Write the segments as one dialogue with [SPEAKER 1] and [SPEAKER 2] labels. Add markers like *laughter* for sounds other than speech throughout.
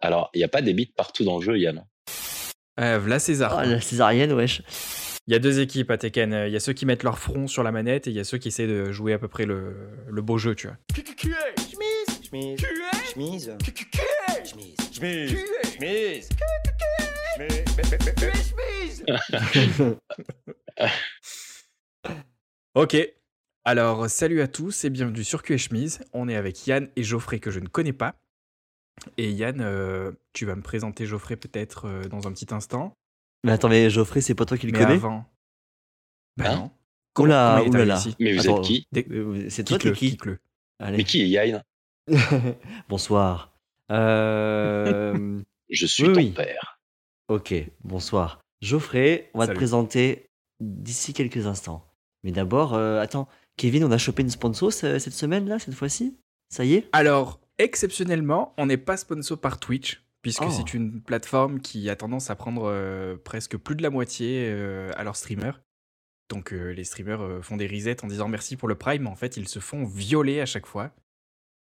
[SPEAKER 1] Alors, il n'y a pas des bits partout dans le jeu, Yann.
[SPEAKER 2] Euh, voilà César.
[SPEAKER 3] Oh, la césarienne, wesh.
[SPEAKER 2] Il y a deux équipes à Tekken. Il y a ceux qui mettent leur front sur la manette et il y a ceux qui essaient de jouer à peu près le, le beau jeu, tu vois.
[SPEAKER 4] Chemise. Chemise. Chemise. Chemise. Chemise.
[SPEAKER 2] Ok. Alors, salut à tous et bienvenue sur Q et Chemise. On est avec Yann et Geoffrey que je ne connais pas. Et Yann, euh, tu vas me présenter Geoffrey peut-être euh, dans un petit instant.
[SPEAKER 3] Mais attends, mais Geoffrey, c'est pas toi qui le
[SPEAKER 2] mais
[SPEAKER 3] connais
[SPEAKER 2] avant. Bah
[SPEAKER 1] Hein
[SPEAKER 2] non.
[SPEAKER 3] Oula,
[SPEAKER 2] comment il est
[SPEAKER 3] oulala.
[SPEAKER 2] arrivé ici
[SPEAKER 1] Mais vous
[SPEAKER 3] Attends,
[SPEAKER 1] êtes qui
[SPEAKER 3] Euh, C'est toi,
[SPEAKER 2] Kick-le,
[SPEAKER 3] t'es qui
[SPEAKER 2] kick-le.
[SPEAKER 3] Allez.
[SPEAKER 1] Mais qui est Yann
[SPEAKER 3] *laughs* Bonsoir. Euh,
[SPEAKER 1] Je suis
[SPEAKER 3] Oui,
[SPEAKER 1] ton
[SPEAKER 3] oui.
[SPEAKER 1] père.
[SPEAKER 3] ok, bonsoir. Geoffrey, on va
[SPEAKER 2] Salut.
[SPEAKER 3] te présenter d'ici quelques instants. Mais d'abord, euh, attends, Kevin, on a chopé une sponsor ce- cette semaine-là, cette fois-ci Ça y est
[SPEAKER 2] Alors, exceptionnellement, on n'est pas sponsor par Twitch, puisque
[SPEAKER 3] Oh.
[SPEAKER 2] c'est une plateforme qui a tendance à prendre euh, presque plus de la moitié euh, à leurs streamers. Donc, euh, les streamers euh, font des resets en disant merci pour le Prime, mais en fait, ils se font violer à chaque fois.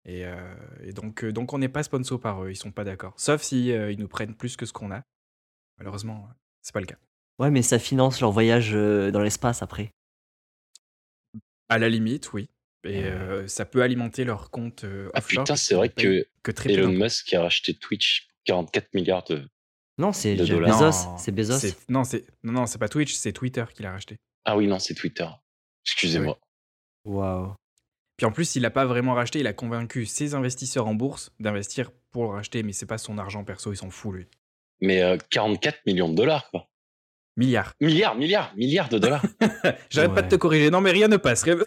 [SPEAKER 2] Et, euh, et donc, euh, donc, on n'est pas sponsor par eux, ils sont pas d'accord. Sauf si euh, ils nous prennent plus que ce qu'on a. Malheureusement, c'est pas le cas.
[SPEAKER 3] Ouais, mais ça finance leur voyage euh, dans l'espace après.
[SPEAKER 2] À la limite, oui. Et euh, ça peut alimenter leur compte euh,
[SPEAKER 1] Ah
[SPEAKER 2] offshore,
[SPEAKER 1] putain,
[SPEAKER 2] parce
[SPEAKER 1] c'est vrai
[SPEAKER 2] qu'ils payent
[SPEAKER 1] que
[SPEAKER 2] que très peu
[SPEAKER 1] Elon
[SPEAKER 2] d'impôts.
[SPEAKER 1] Musk a racheté Twitch pour 44 milliards de.
[SPEAKER 3] Non, c'est
[SPEAKER 1] De
[SPEAKER 3] Jeff
[SPEAKER 1] dollars.
[SPEAKER 3] Bezos.
[SPEAKER 2] Non,
[SPEAKER 3] C'est Bezos.
[SPEAKER 2] c'est- Non, c'est non, non, c'est pas Twitch, c'est Twitter qui l'a racheté.
[SPEAKER 1] Ah oui, non, c'est Twitter. Excusez-moi.
[SPEAKER 3] Waouh.
[SPEAKER 2] Puis en plus, il l'a pas vraiment racheté, il a convaincu ses investisseurs en bourse d'investir pour le racheter, mais c'est pas son argent perso, il s'en fout lui.
[SPEAKER 1] Mais euh, 44 millions de dollars, quoi.
[SPEAKER 2] Milliards.
[SPEAKER 1] Milliards, milliards, milliards de dollars.
[SPEAKER 2] J'arrête pas de te
[SPEAKER 3] Ouais.
[SPEAKER 2] corriger. Non, mais rien ne passe.
[SPEAKER 3] *laughs*
[SPEAKER 2] rien-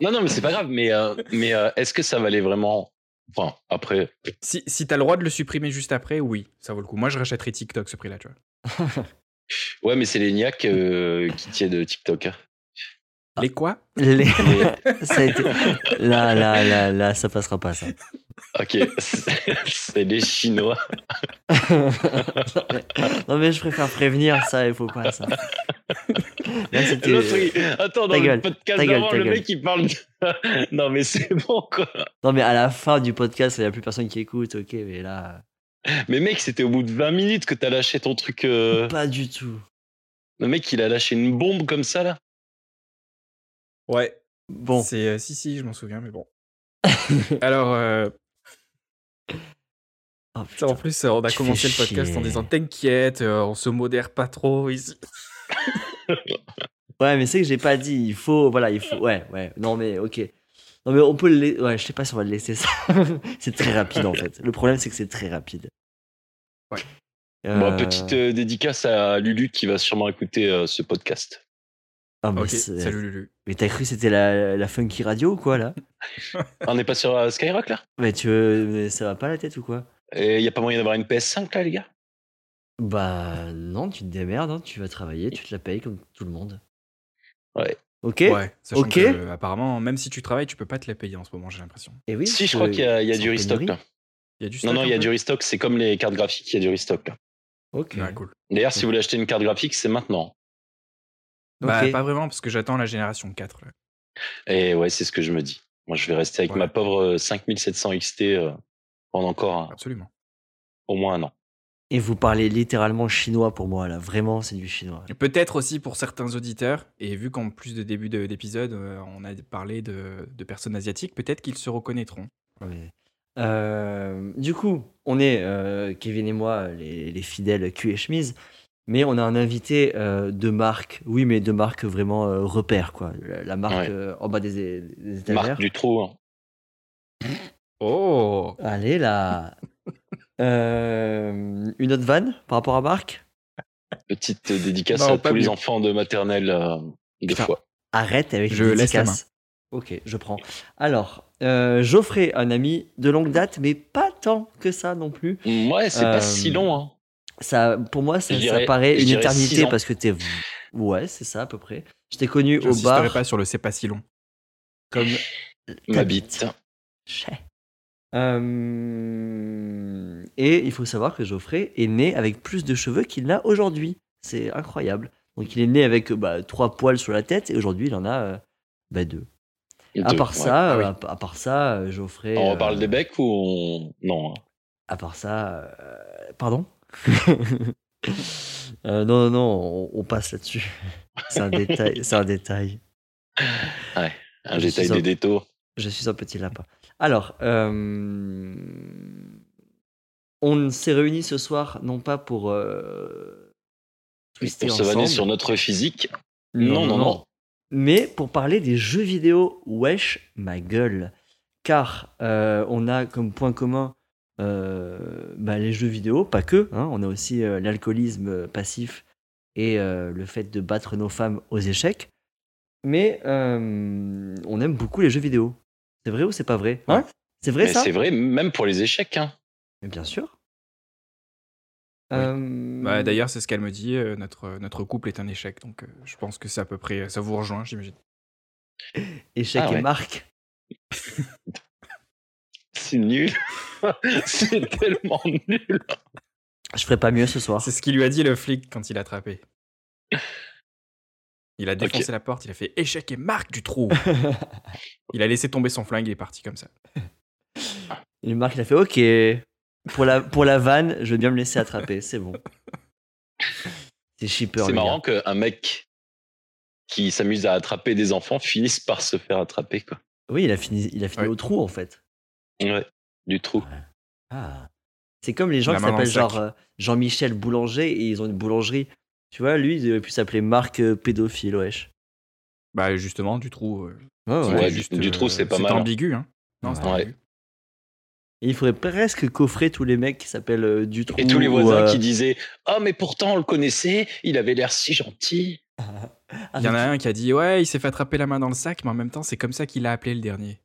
[SPEAKER 1] non, non, mais c'est pas grave. Mais, euh, mais euh, est-ce que ça valait vraiment. Enfin, après,
[SPEAKER 2] Si, si t'as le droit de le supprimer juste après, oui, ça vaut le coup. Moi, je rachèterais TikTok ce prix-là, tu vois.
[SPEAKER 1] Ouais, mais c'est les niaques euh, qui tiennent TikTok. hein.
[SPEAKER 3] Ah.
[SPEAKER 2] Les quoi
[SPEAKER 3] Les- *laughs*
[SPEAKER 1] Mais,
[SPEAKER 3] ça a été- Là, là, là, là, ça passera pas, ça.
[SPEAKER 1] ok, c'est c'est les Chinois.
[SPEAKER 3] non, mais je préfère prévenir, ça, il faut pas,
[SPEAKER 2] *laughs*
[SPEAKER 3] ça. Là, c'était-
[SPEAKER 1] L'autre, il- Attends,
[SPEAKER 3] Ta
[SPEAKER 1] dans
[SPEAKER 3] gueule,
[SPEAKER 1] le podcast
[SPEAKER 3] ta gueule,
[SPEAKER 1] d'avant,
[SPEAKER 3] ta
[SPEAKER 1] le
[SPEAKER 3] gueule.
[SPEAKER 1] mec il parle. de- *laughs* non, mais c'est bon quoi.
[SPEAKER 3] Non, mais à la fin du podcast, il n'y a plus personne qui écoute, ok, mais là.
[SPEAKER 1] Mais mec, c'était au bout de 20 minutes que t'as lâché ton truc. euh,
[SPEAKER 3] Pas du tout.
[SPEAKER 1] Le mec il a lâché une bombe comme ça là.
[SPEAKER 2] Ouais.
[SPEAKER 3] Bon,
[SPEAKER 2] C'est euh, si si, je m'en souviens,
[SPEAKER 3] *laughs*
[SPEAKER 2] mais bon. Alors, euh,
[SPEAKER 3] oh,
[SPEAKER 2] ça, en
[SPEAKER 3] putain.
[SPEAKER 2] plus, euh, on a
[SPEAKER 3] Tu
[SPEAKER 2] commencé
[SPEAKER 3] fais
[SPEAKER 2] le podcast en
[SPEAKER 3] chier.
[SPEAKER 2] disant t'inquiète, euh, on se modère pas trop ici.
[SPEAKER 3] ouais, mais c'est que j'ai pas dit, il faut, voilà, il faut, ouais, ouais, non, mais ok. Non, mais on peut le laisser, ouais, je sais pas si on va le laisser ça. *laughs* c'est très rapide en fait. Le problème, c'est que c'est très rapide.
[SPEAKER 2] Ouais.
[SPEAKER 1] Bon,
[SPEAKER 3] Euh,
[SPEAKER 1] petite euh, dédicace à Lulu qui va sûrement écouter euh, ce podcast.
[SPEAKER 3] ah, mais
[SPEAKER 2] Ok,
[SPEAKER 3] c'est-
[SPEAKER 2] salut Lulu.
[SPEAKER 3] Mais t'as cru que c'était la, la funky radio ou quoi là
[SPEAKER 1] On n'est pas sur euh, Skyrock là
[SPEAKER 3] Mais tu veux, mais ça va pas la tête ou quoi
[SPEAKER 1] Et y a pas moyen d'avoir une PS5 là, les gars
[SPEAKER 3] Bah non, tu te démerdes, hein, tu vas travailler, tu te la payes comme tout le monde.
[SPEAKER 1] Ouais.
[SPEAKER 3] Ok
[SPEAKER 2] Ouais, sachant
[SPEAKER 3] ok.
[SPEAKER 2] que, euh, apparemment, même si tu travailles, tu peux pas te la payer en ce moment, j'ai l'impression.
[SPEAKER 3] Et oui,
[SPEAKER 1] Si, je
[SPEAKER 3] euh,
[SPEAKER 1] crois qu'il y a, il y a
[SPEAKER 3] c'est
[SPEAKER 1] du
[SPEAKER 3] en
[SPEAKER 1] restock
[SPEAKER 3] pénurie.
[SPEAKER 1] là.
[SPEAKER 2] Il y a du
[SPEAKER 1] Non,
[SPEAKER 2] stock
[SPEAKER 1] non,
[SPEAKER 2] un
[SPEAKER 1] il y a
[SPEAKER 2] peu
[SPEAKER 1] du restock, c'est comme les cartes graphiques, il y a du restock là.
[SPEAKER 3] Ok.
[SPEAKER 2] Ouais, cool.
[SPEAKER 1] D'ailleurs, si vous voulez acheter une carte graphique, c'est maintenant.
[SPEAKER 2] Bah,
[SPEAKER 3] Ok.
[SPEAKER 2] pas vraiment, parce que j'attends la génération 4. là.
[SPEAKER 1] Et ouais, c'est ce que je me dis. Moi, je vais rester avec
[SPEAKER 2] Ouais.
[SPEAKER 1] ma pauvre euh, 5700 XT euh, pendant encore un-
[SPEAKER 2] Absolument.
[SPEAKER 1] au moins un an.
[SPEAKER 3] Et vous parlez littéralement chinois pour moi là, vraiment c'est du chinois.
[SPEAKER 2] Et Peut-être aussi pour certains auditeurs, et vu qu'en plus de début de- d'épisode, euh, on a parlé de, de personnes asiatiques, peut-être qu'ils se reconnaîtront.
[SPEAKER 3] Ouais. Euh, du coup, on est, euh, Kevin et moi, les, les fidèles cul et chemise, mais on a un invité euh, de marque, oui mais de marque vraiment euh, repère quoi, la, la marque
[SPEAKER 1] Ouais.
[SPEAKER 3] euh, en bas des, des étagères.
[SPEAKER 1] Marc Dutroux, hein.
[SPEAKER 2] Oh *laughs*
[SPEAKER 3] Allez là Euh, Une autre vanne par rapport à Marc
[SPEAKER 1] petite euh, dédicace
[SPEAKER 2] Non,
[SPEAKER 1] à
[SPEAKER 2] pas
[SPEAKER 1] tous les
[SPEAKER 2] mieux.
[SPEAKER 1] enfants de maternelle euh, des
[SPEAKER 2] Putain.
[SPEAKER 1] fois.
[SPEAKER 3] Arrête avec
[SPEAKER 2] Je
[SPEAKER 3] les
[SPEAKER 2] laisse la
[SPEAKER 3] dédicaces. Ok, je prends. Alors, euh, Geoffrey, un ami de longue date, mais pas tant que ça non plus.
[SPEAKER 1] Ouais, c'est
[SPEAKER 3] Euh,
[SPEAKER 1] pas si long. Hein.
[SPEAKER 3] Ça, pour moi, ça,
[SPEAKER 1] Je
[SPEAKER 3] ça
[SPEAKER 1] dirais-
[SPEAKER 3] paraît
[SPEAKER 1] je
[SPEAKER 3] une
[SPEAKER 1] dirais six
[SPEAKER 3] éternité
[SPEAKER 1] ans.
[SPEAKER 3] parce que t'es. Ouais, c'est ça à peu près. Je t'ai connu au
[SPEAKER 2] J'insisterai
[SPEAKER 3] bar
[SPEAKER 2] pas sur le c'est pas si long.
[SPEAKER 3] comme.
[SPEAKER 1] Ma bite. hein,
[SPEAKER 3] Chais. Euh, Et il faut savoir que Geoffrey est né avec plus de cheveux qu'il n'a aujourd'hui. C'est incroyable. Donc il est né avec bah, trois poils sur la tête et aujourd'hui il en a euh, bah, deux. À
[SPEAKER 1] Deux,
[SPEAKER 3] part
[SPEAKER 1] ouais. Oh,
[SPEAKER 3] ça,
[SPEAKER 2] Ah oui.
[SPEAKER 3] euh, à, à part ça, euh, Geoffrey.
[SPEAKER 1] On
[SPEAKER 3] euh,
[SPEAKER 1] reparle des becs ou on- non hein.
[SPEAKER 3] à part ça, euh, pardon *laughs* Euh, Non, non, non, on, on passe là-dessus. *laughs* C'est un détail. C'est un détail.
[SPEAKER 1] Un
[SPEAKER 3] Je
[SPEAKER 1] détail
[SPEAKER 3] suis
[SPEAKER 1] des
[SPEAKER 3] en-
[SPEAKER 1] détours.
[SPEAKER 3] Je suis un petit lapin. Alors, euh, on s'est réunis ce soir non pas pour euh, twister
[SPEAKER 1] Pour se vanner
[SPEAKER 3] ensemble.
[SPEAKER 1] sur notre physique. Non, non, non.
[SPEAKER 3] mais pour parler des jeux vidéo, wesh ma gueule. Car euh, on a comme point commun euh, bah, les jeux vidéo, pas que, hein, on a aussi euh, l'alcoolisme passif et euh, le fait de battre nos femmes aux échecs. Mais euh, on aime beaucoup les jeux vidéo. C'est vrai ou c'est pas vrai hein C'est vrai
[SPEAKER 1] Mais
[SPEAKER 3] ça
[SPEAKER 1] c'est vrai, même pour les échecs. hein.
[SPEAKER 3] Mais bien sûr.
[SPEAKER 2] Oui.
[SPEAKER 3] Euh,
[SPEAKER 2] Bah, D'ailleurs, c'est ce qu'elle me dit. euh, notre, notre couple est un échec. Donc, euh, je pense que c'est à peu près. Ça vous rejoint, j'imagine.
[SPEAKER 3] échec
[SPEAKER 1] Ah ouais.
[SPEAKER 3] et marque.
[SPEAKER 1] C'est nul. *laughs* c'est tellement nul.
[SPEAKER 3] Je ferai pas mieux ce soir.
[SPEAKER 2] C'est ce qu'il lui a dit le flic quand il l'a attrapé. Il a défoncé
[SPEAKER 1] Ok.
[SPEAKER 2] la porte, il a fait échec et marque
[SPEAKER 1] *laughs*
[SPEAKER 2] du trou. il a laissé tomber son flingue, il est parti comme ça.
[SPEAKER 3] Et Marc, il a fait OK. Pour la, pour la vanne, je vais bien me laisser attraper, c'est bon. C'est shipper.
[SPEAKER 1] C'est
[SPEAKER 3] le
[SPEAKER 1] marrant
[SPEAKER 3] gars.
[SPEAKER 1] qu'un mec qui s'amuse à attraper des enfants finisse par se faire attraper. Quoi.
[SPEAKER 3] Oui, il a fini, il a fini
[SPEAKER 2] Ouais.
[SPEAKER 3] au trou, en fait.
[SPEAKER 1] Ouais, du trou.
[SPEAKER 3] Ah. C'est comme les gens
[SPEAKER 2] La
[SPEAKER 3] qui
[SPEAKER 2] main dans le
[SPEAKER 3] s'appellent
[SPEAKER 2] sac.
[SPEAKER 3] genre euh, Jean-Michel Boulanger et ils ont une boulangerie. Tu vois, lui, il aurait pu s'appeler Marc euh, Pédophile, wesh.
[SPEAKER 2] Bah justement, du trou. euh,
[SPEAKER 1] ouais.
[SPEAKER 2] c'était
[SPEAKER 1] Ouais, du- du trou, c'est pas
[SPEAKER 2] c'était
[SPEAKER 1] mal.
[SPEAKER 2] ambigu, hein. Non, c'était
[SPEAKER 1] Ouais.
[SPEAKER 2] ambigu.
[SPEAKER 3] Et il faudrait presque coffrer tous les mecs qui s'appellent euh, Dutroux.
[SPEAKER 1] Et tous les
[SPEAKER 3] ou,
[SPEAKER 1] voisins
[SPEAKER 3] euh,
[SPEAKER 1] qui disaient Ah, mais pourtant, on le connaissait, il avait l'air si gentil.
[SPEAKER 3] Ah,
[SPEAKER 2] Il y en a un qui a dit ouais, il s'est fait attraper la main dans le sac, mais en même temps, c'est comme ça qu'il a appelé
[SPEAKER 1] *laughs*
[SPEAKER 2] le dernier.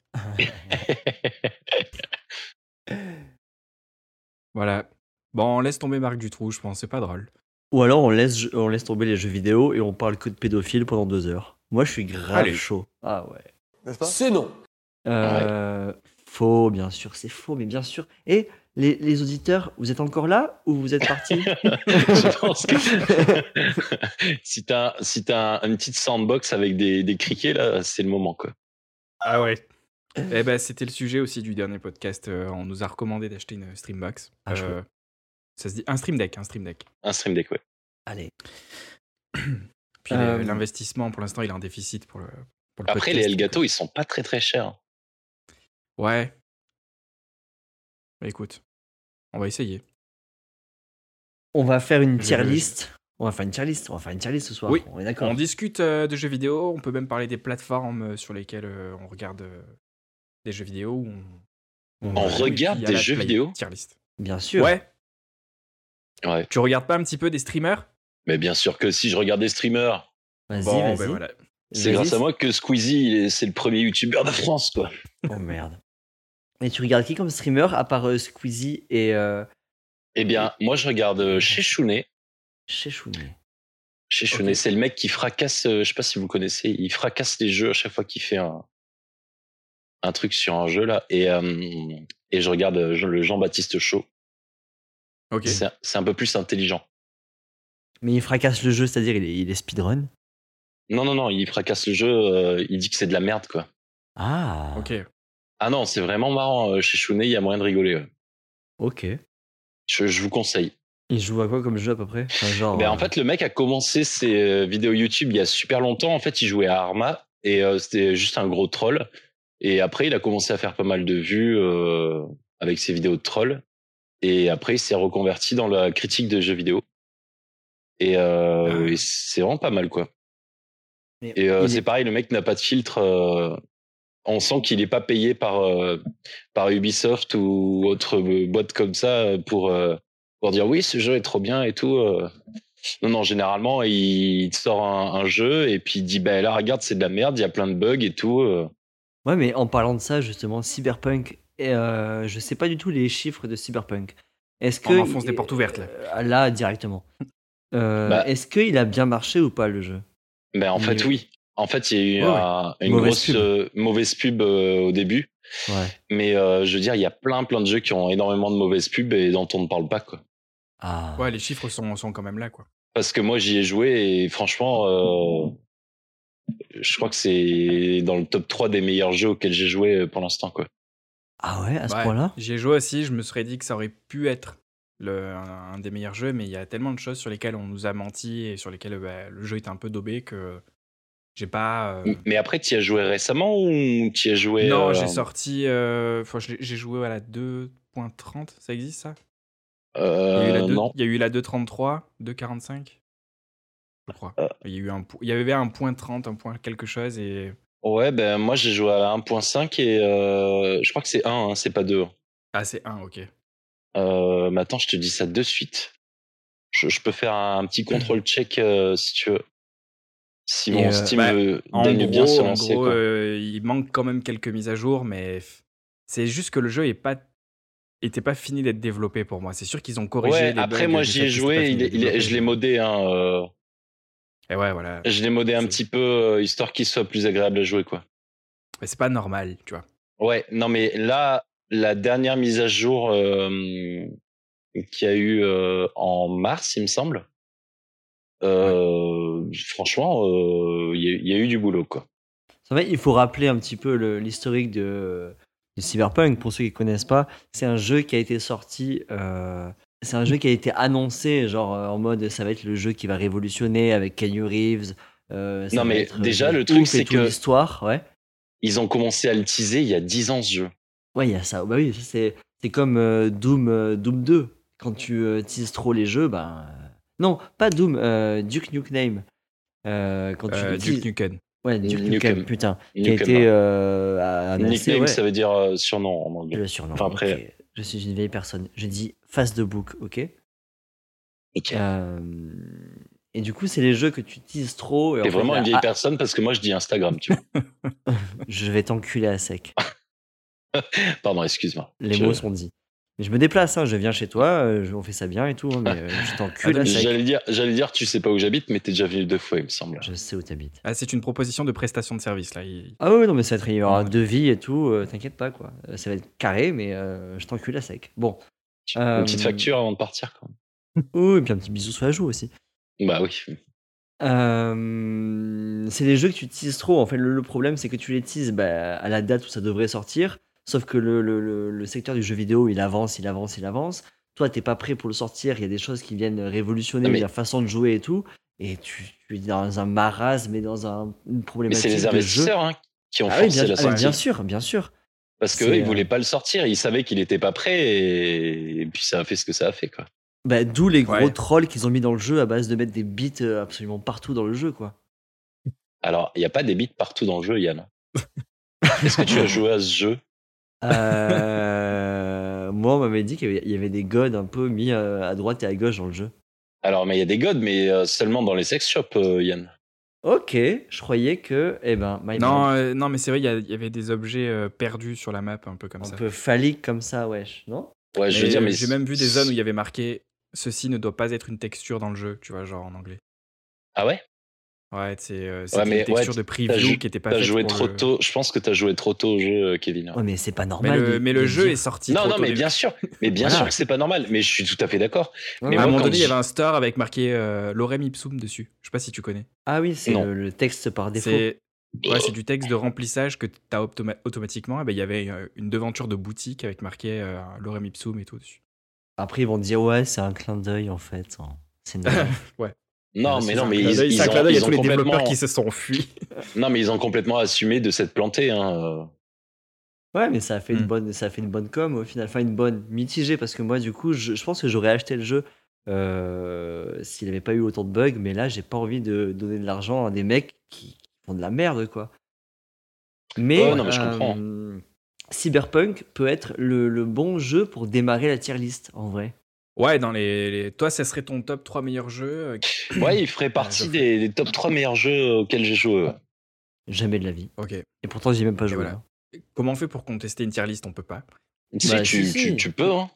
[SPEAKER 2] Voilà. Bon, on laisse tomber Marc du trou, je pense, c'est pas drôle.
[SPEAKER 3] Ou alors on laisse, on laisse tomber les jeux vidéo et on parle que de pédophiles pendant deux heures. Moi, je suis grave
[SPEAKER 2] Allez.
[SPEAKER 3] chaud. Ah ouais.
[SPEAKER 4] N'est-ce pas C'est non.
[SPEAKER 3] Euh, Faux, bien sûr, c'est faux, mais bien sûr. Et les, les auditeurs, vous êtes encore là ou vous
[SPEAKER 1] *laughs*
[SPEAKER 3] êtes partis
[SPEAKER 1] Je pense que *laughs* si t'as si t'as un- une petite sandbox avec des, des criquets, là, c'est le moment. Quoi.
[SPEAKER 2] Ah ouais. Eh ben, c'était le sujet aussi du dernier podcast. Euh, on nous a recommandé d'acheter une Streambox.
[SPEAKER 3] Ah, je
[SPEAKER 2] Euh, ça se dit un Stream Deck, un Stream Deck.
[SPEAKER 1] Un stream deck, ouais.
[SPEAKER 3] Allez.
[SPEAKER 2] Puis
[SPEAKER 3] Euh,
[SPEAKER 2] le- l'investissement, pour l'instant, il est en déficit pour le. Pour le
[SPEAKER 1] Après, les
[SPEAKER 2] podcast,
[SPEAKER 1] Elgato,
[SPEAKER 2] donc,
[SPEAKER 1] ils sont pas très très chers.
[SPEAKER 2] euh, Ouais. Bah, écoute, on va essayer.
[SPEAKER 3] On va faire une tier
[SPEAKER 2] Je-
[SPEAKER 3] list. On va faire une tier list. On va faire une tier list ce soir.
[SPEAKER 2] Oui.
[SPEAKER 3] On est d'accord.
[SPEAKER 2] On discute euh, de jeux vidéo. On peut même parler des plateformes euh, sur lesquelles euh, on regarde euh, des jeux vidéo. où on,
[SPEAKER 1] On
[SPEAKER 2] Oui,
[SPEAKER 1] regarde
[SPEAKER 2] il y a
[SPEAKER 1] des
[SPEAKER 2] la
[SPEAKER 1] jeux
[SPEAKER 2] play-
[SPEAKER 1] vidéo
[SPEAKER 2] tier list.
[SPEAKER 3] Bien sûr.
[SPEAKER 2] Ouais.
[SPEAKER 1] Ouais.
[SPEAKER 2] Tu regardes pas un petit peu des streamers
[SPEAKER 1] Mais bien sûr que si je regarde des streamers,
[SPEAKER 3] Vas-y,
[SPEAKER 2] Bon,
[SPEAKER 3] vas-y.
[SPEAKER 2] ben voilà.
[SPEAKER 1] c'est
[SPEAKER 3] Vas-y.
[SPEAKER 1] grâce à moi que Squeezie, il est- c'est le premier youtubeur de France. Quoi.
[SPEAKER 3] Oh merde. Et tu regardes qui comme streamer à part euh, Squeezie et euh,
[SPEAKER 1] Eh bien, moi, je regarde euh, chez Chounet.
[SPEAKER 3] chez Chounet
[SPEAKER 1] Chez Chounet, c'est le mec qui fracasse, euh, je sais pas si vous le connaissez, il fracasse les jeux à chaque fois qu'il fait un, un truc sur un jeu là. Et, euh, et je regarde euh, je- le Jean-Baptiste Chaud.
[SPEAKER 2] Ok.
[SPEAKER 1] C'est un- C'est un peu plus intelligent.
[SPEAKER 3] Mais il fracasse le jeu, c'est-à-dire il est, il est speedrun.
[SPEAKER 1] Non, non, non, il fracasse le jeu, euh, il dit que c'est de la merde quoi.
[SPEAKER 3] Ah.
[SPEAKER 2] Ok.
[SPEAKER 1] Ah non, c'est vraiment marrant. euh, Chez Chounet, il y a moyen de rigoler. ouais.
[SPEAKER 3] Ok.
[SPEAKER 1] Je, je vous conseille.
[SPEAKER 3] Il joue à quoi comme jeu à peu près Enfin, genre,
[SPEAKER 1] Ben, en
[SPEAKER 3] euh,
[SPEAKER 1] fait, le mec a commencé ses euh, vidéos YouTube il y a super longtemps. En fait, il jouait à Arma et euh, c'était juste un gros troll. Et après, il a commencé à faire pas mal de vues euh, avec ses vidéos de troll. Et après, il s'est reconverti dans la critique de jeux vidéo. Et, euh,
[SPEAKER 2] Ah.
[SPEAKER 1] et c'est vraiment pas mal, quoi.
[SPEAKER 3] mais
[SPEAKER 1] Et euh,
[SPEAKER 3] il est-
[SPEAKER 1] c'est pareil, le mec n'a pas de filtre. euh, on sent qu'il n'est pas payé par, euh, par Ubisoft ou autre euh, boîte comme ça euh, pour, euh, pour dire oui, ce jeu est trop bien et tout. euh. Non, non, généralement, il te sort un, un jeu et puis il dit bah là, regarde, c'est de la merde, il y a plein de bugs et tout. euh.
[SPEAKER 3] Ouais, mais en parlant de ça, justement, Cyberpunk, et, euh, je sais pas du tout les chiffres de Cyberpunk. Est-ce que
[SPEAKER 2] On enfonce des portes ouvertes, là.
[SPEAKER 3] Euh,
[SPEAKER 2] *laughs*
[SPEAKER 3] là, directement. Euh,
[SPEAKER 1] Bah.
[SPEAKER 3] Est-ce qu'il a bien marché ou pas le jeu
[SPEAKER 1] Ben, en fait,
[SPEAKER 3] Mais-
[SPEAKER 1] oui. En fait, il y a eu
[SPEAKER 3] Ouais, ouais.
[SPEAKER 1] un- une
[SPEAKER 3] Mauvaise
[SPEAKER 1] grosse
[SPEAKER 3] pub.
[SPEAKER 1] euh, mauvaise pub euh, au début.
[SPEAKER 3] Ouais.
[SPEAKER 1] Mais euh, je veux dire, il y a plein, plein de jeux qui ont énormément de mauvaises pubs et dont on ne parle pas, quoi.
[SPEAKER 3] Ah.
[SPEAKER 2] Ouais, les chiffres sont, sont quand même là, quoi.
[SPEAKER 1] Parce que moi, j'y ai joué et franchement, euh, euh, je crois que c'est dans le top 3 des meilleurs jeux auxquels j'ai joué pour l'instant. quoi.
[SPEAKER 3] Ah ouais, à ce
[SPEAKER 2] Ouais,
[SPEAKER 3] point-là
[SPEAKER 2] J'y ai joué aussi, je me serais dit que ça aurait pu être le, un, un des meilleurs jeux, mais il y a tellement de choses sur lesquelles on nous a menti et sur lesquelles bah, le jeu était un peu daubé que j'ai pas. euh,
[SPEAKER 1] Mais après, tu as joué récemment ou tu as joué.
[SPEAKER 2] non,
[SPEAKER 1] euh,
[SPEAKER 2] j'ai sorti. euh, Enfin, je l'ai- j'ai joué à la 2.30, ça existe ça Il y a eu
[SPEAKER 1] euh,
[SPEAKER 2] la deux-
[SPEAKER 1] non.
[SPEAKER 2] il y a eu la 2.33, 2.45 Je crois.
[SPEAKER 1] Euh.
[SPEAKER 2] Il, y a eu un, po- il y avait un point 30, un point quelque chose et.
[SPEAKER 1] Ouais, ben moi j'ai joué à la 1.5 et euh, je crois que c'est 1, hein, c'est pas 2.
[SPEAKER 2] Ah, c'est 1, ok.
[SPEAKER 1] Euh, mais attends, je te dis ça de suite. Je, je peux faire un petit
[SPEAKER 2] *clears throat*
[SPEAKER 1] contrôle check euh, si tu veux. Si
[SPEAKER 2] Et,
[SPEAKER 1] mon
[SPEAKER 2] euh,
[SPEAKER 1] Steam
[SPEAKER 2] bah,
[SPEAKER 1] veut
[SPEAKER 2] En
[SPEAKER 1] daigne
[SPEAKER 2] gros,
[SPEAKER 1] bien se
[SPEAKER 2] en
[SPEAKER 1] lancer.
[SPEAKER 2] gros,
[SPEAKER 1] quoi.
[SPEAKER 2] euh, il manque quand même quelques mises à jour, mais f- c'est juste que le jeu est pas était pas fini d'être développé pour moi. C'est sûr qu'ils ont corrigé.
[SPEAKER 1] ouais,
[SPEAKER 2] les
[SPEAKER 1] après
[SPEAKER 2] bugs,
[SPEAKER 1] moi
[SPEAKER 2] le
[SPEAKER 1] j'y
[SPEAKER 2] fait
[SPEAKER 1] ai
[SPEAKER 2] que c'était pas
[SPEAKER 1] joué,
[SPEAKER 2] fini
[SPEAKER 1] il est-
[SPEAKER 2] d'être
[SPEAKER 1] il est-
[SPEAKER 2] développé.
[SPEAKER 1] je l'ai modé, hein, euh,
[SPEAKER 2] Et ouais, voilà.
[SPEAKER 1] je l'ai modé un
[SPEAKER 2] C'est-
[SPEAKER 1] petit peu euh, histoire qu'il soit plus agréable à jouer quoi.
[SPEAKER 2] Mais c'est pas normal, tu vois.
[SPEAKER 1] Ouais, non mais là, la dernière mise à jour euh, qu'il y a eu euh, en mars, il me semble, euh, franchement, euh, il y, a- il y a eu du boulot, quoi.
[SPEAKER 3] Ça va, il faut rappeler un petit peu le- l'historique de, de Cyberpunk pour ceux qui connaissent pas. C'est un jeu qui a été sorti, euh, c'est un jeu qui a été annoncé genre euh, en mode ça va être le jeu qui va révolutionner avec Keanu Reeves. euh, ça
[SPEAKER 1] Non,
[SPEAKER 3] va
[SPEAKER 1] mais
[SPEAKER 3] être, euh,
[SPEAKER 1] déjà,
[SPEAKER 3] de
[SPEAKER 1] le
[SPEAKER 3] ouf
[SPEAKER 1] truc,
[SPEAKER 3] et
[SPEAKER 1] c'est
[SPEAKER 3] tout
[SPEAKER 1] que-
[SPEAKER 3] l'histoire, ouais.
[SPEAKER 1] Ils ont commencé à le teaser il y a 10 ans, ce jeu.
[SPEAKER 3] Ouais, il y a ça. Bah oui, ça, c'est c'est comme euh, Doom euh, Doom 2. Quand tu euh, teases trop les jeux, ben euh, non, pas Doom, euh, Duke Nukem. Euh, quand tu
[SPEAKER 2] Euh,
[SPEAKER 3] le
[SPEAKER 2] Duke
[SPEAKER 3] teases-
[SPEAKER 2] Nukem.
[SPEAKER 3] ouais, Duke
[SPEAKER 1] Nukem.
[SPEAKER 3] Nukem, putain, qui a
[SPEAKER 1] Nukem,
[SPEAKER 3] été
[SPEAKER 1] hein.
[SPEAKER 3] euh, annoncé,
[SPEAKER 1] Nickname,
[SPEAKER 3] ouais.
[SPEAKER 1] ça veut dire euh, surnom en
[SPEAKER 3] Je
[SPEAKER 1] anglais.
[SPEAKER 3] le surnomme.
[SPEAKER 1] Enfin, après-
[SPEAKER 3] ok. Je suis une vieille personne. Je dis face de bouc, ok
[SPEAKER 1] Ok.
[SPEAKER 3] Euh, Et du coup, c'est les jeux que tu utilises trop. et en
[SPEAKER 1] T'es
[SPEAKER 3] fait,
[SPEAKER 1] vraiment
[SPEAKER 3] là,
[SPEAKER 1] une vieille
[SPEAKER 3] ah,
[SPEAKER 1] personne parce que moi je dis Instagram, *laughs* tu vois.
[SPEAKER 3] Je vais t'enculer à sec.
[SPEAKER 1] Pardon, excuse-moi.
[SPEAKER 3] Les
[SPEAKER 1] Je-
[SPEAKER 3] mots sont dits. Mais je me déplace, hein, je viens chez toi, euh, je- on fait ça bien et tout, hein, mais euh, je t'encule à sec.
[SPEAKER 1] Ah, J'allais dire, j'allais dire, tu sais pas où j'habite, mais t'es déjà venu deux fois, il me semble.
[SPEAKER 3] Je sais où t'habites.
[SPEAKER 2] Ah, c'est une proposition de prestation de service là. Il-
[SPEAKER 3] Ah oui, non, mais ça va être, il y aura
[SPEAKER 2] Ouais.
[SPEAKER 3] deux vies et tout, euh, t'inquiète pas, quoi. Euh, Ça va être carré, mais euh, je t'encule à sec. Bon.
[SPEAKER 1] Une petite
[SPEAKER 3] Euh,
[SPEAKER 1] facture avant de partir, quoi.
[SPEAKER 3] Oui, et puis un petit bisou sur la joue aussi.
[SPEAKER 1] Bah oui.
[SPEAKER 3] Euh, c'est des jeux que tu teases trop. En fait, le, le problème, c'est que tu les teases bah, à la date où ça devrait sortir. Sauf que le, le- le- le secteur du jeu vidéo, il avance, il avance, il avance. Toi, t'es pas prêt pour le sortir. Il y a des choses qui viennent révolutionner
[SPEAKER 1] Non, Ah, mais-
[SPEAKER 3] la façon de jouer et tout. Et tu, tu es dans un marasme et dans un, une
[SPEAKER 1] Mais
[SPEAKER 3] problématique.
[SPEAKER 1] c'est les
[SPEAKER 3] de jeu.
[SPEAKER 1] investisseurs hein, qui ont
[SPEAKER 3] Ah oui,
[SPEAKER 1] forcé
[SPEAKER 3] bien,
[SPEAKER 1] la
[SPEAKER 3] ah, mais
[SPEAKER 1] sortie.
[SPEAKER 3] bien sûr, bien sûr.
[SPEAKER 1] Parce que
[SPEAKER 3] C'est,
[SPEAKER 1] eux, ils
[SPEAKER 3] euh,
[SPEAKER 1] voulaient pas le sortir, ils savaient qu'il était pas prêt et... et puis ça a fait ce que ça a fait quoi.
[SPEAKER 3] Bah, D'où les gros
[SPEAKER 2] Ouais.
[SPEAKER 3] trolls qu'ils ont mis dans le jeu à base de mettre des bits euh, absolument partout dans le jeu, quoi.
[SPEAKER 1] Alors, il y a pas des bits partout dans le jeu,
[SPEAKER 2] *laughs*
[SPEAKER 1] Yann. Est-ce que tu as joué à ce jeu
[SPEAKER 3] Euh, moi, on m'avait dit qu'il y avait- il y avait des gods un peu mis euh, à droite et à gauche dans le jeu.
[SPEAKER 1] Alors, mais il y a des gods, mais euh, seulement dans les sex shops, euh, Yann.
[SPEAKER 3] Ok, je croyais que, eh ben,
[SPEAKER 1] Ah,
[SPEAKER 3] my
[SPEAKER 2] Non,
[SPEAKER 3] bad.
[SPEAKER 2] euh, non, mais c'est vrai, il y, a- il y avait des objets euh, perdus sur la map, un peu comme
[SPEAKER 3] un
[SPEAKER 2] ça.
[SPEAKER 3] peu phallique comme ça, wesh, non
[SPEAKER 1] Ouais, je veux
[SPEAKER 2] Mais
[SPEAKER 1] dire, mais
[SPEAKER 2] j'ai même vu des zones où il y avait marqué ceci ne doit pas être une texture dans le jeu, tu vois, genre en anglais.
[SPEAKER 1] Ah ouais
[SPEAKER 2] Ouais, c'est euh, c'est
[SPEAKER 1] Ouais,
[SPEAKER 2] une
[SPEAKER 1] mais ouais,
[SPEAKER 2] texture de preview
[SPEAKER 1] jou-
[SPEAKER 2] qui était pas
[SPEAKER 1] T'as
[SPEAKER 2] faite
[SPEAKER 1] joué
[SPEAKER 2] pour
[SPEAKER 1] trop
[SPEAKER 2] le-
[SPEAKER 1] tôt. Je pense que t'as joué trop tôt au jeu, euh, Kevin. hein.
[SPEAKER 3] Ouais, mais c'est pas
[SPEAKER 2] Mais
[SPEAKER 3] normal.
[SPEAKER 2] le,
[SPEAKER 3] de-
[SPEAKER 2] mais
[SPEAKER 3] de
[SPEAKER 2] le jeu
[SPEAKER 3] dire-
[SPEAKER 2] est sorti
[SPEAKER 1] Non,
[SPEAKER 2] trop
[SPEAKER 1] non,
[SPEAKER 2] tôt.
[SPEAKER 1] mais
[SPEAKER 2] des-
[SPEAKER 1] bien
[SPEAKER 2] *laughs*
[SPEAKER 1] sûr, mais bien
[SPEAKER 3] Voilà.
[SPEAKER 1] sûr que c'est pas normal. Mais je suis tout à fait d'accord.
[SPEAKER 3] Ouais,
[SPEAKER 1] mais
[SPEAKER 3] ouais.
[SPEAKER 2] à un
[SPEAKER 1] moi,
[SPEAKER 2] moment
[SPEAKER 1] quand
[SPEAKER 2] donné, il y
[SPEAKER 1] je-
[SPEAKER 2] avait un store avec marqué euh, Lorem Ipsum dessus. Je sais pas si tu connais.
[SPEAKER 3] Ah oui, c'est
[SPEAKER 1] Non.
[SPEAKER 3] le, le texte par défaut.
[SPEAKER 2] C'est ouais, c'est du texte de remplissage que tu as automatiquement. Et ben, Il y avait euh, une devanture de boutique avec marqué euh, Lorem Ipsum et tout dessus.
[SPEAKER 3] Après, ils vont dire, ouais, c'est un clin d'œil en fait. hein.
[SPEAKER 2] *laughs*
[SPEAKER 3] C'est normal.
[SPEAKER 1] Non,
[SPEAKER 3] Ouais,
[SPEAKER 1] mais
[SPEAKER 3] c'est
[SPEAKER 1] non,
[SPEAKER 3] un
[SPEAKER 1] mais
[SPEAKER 3] clin
[SPEAKER 1] ils,
[SPEAKER 3] d'œil,
[SPEAKER 1] ils
[SPEAKER 2] Bah, c'est un
[SPEAKER 1] ont,
[SPEAKER 2] clin d'œil à
[SPEAKER 1] ils ont
[SPEAKER 2] tous les développeurs
[SPEAKER 1] complètement,
[SPEAKER 2] qui se sont enfuis.
[SPEAKER 1] non, mais ils ont complètement assumé de s'être plantés. Hein. euh.
[SPEAKER 3] ouais, mais ça a fait
[SPEAKER 2] Hmm.
[SPEAKER 1] Mmh.
[SPEAKER 3] une bonne, ça a fait une bonne com au final, enfin une bonne mitigée parce que moi, du coup, je, je pense que j'aurais acheté le jeu euh, s'il n'avait pas eu autant de bugs. Mais là, j'ai pas envie de donner de l'argent à des mecs qui font de la merde, quoi. Mais, euh,
[SPEAKER 1] Ouais, non, mais je comprends.
[SPEAKER 3] Cyberpunk peut être le, le bon jeu pour démarrer la tier list en vrai.
[SPEAKER 2] *laughs* Ouais, dans les, les- toi, ça serait ton top 3 meilleurs jeux. euh,
[SPEAKER 1] Ouais,
[SPEAKER 2] *clears throat*
[SPEAKER 1] il ferait partie
[SPEAKER 2] je-
[SPEAKER 1] des, des top 3 meilleurs jeux auxquels j'ai joué. ouais.
[SPEAKER 3] Jamais de la vie.
[SPEAKER 2] Ok.
[SPEAKER 3] Et pourtant, j'ai même pas joué.
[SPEAKER 2] voilà.
[SPEAKER 3] hein.
[SPEAKER 2] Comment on fait pour contester une tier list On peut pas.
[SPEAKER 1] Si,
[SPEAKER 3] Bah,
[SPEAKER 1] tu,
[SPEAKER 3] si, si.
[SPEAKER 1] tu- tu peux. Hein.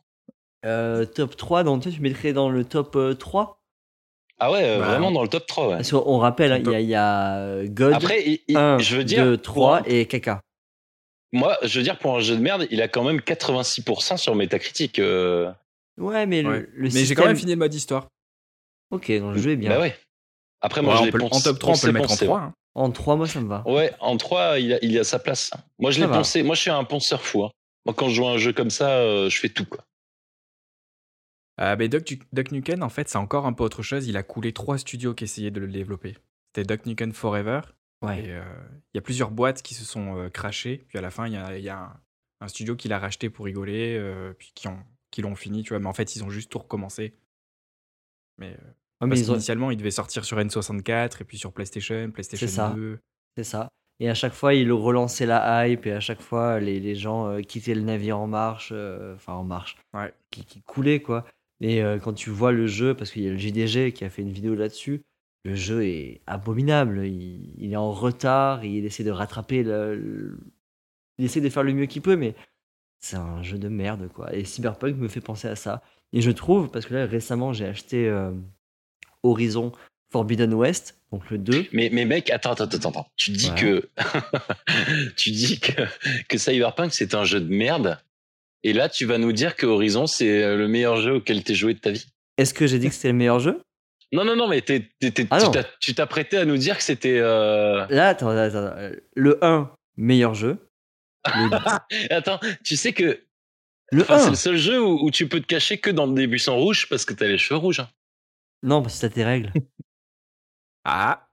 [SPEAKER 3] Euh, top 3, dans toi, tu mettrais dans le top euh, 3
[SPEAKER 1] Ah ouais, euh,
[SPEAKER 2] Bah,
[SPEAKER 1] vraiment dans le top 3. ouais.
[SPEAKER 3] Parce qu'on rappelle, hein, il
[SPEAKER 2] Top-
[SPEAKER 3] y, a- il y a euh, God,
[SPEAKER 1] Après, il- il-
[SPEAKER 3] 1,
[SPEAKER 1] je veux dire,
[SPEAKER 3] 2, 3
[SPEAKER 1] pour-
[SPEAKER 3] et Kaka.
[SPEAKER 1] moi, je veux dire, pour un jeu de merde, il a quand même 86% sur Metacritic. euh.
[SPEAKER 3] Ouais, mais le,
[SPEAKER 2] Ouais.
[SPEAKER 3] le
[SPEAKER 2] Mais
[SPEAKER 3] système...
[SPEAKER 2] j'ai quand même fini Mmh. le mode histoire.
[SPEAKER 3] Ok, donc le jeu est bien.
[SPEAKER 1] Bah ouais. Après, moi,
[SPEAKER 2] eh Ouais,
[SPEAKER 1] je
[SPEAKER 2] on
[SPEAKER 1] l'ai
[SPEAKER 2] peut le-
[SPEAKER 1] poncé-
[SPEAKER 2] en top 3, on peut le mettre en
[SPEAKER 1] poncé,
[SPEAKER 2] 3. hein.
[SPEAKER 3] En 3, moi, ça me va.
[SPEAKER 2] Oh.
[SPEAKER 1] Ouais, Ouais, en 3, il a, il a sa place. Moi, je
[SPEAKER 3] Ça
[SPEAKER 1] l'ai
[SPEAKER 3] va.
[SPEAKER 1] poncé. Moi, je suis un ponceur fou. hein. Moi, quand je joue à un jeu comme ça, euh, je fais tout. Quoi.
[SPEAKER 2] Ah, ben Duck, Du- Duck Nukem, en fait, c'est encore un peu autre chose. Il a coulé trois studios qui essayaient de le développer. C'était Duck Nukem Forever.
[SPEAKER 3] Ouais.
[SPEAKER 2] Et, euh, Il y a plusieurs boîtes qui se sont euh, crashées. Puis à la fin, il y a, il y a un, un studio qui l'a racheté pour rigoler. euh, puis qui, ont, qui l'ont fini, tu vois. Mais en fait, ils ont juste tout recommencé. Mais, euh,
[SPEAKER 3] Ouais, mais
[SPEAKER 2] parce
[SPEAKER 3] ils ont-
[SPEAKER 2] qu'initialement, il devait sortir sur N64 et puis sur PlayStation, PlayStation
[SPEAKER 3] ça.
[SPEAKER 2] 2.
[SPEAKER 3] C'est ça. Et à chaque fois, ils relançaient la hype et à chaque fois, les, les gens euh, quittaient le navire en marche, euh, enfin en marche,
[SPEAKER 2] Ouais.
[SPEAKER 3] qui, qui coulait quoi. Et euh, quand tu vois le jeu, parce qu'il y a le JDG qui a fait une vidéo là-dessus, le jeu est abominable. Il, il est en retard, il essaie de rattraper, le, le- il essaie de faire le mieux qu'il peut, mais c'est un jeu de merde quoi. Et Cyberpunk me fait penser à ça. Et je trouve, parce que là récemment, j'ai acheté euh, Horizon Forbidden West, donc le 2.
[SPEAKER 1] Mais, mais mec, attends, attends, attends, attends. Tu dis
[SPEAKER 3] Ouais.
[SPEAKER 1] que *laughs* tu dis que, que Cyberpunk c'est un jeu de merde. Et là, tu vas nous dire que Horizon c'est le meilleur jeu auquel t'es joué de ta vie.
[SPEAKER 3] Est-ce que j'ai dit que c'était le meilleur jeu
[SPEAKER 1] Non, non, non, mais t'es- t'es- t'es-
[SPEAKER 3] Ah
[SPEAKER 1] tu
[SPEAKER 3] non.
[SPEAKER 1] t'as- tu t'apprêtais à nous dire que c'était. euh,
[SPEAKER 3] Là, attends, attends, attends. Euh, Le 1, meilleur jeu. Le,
[SPEAKER 1] Attends, tu sais que
[SPEAKER 3] le
[SPEAKER 1] enfin, Ah, c'est
[SPEAKER 3] 1
[SPEAKER 1] le seul jeu où, où tu peux te cacher que dans des buissons rouges parce que t'as les cheveux rouges. hein.
[SPEAKER 3] Non, parce que t'as tes règles.
[SPEAKER 2] Ah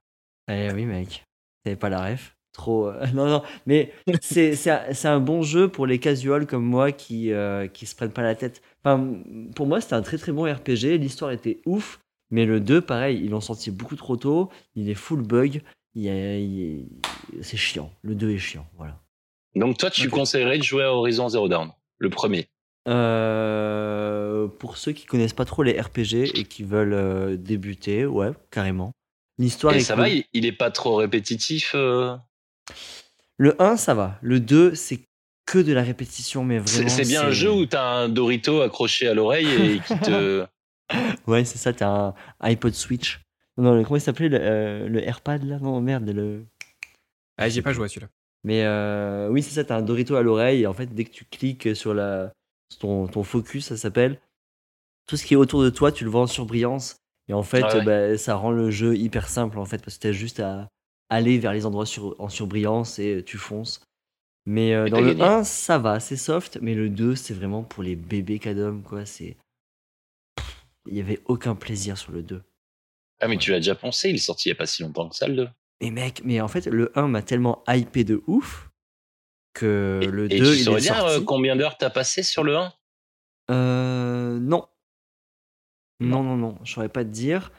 [SPEAKER 3] Eh oui, mec. T'avais pas la ref. Trop. euh, *laughs* Non, non. Mais c'est c'est un, c'est un bon jeu pour les casuals comme moi qui, euh, qui se prennent pas la tête. Enfin, pour moi, c'était un très très bon RPG. L'histoire était ouf. Mais le 2, pareil, ils l'ont sorti beaucoup trop tôt. Il est full bug. Il y a- il- C'est chiant. Le 2 est chiant. Voilà.
[SPEAKER 1] Donc toi, tu
[SPEAKER 2] Ok.
[SPEAKER 1] conseillerais de jouer à Horizon Zero Dawn, le premier.
[SPEAKER 3] Euh, pour ceux qui connaissent pas trop les RPG et qui veulent euh, débuter, ouais, carrément. L'histoire
[SPEAKER 1] Et
[SPEAKER 3] est
[SPEAKER 1] ça
[SPEAKER 3] cool.
[SPEAKER 1] va, il, il est pas trop répétitif. euh
[SPEAKER 3] Le 1, ça va. Le 2, c'est que de la répétition, mais
[SPEAKER 1] C'est
[SPEAKER 3] vraiment.
[SPEAKER 1] c'est bien un jeu où t'as un Dorito accroché à l'oreille et qui
[SPEAKER 3] *laughs*
[SPEAKER 1] te.
[SPEAKER 3] Ouais, c'est ça, t'as un iPod Switch. Non, le- comment il s'appelait le, euh, le AirPad là Non, merde, le.
[SPEAKER 2] Ah, j'ai pas joué à celui-là.
[SPEAKER 3] Mais euh, oui, c'est ça, t'as un Dorito à l'oreille, et en fait, dès que tu cliques sur la, sur ton, ton focus, ça s'appelle, tout ce qui est autour de toi, tu le vois en surbrillance. Et en fait,
[SPEAKER 1] Ah ouais.
[SPEAKER 3] bah, ça rend le jeu hyper simple, en fait, parce que t'as juste à aller vers les endroits sur, en surbrillance et euh, tu fonces. Mais euh,
[SPEAKER 1] Et
[SPEAKER 3] dans
[SPEAKER 1] t'as
[SPEAKER 3] le
[SPEAKER 1] gagné.
[SPEAKER 3] 1, ça va, c'est soft, mais le 2, c'est vraiment pour les bébés cadom, quoi. C'est. Pff, Il n'y avait aucun plaisir sur le 2.
[SPEAKER 1] Ah, mais tu l'as déjà pensé, il est sorti il y a pas si longtemps que ça, le deux.
[SPEAKER 3] Mais mec, mais en fait, le 1 m'a tellement hypé de ouf que
[SPEAKER 1] Et-
[SPEAKER 3] le
[SPEAKER 1] et
[SPEAKER 3] 2
[SPEAKER 1] tu
[SPEAKER 3] il est
[SPEAKER 1] saurais dire euh,
[SPEAKER 3] sorti.
[SPEAKER 1] combien d'heures t'as passé sur le 1
[SPEAKER 3] Euh, non. Non, non, non, je saurais pas te dire.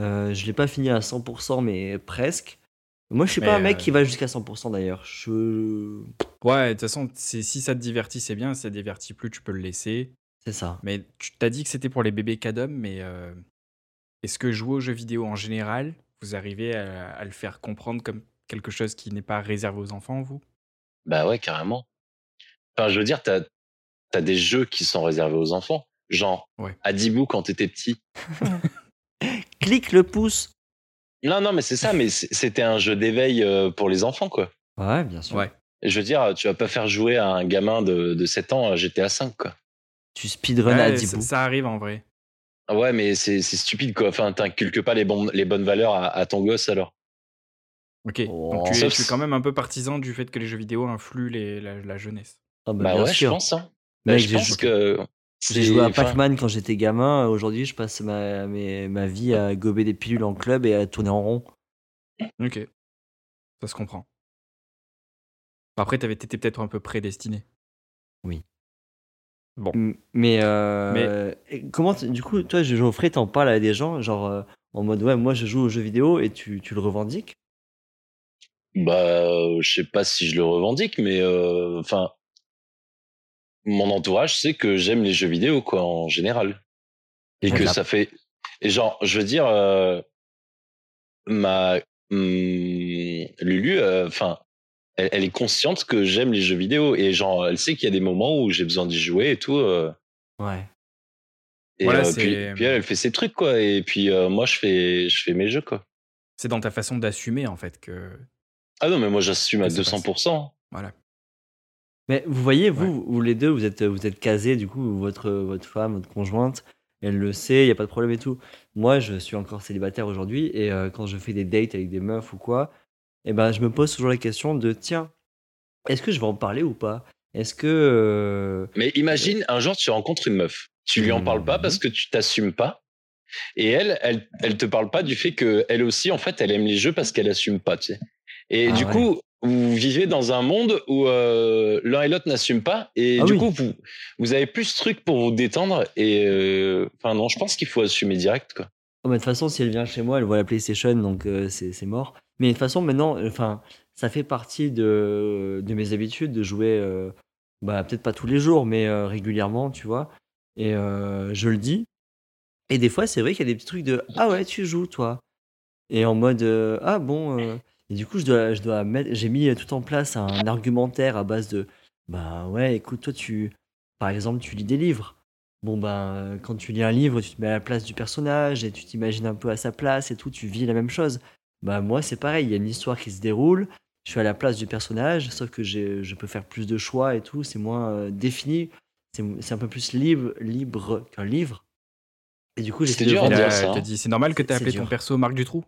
[SPEAKER 3] Euh, je l'ai pas fini à 100%, mais presque. Moi, je suis pas
[SPEAKER 2] Mais,
[SPEAKER 3] un mec
[SPEAKER 2] euh,
[SPEAKER 3] qui va jusqu'à 100% d'ailleurs. Je...
[SPEAKER 2] Ouais, de toute façon, c'est- si ça te divertit, c'est bien. Si ça te divertit plus, tu peux le laisser.
[SPEAKER 3] C'est ça.
[SPEAKER 2] Mais tu t'as dit que c'était pour les bébés cadom, mais euh, est-ce que jouer aux jeux vidéo en général, vous arrivez à, à le faire comprendre comme quelque chose qui n'est pas réservé aux enfants, vous
[SPEAKER 1] Bah ouais, carrément. Enfin, je veux dire, t'as as des jeux qui sont réservés aux enfants. Genre,
[SPEAKER 2] Ouais.
[SPEAKER 1] Adibou quand t'étais petit.
[SPEAKER 3] Clique le pouce.
[SPEAKER 1] Non, non, mais c'est ça, mais c'est- c'était un jeu d'éveil euh, pour les enfants, quoi.
[SPEAKER 3] Ouais, bien sûr.
[SPEAKER 2] Ouais.
[SPEAKER 1] Et Je veux dire, tu vas pas faire jouer à un gamin de, de 7 ans à GTA 5, quoi.
[SPEAKER 3] Tu speedrun à
[SPEAKER 2] Ouais,
[SPEAKER 3] 10
[SPEAKER 2] ça,
[SPEAKER 3] bouts.
[SPEAKER 2] ça arrive en vrai.
[SPEAKER 1] Ah Ouais, mais c'est c'est stupide, quoi. Enfin, t'inculques pas les, bons- les bonnes valeurs à, à ton gosse, alors.
[SPEAKER 2] Ok,
[SPEAKER 3] Oh.
[SPEAKER 2] donc tu es,
[SPEAKER 1] Sauf
[SPEAKER 2] tu es
[SPEAKER 1] si-
[SPEAKER 2] quand même un peu partisan du fait que les jeux vidéo influent les- la, la jeunesse.
[SPEAKER 3] Ah bah,
[SPEAKER 1] Bah
[SPEAKER 3] bien
[SPEAKER 1] ouais, je
[SPEAKER 3] sûr.
[SPEAKER 1] pense, hein. Bah,
[SPEAKER 3] Mec,
[SPEAKER 1] je
[SPEAKER 3] j'ai
[SPEAKER 1] pense
[SPEAKER 3] joué-
[SPEAKER 1] que.
[SPEAKER 3] J'ai
[SPEAKER 1] c'est-
[SPEAKER 3] joué à
[SPEAKER 1] enfin,
[SPEAKER 3] Pac-Man quand j'étais gamin. Aujourd'hui, je passe ma, mes- ma vie à gober des pilules en club et à tourner en rond.
[SPEAKER 2] Ok, ça se comprend. Après, t'avais été peut-être un peu prédestiné.
[SPEAKER 3] M- Mais, euh, et comment t- du coup toi Geoffrey t'en parles à des gens genre euh, en mode ouais moi je joue aux jeux vidéo et tu, tu le revendiques
[SPEAKER 1] Bah, euh, je sais pas si je le revendique, mais euh, enfin, mon entourage sait que j'aime les jeux vidéo, quoi, en général. Et
[SPEAKER 3] Ouais,
[SPEAKER 1] que
[SPEAKER 3] ça-
[SPEAKER 1] ça fait. Et genre, je veux dire, euh, ma. hum, Lulu, euh, enfin, elle, elle est consciente que j'aime les jeux vidéo. Et genre, elle sait qu'il y a des moments où j'ai besoin d'y jouer et tout. euh,
[SPEAKER 3] ouais
[SPEAKER 1] et
[SPEAKER 2] Voilà,
[SPEAKER 1] euh,
[SPEAKER 2] c'est-
[SPEAKER 1] puis, puis elle, elle fait ses trucs, quoi. Et puis, euh, moi, je fais, je fais mes jeux, quoi.
[SPEAKER 2] C'est dans ta façon d'assumer en fait que.
[SPEAKER 1] Ah non, mais moi, j'assume à
[SPEAKER 2] Que ça
[SPEAKER 1] 200%.
[SPEAKER 2] Voilà.
[SPEAKER 3] mais vous voyez vous vous les deux vous êtes vous êtes casés du coup votre votre femme votre conjointe elle le sait il y a pas de problème et tout moi je suis encore célibataire aujourd'hui et euh, quand je fais des dates avec des eh meufs ou quoi et ben je me pose toujours la question de tiens est-ce que je vais en parler ou pas Est-ce que. euh,
[SPEAKER 1] Mais imagine, un jour, tu rencontres une meuf. Tu
[SPEAKER 3] Mmh.
[SPEAKER 1] lui en parles pas parce que tu t'assumes pas. Et elle, elle, elle te parle pas du fait que elle aussi, en fait, elle aime les jeux parce qu'elle assume pas, tu sais. Et
[SPEAKER 3] Ah
[SPEAKER 1] du
[SPEAKER 3] ouais.
[SPEAKER 1] coup, vous vivez dans un monde où euh, l'un et l'autre n'assument pas. Et
[SPEAKER 3] Ah
[SPEAKER 1] du
[SPEAKER 3] oui.
[SPEAKER 1] coup, vous, vous avez plus ce truc pour vous détendre. Et euh, enfin, non, je pense qu'il faut assumer direct, quoi.
[SPEAKER 3] oh, mais de toute façon, si elle vient chez moi, elle voit la PlayStation, donc euh, c'est c'est mort. Mais de toute façon, maintenant, euh, enfin, ça fait partie de, de mes habitudes de jouer, euh, bah, peut-être pas tous les jours, mais euh, régulièrement, tu vois. Et euh, je le dis. Et des fois, c'est vrai qu'il y a des petits trucs de Ah ouais, tu joues, toi. Et en mode euh, Ah bon. euh, Et du coup, je dois, je dois mettre, j'ai mis tout en place un argumentaire à base de Bah ouais, écoute, toi, tu. Par exemple, tu lis des livres. Bon, ben, euh, quand tu lis un livre, tu te mets à la place du personnage et tu t'imagines un peu à sa place et tout, tu vis la même chose. Bah, moi, c'est pareil, il y a une histoire qui se déroule, je suis à la place du personnage, sauf que j'ai- je peux faire plus de choix et tout, c'est moins euh, défini, c'est c'est un peu plus libre, libre qu'un livre. Et du coup,
[SPEAKER 1] C'était
[SPEAKER 3] j'essaie de
[SPEAKER 1] dur à
[SPEAKER 2] Il
[SPEAKER 3] rendre-
[SPEAKER 2] a-
[SPEAKER 1] dire ça,
[SPEAKER 2] il
[SPEAKER 1] hein.
[SPEAKER 2] t'a dit, c'est normal que t'aies
[SPEAKER 3] Oh, C'est
[SPEAKER 2] appelé
[SPEAKER 3] dur.
[SPEAKER 2] ton perso Marc Dutroux.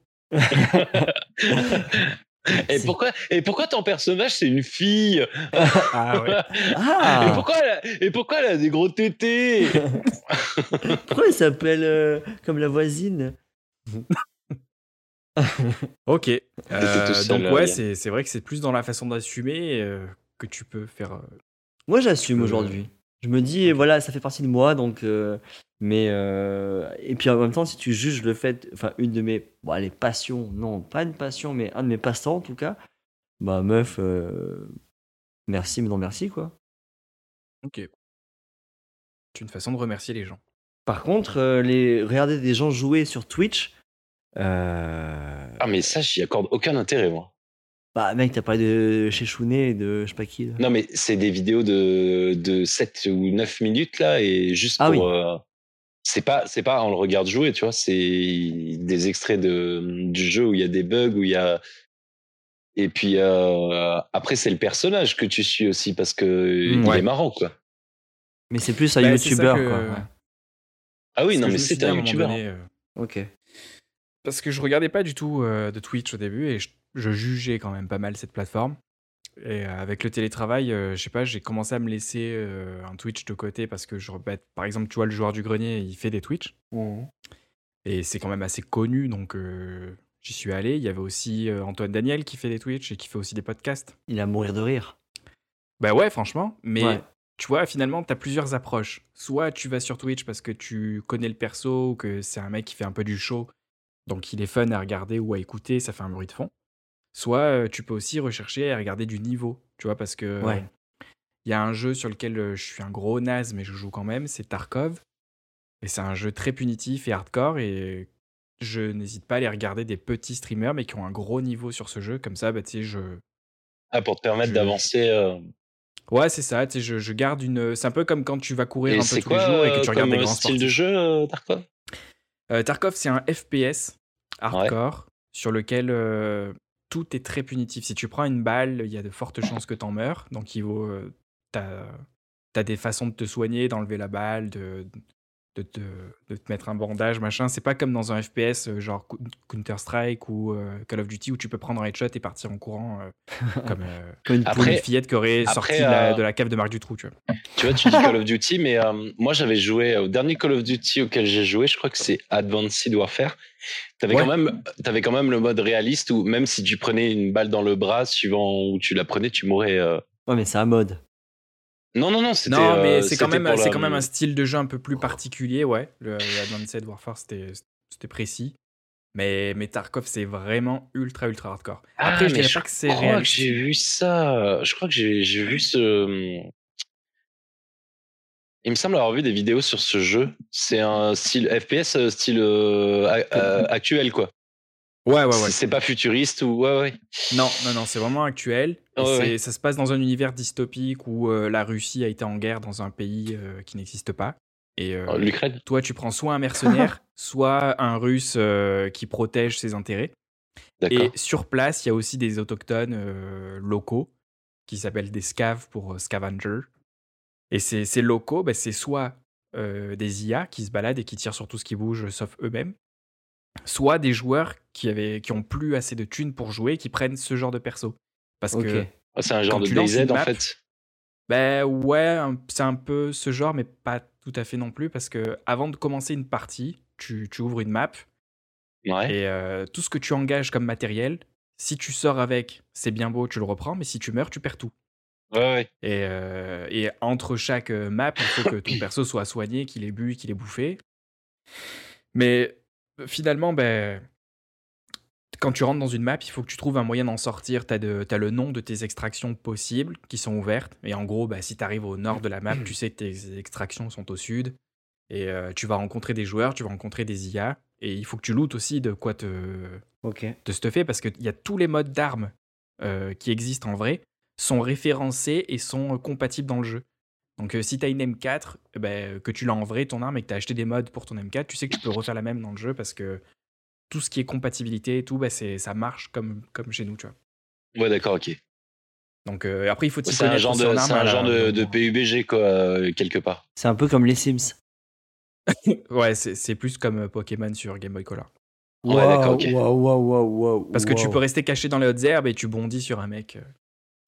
[SPEAKER 1] Et
[SPEAKER 3] C'est-
[SPEAKER 1] pourquoi, et pourquoi ton personnage, c'est une fille
[SPEAKER 2] Ah ouais.
[SPEAKER 1] et,
[SPEAKER 3] Ah
[SPEAKER 1] pourquoi elle a, et pourquoi elle a des gros tétés
[SPEAKER 3] Pourquoi il s'appelle euh, comme la voisine
[SPEAKER 2] Ok.
[SPEAKER 1] T'étais tout seul,
[SPEAKER 2] donc
[SPEAKER 1] euh,
[SPEAKER 2] ouais,
[SPEAKER 1] Yann.
[SPEAKER 2] c'est c'est vrai que c'est plus dans la façon d'assumer euh, que tu peux faire. euh,
[SPEAKER 3] Moi, j'assume
[SPEAKER 2] peux-
[SPEAKER 3] aujourd'hui. Je me dis, voilà, ça fait partie de moi, donc. euh, mais. euh, et puis en même temps, si tu juges le fait. Enfin, une de mes. Bon, allez, passions. Non, pas une passion, mais un de mes passe-temps, en tout cas. Bah, meuf. euh, merci, mais non, merci, quoi.
[SPEAKER 2] Ok. C'est une façon de remercier les gens.
[SPEAKER 3] Par contre, euh, les, regarder des gens jouer sur Twitch. euh,
[SPEAKER 1] Ah, mais ça, j'y accorde aucun intérêt, moi.
[SPEAKER 3] bah, mec, t'as parlé de chez Chounet et de je sais pas qui.
[SPEAKER 2] Mm.
[SPEAKER 3] là.
[SPEAKER 1] Non, mais c'est des vidéos de, de 7 ou 9 minutes, là, et juste
[SPEAKER 3] Ah
[SPEAKER 1] pour. euh, c'est pas, c'est pas, on le regarde jouer, tu vois, c'est des extraits de, du jeu où il y a des bugs, où il y a. Et puis, euh, après, c'est le personnage que tu suis aussi, parce que il
[SPEAKER 2] Mm, ouais.
[SPEAKER 1] est marrant, quoi.
[SPEAKER 3] Mais c'est plus un
[SPEAKER 2] Bah, c'est ça
[SPEAKER 3] youtubeur,
[SPEAKER 2] que-
[SPEAKER 3] quoi. ouais.
[SPEAKER 1] Ah oui, non,
[SPEAKER 2] Parce que
[SPEAKER 1] mais
[SPEAKER 2] je me suis
[SPEAKER 1] c'est
[SPEAKER 2] dit à
[SPEAKER 1] un
[SPEAKER 2] moment
[SPEAKER 1] youtubeur.
[SPEAKER 2] donné, euh,
[SPEAKER 3] Ok.
[SPEAKER 2] Parce que je regardais pas du tout euh, de Twitch au début et je, je jugeais quand même pas mal cette plateforme. Et euh, avec le télétravail, euh, je sais pas, j'ai commencé à me laisser euh, un Twitch de côté parce que je bah, par exemple, tu vois, le joueur du grenier, il fait des Twitch et c'est quand même assez connu donc euh, j'y suis allé. Il y avait aussi euh, Antoine Daniel qui fait des Twitch et qui fait aussi des podcasts.
[SPEAKER 3] Il a mourir de rire.
[SPEAKER 2] Bah ouais, franchement, mais
[SPEAKER 3] Ouais.
[SPEAKER 2] tu vois, finalement, t'as plusieurs approches. Soit tu vas sur Twitch parce que tu connais le perso ou que c'est un mec qui fait un peu du show, donc il est fun à regarder ou à écouter, ça fait un bruit de fond. Soit euh, tu peux aussi rechercher à regarder du niveau, tu vois, parce que
[SPEAKER 3] Ouais.
[SPEAKER 2] il y a un jeu sur lequel euh, je suis un gros naze, mais je joue quand même, c'est Tarkov. Et c'est un jeu très punitif et hardcore, et je n'hésite pas à aller regarder des petits streamers, mais qui ont un gros niveau sur ce jeu, comme ça, bah, tu sais, je,
[SPEAKER 1] Ah, pour te permettre
[SPEAKER 2] Je-
[SPEAKER 1] d'avancer. euh,
[SPEAKER 2] Ouais, c'est ça. Tu sais, je, je garde une. euh, C'est un peu comme quand tu vas courir
[SPEAKER 1] Et
[SPEAKER 2] un peu
[SPEAKER 1] c'est
[SPEAKER 2] tous
[SPEAKER 1] quoi
[SPEAKER 2] les jours et que
[SPEAKER 1] euh,
[SPEAKER 2] tu regardes
[SPEAKER 1] comme
[SPEAKER 2] des
[SPEAKER 1] euh,
[SPEAKER 2] grands
[SPEAKER 1] style
[SPEAKER 2] sportifs.
[SPEAKER 1] de jeu, euh, Tarkov
[SPEAKER 2] Euh, Tarkov, c'est un FPS hardcore sur lequel euh, tout est très punitif. Si tu prends une balle, il y a de fortes chances que t'en meurs. Donc, il vaut. euh, T'as t'as des façons de te soigner, d'enlever la balle, de, de, te- de te mettre un bandage, machin. C'est pas comme dans un FPS euh, genre Cou- Counter-Strike ou euh, Call of Duty où tu peux prendre un headshot et partir en courant
[SPEAKER 1] *laughs*
[SPEAKER 2] euh, comme, euh,
[SPEAKER 3] Comme une
[SPEAKER 2] comme
[SPEAKER 1] Après-
[SPEAKER 2] une fillette qui aurait
[SPEAKER 1] après,
[SPEAKER 2] sorti de la-
[SPEAKER 1] euh,
[SPEAKER 2] de la cave de Marc Dutroux, tu vois.
[SPEAKER 1] Tu vois, tu dis
[SPEAKER 2] *laughs*
[SPEAKER 1] Call of Duty, mais euh, moi j'avais joué au dernier Call of Duty auquel j'ai joué, je crois que c'est Advanced Warfare. T'avais
[SPEAKER 2] Ouais.
[SPEAKER 1] quand même, t'avais quand même le mode réaliste où même si tu prenais une balle dans le bras, suivant où tu la prenais, tu mourais. euh.
[SPEAKER 3] Ouais, mais c'est un mode.
[SPEAKER 1] Non, non, non, c'était.
[SPEAKER 2] Non, mais
[SPEAKER 1] euh,
[SPEAKER 2] c'est quand
[SPEAKER 1] c'était
[SPEAKER 2] même,
[SPEAKER 1] pour Oh.
[SPEAKER 2] c'est
[SPEAKER 1] la-
[SPEAKER 2] quand même un style de jeu un peu plus particulier, ouais. Le, le Advanced Warfare, c'était, c'était précis. Mais, mais Tarkov, c'est vraiment ultra, ultra hardcore.
[SPEAKER 1] Ah,
[SPEAKER 2] Après, je
[SPEAKER 1] mais
[SPEAKER 2] dirais pas que c'est
[SPEAKER 1] Je crois que
[SPEAKER 2] réaliste.
[SPEAKER 1] j'ai vu ça. Je crois que j'ai j'ai vu ce. Il me semble avoir vu des vidéos sur ce jeu. C'est un style FPS, euh, style euh, a- euh, actuel, quoi.
[SPEAKER 2] Ouais, ouais, ouais.
[SPEAKER 1] C'est- C'est pas futuriste ou. Ouais, ouais.
[SPEAKER 2] Non, non, non, c'est vraiment actuel. Et
[SPEAKER 1] Ouais,
[SPEAKER 2] c'est-
[SPEAKER 1] ouais.
[SPEAKER 2] Ça se passe dans un univers dystopique où euh, la Russie a été en guerre dans un pays euh, qui n'existe pas. Et euh,
[SPEAKER 1] L'Ukraine.
[SPEAKER 2] toi, tu prends soit
[SPEAKER 1] *laughs*
[SPEAKER 2] un mercenaire, soit un russe euh, qui protège ses intérêts.
[SPEAKER 1] D'accord.
[SPEAKER 2] Et sur place, il y a aussi des autochtones euh, locaux qui s'appellent des scaves pour euh, scavenger. Et ces, ces locaux, bah, c'est soit euh, des IA qui se baladent et qui tirent sur tout ce qui bouge euh, sauf eux-mêmes, soit des joueurs qui, avaient, qui ont plus assez de thunes pour jouer et qui prennent ce genre de perso. Parce
[SPEAKER 3] Ok.
[SPEAKER 2] que
[SPEAKER 1] Ah, C'est un genre
[SPEAKER 2] Quand
[SPEAKER 1] de
[SPEAKER 2] tu lances
[SPEAKER 1] DayZ
[SPEAKER 2] une
[SPEAKER 1] en
[SPEAKER 2] map,
[SPEAKER 1] fait.
[SPEAKER 2] Ben ouais, un- c'est un peu ce genre, mais pas tout à fait non plus, parce que avant de commencer une partie, tu, tu ouvres une map
[SPEAKER 1] Ouais.
[SPEAKER 2] et euh, tout ce que tu engages comme matériel, si tu sors avec, c'est bien beau, tu le reprends, mais si tu meurs, tu perds tout.
[SPEAKER 1] Ouais, ouais.
[SPEAKER 2] Et, euh, et entre chaque euh, map, il faut que ton perso soit soigné, qu'il ait bu, qu'il ait bouffé. Mais euh, finalement, ben, quand tu rentres dans une map, il faut que tu trouves un moyen d'en sortir. Tu as, le nom de tes extractions possibles qui sont ouvertes. Et en gros, ben, si tu arrives au nord de la map, tu sais que tes extractions sont au sud. Et euh, tu vas rencontrer des joueurs, tu vas rencontrer des IA. Et il faut que tu lootes aussi de quoi te,
[SPEAKER 3] Ok.
[SPEAKER 2] de stuffer parce qu'il y a tous les modes d'armes euh, qui existent en vrai sont référencés et sont euh, compatibles dans le jeu. Donc euh, si tu as une M4, eh ben, que tu l'as en vrai ton arme et que tu as acheté des modes pour ton M4, tu sais que tu peux refaire la même dans le jeu parce que tout ce qui est compatibilité et tout, bah, c'est, ça marche comme, comme chez nous, tu vois.
[SPEAKER 1] Ouais, d'accord, ok.
[SPEAKER 2] Donc euh, après, il faut t'y
[SPEAKER 1] C'est un
[SPEAKER 2] connaître
[SPEAKER 1] genre
[SPEAKER 2] sur
[SPEAKER 1] de,
[SPEAKER 2] l'arme,
[SPEAKER 1] c'est un
[SPEAKER 2] hein,
[SPEAKER 1] genre
[SPEAKER 2] là.
[SPEAKER 1] de, de PUBG, quoi, euh, quelque part.
[SPEAKER 3] C'est un peu comme les Sims.
[SPEAKER 2] Ouais, c'est, c'est plus comme euh, Pokémon sur Game Boy Color.
[SPEAKER 1] Ouais,
[SPEAKER 3] Waouh,
[SPEAKER 1] d'accord, ok.
[SPEAKER 3] waouh, waouh, waouh, waouh,
[SPEAKER 2] Parce que tu
[SPEAKER 3] waouh.
[SPEAKER 2] peux rester caché dans les hautes herbes et tu bondis sur un mec. euh.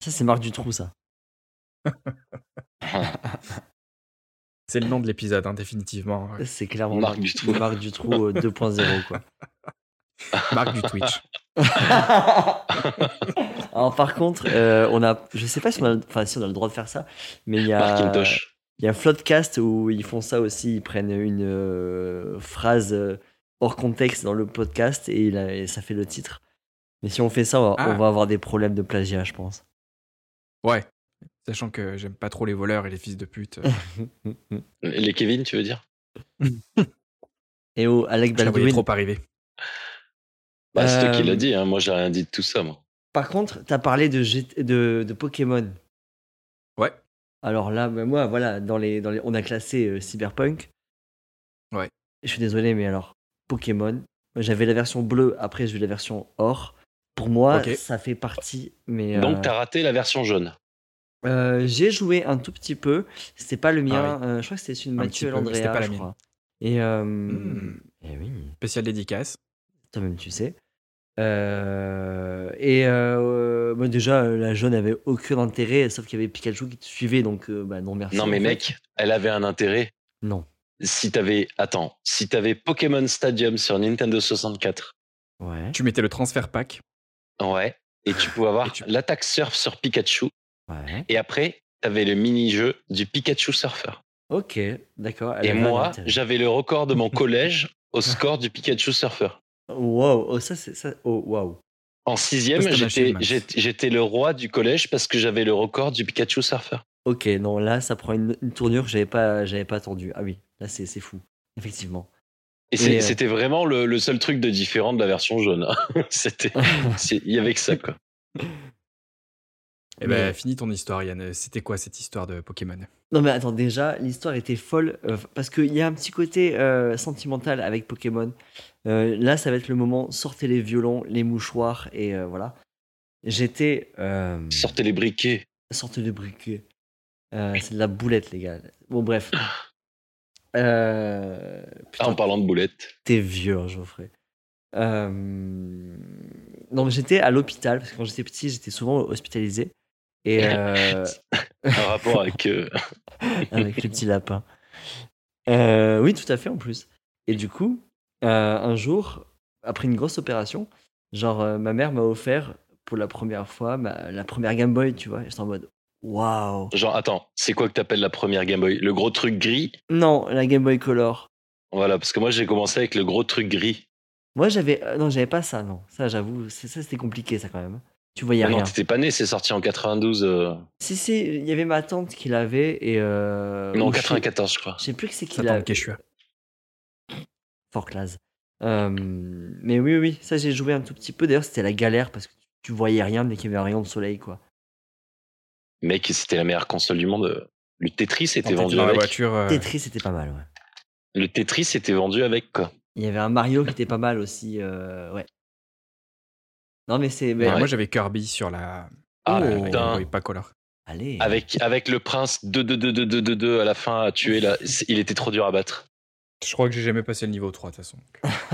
[SPEAKER 3] Ça, c'est Marc
[SPEAKER 1] *laughs*
[SPEAKER 3] Dutroux, ça.
[SPEAKER 2] C'est le nom de l'épisode, hein, définitivement.
[SPEAKER 3] C'est clairement
[SPEAKER 1] Marc Dutroux.
[SPEAKER 3] Marc Dutroux euh, 2.0,
[SPEAKER 1] *laughs*
[SPEAKER 3] quoi.
[SPEAKER 2] Marque du Twitch.
[SPEAKER 3] Alors, par contre, euh, on a, je sais pas si on a, le- enfin, si on a le droit de faire ça, mais il y
[SPEAKER 1] Marc
[SPEAKER 3] a,
[SPEAKER 1] Kintosh.
[SPEAKER 3] il y a Floodcast où ils font ça aussi. Ils prennent une euh, phrase euh, hors contexte dans le podcast et, il a- et ça fait le titre. Mais si on fait ça, on va,
[SPEAKER 2] Ah.
[SPEAKER 3] on va avoir des problèmes de plagiat, je pense.
[SPEAKER 2] Ouais. Sachant que j'aime pas trop les voleurs et les fils de *laughs* pute. euh,
[SPEAKER 1] Les Kevin, tu veux dire
[SPEAKER 3] Et oh, Alec
[SPEAKER 2] Je la voyais
[SPEAKER 3] Baldwin.
[SPEAKER 2] trop arriver.
[SPEAKER 1] bah, C'est toi qui
[SPEAKER 3] Euh,
[SPEAKER 1] l'as dit, hein. moi j'ai rien dit de tout ça. Moi.
[SPEAKER 3] Par contre, t'as parlé de, GT de, de Pokémon.
[SPEAKER 2] Ouais.
[SPEAKER 3] Alors là, bah, moi, voilà, dans les, dans les, on a classé euh, Cyberpunk.
[SPEAKER 2] Ouais.
[SPEAKER 3] Je suis désolé, mais alors, Pokémon, j'avais la version bleue, après j'ai eu la version or. Pour moi,
[SPEAKER 2] Ok.
[SPEAKER 3] ça fait partie, mais... euh,
[SPEAKER 1] Donc t'as raté la version jaune.
[SPEAKER 3] euh, j'ai joué un tout petit peu, c'était pas le mien, euh, je crois que c'était une
[SPEAKER 2] Ah Un
[SPEAKER 3] Mathieu
[SPEAKER 2] petit peu, mais c'était
[SPEAKER 3] Landrea,
[SPEAKER 2] pas la
[SPEAKER 3] je
[SPEAKER 2] mienne.
[SPEAKER 3] crois. Et, euh,
[SPEAKER 2] Hmm.
[SPEAKER 3] eh oui,
[SPEAKER 2] Spécial dédicace.
[SPEAKER 3] toi-même tu sais. Euh, et euh, bah, déjà, euh, la jaune avait aucun intérêt, sauf qu'il y avait Pikachu qui te suivait, donc euh, bah, non merci.
[SPEAKER 1] non mais
[SPEAKER 3] en fait.
[SPEAKER 1] mec, elle avait un intérêt.
[SPEAKER 3] Non.
[SPEAKER 1] Si t'avais, attends, si t'avais Pokémon Stadium sur Nintendo 64,
[SPEAKER 3] Ouais,
[SPEAKER 2] Tu mettais le transfert pack.
[SPEAKER 1] ouais, et tu pouvais avoir
[SPEAKER 2] Et tu-
[SPEAKER 1] l'attaque surf sur Pikachu,
[SPEAKER 3] ouais.
[SPEAKER 1] et après t'avais le mini-jeu du Pikachu Surfer.
[SPEAKER 3] Ok, d'accord. elle
[SPEAKER 1] Et
[SPEAKER 3] avait un
[SPEAKER 1] moi,
[SPEAKER 3] intérêt.
[SPEAKER 1] j'avais le record de mon collège au score du Pikachu Surfer.
[SPEAKER 3] Wow, oh, ça c'est ça. Oh, wow.
[SPEAKER 1] En sixième,
[SPEAKER 2] Custom
[SPEAKER 1] j'étais-
[SPEAKER 2] achievements.
[SPEAKER 1] j'étais j'étais le roi du collège parce que j'avais le record du Pikachu Surfer.
[SPEAKER 3] Ok, non, là ça prend une, une tournure que j'avais pas, j'avais pas attendue. Ah oui, là c'est c'est fou, effectivement.
[SPEAKER 1] Et c'est-
[SPEAKER 3] euh,
[SPEAKER 1] c'était vraiment le, le seul truc de différent de la version jaune. hein. *laughs*
[SPEAKER 3] *laughs*
[SPEAKER 1] C'était, c'est- il y avait que ça quoi.
[SPEAKER 2] Et ben, finis ton histoire, Yann. C'était quoi cette histoire de Pokémon
[SPEAKER 3] Non mais attends, déjà, l'histoire était folle, euh, parce qu'il y a un petit côté euh, sentimental avec Pokémon. Euh, là, ça va être le moment, sortez les violons, les mouchoirs, et euh, voilà. J'étais... Euh,
[SPEAKER 1] Sortez les briquets.
[SPEAKER 3] sortez les briquets. Euh, c'est de la boulette, les gars. Bon, bref. Euh,
[SPEAKER 1] Ah, en parlant de boulettes.
[SPEAKER 3] T'es vieux, hein, Geoffrey. Euh... Non, mais j'étais à l'hôpital, parce que quand j'étais petit, j'étais souvent hospitalisé. Et euh,
[SPEAKER 1] Un rapport avec. euh,
[SPEAKER 3] avec les petits lapins. Euh, oui, tout à fait, en plus. Et du coup, euh, un jour, après une grosse opération, genre, euh, ma mère m'a offert pour la première fois ma- la première Game Boy, tu vois. Et J'étais en mode, waouh!
[SPEAKER 1] genre, attends, c'est quoi que t'appelles la première Game Boy Le gros truc gris
[SPEAKER 3] Non, la Game Boy Color.
[SPEAKER 1] Voilà, parce que moi j'ai commencé avec le gros truc gris.
[SPEAKER 3] Moi, j'avais. euh, non, j'avais pas ça, non. Ça, j'avoue, c'est- ça, c'était compliqué, ça, quand même. Tu voyais
[SPEAKER 1] Ah non,
[SPEAKER 3] rien.
[SPEAKER 1] t'étais pas né, c'est sorti en 92. euh,
[SPEAKER 3] Si, si, il y avait ma tante qui l'avait et. euh,
[SPEAKER 1] Non, en
[SPEAKER 3] ou je sais-
[SPEAKER 1] 94, je crois.
[SPEAKER 3] Je sais plus que c'est qui
[SPEAKER 2] Ça tombe
[SPEAKER 3] l'avait.
[SPEAKER 2] Quechua.
[SPEAKER 3] Fort classe. Euh, mais oui, oui, ça j'ai joué un tout petit peu. D'ailleurs, c'était la galère parce que tu voyais rien dès qu'il y avait un rayon de soleil, quoi.
[SPEAKER 1] Mec, c'était la meilleure console du monde. euh. Le Tetris
[SPEAKER 2] Quand
[SPEAKER 1] était
[SPEAKER 2] t'étais
[SPEAKER 1] vendu
[SPEAKER 2] dans la
[SPEAKER 1] avec.
[SPEAKER 2] voiture. euh,
[SPEAKER 3] Tetris, c'était pas mal, ouais.
[SPEAKER 1] Le Tetris était vendu avec quoi.
[SPEAKER 3] Il y avait un Mario qui était pas mal aussi, euh, ouais. Non, mais c'est. mais-
[SPEAKER 2] bah, Moi, j'avais Kirby sur la.
[SPEAKER 1] Ah
[SPEAKER 2] la Game
[SPEAKER 1] putain.
[SPEAKER 2] Boy, pas Color.
[SPEAKER 3] Allez.
[SPEAKER 1] Avec, avec le prince 2-2-2-2-2-2 à la fin à tuer là. C'est- Il était trop dur à battre.
[SPEAKER 2] Je crois que j'ai jamais passé le niveau 3, de toute façon.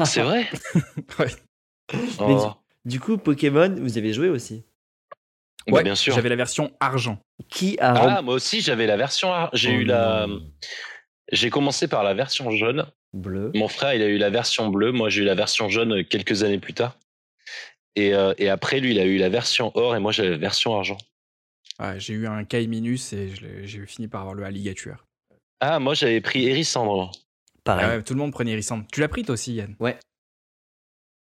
[SPEAKER 1] C'est vrai
[SPEAKER 2] *laughs* Ouais.
[SPEAKER 1] Oh.
[SPEAKER 3] Du coup, Pokémon, vous avez joué aussi.
[SPEAKER 1] Bah, bien sûr.
[SPEAKER 2] J'avais la version argent.
[SPEAKER 3] Qui a.
[SPEAKER 1] Ah, euh, moi aussi, j'avais la version. ar- J'ai
[SPEAKER 3] Oh
[SPEAKER 1] eu la.
[SPEAKER 3] non.
[SPEAKER 1] J'ai commencé par la version jaune.
[SPEAKER 3] Bleu.
[SPEAKER 1] Mon frère, il a eu la version bleue. Moi, j'ai eu la version jaune euh, quelques années plus tard. Et, euh, et après, lui, il a eu la version or et moi, j'ai la version argent.
[SPEAKER 2] Ouais, j'ai eu un Kai minus et je l'ai- j'ai fini par avoir le alligator.
[SPEAKER 1] Ah, moi, j'avais pris Hérissandre.
[SPEAKER 3] Pareil.
[SPEAKER 2] Ah ouais, tout le monde prenait Hérissandre. Tu l'as pris toi aussi, Yann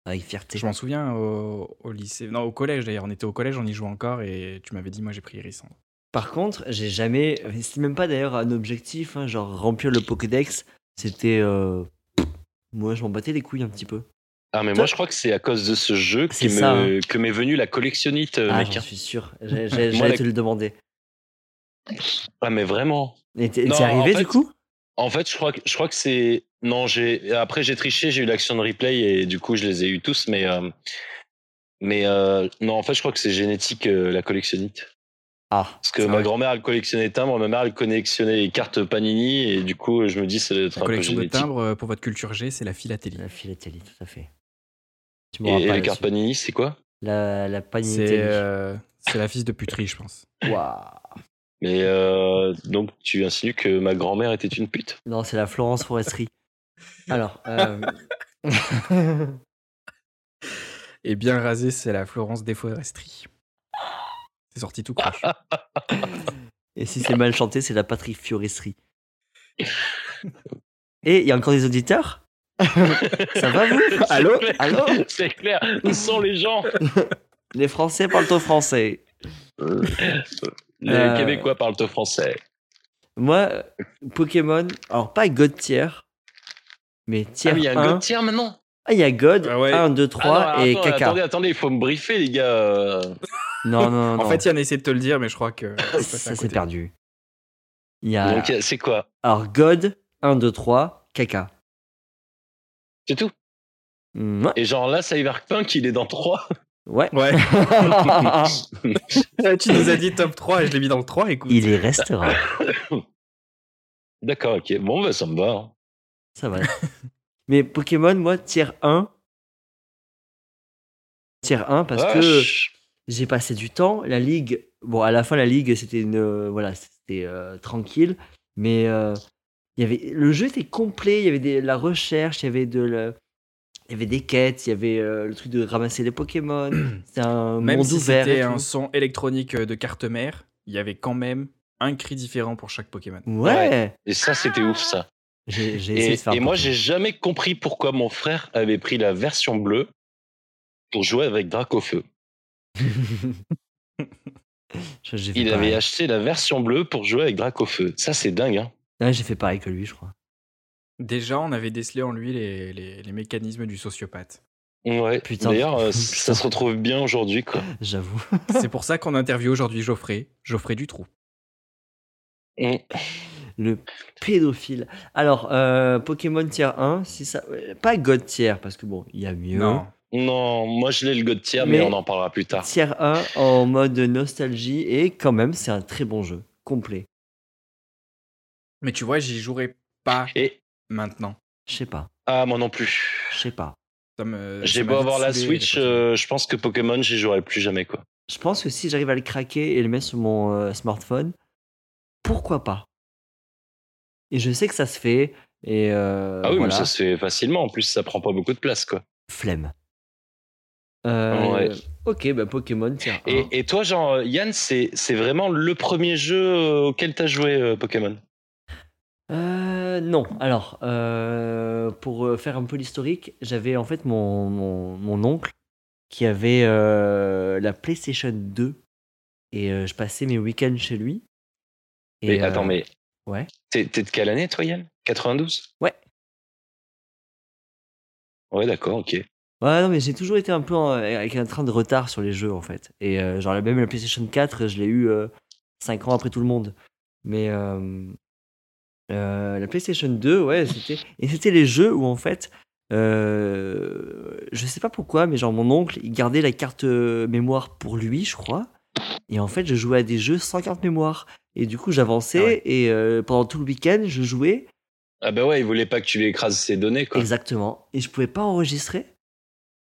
[SPEAKER 3] Avec fierté.
[SPEAKER 2] Je m'en souviens euh, au, au lycée, non au collège d'ailleurs. On était au collège, on y jouait encore et tu m'avais dit moi j'ai pris Hérissandre.
[SPEAKER 3] Par contre, j'ai jamais. C'était même pas d'ailleurs un objectif, hein, genre remplir le Pokédex. C'était. euh, Moi, je m'en battais les couilles un petit peu.
[SPEAKER 1] Ah, mais
[SPEAKER 3] Toi-
[SPEAKER 1] moi, je crois que c'est à cause de ce jeu
[SPEAKER 3] C'est
[SPEAKER 1] qui
[SPEAKER 3] ça,
[SPEAKER 2] hein.
[SPEAKER 1] me, que m'est venue la collectionnite, euh,
[SPEAKER 3] ah,
[SPEAKER 1] mec.
[SPEAKER 3] j'en
[SPEAKER 1] hein.
[SPEAKER 3] suis
[SPEAKER 1] *laughs*
[SPEAKER 3] sûr. J'ai- j'ai-
[SPEAKER 1] Moi,
[SPEAKER 3] J'allais
[SPEAKER 1] la-
[SPEAKER 3] te le demander.
[SPEAKER 1] Ah, mais vraiment.
[SPEAKER 3] Et t'es
[SPEAKER 1] Non,
[SPEAKER 3] t'es arrivé
[SPEAKER 1] en fait-
[SPEAKER 3] du coup
[SPEAKER 1] En fait, je crois que, je crois que c'est. Non, j'ai. Après, j'ai triché, j'ai eu l'action de replay et du coup, je les ai eu tous, mais. euh, Mais euh, non, en fait, je crois que c'est génétique, euh, la collectionnite.
[SPEAKER 3] Ah.
[SPEAKER 1] Parce que
[SPEAKER 2] C'est
[SPEAKER 1] ma
[SPEAKER 2] vrai.
[SPEAKER 1] grand-mère, elle collectionnait les timbres, ma mère, elle collectionnait les cartes Panini, et du coup, je me dis, ça doit être
[SPEAKER 2] La
[SPEAKER 1] un peu
[SPEAKER 2] collection de
[SPEAKER 1] génétique.
[SPEAKER 2] timbres euh, pour votre culture G, c'est la philatélie.
[SPEAKER 3] La philatélie, tout à fait. Tu
[SPEAKER 1] Et,
[SPEAKER 3] m'auras
[SPEAKER 1] et
[SPEAKER 3] pas
[SPEAKER 1] les cartes
[SPEAKER 3] là-dessus.
[SPEAKER 1] Panini, c'est quoi
[SPEAKER 3] La, la
[SPEAKER 2] C'est
[SPEAKER 3] panitélie.
[SPEAKER 2] euh, c'est la fille de puterie, je pense.
[SPEAKER 3] Waouh.
[SPEAKER 1] Mais euh, donc, tu insinues que ma grand-mère était une pute *laughs*
[SPEAKER 3] Non, c'est la Florence Forestry. Alors. euh,
[SPEAKER 2] Et bien rasé, c'est la Florence Desforestry. C'est sorti
[SPEAKER 1] *laughs*
[SPEAKER 2] tout crash.
[SPEAKER 3] Et si c'est mal chanté, c'est la Patrick Fiorestry. Et il y a encore
[SPEAKER 1] *laughs*
[SPEAKER 3] des auditeurs Ça va vous Allô
[SPEAKER 1] clair.
[SPEAKER 3] Allô
[SPEAKER 1] C'est clair, où sont les gens
[SPEAKER 3] Les Français parlent au français.
[SPEAKER 1] Les
[SPEAKER 3] Euh.
[SPEAKER 1] Québécois parlent au français.
[SPEAKER 3] Moi, euh, Pokémon, alors pas God tier, mais tier
[SPEAKER 1] ah, mais il y a
[SPEAKER 3] 1.
[SPEAKER 1] un tiers maintenant
[SPEAKER 3] Ah, il y a God,
[SPEAKER 2] Ah ouais.
[SPEAKER 3] 1, 2, 3
[SPEAKER 1] Ah non,
[SPEAKER 3] et
[SPEAKER 1] attends,
[SPEAKER 3] Caca.
[SPEAKER 1] Attendez, attendez, il faut me briefer, les gars. euh.
[SPEAKER 3] Non, non, non.
[SPEAKER 2] En fait, Yann essaie de te le dire, mais je
[SPEAKER 1] *laughs*
[SPEAKER 2] crois que c'est passé Ah, à
[SPEAKER 3] ça s'est
[SPEAKER 2] côté.
[SPEAKER 3] perdu. Il y a...
[SPEAKER 1] Donc, euh, c'est quoi
[SPEAKER 3] Alors, God, 1, 2, 3, Caca.
[SPEAKER 1] C'est tout
[SPEAKER 3] Mm, Ouais.
[SPEAKER 1] Et genre là, Cyberpunk, il est dans 3.
[SPEAKER 3] ouais.
[SPEAKER 2] Ouais. tu nous as dit top 3 et je l'ai mis dans le 3, écoute.
[SPEAKER 3] *laughs* il y restera.
[SPEAKER 1] D'accord, ok. Bon, bah, ça me va. hein.
[SPEAKER 2] *laughs*
[SPEAKER 3] Ça va. Mais Pokémon, moi, tier 1. Tier 1 parce
[SPEAKER 1] Ah,
[SPEAKER 3] que
[SPEAKER 1] Vache.
[SPEAKER 3] j'ai passé du temps. La ligue, bon, à la fin, la ligue, c'était une. euh, voilà, c'était euh, tranquille. Mais euh, il y avait, le jeu était complet. Il y avait des- la recherche, il y avait de la- Il y avait des quêtes, il y avait euh, le truc de ramasser
[SPEAKER 2] *clears throat*
[SPEAKER 3] les Pokémon. C'était un
[SPEAKER 2] Même
[SPEAKER 3] monde
[SPEAKER 2] si
[SPEAKER 3] ouvert.
[SPEAKER 2] c'était
[SPEAKER 3] et tout.
[SPEAKER 2] un son électronique euh, de carte mère, il y avait quand même un cri différent pour chaque Pokémon.
[SPEAKER 3] Ouais.
[SPEAKER 1] Et ça, c'était ouf, ça.
[SPEAKER 3] J'ai Ah. j'ai essayé
[SPEAKER 1] Et,
[SPEAKER 3] de faire.
[SPEAKER 1] et moi,
[SPEAKER 3] Pokémon.
[SPEAKER 1] j'ai jamais compris pourquoi mon frère avait pris la version bleue pour jouer avec Dracofeu.
[SPEAKER 3] Je- j'ai fait
[SPEAKER 1] Il
[SPEAKER 3] pareil.
[SPEAKER 1] avait acheté la version bleue pour jouer avec Dracofeu. Ça, c'est dingue. Hein.
[SPEAKER 3] Ouais, j'ai fait pareil que lui, je crois. *laughs*
[SPEAKER 2] Déjà, on avait décelé en lui les, les- les mécanismes du sociopathe.
[SPEAKER 1] Ouais.
[SPEAKER 3] Putain.
[SPEAKER 1] D'ailleurs, euh,
[SPEAKER 3] *laughs* Putain.
[SPEAKER 1] ça se retrouve bien aujourd'hui. quoi.
[SPEAKER 3] J'avoue.
[SPEAKER 2] C'est pour ça qu'on interviewe aujourd'hui Geoffrey, Geoffrey Dutroux.
[SPEAKER 1] Mm.
[SPEAKER 3] Le pédophile. Alors, euh, Pokémon tier 1, si ça... euh, pas God tier, parce que bon, il y a mieux.
[SPEAKER 2] Non.
[SPEAKER 1] Non, moi, je l'ai le God tier, mais...
[SPEAKER 3] Mais-
[SPEAKER 1] on en parlera plus tard.
[SPEAKER 3] Tier 1 en mode nostalgie, et quand même, c'est un très bon jeu, complet.
[SPEAKER 2] Mais tu vois, j'y jouerai pas
[SPEAKER 1] Et
[SPEAKER 2] maintenant.
[SPEAKER 3] Je sais pas,
[SPEAKER 1] ah, moi non plus.
[SPEAKER 3] je sais pas.
[SPEAKER 2] Ça
[SPEAKER 3] Euh,
[SPEAKER 2] me-
[SPEAKER 1] J'ai
[SPEAKER 2] ça
[SPEAKER 1] beau
[SPEAKER 2] m'a
[SPEAKER 1] avoir la
[SPEAKER 2] vite saoulé,
[SPEAKER 1] Switch,
[SPEAKER 2] les Pokémon.
[SPEAKER 1] euh, je pense que Pokémon, j'y jouerai plus jamais. quoi.
[SPEAKER 3] Je pense que si j'arrive à le craquer et le mettre sur mon euh, smartphone, pourquoi pas Et je sais que ça se fait, et euh,
[SPEAKER 1] ah oui,
[SPEAKER 3] voilà,
[SPEAKER 1] mais ça se fait facilement. En plus, ça prend pas beaucoup de place. quoi.
[SPEAKER 3] flemme. Euh, Ok, bah Pokémon tier 1.
[SPEAKER 1] Et, et toi, genre, euh, Yann, c'est c'est vraiment le premier jeu euh, auquel t'as joué euh, Pokémon
[SPEAKER 3] Euh, non, alors, euh, pour euh, faire un peu l'historique, j'avais en fait mon, mon, mon oncle qui avait euh, la PlayStation 2 et euh, je passais mes week-ends chez lui. Et,
[SPEAKER 1] Mais
[SPEAKER 3] euh,
[SPEAKER 1] attends, mais.
[SPEAKER 3] ouais.
[SPEAKER 1] T'es t'es de quelle année, toi, Yann 92
[SPEAKER 3] Ouais.
[SPEAKER 1] Ouais, d'accord, ok.
[SPEAKER 3] Ouais, non, mais j'ai toujours été un peu en- euh, avec un train de retard sur les jeux en fait. Et euh, genre, même la PlayStation 4, je l'ai eu 5 ans après tout le monde. Mais euh, euh, la PlayStation 2, ouais, c'était. Et c'était les jeux où en fait, euh, je sais pas pourquoi, mais genre mon oncle, il gardait la carte euh, mémoire pour lui, je crois. Et en fait, je jouais à des jeux sans carte mémoire. Et du coup, j'avançais
[SPEAKER 2] Ah ouais.
[SPEAKER 3] et euh, pendant tout le week-end, je jouais.
[SPEAKER 1] Ah bah ouais, il voulait pas que tu lui écrases ses données,
[SPEAKER 3] *laughs*
[SPEAKER 1] quoi.
[SPEAKER 3] Exactement. Et je pouvais pas enregistrer.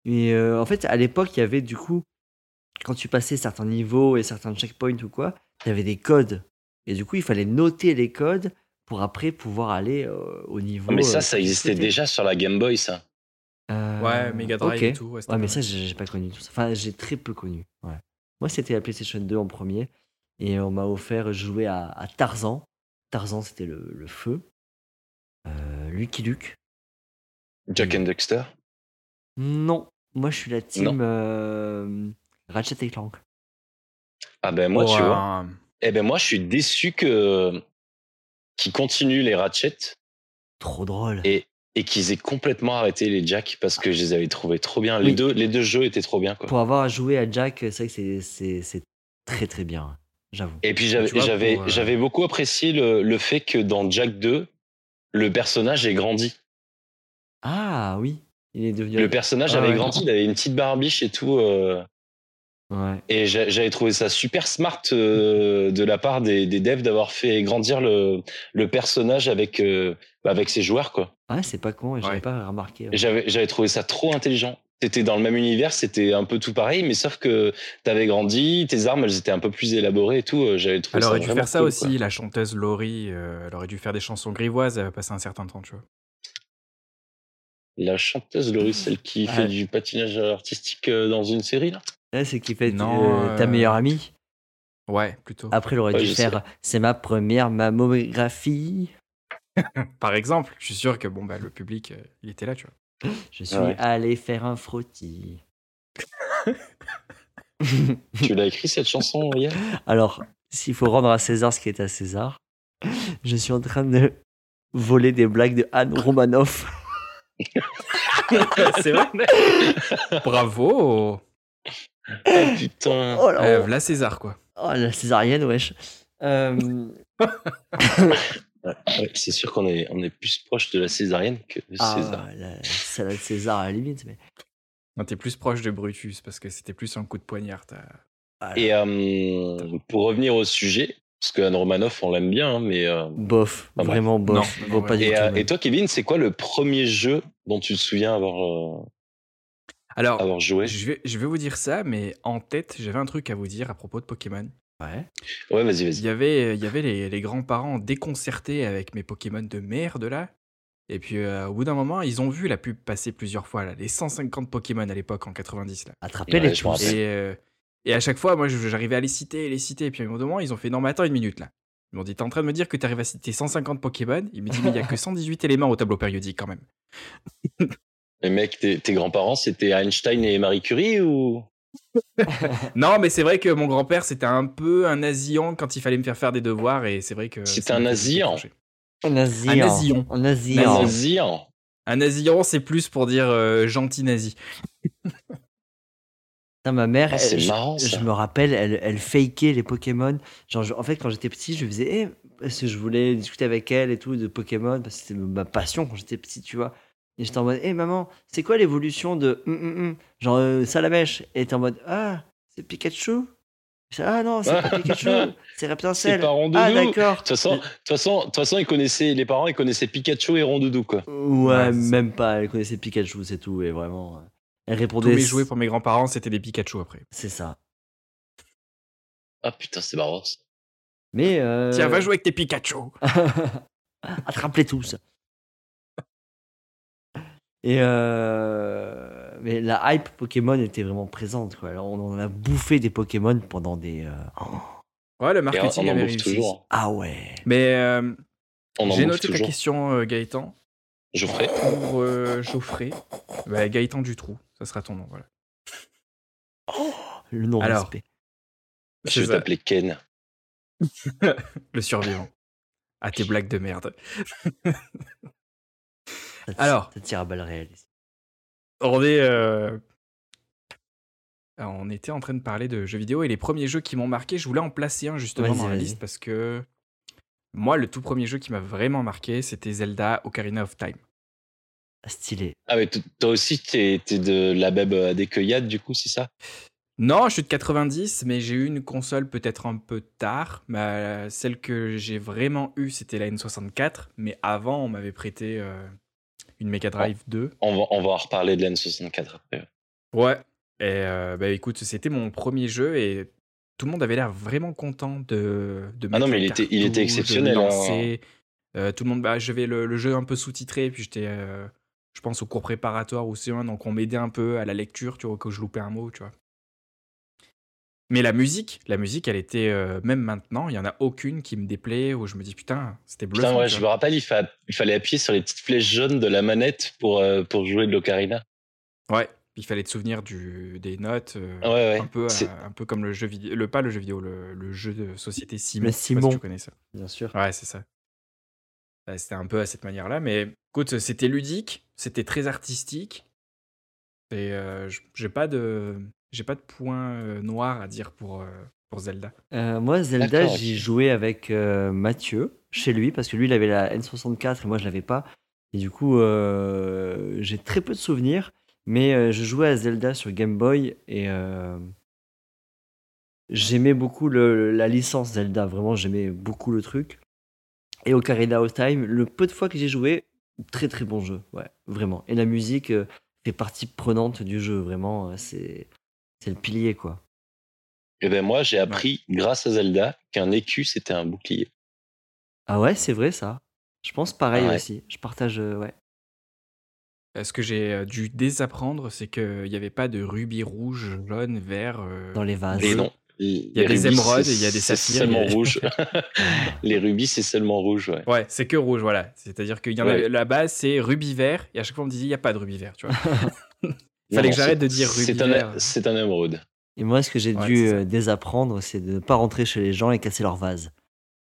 [SPEAKER 3] Mais euh, en fait, à l'époque, il y avait du coup quand tu passais certains niveaux et certains checkpoints ou quoi, tu avais des codes. Et du coup, il fallait noter les codes pour après pouvoir aller euh, au niveau.
[SPEAKER 1] Non, mais
[SPEAKER 3] euh,
[SPEAKER 1] ça, ça
[SPEAKER 3] que tu
[SPEAKER 1] existait
[SPEAKER 3] souhaitais.
[SPEAKER 1] déjà sur la Game Boy, ça.
[SPEAKER 3] Euh,
[SPEAKER 2] Ouais, Mega Drive
[SPEAKER 3] ok.
[SPEAKER 2] et tout. c'était
[SPEAKER 3] Ouais, mais
[SPEAKER 2] pas
[SPEAKER 3] ça,
[SPEAKER 2] mal.
[SPEAKER 3] j'ai j'ai pas connu tout ça. Enfin, j'ai très peu connu. ouais. Moi, c'était la PlayStation 2 en premier. Et on m'a offert jouer à, à Tarzan. Tarzan, c'était le, le feu. Euh, Lucky Luke. Mm.
[SPEAKER 1] Jack and Dexter.
[SPEAKER 3] Non, moi, je suis la team euh, Ratchet et Clank.
[SPEAKER 1] Ah ben moi, tu
[SPEAKER 2] Ouais.
[SPEAKER 1] vois. Eh ben moi, je suis déçu que qu'ils continuent les Ratchet
[SPEAKER 3] Trop drôle.
[SPEAKER 1] et et qu'ils aient complètement arrêté les Jack parce que je les avais trouvés trop bien. Les
[SPEAKER 3] Oui.
[SPEAKER 1] deux, les deux jeux étaient trop bien, quoi.
[SPEAKER 3] Pour avoir joué à Jack, c'est vrai que c'est- c'est c'est très très bien. hein, J'avoue.
[SPEAKER 1] Et puis
[SPEAKER 2] Tu
[SPEAKER 1] j'avais
[SPEAKER 2] vois,
[SPEAKER 1] j'avais
[SPEAKER 2] pour, euh,
[SPEAKER 1] j'avais beaucoup apprécié le, le fait que dans Jack 2, le personnage ait grandi.
[SPEAKER 3] Ah oui, il est devenu.
[SPEAKER 1] Le personnage
[SPEAKER 3] Ah
[SPEAKER 1] avait
[SPEAKER 3] ouais.
[SPEAKER 1] grandi, il avait une petite barbiche et tout. euh,
[SPEAKER 3] Ouais.
[SPEAKER 1] et j'a- j'avais trouvé ça super smart euh, de la part des, des devs d'avoir fait grandir le, le personnage avec, euh, bah, avec ses joueurs, quoi.
[SPEAKER 3] Ouais, Ah, c'est pas con et j'avais
[SPEAKER 2] Ouais.
[SPEAKER 3] pas remarqué. hein. ouais.
[SPEAKER 1] Et J'avais j'avais trouvé ça trop intelligent. C'était dans le même univers, c'était un peu tout pareil, mais sauf que t'avais grandi, tes armes, elles étaient un peu plus élaborées et tout. euh, J'avais trouvé
[SPEAKER 2] Elle
[SPEAKER 1] ça
[SPEAKER 2] aurait dû
[SPEAKER 1] vraiment
[SPEAKER 2] faire ça
[SPEAKER 1] cool,
[SPEAKER 2] aussi,
[SPEAKER 1] quoi.
[SPEAKER 2] la chanteuse Laurie. euh, elle aurait dû faire des chansons grivoises euh, passé un certain temps, tu vois.
[SPEAKER 1] La chanteuse Laurie, celle qui
[SPEAKER 3] Ouais.
[SPEAKER 1] fait du patinage artistique euh, dans une série, là.
[SPEAKER 3] Ouais, c'est qui fait
[SPEAKER 2] Non,
[SPEAKER 3] euh, ta
[SPEAKER 2] euh,
[SPEAKER 3] meilleure amie.
[SPEAKER 2] Ouais, plutôt.
[SPEAKER 3] Après, il aurait
[SPEAKER 1] Ouais,
[SPEAKER 3] dû
[SPEAKER 1] je
[SPEAKER 3] faire c'est ma première mammographie.
[SPEAKER 2] Par exemple, je suis sûr que bon, bah, le public, euh, il était là, tu vois.
[SPEAKER 1] *laughs*
[SPEAKER 3] Je suis
[SPEAKER 1] Ouais.
[SPEAKER 3] allé faire un frottis.
[SPEAKER 1] tu l'as écrit cette chanson, Yann
[SPEAKER 3] Alors, s'il faut rendre à César ce qui est à César, je suis en train de voler des blagues de Anne Romanoff.
[SPEAKER 2] C'est vrai Bravo
[SPEAKER 1] Ah, Putain.
[SPEAKER 3] Oh là,
[SPEAKER 2] Euh, La César, quoi.
[SPEAKER 3] oh, la césarienne, wesh. Euh,
[SPEAKER 1] Ouais, c'est sûr qu'on est, on est plus proche de la césarienne que de
[SPEAKER 3] ah,
[SPEAKER 1] César.
[SPEAKER 3] la salade César à la limite. Mais...
[SPEAKER 2] Non, T'es plus proche de Brutus parce que c'était plus un coup de poignard. t'as-
[SPEAKER 1] Et euh, pour revenir au sujet, parce que Anne Romanoff, on l'aime bien, hein, mais. euh,
[SPEAKER 3] Bof,
[SPEAKER 1] Ah, bref.
[SPEAKER 3] vraiment bof.
[SPEAKER 2] Non, non,
[SPEAKER 3] vaut
[SPEAKER 2] non,
[SPEAKER 3] pas
[SPEAKER 2] ouais.
[SPEAKER 3] du
[SPEAKER 1] Et,
[SPEAKER 3] tout.
[SPEAKER 1] euh,
[SPEAKER 3] même.
[SPEAKER 1] et toi, Kevin, c'est quoi le premier jeu dont tu te souviens avoir, euh,
[SPEAKER 2] Alors,
[SPEAKER 1] avoir joué
[SPEAKER 2] je, vais, je vais vous dire ça, mais en tête, j'avais un truc à vous dire à propos de Pokémon.
[SPEAKER 3] Ouais.
[SPEAKER 1] Ouais, vas-y,
[SPEAKER 2] Il
[SPEAKER 1] vas-y.
[SPEAKER 2] y avait, il y avait les, les grands-parents déconcertés avec mes Pokémon de merde là. Et puis euh, au bout d'un moment, ils ont vu la pub passer plusieurs fois là, les 150 Pokémon à l'époque en 90 là.
[SPEAKER 3] Attraper
[SPEAKER 1] Ouais,
[SPEAKER 3] les
[SPEAKER 1] je m'en
[SPEAKER 3] tous.
[SPEAKER 1] rappelle.
[SPEAKER 2] Et, euh, et à chaque fois, moi je- j'arrivais à les citer, les citer. Et puis à un moment, ils ont fait non mais attends une minute là. Ils m'ont dit t'es en train de me dire que t'arrives à citer 150 Pokémon. Ils me dit mais il y a que 118 éléments au tableau périodique quand même.
[SPEAKER 1] Les mecs, tes, tes grands-parents, c'était Einstein et Marie Curie ou
[SPEAKER 2] Non mais c'est vrai que mon grand-père c'était un peu un asillon quand il fallait me faire faire des devoirs et c'est vrai que.
[SPEAKER 1] C'était
[SPEAKER 2] ça m'a
[SPEAKER 1] un
[SPEAKER 2] fait beaucoup
[SPEAKER 1] asillon.
[SPEAKER 2] changer.
[SPEAKER 3] En Asie.
[SPEAKER 2] Un asillon.
[SPEAKER 3] En
[SPEAKER 1] Un
[SPEAKER 2] Non.
[SPEAKER 3] Asie.
[SPEAKER 2] Asillon.
[SPEAKER 1] Ah, Zian
[SPEAKER 2] Un asillon c'est plus pour dire euh, gentil nazi.
[SPEAKER 3] Putain, ma mère,
[SPEAKER 1] Ah, C'est
[SPEAKER 3] elle- je,
[SPEAKER 1] marrant,
[SPEAKER 3] je
[SPEAKER 1] ça.
[SPEAKER 3] me rappelle, elle, elle fakeait les Pokémon. Genre, je- en fait, quand j'étais petit, je faisais, eh, parce que je voulais discuter avec elle et tout de Pokémon, parce que c'était ma passion quand j'étais petit, tu vois. Et j'étais en mode, hé maman, c'est quoi l'évolution de hum, hum, hum genre euh, Salamèche Et t'es en mode, ah, c'est Pikachu Ah non, c'est pas Pikachu, c'est
[SPEAKER 1] C'est
[SPEAKER 3] Rapunzel.
[SPEAKER 1] pas Rondoudou.
[SPEAKER 3] Ah
[SPEAKER 1] de toute
[SPEAKER 3] d'accord.
[SPEAKER 1] façon, de toute façon, de toute façon, ils connaissaient les parents, ils connaissaient Pikachu et Rondoudou quoi.
[SPEAKER 3] Ouais,
[SPEAKER 2] Ouais, c'est ça.
[SPEAKER 3] même pas. Elle connaissait Pikachu, c'est tout. Et vraiment, euh, elle
[SPEAKER 2] Tous
[SPEAKER 3] répondait.
[SPEAKER 2] mes jouets pour mes grands-parents c'était des Pikachu après.
[SPEAKER 3] C'est ça.
[SPEAKER 1] Ah putain, c'est marrant. ça.
[SPEAKER 3] Mais. Euh...
[SPEAKER 2] Tiens, va jouer avec tes Pikachu.
[SPEAKER 3] Attrape-les tous. Et euh, mais la hype Pokémon était vraiment présente. Quoi. Alors, on en a bouffé des Pokémon pendant des. euh, oh,
[SPEAKER 2] Ouais, le
[SPEAKER 1] Et
[SPEAKER 2] marketing
[SPEAKER 1] on en
[SPEAKER 2] avait
[SPEAKER 1] bouffe
[SPEAKER 2] réussi.
[SPEAKER 1] toujours.
[SPEAKER 3] Ah ouais.
[SPEAKER 2] Mais euh,
[SPEAKER 1] On en
[SPEAKER 2] j'ai
[SPEAKER 1] bouffe
[SPEAKER 2] noté ta
[SPEAKER 1] toujours.
[SPEAKER 2] question, euh, Gaëtan,
[SPEAKER 1] Geoffrey.
[SPEAKER 2] pour euh, Geoffrey. Bah, Gaëtan Dutroux, ça sera ton nom. Voilà.
[SPEAKER 3] Le nom
[SPEAKER 2] Alors,
[SPEAKER 3] respect.
[SPEAKER 1] Je
[SPEAKER 2] *laughs* C'est
[SPEAKER 1] vais
[SPEAKER 2] ça,
[SPEAKER 1] t'appeler Ken.
[SPEAKER 2] le survivant. À tes blagues de merde. alors.
[SPEAKER 3] Ça tire à balles réelles.
[SPEAKER 2] On est. euh, alors, on était en train de parler de jeux vidéo et les premiers jeux qui m'ont marqué, je voulais en placer un justement
[SPEAKER 3] Vas-y,
[SPEAKER 2] dans la
[SPEAKER 3] vas-y.
[SPEAKER 2] liste parce que moi, le tout premier jeu qui m'a vraiment marqué, c'était Zelda Ocarina of Time.
[SPEAKER 3] Stylé.
[SPEAKER 1] Ah mais t- toi aussi, t'es t'es de la beb à des cueillades du coup, c'est ça
[SPEAKER 2] Non, je suis de 90, mais j'ai eu une console peut-être un peu tard. Mais euh, celle que j'ai vraiment eue, c'était la N64. Mais avant, on m'avait prêté
[SPEAKER 3] Oh.
[SPEAKER 2] euh, une Mega Drive 2.
[SPEAKER 1] on va, on va en reparler de l'N64 après.
[SPEAKER 2] Ouais. Et euh, bah écoute, c'était mon premier jeu et tout le monde avait l'air vraiment content de, de
[SPEAKER 1] Ah non,
[SPEAKER 2] mettre
[SPEAKER 1] mais
[SPEAKER 2] le
[SPEAKER 1] il était- il était
[SPEAKER 2] cartouche, de
[SPEAKER 1] exceptionnel,
[SPEAKER 2] le
[SPEAKER 1] hein.
[SPEAKER 2] lancer. Euh, tout le monde, bah, je vais le, le jeu un peu sous-titré, et puis j'étais, euh, je pense, au cours préparatoire ou C1, donc on m'aidait un peu à la lecture, tu vois, que je loupais un mot, tu vois. Mais la musique, la musique, elle était, euh, même maintenant, il y en a aucune qui me déplaît, où je me dis, putain, c'était bluffant.
[SPEAKER 1] Putain, ouais,
[SPEAKER 2] tu
[SPEAKER 1] je me
[SPEAKER 2] vois.
[SPEAKER 1] rappelle, il, fa- il fallait appuyer sur les petites flèches jaunes de la manette pour, euh, pour jouer de l'ocarina.
[SPEAKER 2] Ouais, il fallait te souvenir du, des notes, euh,
[SPEAKER 1] Ouais, ouais.
[SPEAKER 2] un, peu,
[SPEAKER 1] C'est-
[SPEAKER 2] à- un peu comme le jeu vidéo, le, pas le jeu vidéo, le, le jeu de société Simon. je
[SPEAKER 3] Le
[SPEAKER 2] sais pas si
[SPEAKER 3] Simon.
[SPEAKER 2] tu connais ça.
[SPEAKER 3] bien sûr.
[SPEAKER 2] Ouais, c'est ça. Euh, C'était un peu à cette manière-là, mais écoute, c'était ludique, c'était très artistique. Et euh, j- j'ai pas de, j'ai pas de point euh, noir à dire pour, euh, pour Zelda.
[SPEAKER 3] Euh, moi, Zelda,
[SPEAKER 1] D'accord,
[SPEAKER 3] j'y
[SPEAKER 1] ok.
[SPEAKER 3] jouais avec euh, Mathieu chez lui parce que lui, il avait la N64 et moi, je l'avais pas. Et du coup, euh, j'ai très peu de souvenirs, mais euh, je jouais à Zelda sur Game Boy et euh, j'aimais beaucoup le- la licence Zelda. Vraiment, j'aimais beaucoup le truc. Et Ocarina of Time, le peu de fois que j'ai joué, très très bon jeu, ouais, vraiment. Et la musique euh, fait partie prenante du jeu, vraiment. euh, C'est c'est le pilier, quoi.
[SPEAKER 1] Et ben moi, j'ai appris, grâce à Zelda, qu'un écu, c'était un bouclier.
[SPEAKER 3] Ah ouais, c'est vrai ça. Je pense pareil
[SPEAKER 1] Ah ouais.
[SPEAKER 3] aussi. Je partage, euh, ouais.
[SPEAKER 2] Euh, Ce que j'ai euh, dû désapprendre, c'est qu'il n'y avait pas de rubis rouge, jaune, vert.
[SPEAKER 1] Mm.
[SPEAKER 2] euh,
[SPEAKER 3] Dans les vases.
[SPEAKER 1] Et non. Il
[SPEAKER 2] y a des émeraudes et il y a des Ah. saphirs,
[SPEAKER 1] seulement
[SPEAKER 2] il y a- *laughs*
[SPEAKER 1] rouge. *laughs* les rubis, c'est seulement rouge, ouais.
[SPEAKER 2] Ouais, c'est que rouge, voilà. C'est-à-dire qu'il y en
[SPEAKER 1] Ouais.
[SPEAKER 2] avait- la base, c'est rubis vert, et à chaque fois on me disait, il n'y a pas de rubis vert, tu vois.
[SPEAKER 1] Il
[SPEAKER 2] Fallait que j'arrête de dire rubis
[SPEAKER 1] C'est
[SPEAKER 2] vert.
[SPEAKER 1] un, c'est un émeraude.
[SPEAKER 3] Et moi, ce que j'ai
[SPEAKER 2] Ouais,
[SPEAKER 3] dû
[SPEAKER 2] c'est ça.
[SPEAKER 3] euh, désapprendre, c'est de ne pas rentrer chez les gens et casser leur vase.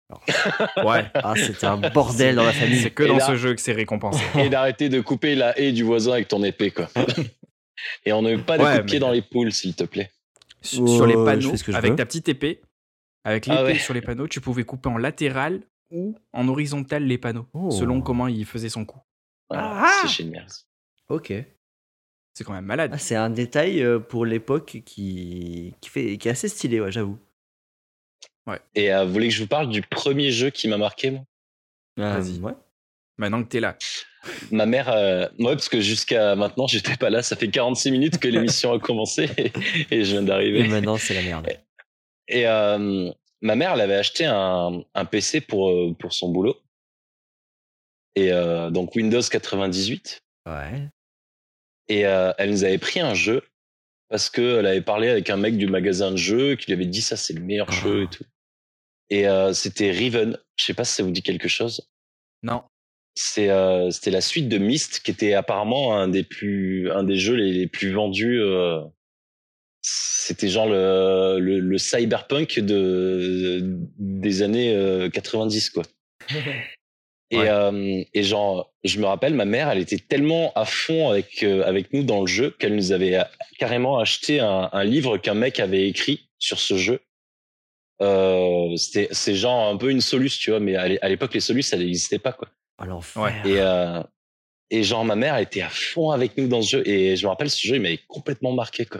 [SPEAKER 1] *laughs*
[SPEAKER 2] Ouais.
[SPEAKER 3] Ah, c'était un bordel dans la famille.
[SPEAKER 2] C'est que
[SPEAKER 1] Et
[SPEAKER 2] dans
[SPEAKER 1] là-
[SPEAKER 2] ce jeu que c'est *laughs* récompensé.
[SPEAKER 1] Et d'arrêter de couper la haie du voisin avec ton épée,
[SPEAKER 2] *laughs*
[SPEAKER 1] quoi. et on ne met pas de
[SPEAKER 2] Ouais,
[SPEAKER 1] coups de pied
[SPEAKER 2] mais-
[SPEAKER 1] dans les poules, s'il te plaît.
[SPEAKER 2] sur sur les
[SPEAKER 3] Oh, je
[SPEAKER 2] panneaux
[SPEAKER 3] fais ce que je
[SPEAKER 2] avec
[SPEAKER 3] veux.
[SPEAKER 2] ta petite épée. Avec
[SPEAKER 1] Ah
[SPEAKER 2] l'épée
[SPEAKER 1] ouais.
[SPEAKER 2] sur les panneaux, tu pouvais couper en latéral ou en horizontal les panneaux,
[SPEAKER 3] Oh.
[SPEAKER 2] selon comment il faisait son coup.
[SPEAKER 1] Voilà,
[SPEAKER 3] Ah
[SPEAKER 1] c'est génial.
[SPEAKER 3] Ok.
[SPEAKER 2] C'est quand même malade.
[SPEAKER 3] Ah, c'est un détail euh, pour l'époque qui... Qui, fait... qui est assez stylé, ouais, j'avoue.
[SPEAKER 1] Et euh, vous voulez que je vous parle du premier jeu qui m'a marqué, moi
[SPEAKER 3] Euh,
[SPEAKER 2] Vas-y.
[SPEAKER 3] ouais.
[SPEAKER 2] Maintenant que t'es là.
[SPEAKER 1] Ma mère, euh, ouais, parce que jusqu'à maintenant, j'étais pas là. Ça fait 46 minutes que l'émission a commencé et, et je viens d'arriver.
[SPEAKER 3] Et maintenant, c'est la merde.
[SPEAKER 1] Et euh, ma mère, elle avait acheté un, un PC pour, euh, pour son boulot. Et euh, donc Windows 98.
[SPEAKER 3] Ouais.
[SPEAKER 1] Et euh, elle nous avait pris un jeu parce qu'elle avait parlé avec un mec du magasin de jeux qui lui avait dit ça, c'est le meilleur
[SPEAKER 3] Ah.
[SPEAKER 1] jeu et tout. Et euh, c'était Riven. Je sais pas si ça vous dit quelque chose.
[SPEAKER 2] Non.
[SPEAKER 1] C'est, euh, c'était la suite de Myst qui était apparemment un des plus un des jeux les, les plus vendus euh, c'était genre le, le, le cyberpunk de des années euh, 90 quoi et,
[SPEAKER 2] Ouais.
[SPEAKER 1] euh, et genre je me rappelle ma mère elle était tellement à fond avec euh, avec nous dans le jeu qu'elle nous avait a- carrément acheté un, un livre qu'un mec avait écrit sur ce jeu euh, c'était c'est genre un peu une soluce tu vois mais à l'é- à l'époque les soluces ça n'existait pas quoi
[SPEAKER 3] Alors,
[SPEAKER 2] Ouais.
[SPEAKER 1] et, euh, et genre, ma mère elle était à fond avec nous dans ce jeu. Et je me rappelle, ce jeu, il m'avait complètement marqué. Quoi.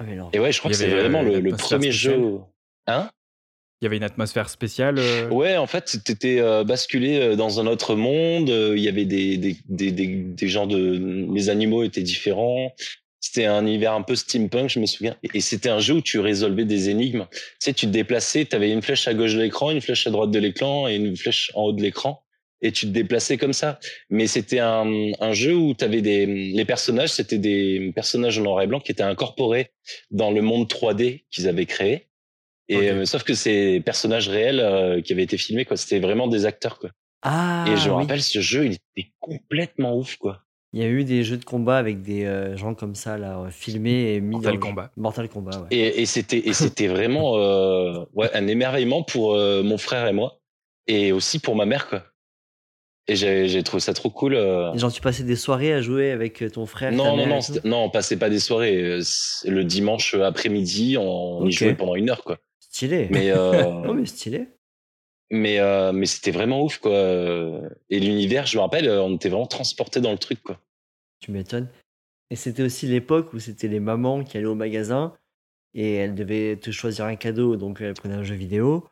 [SPEAKER 3] Oh,
[SPEAKER 1] Et ouais, je crois
[SPEAKER 2] Il y
[SPEAKER 1] que c'est
[SPEAKER 2] avait, euh,
[SPEAKER 1] vraiment le,
[SPEAKER 2] une
[SPEAKER 1] le
[SPEAKER 2] atmosphère
[SPEAKER 1] premier
[SPEAKER 2] spéciale.
[SPEAKER 1] jeu. Hein
[SPEAKER 2] Il y avait une atmosphère spéciale. euh,
[SPEAKER 1] Ouais, en fait, t'étais euh, basculé euh, dans un autre monde. euh, Il y avait des, des, des, des, des genres de. Les animaux étaient différents. C'était un univers un peu steampunk, je me souviens. Et, et c'était un jeu où tu résolvais des énigmes. Tu sais, tu te déplaçais, tu avais une flèche à gauche de l'écran, une flèche à droite de l'écran et une flèche en haut de l'écran. Et tu te déplaçais comme ça. Mais c'était un, un jeu où tu avais des. Les personnages, c'était des personnages en noir et blanc qui étaient incorporés dans le monde 3D qu'ils avaient créé. Et
[SPEAKER 2] Ok.
[SPEAKER 1] euh, sauf que ces personnages réels euh, qui avaient été filmés, quoi, c'était vraiment des acteurs, quoi.
[SPEAKER 3] Ah,
[SPEAKER 1] et je me
[SPEAKER 3] oui.
[SPEAKER 1] rappelle, ce jeu, il était complètement ouf, quoi.
[SPEAKER 3] Il y a eu des jeux de combat avec des euh, gens comme ça, là, euh, filmés et mis
[SPEAKER 2] Mortal
[SPEAKER 3] dans le jeu.
[SPEAKER 2] Kombat.
[SPEAKER 3] Mortal Kombat, ouais.
[SPEAKER 1] Et, et c'était, et
[SPEAKER 3] *laughs*
[SPEAKER 1] c'était vraiment euh, ouais, un émerveillement pour euh, mon frère et moi, et aussi pour ma mère, quoi. Et j'ai, j'ai trouvé ça trop cool. euh.
[SPEAKER 3] Et Genre, tu passais des soirées à jouer avec euh, ton frère. ta
[SPEAKER 1] Non, non,
[SPEAKER 3] mère et
[SPEAKER 1] non,
[SPEAKER 3] tout
[SPEAKER 1] c'était- non, on passait pas des soirées. euh, c'est- Le dimanche euh, après-midi, on
[SPEAKER 3] Ok. Ah
[SPEAKER 1] y jouait pendant une heure, quoi.
[SPEAKER 3] Stylé.
[SPEAKER 1] Mais
[SPEAKER 3] *laughs*
[SPEAKER 1] euh,
[SPEAKER 3] Non, mais stylé.
[SPEAKER 1] mais euh, mais c'était vraiment ouf quoi et l'univers je me rappelle euh, on était vraiment transporté dans le truc quoi
[SPEAKER 3] Tu m'étonnes. Et c'était aussi l'époque où c'était les mamans qui allaient au magasin et elles devaient te choisir un cadeau, donc elles prenaient un jeu vidéo.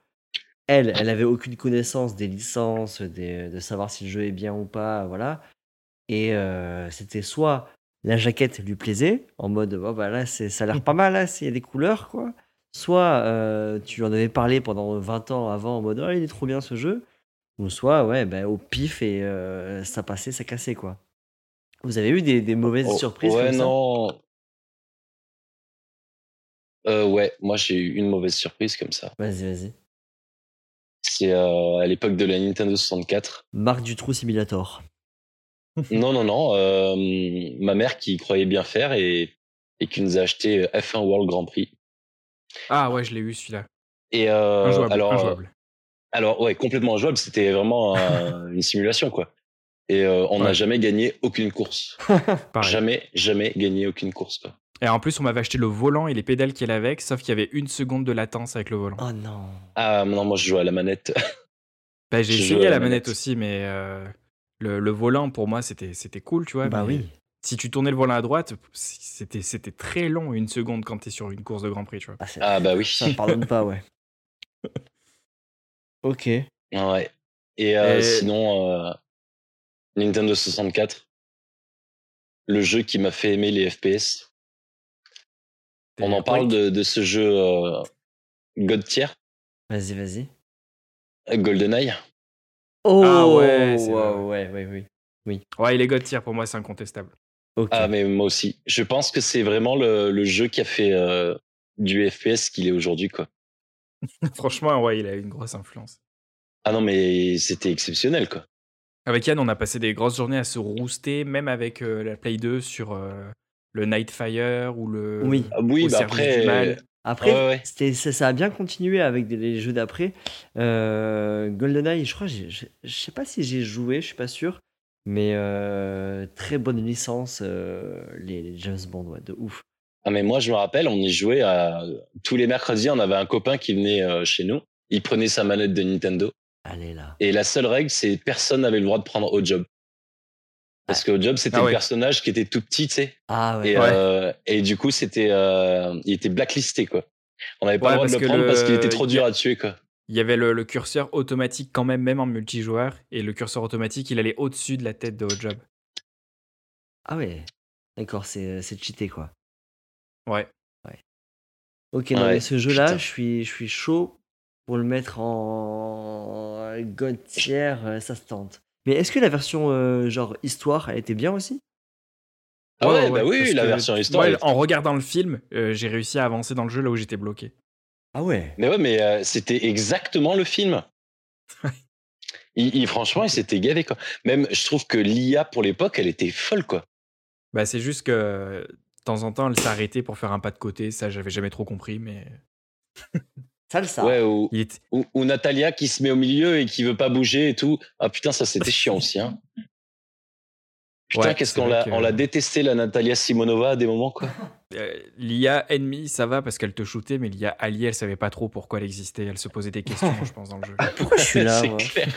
[SPEAKER 3] Elle, elle avait aucune connaissance des licences, des- de savoir si le jeu est bien ou pas, voilà. Et euh, c'était soit la jaquette lui plaisait, en mode oh, bah là, c'est- ça a
[SPEAKER 1] Mmh.
[SPEAKER 3] l'air pas mal, là, il y a des couleurs, quoi. Soit euh, tu en avais parlé pendant 20 ans avant, en mode oh, il est trop bien ce jeu, ou soit, ouais, bah, au pif et euh, ça passait, ça cassait, quoi. Vous avez eu des, des mauvaises
[SPEAKER 1] Oh,
[SPEAKER 3] surprises
[SPEAKER 1] Ouais,
[SPEAKER 3] comme ça
[SPEAKER 1] non. Euh, ouais, moi j'ai eu une mauvaise surprise comme ça.
[SPEAKER 3] Vas-y, vas-y.
[SPEAKER 1] C'est euh, à l'époque de la Nintendo
[SPEAKER 3] *laughs*
[SPEAKER 1] 64.
[SPEAKER 3] Marc Dutroux Simulator.
[SPEAKER 1] non, non, non. euh, ma mère qui croyait bien faire et, et qui nous a acheté F1 World Grand Prix.
[SPEAKER 2] Ah ouais, je l'ai eu celui-là.
[SPEAKER 1] Et euh,
[SPEAKER 2] Injouable.
[SPEAKER 1] alors,
[SPEAKER 2] injouable.
[SPEAKER 1] alors, ouais, complètement jouable. C'était vraiment
[SPEAKER 2] *laughs*
[SPEAKER 1] euh, une simulation, quoi. Et euh, on n'a
[SPEAKER 2] Ouais. Ah
[SPEAKER 1] jamais gagné aucune course.
[SPEAKER 2] Pareil.
[SPEAKER 1] Jamais, jamais gagné aucune course. quoi.
[SPEAKER 2] Et en plus, on m'avait acheté le volant et les pédales qu'il y avait avec, sauf qu'il y avait une seconde de latence avec le volant.
[SPEAKER 3] Oh non.
[SPEAKER 1] Ah non, moi je joue à la
[SPEAKER 2] *laughs*
[SPEAKER 1] manette.
[SPEAKER 2] Bah, j'ai
[SPEAKER 1] Je
[SPEAKER 2] essayé
[SPEAKER 1] joue
[SPEAKER 2] à la manette, aussi, mais euh, le, le volant, pour moi, c'était c'était cool, tu vois.
[SPEAKER 3] bah
[SPEAKER 2] mais
[SPEAKER 3] oui.
[SPEAKER 2] Si tu tournais le volant à droite, c'était c'était très long, une seconde, quand t'es sur une course de Grand Prix, tu vois.
[SPEAKER 3] Ah, c'est-
[SPEAKER 1] Ah bah oui.
[SPEAKER 3] Ça pardonne pas, ouais. Ok.
[SPEAKER 1] *laughs* Ouais. Et, euh,
[SPEAKER 2] Et-
[SPEAKER 1] sinon, euh, Nintendo 64, le jeu qui m'a fait aimer les FPS. On en parle de, de ce jeu euh, God Tier,
[SPEAKER 3] Vas-y, vas-y.
[SPEAKER 1] euh, GoldenEye.
[SPEAKER 3] Oh
[SPEAKER 2] ouais, c'est vrai,
[SPEAKER 3] wow, ouais, ouais, oui.
[SPEAKER 2] Ouais, il est God tier, pour moi, c'est incontestable. *laughs*
[SPEAKER 3] Ok.
[SPEAKER 1] Ah, mais moi aussi. Je pense que c'est vraiment le, le jeu qui a fait euh, du FPS qu'il est aujourd'hui, quoi.
[SPEAKER 2] Franchement, ouais, il a une grosse influence.
[SPEAKER 1] Ah non, mais c'était exceptionnel, quoi.
[SPEAKER 2] Avec Yann, on a passé des grosses journées à se rouster, même avec euh, la Play 2 sur euh, le Nightfire ou le.
[SPEAKER 3] Oui.
[SPEAKER 1] Ah oui,
[SPEAKER 2] Au
[SPEAKER 1] bah
[SPEAKER 2] service
[SPEAKER 1] après.
[SPEAKER 2] du mal.
[SPEAKER 1] euh,
[SPEAKER 3] Après,
[SPEAKER 1] ouais, ouais.
[SPEAKER 3] c'était- ça, ça a bien continué avec des- les jeux d'après. Euh, GoldenEye, je crois, j'ai- j'ai- je sais pas si j'ai joué, je suis pas sûr. Mais euh, très bonne licence, euh, les, les James Bond, ouais, de ouf.
[SPEAKER 1] Ah, mais moi, je me rappelle, on y jouait à... tous les mercredis. On avait un copain qui venait euh, chez nous. Il prenait sa manette de Nintendo.
[SPEAKER 3] Allez là.
[SPEAKER 1] Et la seule règle, c'est personne n'avait le droit de prendre au job. Parce que au job, c'était
[SPEAKER 2] Ah ouais.
[SPEAKER 1] le personnage qui était tout petit, tu sais.
[SPEAKER 3] Ah ouais.
[SPEAKER 1] Et,
[SPEAKER 2] Ouais.
[SPEAKER 1] euh, et du coup, c'était, euh, il était blacklisté, quoi. On n'avait pas
[SPEAKER 2] Ouais,
[SPEAKER 1] le droit de
[SPEAKER 2] parce
[SPEAKER 1] le
[SPEAKER 2] que
[SPEAKER 1] prendre parce qu'il
[SPEAKER 2] le-
[SPEAKER 1] était trop
[SPEAKER 2] il y
[SPEAKER 1] dur
[SPEAKER 2] a-
[SPEAKER 1] à tuer, quoi.
[SPEAKER 2] Il y avait le, le curseur automatique quand même, même en multijoueur, et le curseur automatique, il allait au-dessus de la tête de Hotjob.
[SPEAKER 3] Ah ouais. D'accord, c'est c'est cheaté quoi.
[SPEAKER 2] Ouais.
[SPEAKER 3] Ok, non,
[SPEAKER 1] Ouais,
[SPEAKER 3] mais ce jeu-là,
[SPEAKER 1] putain.
[SPEAKER 3] je suis, je suis chaud pour le mettre en God tier, euh, ça se tente. Mais est-ce que la version euh, genre histoire, elle était bien aussi
[SPEAKER 1] Ah ouais, bah oui,
[SPEAKER 2] parce
[SPEAKER 1] la
[SPEAKER 2] que,
[SPEAKER 1] version histoire,
[SPEAKER 2] moi,
[SPEAKER 1] elle-
[SPEAKER 2] en regardant le film, euh, j'ai réussi à avancer dans le jeu là où j'étais bloqué.
[SPEAKER 3] Ah ouais
[SPEAKER 1] Mais ouais, mais euh, c'était exactement le film. il, il- franchement, il s'était gavé, quoi. Même, je trouve que l'IA pour l'époque, elle était folle, quoi.
[SPEAKER 2] Bah, c'est juste que euh, de temps en temps, elle s'arrêtait pour faire un pas de côté. Ça, j'avais jamais trop compris, mais
[SPEAKER 3] Ça le ça.
[SPEAKER 1] Ouais, ou,
[SPEAKER 2] il était-
[SPEAKER 1] ou, ou Natalia qui se met au milieu et qui veut pas bouger et tout. Ah putain, ça c'était chiant aussi, hein. Putain,
[SPEAKER 2] Ouais,
[SPEAKER 1] qu'est-ce
[SPEAKER 2] c'est
[SPEAKER 1] qu'on
[SPEAKER 2] vrai
[SPEAKER 1] l'a,
[SPEAKER 2] que-
[SPEAKER 1] on l'a détesté la Natalia Simonova à des moments, quoi.
[SPEAKER 2] euh, l'IA ennemie, ça va parce qu'elle te shootait, mais l'IA alliée, elle savait pas trop pourquoi elle existait. Elle se posait des questions, je pense, dans le jeu.
[SPEAKER 3] Pourquoi je suis là
[SPEAKER 1] *laughs* C'est
[SPEAKER 3] moi
[SPEAKER 1] clair.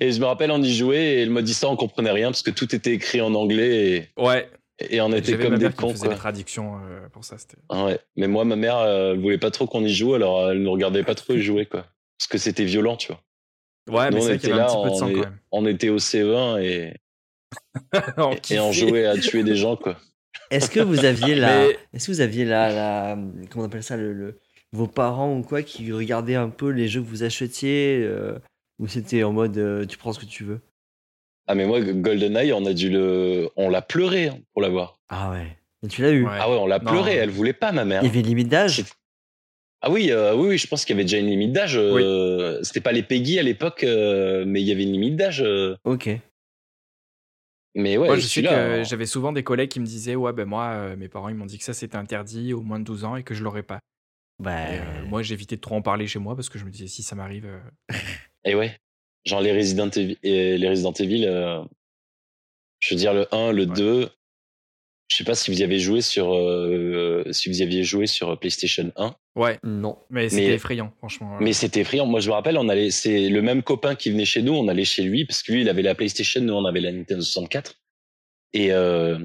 [SPEAKER 1] Et je me rappelle, on y jouait et elle m'a dit ça, on comprenait rien parce que tout était écrit en anglais
[SPEAKER 2] Ouais,
[SPEAKER 1] et, et on était
[SPEAKER 2] j'avais
[SPEAKER 1] comme
[SPEAKER 2] ma
[SPEAKER 1] des
[SPEAKER 2] mère qui me
[SPEAKER 1] cons.
[SPEAKER 2] faisait
[SPEAKER 1] Quoi.
[SPEAKER 2] des traductions euh, pour ça. C'était
[SPEAKER 1] Ah ouais. Mais moi, ma mère euh, voulait pas trop qu'on y joue, alors elle nous regardait pas trop y jouer, quoi. Parce que c'était violent, tu vois.
[SPEAKER 2] ouais,
[SPEAKER 1] Nous,
[SPEAKER 2] mais
[SPEAKER 1] on
[SPEAKER 2] c'est vrai
[SPEAKER 1] était
[SPEAKER 2] qu'il y avait
[SPEAKER 1] là,
[SPEAKER 2] un petit peu de
[SPEAKER 1] on
[SPEAKER 2] sang
[SPEAKER 1] est- *laughs*
[SPEAKER 2] quand même.
[SPEAKER 1] On était au C20 et,
[SPEAKER 2] On
[SPEAKER 1] et, et on
[SPEAKER 2] kiffait.
[SPEAKER 1] jouait à tuer des gens, quoi.
[SPEAKER 3] Est-ce que
[SPEAKER 1] *laughs*
[SPEAKER 3] vous aviez la,
[SPEAKER 2] Mais-
[SPEAKER 3] est-ce que vous aviez la, la, mmh, comment on appelle ça, le, le- vos parents ou quoi qui regardaient un peu les jeux que vous achetiez euh, ou c'était en mode euh, tu prends ce que tu veux
[SPEAKER 1] Ah mais moi GoldenEye, on a dû le, on l'a pleuré hein, pour l'avoir.
[SPEAKER 3] Ah ouais. Mais tu l'as eu.
[SPEAKER 2] Ouais.
[SPEAKER 1] Ah ouais, on l'a
[SPEAKER 2] Non.
[SPEAKER 1] pleuré. Elle voulait pas ma mère.
[SPEAKER 3] Il y avait limite d'âge.
[SPEAKER 1] C'est- Ah oui, euh, oui, oui, je pense qu'il y avait déjà une limite d'âge. euh, C'était pas les Peggy à l'époque, euh, mais il y avait une limite d'âge. euh.
[SPEAKER 3] Ok.
[SPEAKER 1] mais ouais,
[SPEAKER 2] Moi, je sais que
[SPEAKER 1] celui-là.
[SPEAKER 2] j'avais souvent des collègues qui me disaient Ouais, ben moi, euh, mes parents, ils m'ont dit que ça c'était interdit au moins de 12 ans et que je l'aurais pas.
[SPEAKER 3] Bah.
[SPEAKER 2] Et, euh, moi, j'évitais de trop en parler chez moi parce que je me disais Si ça m'arrive. euh,
[SPEAKER 1] Et ouais, genre les Resident Evil, et les Resident Evil, euh, je veux dire le 1, le
[SPEAKER 2] Ouais.
[SPEAKER 1] 2. Je sais pas si vous y avez joué sur, euh, si vous y aviez joué sur euh, PlayStation 1.
[SPEAKER 2] Ouais,
[SPEAKER 3] Non.
[SPEAKER 2] mais c'était
[SPEAKER 1] Mais-
[SPEAKER 2] effrayant, franchement. euh.
[SPEAKER 1] Mais c'était effrayant. Moi, je me rappelle, on allait, c'est le même copain qui venait chez nous, on allait chez lui parce que lui, il avait la PlayStation, nous, on avait la Nintendo 64. Et euh,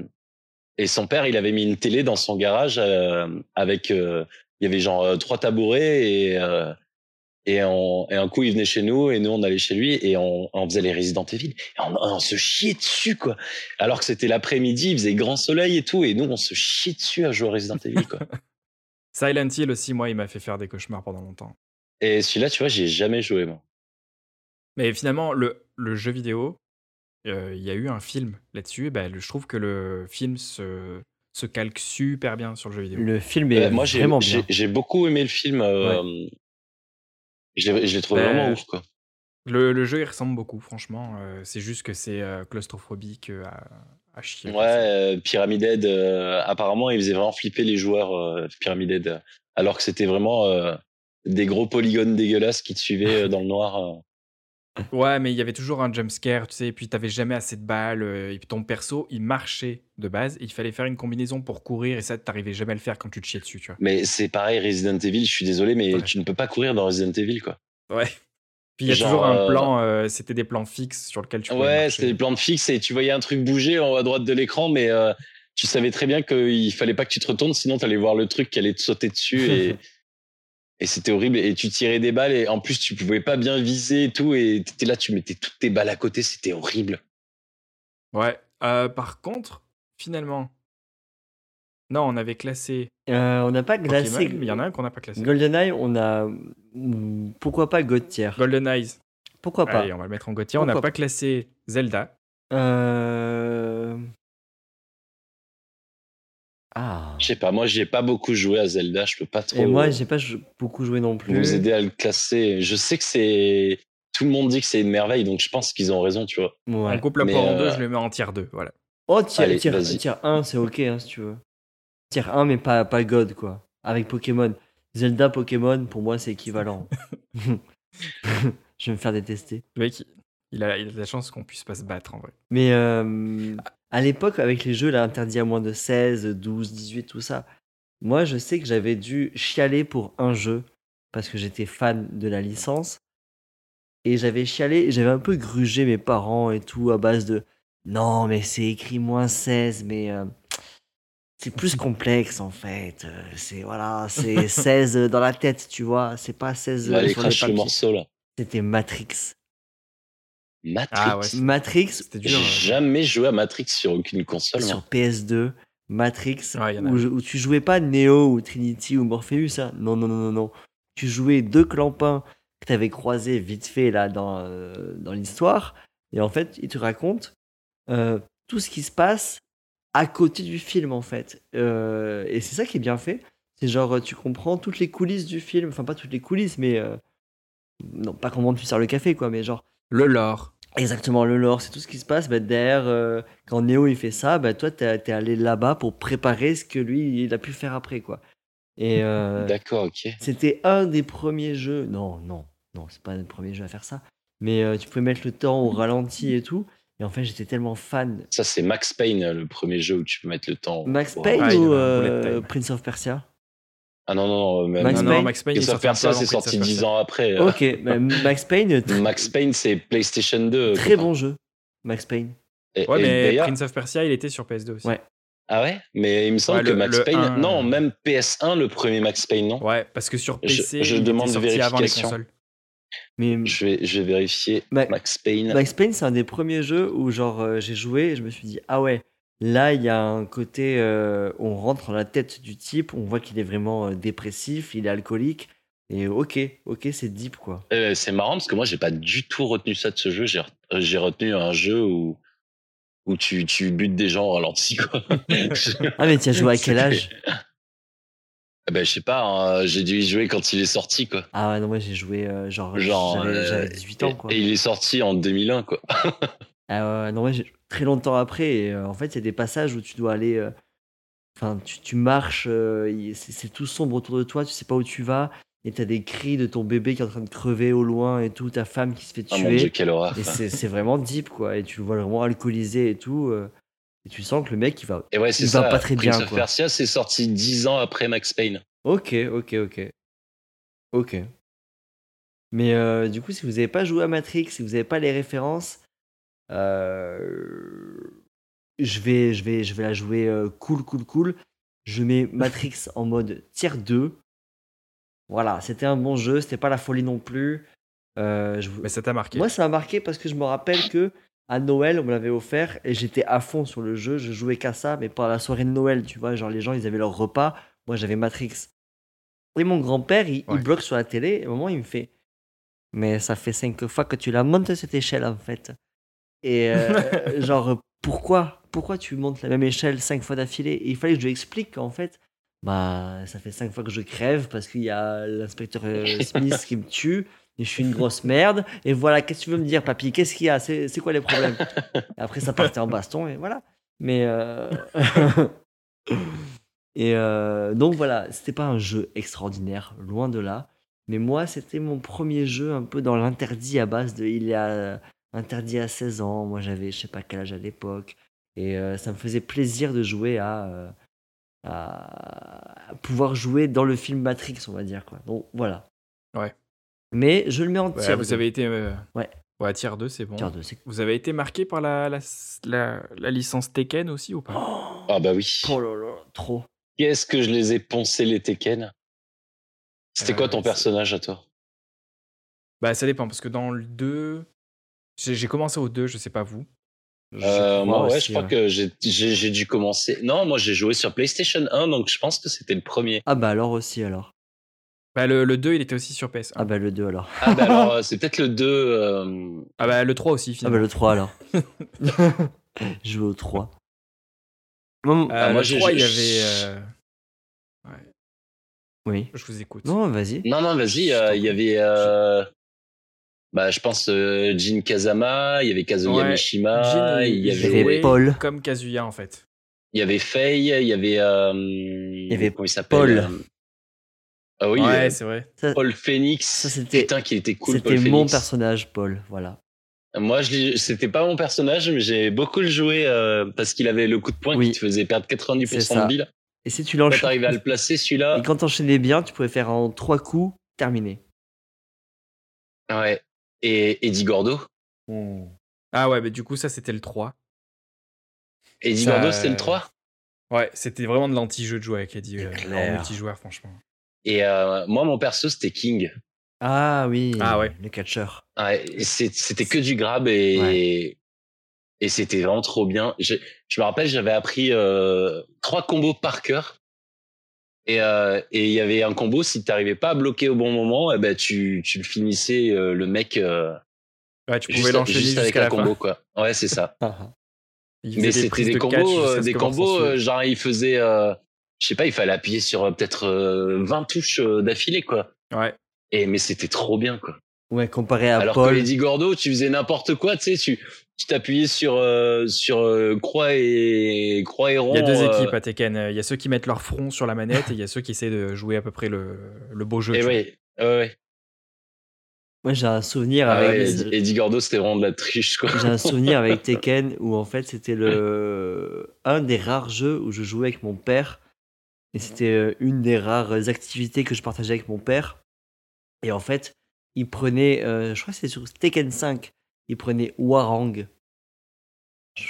[SPEAKER 1] et son père, il avait mis une télé dans son garage euh, avec, euh, il y avait genre euh, trois tabourets et euh, Et, on- et un coup, il venait chez nous et nous, on allait chez lui et on, on faisait les Resident Evil. Et on, on se chiait dessus, quoi. Alors que c'était l'après-midi, il faisait grand soleil et tout. Et nous, on se chiait dessus à jouer au Resident Evil, quoi.
[SPEAKER 2] Silent Hill aussi, moi, il m'a fait faire des cauchemars pendant longtemps.
[SPEAKER 1] Et celui-là, tu vois, j'ai jamais joué, moi.
[SPEAKER 2] Mais finalement, le, le jeu vidéo, euh, il y a eu un film là-dessus. et ben, le- je trouve que le film se, se calque super bien sur le jeu vidéo.
[SPEAKER 3] Le film est
[SPEAKER 1] Euh, moi, j'ai
[SPEAKER 3] vraiment
[SPEAKER 1] j'ai-
[SPEAKER 3] bien.
[SPEAKER 1] j'ai beaucoup aimé le film. euh, Je l'ai je l'ai trouvé
[SPEAKER 3] Bah,
[SPEAKER 2] Ben,
[SPEAKER 1] vraiment ouf, quoi.
[SPEAKER 2] Le, le jeu, il ressemble beaucoup, franchement. euh, c'est juste que c'est euh, claustrophobique euh, à, à chier.
[SPEAKER 1] Ouais, euh, Pyramid Head, euh, apparemment, il faisait vraiment flipper les joueurs euh, Pyramid Head, euh, alors que c'était vraiment euh, des gros polygones dégueulasses qui te suivaient euh, dans le noir. euh.
[SPEAKER 2] Ouais, mais il y avait toujours un jumpscare, tu sais, et puis t'avais jamais assez de balles, euh, et puis ton perso, il marchait de base, et il fallait faire une combinaison pour courir, et ça, t'arrivais jamais à le faire quand tu te chiais dessus, tu
[SPEAKER 1] Mais c'est pareil, Resident Evil, je suis désolé, mais
[SPEAKER 2] Ouais.
[SPEAKER 1] tu ne peux pas courir dans Resident Evil, quoi.
[SPEAKER 2] vois. Ouais. Puis il y a
[SPEAKER 1] Genre,
[SPEAKER 2] toujours un
[SPEAKER 1] euh,
[SPEAKER 2] plan, euh, c'était des plans fixes sur lesquels tu pouvais
[SPEAKER 1] ouais,
[SPEAKER 2] marcher.
[SPEAKER 1] c'était des plans de fixe et tu voyais un truc bouger en haut à droite de l'écran, mais euh, tu savais très bien qu'il fallait pas que tu te retournes, sinon t'allais voir le truc qui allait te sauter dessus
[SPEAKER 2] *laughs*
[SPEAKER 1] et, et c'était horrible. Et tu tirais des balles et en plus tu pouvais pas bien viser et tout et t'étais là, tu mettais toutes tes balles à côté, c'était horrible.
[SPEAKER 2] Ouais. Euh, par contre, finalement, non, on avait classé
[SPEAKER 3] Euh, on n'a pas
[SPEAKER 2] Pokémon,
[SPEAKER 3] glacé.
[SPEAKER 2] mais il y en a un qu'on n'a pas classé.
[SPEAKER 3] GoldenEye, on a. mm, Pourquoi pas God tier
[SPEAKER 2] Golden Eyes.
[SPEAKER 3] Pourquoi pas
[SPEAKER 2] Allez, on va le mettre en Gauthier. On n'a
[SPEAKER 3] Pourquoi
[SPEAKER 2] pas classé Zelda.
[SPEAKER 3] Euh... Ah.
[SPEAKER 1] Je sais pas, moi j'ai pas beaucoup joué à Zelda, je peux pas trop
[SPEAKER 3] Et moi, j'ai pas jou- beaucoup joué non plus.
[SPEAKER 1] vous aider à le classer. Je sais que c'est. Tout le monde dit que c'est une merveille, donc je pense qu'ils ont raison, tu vois.
[SPEAKER 2] On
[SPEAKER 3] Ouais.
[SPEAKER 2] coupe la
[SPEAKER 1] Mais,
[SPEAKER 2] poire en deux,
[SPEAKER 1] euh,
[SPEAKER 2] je le mets en tier 2. Voilà.
[SPEAKER 3] Oh, tier,
[SPEAKER 1] Allez,
[SPEAKER 3] tier-
[SPEAKER 1] vas-y.
[SPEAKER 3] tier 1, c'est ok hein, si tu veux. Tier 1, mais pas, pas God, quoi. Avec Pokémon. Zelda, Pokémon, pour moi, c'est
[SPEAKER 2] *laughs*
[SPEAKER 3] équivalent. *laughs* je vais me faire détester.
[SPEAKER 2] Le mec, il- il a, il a de la chance qu'on puisse pas se battre en vrai.
[SPEAKER 3] Mais euh, à l'époque, avec les jeux là, interdits à moins de 16, 12, 18, tout ça, moi je sais que j'avais dû chialer pour un jeu parce que j'étais fan de la licence. Et j'avais chialé, et j'avais un peu grugé mes parents et tout à base de non, mais c'est écrit moins 16, mais euh, c'est plus complexe en fait. Euh, C'est voilà, c'est 16 dans la tête, tu vois, c'est pas 16
[SPEAKER 1] Allez,
[SPEAKER 3] sur le
[SPEAKER 1] crache le
[SPEAKER 3] papier.
[SPEAKER 1] morceau là.
[SPEAKER 3] C'était Matrix.
[SPEAKER 1] Matrix.
[SPEAKER 2] Ah ouais,
[SPEAKER 3] Matrix
[SPEAKER 2] C'était dur. hein.
[SPEAKER 1] J'ai jamais joué à Matrix sur aucune console. moi.
[SPEAKER 3] sur PS2, Matrix,
[SPEAKER 2] Ouais, y en a.
[SPEAKER 3] où, je- où tu jouais pas Neo ou Trinity ou Morpheus, hein. non, non, non, non, non. Tu jouais deux clampins que t'avais croisés vite fait là dans, euh, dans l'histoire, et en fait, ils te racontent euh, tout ce qui se passe à côté du film en fait. Euh, et c'est ça qui est bien fait. C'est genre, euh, tu comprends toutes les coulisses du film, enfin pas toutes les coulisses, mais euh, non, pas comment tu sers le café quoi, mais genre.
[SPEAKER 2] Le lore.
[SPEAKER 3] Exactement, le lore, c'est tout ce qui se passe. Bah, derrière, euh, quand Neo il fait ça, bah, toi, t'es t'es allé là-bas pour préparer ce que lui, il a pu faire après. quoi. Et euh,
[SPEAKER 1] D'accord, ok.
[SPEAKER 3] c'était un des premiers jeux. Non, non, non, c'est pas le premier jeu à faire ça. Mais euh, tu pouvais mettre le temps au ralenti et tout. Et en fait, j'étais tellement fan.
[SPEAKER 1] Ça, c'est Max Payne, le premier jeu où tu peux mettre le temps.
[SPEAKER 3] Max
[SPEAKER 1] Wow.
[SPEAKER 3] Payne
[SPEAKER 2] Ah, il y
[SPEAKER 3] ou
[SPEAKER 2] avait un bullet
[SPEAKER 3] euh,
[SPEAKER 2] time.
[SPEAKER 3] Prince of Persia
[SPEAKER 1] Ah non, non, non.
[SPEAKER 3] Max
[SPEAKER 2] non, non,
[SPEAKER 3] Payne
[SPEAKER 2] Max Payne, il est
[SPEAKER 1] Prince of
[SPEAKER 2] sorti un peu
[SPEAKER 1] Persia,
[SPEAKER 2] avant
[SPEAKER 1] c'est
[SPEAKER 2] Prince
[SPEAKER 1] sorti
[SPEAKER 2] of
[SPEAKER 1] 10
[SPEAKER 2] Persia.
[SPEAKER 1] ans après. Euh,
[SPEAKER 3] Ok, bah,
[SPEAKER 1] *laughs*
[SPEAKER 3] Max Payne, tr-
[SPEAKER 1] Max Payne, c'est PlayStation 2.
[SPEAKER 3] très
[SPEAKER 1] quoi.
[SPEAKER 3] bon jeu. Max Payne.
[SPEAKER 1] Et-
[SPEAKER 2] Ouais,
[SPEAKER 1] et
[SPEAKER 2] mais
[SPEAKER 1] d'ailleurs-
[SPEAKER 2] Prince of Persia, il était sur PS2 aussi.
[SPEAKER 3] Ouais.
[SPEAKER 1] Ah ouais Mais il me semble
[SPEAKER 2] Ouais,
[SPEAKER 1] que
[SPEAKER 2] le-
[SPEAKER 1] Max
[SPEAKER 2] le
[SPEAKER 1] Payne.
[SPEAKER 2] un,
[SPEAKER 1] Non,
[SPEAKER 2] euh,
[SPEAKER 1] même PS1, le premier Max Payne, non
[SPEAKER 2] Ouais, parce que sur
[SPEAKER 1] Je-
[SPEAKER 2] PC,
[SPEAKER 1] je
[SPEAKER 2] il
[SPEAKER 1] demande
[SPEAKER 2] était sorti avant les
[SPEAKER 1] vérification.
[SPEAKER 2] consoles.
[SPEAKER 3] Mais
[SPEAKER 1] je, vais, je vais vérifier.
[SPEAKER 3] Ma-
[SPEAKER 1] Max Payne.
[SPEAKER 3] Max Payne, c'est un des premiers jeux où genre euh, j'ai joué et je me suis dit ah ouais, là il y a un côté euh, on rentre dans la tête du type, on voit qu'il est vraiment euh, dépressif, il est alcoolique et ok, ok c'est deep quoi.
[SPEAKER 1] Euh, c'est marrant parce que moi, j'ai pas du tout retenu ça de ce jeu. J'ai re- euh, j'ai retenu un jeu où, où tu, tu butes des gens au ralenti,
[SPEAKER 3] *laughs*
[SPEAKER 1] quoi. *laughs*
[SPEAKER 3] Ah mais tu as joué à quel âge
[SPEAKER 1] Ah ben, je sais pas, hein, j'ai dû y jouer quand il est sorti, quoi.
[SPEAKER 3] Ah ouais, non moi j'ai joué euh, genre,
[SPEAKER 1] Genre,
[SPEAKER 3] j'avais,
[SPEAKER 1] euh,
[SPEAKER 3] j'avais 18 ans quoi.
[SPEAKER 1] Et, et il est sorti en 2001, quoi.
[SPEAKER 3] Ah ouais, non moi j'ai- très longtemps après et, euh, en fait il y a des passages où tu dois aller euh, Enfin, tu, tu marches, euh, il- c'est c'est tout sombre autour de toi, tu sais pas où tu vas, et t'as des cris de ton bébé qui est en train de crever au loin et tout, ta femme qui se fait
[SPEAKER 1] Ah
[SPEAKER 3] tuer.
[SPEAKER 1] mon dieu, quelle horreur.
[SPEAKER 3] Et
[SPEAKER 1] quoi.
[SPEAKER 3] c'est c'est vraiment deep, quoi. Et tu le vois vraiment alcoolisé et tout. euh, et tu sens que le mec, il va.
[SPEAKER 1] Et ouais, c'est
[SPEAKER 3] il va
[SPEAKER 1] ça.
[SPEAKER 3] pas très
[SPEAKER 1] Prince
[SPEAKER 3] bien,
[SPEAKER 1] of
[SPEAKER 3] quoi.
[SPEAKER 1] Persia, c'est sorti 10 ans après Max Payne.
[SPEAKER 3] Ok, ok, ok. Ok. Mais euh, du coup, si vous n'avez pas joué à Matrix, si vous n'avez pas les références, euh, je, vais, je, vais, je vais la jouer euh, cool, cool, cool. Je mets Matrix en mode tier 2. Voilà, c'était un bon jeu, c'était pas la folie non plus. Euh, je-
[SPEAKER 2] Mais ça t'a marqué.
[SPEAKER 3] Moi, ça m'a marqué parce que je me rappelle que à Noël, on me l'avait offert et j'étais à fond sur le jeu. Je jouais qu'à ça, mais pas à la soirée de Noël, tu vois. Genre, les gens, ils avaient leur repas. Moi, j'avais Matrix. Et mon grand-père, il, il
[SPEAKER 2] Ouais.
[SPEAKER 3] bloque sur la télé. Et à un moment, il me fait Mais ça fait cinq fois que tu la montes, cette échelle, en fait.
[SPEAKER 2] *laughs*
[SPEAKER 3] Et euh, genre, pourquoi Pourquoi tu montes la même échelle cinq fois d'affilée Et il fallait que je lui explique qu'en fait, bah, ça fait cinq fois que je crève parce qu'il y a l'inspecteur euh, Smith qui me tue. Et je suis une grosse merde. Et voilà, qu'est-ce que tu veux me dire, papy Qu'est-ce qu'il y a C'est c'est quoi les problèmes Et Après, ça partait en baston et voilà. Mais. euh, et euh, donc voilà, c'était pas un jeu extraordinaire, loin de là. Mais moi, c'était mon premier jeu un peu dans l'interdit à base de il est à- interdit à 16 ans. Moi, j'avais je sais pas quel âge à l'époque. Et euh, ça me faisait plaisir de jouer à, euh, à, à pouvoir jouer dans le film Matrix, on va dire. Quoi. Donc voilà.
[SPEAKER 2] Ouais.
[SPEAKER 3] Mais je le mets en
[SPEAKER 1] Bah,
[SPEAKER 2] Ouais,
[SPEAKER 3] tier
[SPEAKER 2] vous
[SPEAKER 3] deux.
[SPEAKER 2] avez été. euh,
[SPEAKER 3] Ouais.
[SPEAKER 2] Ouais, tier 2, c'est bon.
[SPEAKER 3] Tier deux, c'est-
[SPEAKER 2] Vous avez été marqué par la, la, la- la licence Tekken aussi ou pas
[SPEAKER 3] Oh,
[SPEAKER 1] Ah bah oui.
[SPEAKER 3] oh là là, trop.
[SPEAKER 1] Qu'est-ce que je les ai poncés les Tekken C'était
[SPEAKER 2] Euh,
[SPEAKER 1] quoi ton
[SPEAKER 2] c'est-
[SPEAKER 1] personnage à toi
[SPEAKER 2] Bah, ça dépend, parce que dans le 2. J'ai j'ai commencé au 2, je sais pas vous.
[SPEAKER 3] Je
[SPEAKER 1] Euh, Moi,
[SPEAKER 3] crois
[SPEAKER 1] ouais,
[SPEAKER 3] aussi, hein.
[SPEAKER 1] je crois
[SPEAKER 3] ouais.
[SPEAKER 1] que j'ai- j'ai j'ai dû commencer. Non, moi, j'ai joué sur PlayStation 1, donc je pense que c'était le premier.
[SPEAKER 3] Ah bah alors aussi alors.
[SPEAKER 2] Bah, le, le 2, il était aussi sur PS1.
[SPEAKER 3] Ah bah le 2 alors. *laughs*
[SPEAKER 1] Ah bah alors, euh, c'est peut-être le 2. euh,
[SPEAKER 2] Ah bah, le 3 aussi,
[SPEAKER 3] Ah bah
[SPEAKER 2] finalement.
[SPEAKER 3] le 3 alors. je vais au 3.
[SPEAKER 2] Euh,
[SPEAKER 1] Ah, moi,
[SPEAKER 2] le
[SPEAKER 1] j'ai-
[SPEAKER 2] 3, il y
[SPEAKER 1] j'ai-
[SPEAKER 2] avait. euh,
[SPEAKER 3] oui.
[SPEAKER 2] Je vous écoute.
[SPEAKER 3] Non, vas-y.
[SPEAKER 1] Non, non, vas-y,
[SPEAKER 2] Je t'en
[SPEAKER 1] euh,
[SPEAKER 2] prie.
[SPEAKER 1] il y avait. euh, Bah, je pense euh, Jin Kazama, il y avait Kazuya
[SPEAKER 2] Ouais, Jin,
[SPEAKER 1] Mishima, Ah, il y
[SPEAKER 3] il jouait
[SPEAKER 1] avait,
[SPEAKER 3] Paul.
[SPEAKER 2] Comme Kazuya, en fait.
[SPEAKER 1] il y avait Faye, il y avait. euh,
[SPEAKER 3] avait
[SPEAKER 1] comment il s'appelle
[SPEAKER 3] Paul.
[SPEAKER 1] euh, Ah oui,
[SPEAKER 2] ouais,
[SPEAKER 1] euh,
[SPEAKER 2] c'est vrai.
[SPEAKER 1] Paul Phoenix.
[SPEAKER 3] Ça, c'était-
[SPEAKER 1] Putain, qu'il était cool,
[SPEAKER 3] C'était
[SPEAKER 1] Paul
[SPEAKER 3] mon
[SPEAKER 1] Phoenix.
[SPEAKER 3] personnage Paul, voilà.
[SPEAKER 1] Moi, je l'ai- c'était pas mon personnage, mais j'ai beaucoup le joué euh, parce qu'il avait le coup de poing
[SPEAKER 3] Oui.
[SPEAKER 1] qui te faisait perdre
[SPEAKER 3] C'est ça.
[SPEAKER 1] 90% de billes.
[SPEAKER 3] Et si tu
[SPEAKER 1] Quand
[SPEAKER 3] l'enchaînes
[SPEAKER 1] t'arrivais à le placer, celui-là,
[SPEAKER 3] et quand t'enchaînais bien, tu pouvais faire en 3 coups, terminé.
[SPEAKER 1] ouais. Et Eddie Gordo.
[SPEAKER 2] Ah ouais, mais du coup, ça, c'était le 3.
[SPEAKER 1] Eddie
[SPEAKER 2] Ça-
[SPEAKER 1] Gordo, c'était le 3.
[SPEAKER 2] Ouais, c'était vraiment de l'anti-jeu de jouer avec Eddie.
[SPEAKER 3] C'est
[SPEAKER 2] euh,
[SPEAKER 3] clair.
[SPEAKER 2] en multijoueur, franchement.
[SPEAKER 1] Et euh, moi, mon perso, c'était King.
[SPEAKER 3] Ah oui.
[SPEAKER 2] Ah ouais.
[SPEAKER 3] Le catcheur.
[SPEAKER 1] Ouais, et c'est- c'était que du grab et, et c'était vraiment trop bien. Je, je me rappelle, j'avais appris euh, trois combos par cœur. Et euh, et il y avait un combo, si t'arrivais pas à bloquer au bon moment, eh ben tu, tu le finissais euh, le mec euh,
[SPEAKER 2] Ouais, tu pouvais
[SPEAKER 1] juste,
[SPEAKER 2] l'enchaîner
[SPEAKER 1] juste avec
[SPEAKER 2] jusqu'à
[SPEAKER 1] un
[SPEAKER 2] la
[SPEAKER 1] combo.
[SPEAKER 2] fin.
[SPEAKER 1] Quoi. Ouais, c'est ça.
[SPEAKER 2] Il
[SPEAKER 1] Mais
[SPEAKER 2] faisait
[SPEAKER 1] c'était
[SPEAKER 2] prises
[SPEAKER 1] des,
[SPEAKER 2] de catch
[SPEAKER 1] combos, euh,
[SPEAKER 2] jusqu'à ce
[SPEAKER 1] des
[SPEAKER 2] que Vincent
[SPEAKER 1] combos,
[SPEAKER 2] suive.
[SPEAKER 1] euh, genre il faisait, euh, je sais pas, il fallait appuyer sur euh, peut-être euh, 20 touches euh, d'affilée, quoi.
[SPEAKER 2] Ouais.
[SPEAKER 1] Et mais c'était trop bien, quoi.
[SPEAKER 3] Ouais, comparé à
[SPEAKER 1] Alors que
[SPEAKER 3] Paul.
[SPEAKER 1] Lady Gordo, tu faisais n'importe quoi, tu sais, tu tu t'appuyais sur euh, sur euh, croix et croix et rond.
[SPEAKER 2] Il y a deux
[SPEAKER 1] euh,
[SPEAKER 2] équipes à Tekken. Il y a ceux qui mettent leur front sur la manette et il y a ceux qui essaient de jouer à peu près le, le beau jeu.
[SPEAKER 1] euh, Et
[SPEAKER 2] tu vois.
[SPEAKER 1] ouais, ouais, ouais.
[SPEAKER 3] Moi, j'ai un souvenir
[SPEAKER 1] Ah
[SPEAKER 3] avec
[SPEAKER 1] ouais,
[SPEAKER 3] les-
[SPEAKER 1] Eddie- Eddie Gordo, c'était vraiment de la triche, quoi.
[SPEAKER 3] J'ai un souvenir avec Tekken où en fait c'était le un des rares jeux où je jouais avec mon père et c'était euh, une des rares activités que je partageais avec mon père et en fait il prenait euh, je crois que c'est sur Tekken 5 il prenait Warang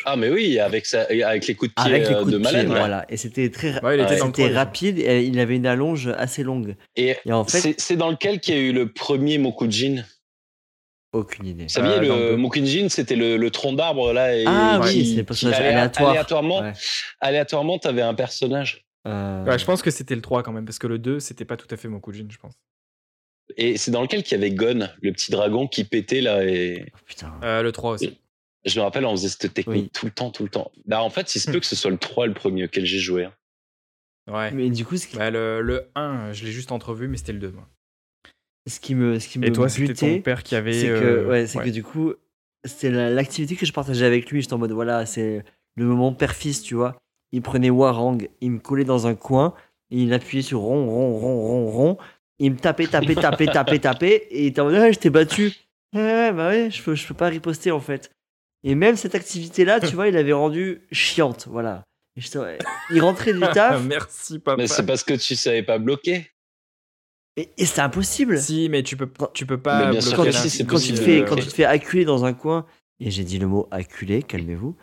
[SPEAKER 1] Ah mais oui, avec ça, avec les coups de pied
[SPEAKER 3] avec les
[SPEAKER 1] euh,
[SPEAKER 3] coups de,
[SPEAKER 1] de
[SPEAKER 3] pied
[SPEAKER 1] malade. ouais.
[SPEAKER 3] voilà et c'était très ra-
[SPEAKER 2] Ouais, il était
[SPEAKER 1] Ouais.
[SPEAKER 2] dans le
[SPEAKER 3] c'était
[SPEAKER 2] trois, lui.
[SPEAKER 3] rapide et il avait une allonge assez longue
[SPEAKER 1] Et
[SPEAKER 3] et en fait
[SPEAKER 1] c'est- c'est dans lequel qu'il y a eu le premier Mokujin
[SPEAKER 3] aucune idée
[SPEAKER 1] Vous saviez,
[SPEAKER 2] Euh, dans le
[SPEAKER 1] Ah, le
[SPEAKER 2] deux.
[SPEAKER 1] Mokunjin, c'était le, le tronc d'arbre, là. Et
[SPEAKER 3] ah
[SPEAKER 1] qui-
[SPEAKER 3] oui c'est le
[SPEAKER 1] qui
[SPEAKER 3] personnage
[SPEAKER 1] allait-
[SPEAKER 3] aléatoire
[SPEAKER 1] Aléatoirement,
[SPEAKER 3] Ouais.
[SPEAKER 1] aléatoirement t'avais un personnage.
[SPEAKER 3] Euh,
[SPEAKER 2] Ouais, je pense que c'était le 3 quand même, parce que le 2, c'était pas tout à fait mon coup de jean, je pense.
[SPEAKER 1] Et c'est dans lequel qu'il y avait Gon, le petit dragon qui pétait, là. Et
[SPEAKER 3] oh, putain
[SPEAKER 2] Euh, le 3 aussi.
[SPEAKER 1] je me rappelle, on faisait cette technique
[SPEAKER 3] Oui. Hmm.
[SPEAKER 1] tout le temps, tout le temps. Bah, en fait, il se peut que ce soit le 3, le premier auquel j'ai joué. hein.
[SPEAKER 2] Ouais.
[SPEAKER 3] mais du coup ce qui,
[SPEAKER 2] Bah, le, le 1, je l'ai juste entrevu, mais c'était le 2. moi.
[SPEAKER 3] ce qui me ce qui me
[SPEAKER 2] Et toi, c'était
[SPEAKER 3] butait,
[SPEAKER 2] ton père qui avait.
[SPEAKER 3] c'est que,
[SPEAKER 2] euh,
[SPEAKER 3] ouais, c'est
[SPEAKER 2] ouais.
[SPEAKER 3] que du coup, c'était la- l'activité que je partageais avec lui. J'étais en mode, voilà, c'est le moment père-fils, tu vois. Il prenait Warang, il me collait dans un coin, et il appuyait sur rond, rond, rond, rond, rond. Il me tapait,
[SPEAKER 2] *laughs*
[SPEAKER 3] tapait, tapait, tapait, tapait, et il était en mode, ouais, je t'ai battu. Ouais, ouais, bah ouais, je peux, je peux pas riposter en fait. Et même cette activité-là, tu vois, il l'avait rendue chiante, voilà. Et j'étais- ouais. Il rentrait
[SPEAKER 2] *laughs*
[SPEAKER 3] du taf,
[SPEAKER 2] Merci, papa.
[SPEAKER 1] Mais c'est parce que tu savais pas bloquer.
[SPEAKER 3] et, et c'était impossible.
[SPEAKER 2] Si, mais tu peux, tu peux pas.
[SPEAKER 1] Mais bien sûr
[SPEAKER 3] quand,
[SPEAKER 1] que
[SPEAKER 2] bloquer
[SPEAKER 1] si,
[SPEAKER 2] la-
[SPEAKER 1] c'est
[SPEAKER 3] quand tu te
[SPEAKER 1] possible.
[SPEAKER 3] fais,
[SPEAKER 2] euh,
[SPEAKER 3] quand tu te fais acculer dans un coin, et j'ai dit le mot acculé, calmez-vous.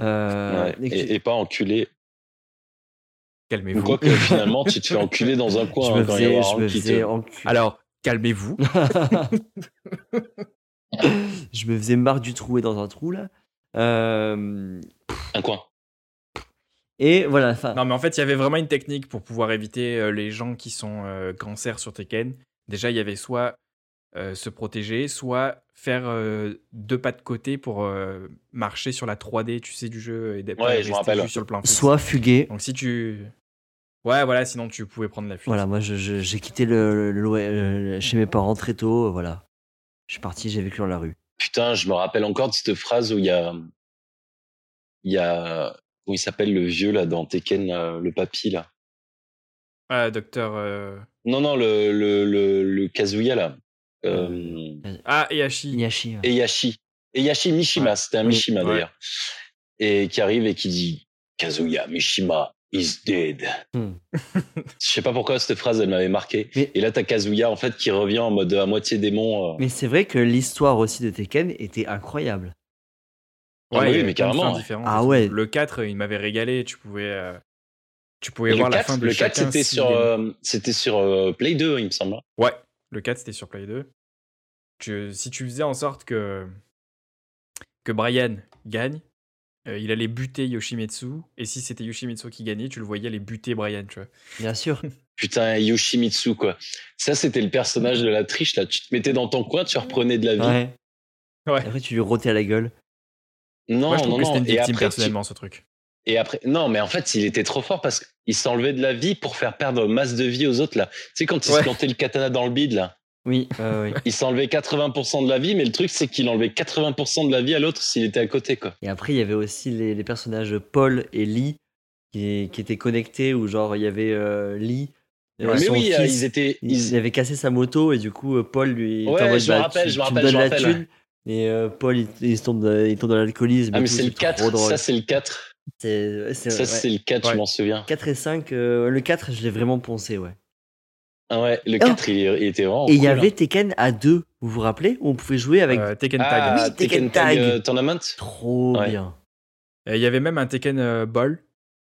[SPEAKER 3] Euh,
[SPEAKER 1] Ouais,
[SPEAKER 3] et que-
[SPEAKER 1] et, et pas enculé. Ou
[SPEAKER 2] Calmez-vous.
[SPEAKER 1] quoi que finalement, tu te fais enculer dans
[SPEAKER 3] *laughs*
[SPEAKER 1] un coin
[SPEAKER 3] je
[SPEAKER 1] hein,
[SPEAKER 3] me
[SPEAKER 1] quand il y a
[SPEAKER 3] faisais,
[SPEAKER 1] Warren
[SPEAKER 3] je me
[SPEAKER 1] qui te-
[SPEAKER 3] faisais encu-
[SPEAKER 2] Alors, calmez-vous.
[SPEAKER 3] je me faisais marre du trouer dans un trou là. Euh,
[SPEAKER 1] un coin.
[SPEAKER 3] et voilà, enfin,
[SPEAKER 2] Non, mais en fait, il y avait vraiment une technique pour pouvoir éviter euh, les gens qui sont euh, cancer sur Tekken. Déjà, il y avait soit euh, se protéger, soit faire euh, deux pas de côté pour euh, marcher sur la 3D, tu sais, du jeu et d'être
[SPEAKER 1] Ouais, je me rappelle.
[SPEAKER 2] sur le plan fixe.
[SPEAKER 3] soit fuguer.
[SPEAKER 2] Donc, si tu. Ouais, voilà, sinon tu pouvais prendre la fuite.
[SPEAKER 3] Voilà, moi je- je- j'ai quitté le, le- le- le- chez mes parents très tôt, euh, voilà. Je suis parti, j'ai vécu dans la rue.
[SPEAKER 1] Putain, je me rappelle encore de cette phrase où il y a, il y a, où il s'appelle le vieux là dans Tekken, euh, le papy là.
[SPEAKER 2] Ah, docteur. euh,
[SPEAKER 1] Non, non, le, le, le, le Kazuya là. Euh,
[SPEAKER 2] Ah, et Hachi.
[SPEAKER 3] Nyashi. ouais.
[SPEAKER 1] Eyashi. Eyashi Mishima, c'était un
[SPEAKER 3] Oui,
[SPEAKER 1] Mishima
[SPEAKER 2] ouais.
[SPEAKER 1] d'ailleurs. Et qui arrive et qui dit Kazuya Mishima is dead.
[SPEAKER 3] Hmm.
[SPEAKER 1] *laughs* Je sais pas pourquoi cette phrase elle m'avait marqué.
[SPEAKER 3] Mais-
[SPEAKER 1] Et là t'as Kazuya en fait qui revient en mode à moitié démon. euh.
[SPEAKER 3] Mais c'est vrai que l'histoire aussi de Tekken était incroyable.
[SPEAKER 1] Ah
[SPEAKER 2] Ouais,
[SPEAKER 1] oui,
[SPEAKER 2] il y avait
[SPEAKER 1] mais
[SPEAKER 2] plein de fins
[SPEAKER 1] carrément, ouais.
[SPEAKER 2] différentes.
[SPEAKER 3] Ah ouais.
[SPEAKER 2] Le 4, il m'avait régalé. Tu pouvais, euh, tu pouvais
[SPEAKER 1] Et
[SPEAKER 2] voir
[SPEAKER 1] le
[SPEAKER 2] la fin
[SPEAKER 1] 4,
[SPEAKER 2] de
[SPEAKER 1] le 4
[SPEAKER 2] chacun
[SPEAKER 1] c'était
[SPEAKER 2] si
[SPEAKER 1] sur,
[SPEAKER 2] il est-
[SPEAKER 1] euh, c'était sur euh, Play 2, il me semble.
[SPEAKER 2] Ouais, le 4 c'était sur Play 2. Tu- si tu faisais en sorte que, que Brian gagne, euh, il allait buter Yoshimitsu. Et si c'était Yoshimitsu qui gagnait, tu le voyais aller buter Brian, tu vois.
[SPEAKER 1] *laughs*
[SPEAKER 3] Bien sûr.
[SPEAKER 1] Putain, Yoshimitsu, quoi. Ça, c'était le personnage de la triche, là. Tu te mettais dans ton coin, tu reprenais de la vie.
[SPEAKER 3] ouais.
[SPEAKER 2] Ouais.
[SPEAKER 3] Après, tu lui rotais à la gueule.
[SPEAKER 1] Non,
[SPEAKER 2] Moi je trouve
[SPEAKER 1] non,
[SPEAKER 2] que c'était
[SPEAKER 1] non.
[SPEAKER 2] une
[SPEAKER 1] Et après,
[SPEAKER 2] victime
[SPEAKER 1] tu-
[SPEAKER 2] personnellement ce truc.
[SPEAKER 1] et après, non, mais en fait, il était trop fort parce qu'il s'enlevait de la vie pour faire perdre masse de vie aux autres, là. Tu sais, quand il
[SPEAKER 2] Ouais.
[SPEAKER 1] se plantait le katana dans le bide, là,
[SPEAKER 3] Oui, euh, oui.
[SPEAKER 1] il s'enlevait 80% de la vie, mais le truc, c'est qu'il enlevait 80% de la vie à l'autre s'il était à côté, quoi.
[SPEAKER 3] Et après, il y avait aussi les, les personnages Paul et Lee qui, qui étaient connectés, où genre il y avait euh, Lee, euh,
[SPEAKER 1] mais
[SPEAKER 3] son
[SPEAKER 1] oui, euh,
[SPEAKER 3] fils,
[SPEAKER 1] ils étaient.
[SPEAKER 3] il,
[SPEAKER 1] ils-
[SPEAKER 3] il avait cassé sa moto et du coup euh, Paul lui il
[SPEAKER 1] Ouais,
[SPEAKER 3] était en mode,
[SPEAKER 1] je me rappelle,
[SPEAKER 3] tu-
[SPEAKER 1] je me
[SPEAKER 3] tu
[SPEAKER 1] rappelle,
[SPEAKER 3] donnes
[SPEAKER 1] je me
[SPEAKER 3] la
[SPEAKER 1] rappelle.
[SPEAKER 3] thune. Et euh, Paul il, il se tombe, dans- il tombe dans l'alcoolisme.
[SPEAKER 1] Ah,
[SPEAKER 3] et
[SPEAKER 1] mais
[SPEAKER 3] tout,
[SPEAKER 1] c'est le
[SPEAKER 3] trop
[SPEAKER 1] 4.
[SPEAKER 3] drôle.
[SPEAKER 1] Ça, c'est le 4.
[SPEAKER 3] C'est- c'est-
[SPEAKER 1] Ça,
[SPEAKER 3] ouais.
[SPEAKER 1] c'est le 4,
[SPEAKER 2] Ouais.
[SPEAKER 1] je m'en souviens.
[SPEAKER 3] 4 et 5, euh, le 4 je l'ai vraiment poncé ouais.
[SPEAKER 1] Ah ouais, le
[SPEAKER 3] Ah.
[SPEAKER 1] 4, il, il était vraiment.
[SPEAKER 3] et il y
[SPEAKER 1] cool, hein.
[SPEAKER 3] avait Tekken à 2, vous vous rappelez Où on pouvait jouer avec
[SPEAKER 2] Euh, Tekken Tag.
[SPEAKER 1] Ah,
[SPEAKER 3] Oui, Tekken
[SPEAKER 1] Tekken Tag
[SPEAKER 3] Tag.
[SPEAKER 1] euh, Tournament
[SPEAKER 3] trop
[SPEAKER 1] Ouais.
[SPEAKER 3] bien.
[SPEAKER 2] Et Il y avait même un Tekken euh, Ball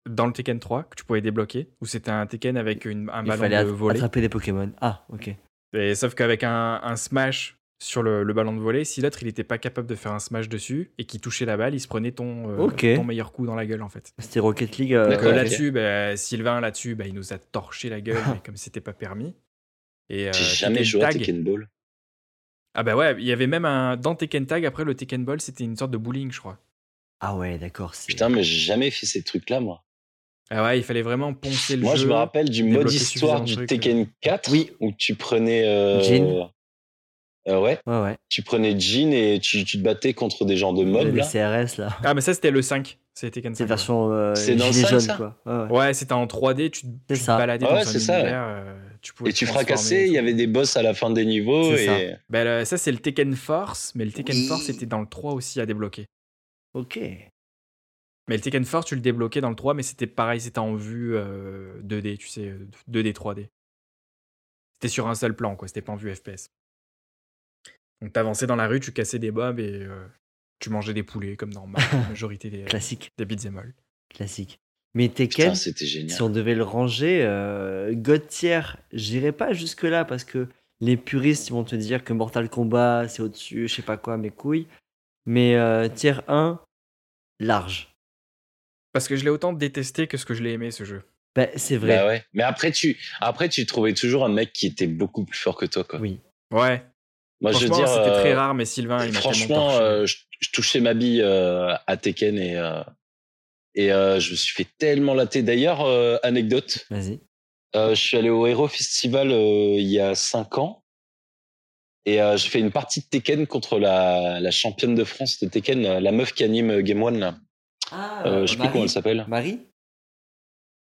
[SPEAKER 2] dans le Tekken 3 que tu pouvais débloquer. Où c'était un Tekken avec une, un
[SPEAKER 3] Il
[SPEAKER 2] ballon
[SPEAKER 3] fallait
[SPEAKER 2] de
[SPEAKER 3] att-
[SPEAKER 2] volet.
[SPEAKER 3] attraper des Pokémon. Ah, ok.
[SPEAKER 2] Et sauf qu'avec un, un smash sur le, le ballon de volet, si l'autre il n'était pas capable de faire un smash dessus et qu'il touchait la balle, il se prenait ton, euh,
[SPEAKER 3] Ok.
[SPEAKER 2] ton meilleur coup dans la gueule en fait.
[SPEAKER 3] C'était Rocket League. euh,
[SPEAKER 2] Donc,
[SPEAKER 1] D'accord,
[SPEAKER 2] euh,
[SPEAKER 1] ok.
[SPEAKER 2] là-dessus, bah, Sylvain là-dessus, bah, il nous a torché la
[SPEAKER 3] *laughs*
[SPEAKER 2] gueule mais comme c'était pas permis. Et euh,
[SPEAKER 1] J'ai jamais
[SPEAKER 2] Tekken
[SPEAKER 1] joué à
[SPEAKER 2] Tag-
[SPEAKER 1] Tekken Ball.
[SPEAKER 2] Ah bah ouais, il y avait même un dans Tekken Tag après le Tekken Ball, c'était une sorte de bowling, je crois.
[SPEAKER 3] Ah ouais, d'accord. c'est-
[SPEAKER 1] Putain, mais j'ai jamais fait ces trucs-là, moi.
[SPEAKER 2] Ah ouais, il fallait vraiment poncer le
[SPEAKER 1] moi,
[SPEAKER 2] jeu.
[SPEAKER 1] je me rappelle du mode
[SPEAKER 2] débloquer
[SPEAKER 1] histoire
[SPEAKER 2] suffisamment de
[SPEAKER 1] du
[SPEAKER 2] trucs, euh.
[SPEAKER 1] Tekken 4
[SPEAKER 3] Oui.
[SPEAKER 1] où tu prenais. Euh...
[SPEAKER 3] Jin.
[SPEAKER 1] euh, ouais,
[SPEAKER 3] Ouais, ouais.
[SPEAKER 1] tu prenais Jean et tu, tu te battais contre des genres de mobs.
[SPEAKER 3] les
[SPEAKER 1] là. *laughs*
[SPEAKER 3] CRS là.
[SPEAKER 2] Ah mais ça c'était le 5, c'est Tekken
[SPEAKER 3] C'est
[SPEAKER 2] 5.
[SPEAKER 3] version euh,
[SPEAKER 1] C'est dans le
[SPEAKER 3] gilet
[SPEAKER 1] cinq,
[SPEAKER 3] jaune
[SPEAKER 1] ça
[SPEAKER 3] quoi. Ouais, ouais.
[SPEAKER 2] Ouais, Ouais, c'était en 3D, tu,
[SPEAKER 3] C'est
[SPEAKER 2] tu te
[SPEAKER 3] ça.
[SPEAKER 2] baladais
[SPEAKER 1] Ah ouais,
[SPEAKER 2] dans un
[SPEAKER 1] c'est ça, ouais.
[SPEAKER 2] univers, euh, tu pouvais
[SPEAKER 1] Et tu
[SPEAKER 2] te transformer et
[SPEAKER 1] fracassais,
[SPEAKER 2] tout.
[SPEAKER 1] il y avait des boss à la fin des niveaux.
[SPEAKER 3] C'est
[SPEAKER 1] Et...
[SPEAKER 2] Bah, le- ça, c'est le Tekken Force, mais le Tekken
[SPEAKER 3] Oui.
[SPEAKER 2] Force était dans le 3 aussi à débloquer.
[SPEAKER 3] Ok.
[SPEAKER 2] Mais le Tekken Force, tu le débloquais dans le 3, mais c'était pareil, c'était en vue euh, 2D, tu sais, euh, 2D, 3D. C'était sur un seul plan, quoi, c'était pas en vue FPS. Donc t'avançais dans la rue, tu cassais des bombes et euh, tu mangeais des poulets, comme dans
[SPEAKER 1] *laughs*
[SPEAKER 2] la majorité des,
[SPEAKER 3] Classique,
[SPEAKER 2] des beat'em all.
[SPEAKER 3] classique. Mais Tekken,
[SPEAKER 1] Putain, c'était génial.
[SPEAKER 3] si on devait le ranger, euh, God tier, j'irai pas jusque là parce que les puristes ils vont te dire que Mortal Kombat c'est au-dessus, je sais pas quoi, mes couilles. Mais euh, tier 1, large.
[SPEAKER 2] Parce que je l'ai autant détesté que ce que je l'ai aimé, ce jeu.
[SPEAKER 3] Bah, c'est vrai.
[SPEAKER 1] Bah ouais. Mais après tu, après, tu trouvais toujours un mec qui était beaucoup plus fort que toi. Quoi.
[SPEAKER 3] Oui.
[SPEAKER 2] Ouais,
[SPEAKER 1] Moi, je veux
[SPEAKER 2] franchement,
[SPEAKER 1] dire.
[SPEAKER 2] c'était très
[SPEAKER 1] euh,
[SPEAKER 2] rare, mais Sylvain, il m'a tellement
[SPEAKER 1] Franchement,
[SPEAKER 2] torché.
[SPEAKER 1] euh, je, je touchais ma bille euh, à Tekken et, euh, et euh, je me suis fait tellement latter. D'ailleurs, euh, anecdote,
[SPEAKER 3] Vas-y.
[SPEAKER 1] euh, je suis allé au Hero Festival euh, il y a 5 ans et euh, je fais une partie de Tekken contre la, la championne de France de Tekken, la, la meuf qui anime euh, Game One. Là.
[SPEAKER 3] Ah,
[SPEAKER 1] Euh, je sais plus comment elle s'appelle.
[SPEAKER 3] Marie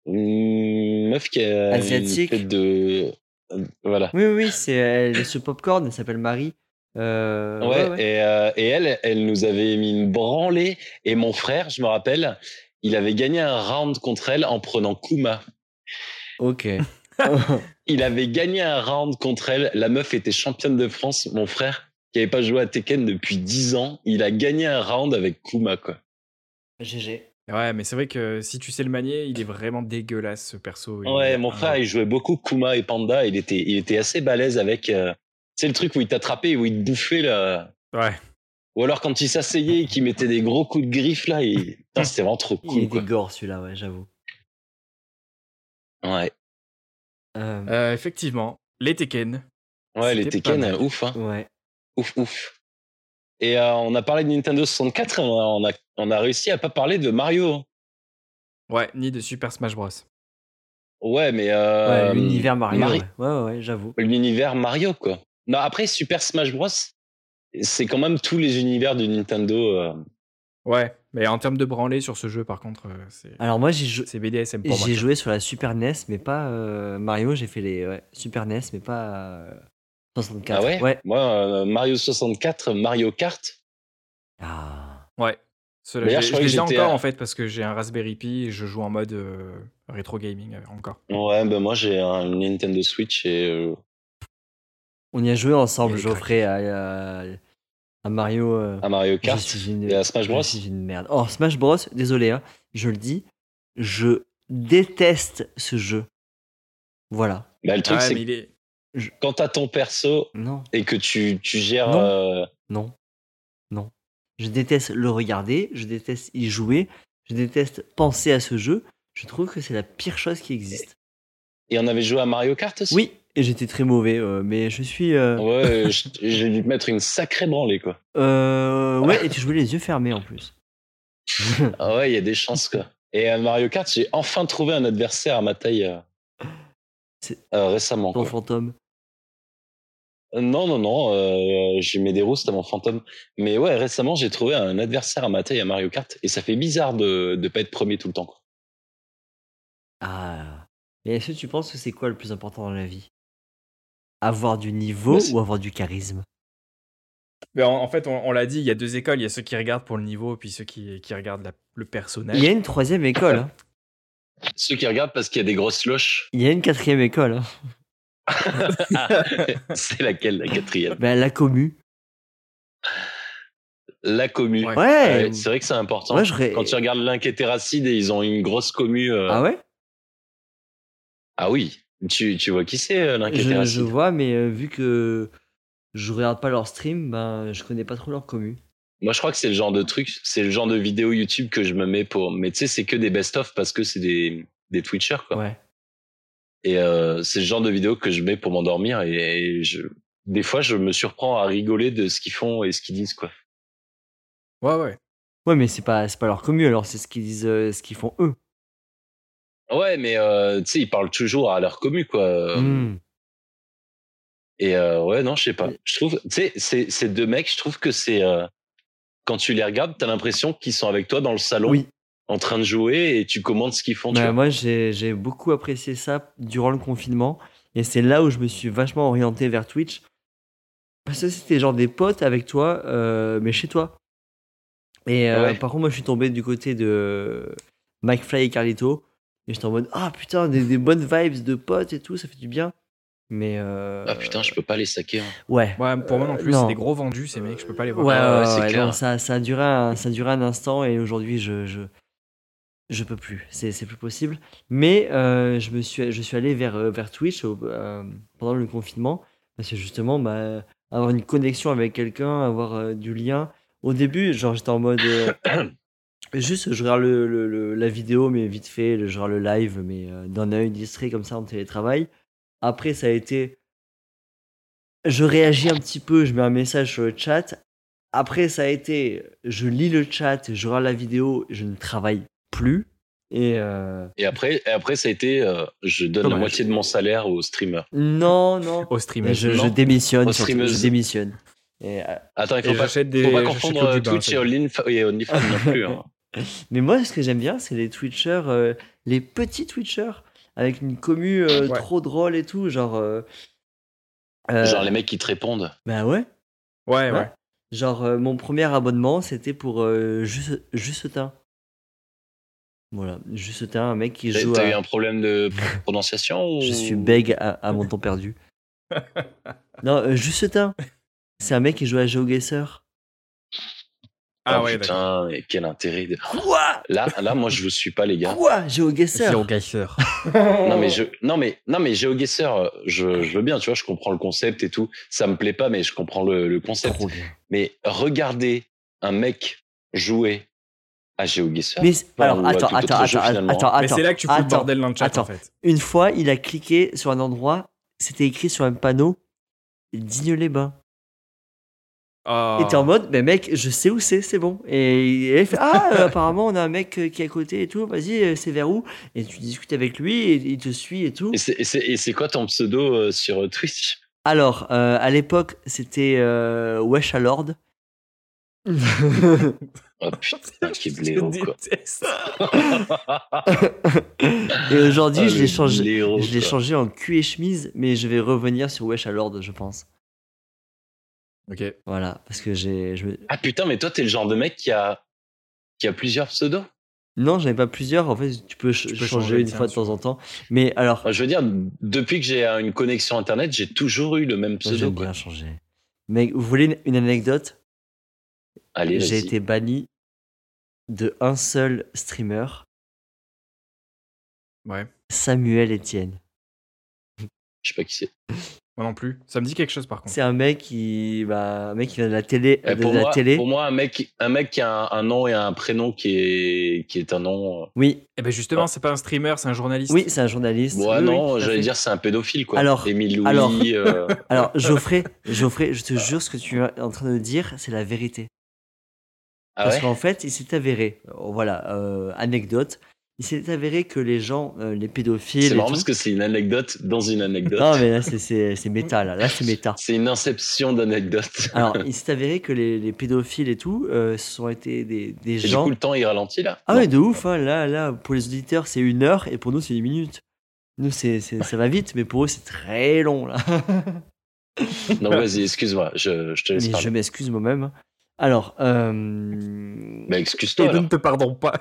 [SPEAKER 1] Une meuf qui a
[SPEAKER 3] Asiatique.
[SPEAKER 1] une tête de... euh, Voilà.
[SPEAKER 3] Oui, oui, oui, c'est elle, est sur Popcorn, elle s'appelle Marie. Euh,
[SPEAKER 1] Ouais, Et, euh, et elle, elle nous avait mis une branlée. Et mon frère, je me rappelle, il avait gagné un round contre elle en prenant Kuma. *laughs*
[SPEAKER 3] Ok. *laughs*
[SPEAKER 1] Il avait gagné un round contre elle. La meuf était championne de France. Mon frère, qui n'avait pas joué à Tekken depuis 10 ans, il a gagné un round avec Kuma, quoi.
[SPEAKER 3] GG.
[SPEAKER 2] Ouais, mais c'est vrai que si tu sais le manier, il est vraiment dégueulasse ce perso. Il est
[SPEAKER 1] Ouais, mon frère,
[SPEAKER 2] un-
[SPEAKER 1] il jouait beaucoup Kuma et Panda. Il était, il était assez balèze avec. euh, c'est le truc où il t'attrapait et où il te bouffait là.
[SPEAKER 2] Ouais.
[SPEAKER 1] Ou alors quand il s'asseyait et qu'il mettait des gros coups de griffe là, et... Putain, c'était vraiment trop
[SPEAKER 3] Il est
[SPEAKER 1] cool. Quoi.
[SPEAKER 3] dégore celui-là, ouais, j'avoue.
[SPEAKER 1] Ouais,
[SPEAKER 3] Euh,
[SPEAKER 2] Euh, effectivement, les Tekken.
[SPEAKER 1] ouais, les
[SPEAKER 2] C'était pas
[SPEAKER 1] Tekken,
[SPEAKER 2] mal.
[SPEAKER 1] euh, ouf, hein.
[SPEAKER 3] ouais.
[SPEAKER 1] ouf, ouf. Et euh, on a parlé de Nintendo 64, on a, on a, on a réussi à pas parler de Mario. hein.
[SPEAKER 2] Ouais, ni de Super Smash Bros.
[SPEAKER 1] Ouais, mais
[SPEAKER 3] Ouais,
[SPEAKER 1] euh,
[SPEAKER 3] l'univers Mario.
[SPEAKER 1] Mari-
[SPEAKER 3] Ouais, ouais, ouais, ouais, j'avoue.
[SPEAKER 1] l'univers Mario, quoi. Non, après Super Smash Bros, c'est quand même tous les univers de Nintendo. euh,
[SPEAKER 2] Ouais, mais en termes de branlée sur ce jeu, par contre, euh, c'est
[SPEAKER 3] Alors moi, j'ai jou-
[SPEAKER 2] c'est BDSM pour moi.
[SPEAKER 3] Ah. j'ai joué sur la Super NES, mais pas euh, Mario. J'ai fait les ouais, Super NES, mais pas euh, 64.
[SPEAKER 1] Ah ouais, Moi, euh, Mario 64, Mario Kart.
[SPEAKER 3] Ah.
[SPEAKER 2] Ouais. Cela,
[SPEAKER 1] D'ailleurs,
[SPEAKER 2] je
[SPEAKER 1] je croyais
[SPEAKER 2] je les ai
[SPEAKER 1] que j'étais
[SPEAKER 2] encore
[SPEAKER 1] à-
[SPEAKER 2] en fait parce que j'ai un Raspberry Pi et je joue en mode euh, rétro gaming euh, encore.
[SPEAKER 1] Ouais, ben moi j'ai un Nintendo Switch et euh,
[SPEAKER 3] On y a joué ensemble,
[SPEAKER 2] Il est
[SPEAKER 3] Geoffrey, à, à, à Mario. euh,
[SPEAKER 1] un Mario Ah, Kart.
[SPEAKER 3] je suis une-
[SPEAKER 1] et à Smash Bros.
[SPEAKER 3] Je suis une merde. Oh, Smash Bros, désolé, hein, je le dis, je déteste ce jeu. Voilà.
[SPEAKER 1] Bah, le truc,
[SPEAKER 2] Ouais,
[SPEAKER 1] c'est
[SPEAKER 2] mais il est-
[SPEAKER 1] que quand t'as ton perso
[SPEAKER 3] Non,
[SPEAKER 1] et que tu, tu gères.
[SPEAKER 3] Non.
[SPEAKER 1] euh,
[SPEAKER 3] non, non. Je déteste le regarder, je déteste y jouer, je déteste penser à ce jeu. Je trouve que c'est la pire chose qui existe.
[SPEAKER 1] Eh, et on avait joué à Mario Kart aussi
[SPEAKER 3] Oui, et j'étais très mauvais, euh, mais je suis. euh,
[SPEAKER 1] Ouais, je- j'ai dû te mettre une sacrée branlée, quoi.
[SPEAKER 3] euh, ouais, et tu jouais les yeux fermés en plus.
[SPEAKER 1] Ah ouais, il y a des chances, quoi. Et à Mario Kart, j'ai enfin trouvé un adversaire à ma taille euh,
[SPEAKER 3] C'est-
[SPEAKER 1] euh, récemment.
[SPEAKER 3] Ton
[SPEAKER 1] quoi.
[SPEAKER 3] fantôme.
[SPEAKER 1] Non, non, non, euh, j'ai mis des roustes à mon fantôme. Mais ouais, récemment, j'ai trouvé un adversaire à ma taille à Mario Kart. Et ça fait bizarre de ne pas être premier tout le temps. quoi.
[SPEAKER 3] Ah. Et est-ce que tu penses que c'est quoi le plus important dans la vie Avoir du niveau
[SPEAKER 1] Bah, c'est-
[SPEAKER 3] ou avoir du charisme
[SPEAKER 2] Mais en, en fait, on, on l'a dit, il y a deux écoles. Il y a ceux qui regardent pour le niveau, puis ceux qui, qui regardent la- le personnage.
[SPEAKER 3] Il y a une troisième école. hein.
[SPEAKER 1] Ceux qui regardent parce qu'il y a des grosses loches, *laughs*
[SPEAKER 3] Il y a une quatrième école. hein.
[SPEAKER 1] c'est laquelle la quatrième
[SPEAKER 3] Ben, la commu.
[SPEAKER 1] La commu.
[SPEAKER 2] Ouais.
[SPEAKER 3] Ouais.
[SPEAKER 1] Ouais, c'est vrai que c'est important.
[SPEAKER 3] Ouais, je ré-
[SPEAKER 1] Quand tu regardes Link et Terracide et ils ont une grosse commu. euh,
[SPEAKER 3] Ah ouais
[SPEAKER 1] Ah oui, tu, tu vois qui c'est euh, Link et
[SPEAKER 3] je, je
[SPEAKER 1] Terracide
[SPEAKER 3] vois, mais euh, vu que je regarde pas leur stream, ben, je connais pas trop leur commu.
[SPEAKER 1] Moi, je crois que c'est le genre de truc, c'est le genre de vidéo YouTube que je me mets pour. Mais tu sais, c'est que des best-of parce que c'est des, des Twitchers, quoi.
[SPEAKER 3] Ouais.
[SPEAKER 1] Et euh, c'est le genre de vidéo que je mets pour m'endormir. Et, et je... des fois, je me surprends à rigoler de ce qu'ils font et ce qu'ils disent, quoi.
[SPEAKER 2] Ouais, ouais.
[SPEAKER 3] Ouais, mais c'est pas, c'est pas leur commu, alors c'est ce qu'ils disent, euh, ce qu'ils font eux.
[SPEAKER 1] Ouais, mais euh, tu sais, ils parlent toujours à leur commu, quoi.
[SPEAKER 3] Hmm.
[SPEAKER 1] Et euh, ouais, non, je sais pas. Je trouve, tu sais, ces, ces deux mecs, je trouve que c'est. euh, quand tu les regardes, t'as l'impression qu'ils sont avec toi dans le salon,
[SPEAKER 3] Oui.
[SPEAKER 1] en train de jouer, et tu commandes ce qu'ils font. tu
[SPEAKER 3] Bah,
[SPEAKER 1] vois.
[SPEAKER 3] moi, j'ai j'ai beaucoup apprécié ça durant le confinement. Et c'est là où je me suis vachement orienté vers Twitch. Parce que c'était genre des potes avec toi, euh, mais chez toi. Et euh,
[SPEAKER 1] Ouais.
[SPEAKER 3] par contre, moi, je suis tombé du côté de McFly et Carlito. Et j'étais en mode, ah putain, des, des bonnes vibes de potes et tout, ça fait du bien. Mais. euh,
[SPEAKER 1] Ah putain, je peux pas les saquer. hein.
[SPEAKER 3] Ouais.
[SPEAKER 2] Ouais, pour moi non
[SPEAKER 3] Euh,
[SPEAKER 2] plus,
[SPEAKER 3] non.
[SPEAKER 2] c'est des gros vendus ces mecs, je peux pas les
[SPEAKER 3] Ouais,
[SPEAKER 2] voir. euh,
[SPEAKER 1] ouais,
[SPEAKER 3] ouais,
[SPEAKER 1] c'est
[SPEAKER 3] ouais,
[SPEAKER 1] clair.
[SPEAKER 3] non, ça, ça, a duré un, ça a duré un instant et aujourd'hui, je, je, je peux plus. C'est c'est plus possible. Mais euh, je, me suis, je suis allé vers, euh, vers Twitch au- euh, pendant le confinement parce que justement, bah, avoir une connexion avec quelqu'un, avoir euh, du lien. Au début, genre, j'étais en mode. euh, *coughs* juste, je regarde le, le- le- la vidéo, mais vite fait, je regarde le live, mais euh, d'un œil distrait comme ça en télétravail. Après, ça a été. Je réagis un petit peu, je mets un message sur le chat. Après, ça a été, je lis le chat, je regarde la vidéo, je ne travaille plus. Et euh,
[SPEAKER 1] Et après, et après, ça a été, euh, je donne la
[SPEAKER 3] Dommage.
[SPEAKER 1] moitié de mon salaire aux streamers.
[SPEAKER 3] non, non,
[SPEAKER 2] Au
[SPEAKER 3] je,
[SPEAKER 2] streamer.
[SPEAKER 3] je démissionne.
[SPEAKER 1] Aux
[SPEAKER 3] surtout,
[SPEAKER 1] streameuses.
[SPEAKER 3] je démissionne. Et, euh,
[SPEAKER 1] Attends, il
[SPEAKER 2] Et
[SPEAKER 1] faut pas,
[SPEAKER 2] j'achète des-
[SPEAKER 1] faut pas
[SPEAKER 2] j'achète
[SPEAKER 1] confondre
[SPEAKER 2] que du
[SPEAKER 1] euh,
[SPEAKER 2] pain,
[SPEAKER 1] Twitch
[SPEAKER 2] c'est
[SPEAKER 1] et
[SPEAKER 2] bon.
[SPEAKER 1] Onlyf- et OnlyFans non plus. hein.
[SPEAKER 3] mais moi, ce que j'aime bien, c'est les Twitchers, euh, les petits Twitchers, avec une commu euh,
[SPEAKER 2] Ouais.
[SPEAKER 3] trop drôle et tout, genre. euh, euh,
[SPEAKER 1] Genre les mecs qui te répondent.
[SPEAKER 3] bah ouais.
[SPEAKER 2] Ouais, ouais.
[SPEAKER 3] Ouais. Genre, euh, mon premier abonnement, c'était pour euh, Juste- Justetin. Voilà, Justetin, un mec qui
[SPEAKER 1] T'as
[SPEAKER 3] joue.
[SPEAKER 1] t'as
[SPEAKER 3] à-
[SPEAKER 1] eu un problème de prononciation ou...
[SPEAKER 3] Je
[SPEAKER 2] Oh.
[SPEAKER 3] suis bègue à, à mon
[SPEAKER 2] *laughs*
[SPEAKER 3] temps perdu. non, euh, Justetin. C'est un mec qui joue à GeoGuessr.
[SPEAKER 2] Ah
[SPEAKER 1] Ah,
[SPEAKER 2] ouais,
[SPEAKER 1] putain, et quel intérêt. de-
[SPEAKER 3] Quoi
[SPEAKER 1] Là, là, moi, je vous suis pas, les gars.
[SPEAKER 3] Quoi GeoGuessr
[SPEAKER 5] GeoGuessr.
[SPEAKER 1] Non, mais je, non, mais, non, mais GeoGuessr, je, je veux bien, tu vois, je comprends le concept et tout. Ça me plaît pas, mais je comprends le, le concept.
[SPEAKER 3] Trop bien.
[SPEAKER 1] Mais regarder un mec jouer à GeoGuessr.
[SPEAKER 3] Mais c'est-
[SPEAKER 1] Bah,
[SPEAKER 3] alors,
[SPEAKER 1] on va
[SPEAKER 3] attends,
[SPEAKER 1] tout autre
[SPEAKER 3] attends,
[SPEAKER 1] jeu,
[SPEAKER 3] attends,
[SPEAKER 1] finalement.
[SPEAKER 3] attends,
[SPEAKER 2] Mais
[SPEAKER 3] attends.
[SPEAKER 2] c'est là que tu fous le
[SPEAKER 3] attends,
[SPEAKER 2] bordel dans le chat,
[SPEAKER 3] attends.
[SPEAKER 2] en fait.
[SPEAKER 3] Une fois, il a cliqué sur un endroit, c'était écrit sur un panneau Digne-les-Bains.
[SPEAKER 2] Oh.
[SPEAKER 3] Et t'es en mode, mais mec, je sais où c'est, c'est bon. Et il et il fait, ah,
[SPEAKER 2] *laughs*
[SPEAKER 3] euh, apparemment, on a un mec euh, qui est à côté et tout, vas-y, euh, c'est vers où Et tu discutes avec lui, et il te suit et tout.
[SPEAKER 1] Et c'est- Et c'est et c'est quoi ton pseudo euh, sur euh, Twitch
[SPEAKER 3] Alors, euh, à l'époque, c'était euh, Wesh à Lord.
[SPEAKER 1] Oh
[SPEAKER 3] *laughs*
[SPEAKER 1] putain, qui
[SPEAKER 2] *laughs* Je
[SPEAKER 1] blaireau,
[SPEAKER 2] te
[SPEAKER 1] quoi.
[SPEAKER 2] déteste.
[SPEAKER 3] Et aujourd'hui,
[SPEAKER 1] Ah,
[SPEAKER 3] je
[SPEAKER 1] le
[SPEAKER 3] l'ai changé.
[SPEAKER 1] blaireau,
[SPEAKER 3] Je l'ai
[SPEAKER 1] quoi.
[SPEAKER 3] changé en cul et chemise, mais je vais revenir sur Wesh à Lord, je pense.
[SPEAKER 2] Ok.
[SPEAKER 3] Voilà, parce que j'ai. je me-
[SPEAKER 1] Ah putain, mais toi, t'es le genre de mec qui a, qui a plusieurs pseudos.
[SPEAKER 3] Non, j'en ai pas plusieurs. En fait, tu peux, ch-
[SPEAKER 2] peux
[SPEAKER 3] changer,
[SPEAKER 2] changer le
[SPEAKER 3] une
[SPEAKER 2] tien,
[SPEAKER 3] fois de
[SPEAKER 2] tu
[SPEAKER 3] temps
[SPEAKER 2] vois.
[SPEAKER 3] en temps. Mais alors,
[SPEAKER 1] Enfin, je veux dire, depuis que j'ai euh, une connexion internet, j'ai toujours eu le même
[SPEAKER 3] moi,
[SPEAKER 1] pseudo.
[SPEAKER 3] j'aime
[SPEAKER 1] quoi.
[SPEAKER 3] bien changer. Mec, vous voulez une- une anecdote
[SPEAKER 1] Allez,
[SPEAKER 3] j'ai
[SPEAKER 1] vas-y.
[SPEAKER 3] été banni de un seul streamer,
[SPEAKER 2] Ouais.
[SPEAKER 3] Samuel Etienne.
[SPEAKER 1] Je sais pas qui c'est.
[SPEAKER 2] Moi non plus. Ça me dit quelque chose, par contre.
[SPEAKER 3] C'est un mec qui, bah, un mec qui vient de la télé,
[SPEAKER 1] Eh,
[SPEAKER 3] de
[SPEAKER 1] pour,
[SPEAKER 3] la
[SPEAKER 1] moi,
[SPEAKER 3] télé.
[SPEAKER 1] pour moi, un mec, un mec qui a un, un nom et un prénom qui est, qui est un nom. euh,
[SPEAKER 3] Oui,
[SPEAKER 2] Eh ben justement, c'est pas un streamer, c'est un journaliste.
[SPEAKER 3] oui, c'est un journaliste.
[SPEAKER 1] Bon, ah
[SPEAKER 3] Oui, oui,
[SPEAKER 1] non,
[SPEAKER 3] tout à
[SPEAKER 1] j'allais
[SPEAKER 3] fait.
[SPEAKER 1] dire c'est un pédophile, quoi.
[SPEAKER 3] Alors,
[SPEAKER 1] Émile Louis.
[SPEAKER 3] alors. *laughs*
[SPEAKER 1] euh,
[SPEAKER 3] Alors Geoffrey, Geoffrey, je te jure ce que tu es en train de dire, c'est la vérité.
[SPEAKER 1] Ah
[SPEAKER 3] Parce
[SPEAKER 1] ouais
[SPEAKER 3] qu'en fait, il s'est avéré, euh, voilà, euh, anecdote, il s'est avéré que les gens, euh, les pédophiles,
[SPEAKER 1] C'est
[SPEAKER 3] et
[SPEAKER 1] marrant
[SPEAKER 3] tout-
[SPEAKER 1] parce que c'est une anecdote dans une anecdote.
[SPEAKER 3] non mais là c'est- c'est c'est méta, là, là c'est méta.
[SPEAKER 1] C'est une inception d'anecdotes.
[SPEAKER 3] Alors il s'est avéré que les, les pédophiles et tout, euh, ce sont été des, des
[SPEAKER 1] Et
[SPEAKER 3] gens.
[SPEAKER 1] du coup, le temps, il ralentit, là
[SPEAKER 3] Ah
[SPEAKER 1] Non.
[SPEAKER 3] ouais, de ouf, hein, là, là, pour les auditeurs, c'est une heure et pour nous, c'est une minute. Nous, c'est, c'est- ça va vite, mais pour eux, c'est très long, là.
[SPEAKER 1] Non, vas-y, excuse-moi, je, je te laisse
[SPEAKER 3] Mais
[SPEAKER 1] parler.
[SPEAKER 3] je m'excuse moi-même. Alors, euh...
[SPEAKER 1] Bah,
[SPEAKER 2] Et
[SPEAKER 1] excuse-toi,
[SPEAKER 2] nous
[SPEAKER 1] alors.
[SPEAKER 2] ne te pardons pas.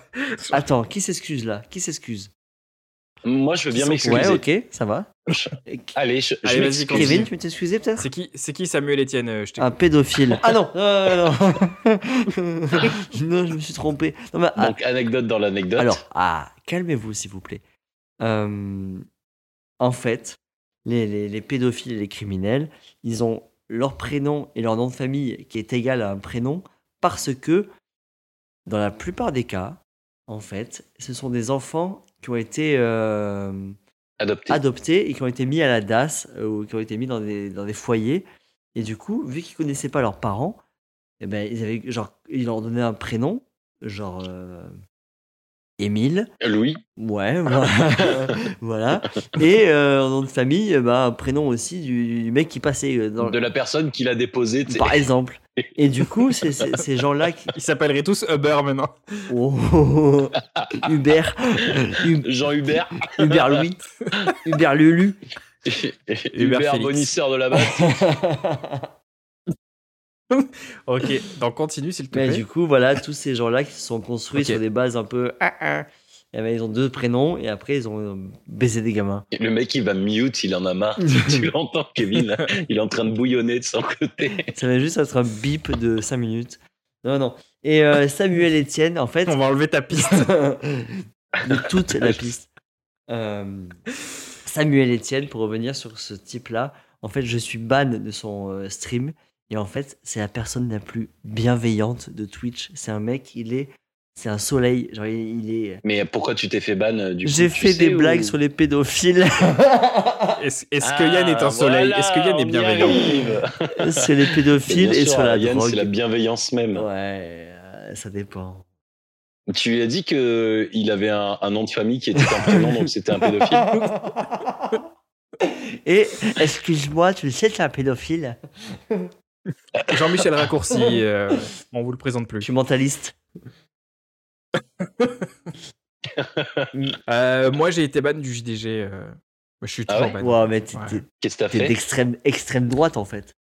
[SPEAKER 3] attends, qui s'excuse là Qui s'excuse
[SPEAKER 1] Moi, je veux bien
[SPEAKER 3] Qui s'en-
[SPEAKER 1] m'excuser.
[SPEAKER 3] Ouais, ok, ça *laughs* va. Et qui-
[SPEAKER 1] Allez, je, je
[SPEAKER 2] Allez, vas-y,
[SPEAKER 1] m'excuse.
[SPEAKER 2] continue.
[SPEAKER 3] Kevin, tu peux t'excuser peut-être
[SPEAKER 2] *laughs* C'est qui, c'est qui Samuel Etienne euh, je t'ai-
[SPEAKER 3] Un pédophile. Ah non, non, *laughs* non, non. Non, je me suis trompé. Non, mais, ah,
[SPEAKER 1] Donc, anecdote dans l'anecdote.
[SPEAKER 3] Alors, ah, calmez-vous, s'il vous plaît. Euh, en fait, les, les- les pédophiles et les criminels, ils ont leur prénom et leur nom de famille qui est égal à un prénom parce que, dans la plupart des cas, en fait, ce sont des enfants qui ont été euh,
[SPEAKER 1] adopté.
[SPEAKER 3] adoptés et qui ont été mis à la DAS euh, ou qui ont été mis dans des, dans des foyers. Et du coup, vu qu'ils connaissaient pas leurs parents, eh ben, ils, avaient, genre, ils leur donnaient un prénom, genre euh, Émile.
[SPEAKER 1] Louis.
[SPEAKER 3] Ouais, *laughs* voilà. Voilà. Et euh, en nom de famille, euh, bah, un prénom aussi du, du mec qui passait euh, dans
[SPEAKER 1] de la personne qui l'a déposé. t'sais.
[SPEAKER 3] Par exemple. Et du coup, c'est- c'est- ces gens-là qui.
[SPEAKER 2] Ils s'appelleraient tous Uber maintenant.
[SPEAKER 3] Oh, oh, *laughs* oh. Hubert. Hu-
[SPEAKER 1] Jean Hubert,
[SPEAKER 3] Hubert Louis. Hubert Lulu.
[SPEAKER 1] Hubert
[SPEAKER 2] Félix.
[SPEAKER 1] bonisseur de la
[SPEAKER 2] *laughs*
[SPEAKER 1] base.
[SPEAKER 2] Ok, donc continue s'il te
[SPEAKER 3] Mais
[SPEAKER 2] plaît.
[SPEAKER 3] du coup, voilà, tous ces gens-là qui se sont construits
[SPEAKER 2] Ok.
[SPEAKER 3] sur des bases un peu. ah, ah. Et ben, ils ont deux prénoms et après, ils ont euh, baisé des
[SPEAKER 2] *laughs*
[SPEAKER 3] gamins.
[SPEAKER 1] Et Le mec il va mute, il en a marre. tu l'entends Kevin, là il est en train de bouillonner de son côté.
[SPEAKER 3] Ça va juste être un bip de 5 minutes. Non, non. Et euh, Samuel Etienne, en fait.
[SPEAKER 2] On va enlever ta piste.
[SPEAKER 3] *laughs* de toute la piste. Euh, Samuel Etienne, pour revenir sur ce type-là, en fait, je suis ban de son euh, stream. Et en fait, c'est la personne la plus bienveillante de Twitch. C'est un mec, il est. C'est un soleil. Genre, il, il est.
[SPEAKER 1] Mais pourquoi tu t'es fait ban euh, du coup
[SPEAKER 3] J'ai
[SPEAKER 1] tu
[SPEAKER 3] fait
[SPEAKER 1] sais,
[SPEAKER 3] des
[SPEAKER 1] ou-
[SPEAKER 3] blagues sur les pédophiles. *laughs*
[SPEAKER 2] Est-ce est-ce
[SPEAKER 1] Ah,
[SPEAKER 2] que Yann est un soleil
[SPEAKER 1] voilà,
[SPEAKER 2] Est-ce que Yann
[SPEAKER 1] on
[SPEAKER 2] est
[SPEAKER 1] y
[SPEAKER 2] bienveillant
[SPEAKER 1] arrive.
[SPEAKER 3] sur les pédophiles
[SPEAKER 1] Bien
[SPEAKER 3] et
[SPEAKER 1] sûr,
[SPEAKER 3] sur la
[SPEAKER 1] Yann,
[SPEAKER 3] drogue.
[SPEAKER 1] c'est la bienveillance même.
[SPEAKER 3] Ouais, euh, ça dépend.
[SPEAKER 1] Tu lui as dit que euh, il avait un, un nom de famille qui était un prénom, donc c'était un
[SPEAKER 2] *laughs*
[SPEAKER 1] pédophile.
[SPEAKER 3] Et excuse-moi, tu le sais, t'es un pédophile
[SPEAKER 2] *laughs* Jean-Michel Raccourci, euh, on vous le présente
[SPEAKER 3] Je
[SPEAKER 2] plus.
[SPEAKER 3] suis mentaliste.
[SPEAKER 2] Euh, moi j'ai été ban du JDG. euh, Je suis
[SPEAKER 1] Ah
[SPEAKER 2] toujours
[SPEAKER 1] ouais
[SPEAKER 2] ban.
[SPEAKER 3] Ouais, mais t'es
[SPEAKER 2] Ouais.
[SPEAKER 3] t'es-
[SPEAKER 1] Qu'est-ce que t'as
[SPEAKER 3] t'es
[SPEAKER 1] fait
[SPEAKER 3] d'extrême extrême droite en fait.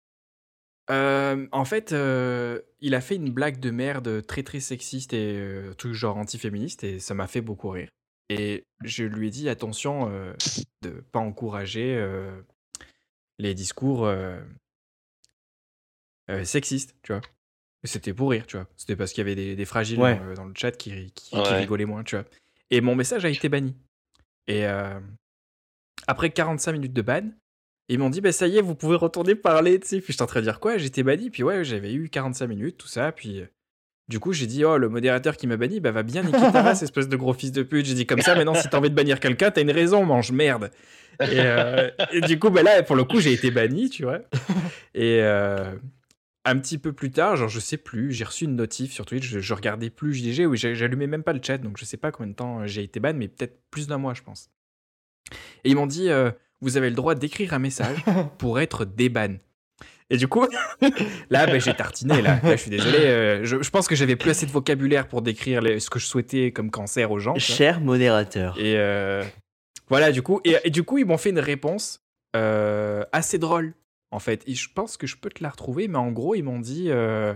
[SPEAKER 2] Euh, en fait, euh, il a fait une blague de merde très très sexiste et euh, tout genre antiféministe et ça m'a fait beaucoup rire. Et je lui ai dit attention euh, de pas encourager euh, les discours euh, euh, sexistes, tu vois. Mais C'était pour rire, tu vois. C'était parce qu'il y avait des, des fragiles
[SPEAKER 3] Ouais.
[SPEAKER 2] dans, le- dans le chat qui, ri- qui- qui
[SPEAKER 1] Ouais.
[SPEAKER 2] rigolaient moins, tu vois. Et mon message a été banni. Et euh, après 45 minutes de ban, ils m'ont dit, bah, ça y est, vous pouvez retourner parler, tu sais. Puis j'étais en train de dire quoi J'étais banni, puis ouais, j'avais eu 45 minutes, tout ça. Puis euh, du coup, j'ai dit, oh, le modérateur qui m'a banni, bah, va bien niquer ta race, espèce de gros fils de pute. J'ai dit, comme ça, maintenant, si t'as envie de bannir quelqu'un, t'as une raison, mange merde. Et, euh, et du coup, bah, là, pour le coup, j'ai été banni, tu vois. Et. euh, un petit peu plus tard, genre je sais plus, j'ai reçu une notif sur Twitch, je, je regardais plus JDG, oui, j'a- j'allumais même pas le chat, donc je sais pas combien de temps euh, j'ai été ban, mais peut-être plus d'un mois, je pense. Et ils m'ont dit, euh, vous avez le droit d'écrire un message pour être déban. Et du coup, *laughs* là, bah, j'ai tartiné, là. Là, je suis désolé, euh, je, je pense que j'avais plus assez de vocabulaire pour décrire les- ce que je souhaitais comme cancer aux gens. tu vois.
[SPEAKER 3] Cher modérateur.
[SPEAKER 2] Et euh, voilà, du coup, et, et du coup, ils m'ont fait une réponse euh, assez drôle, en fait. Et je pense que je peux te la retrouver, mais en gros, ils m'ont dit, euh,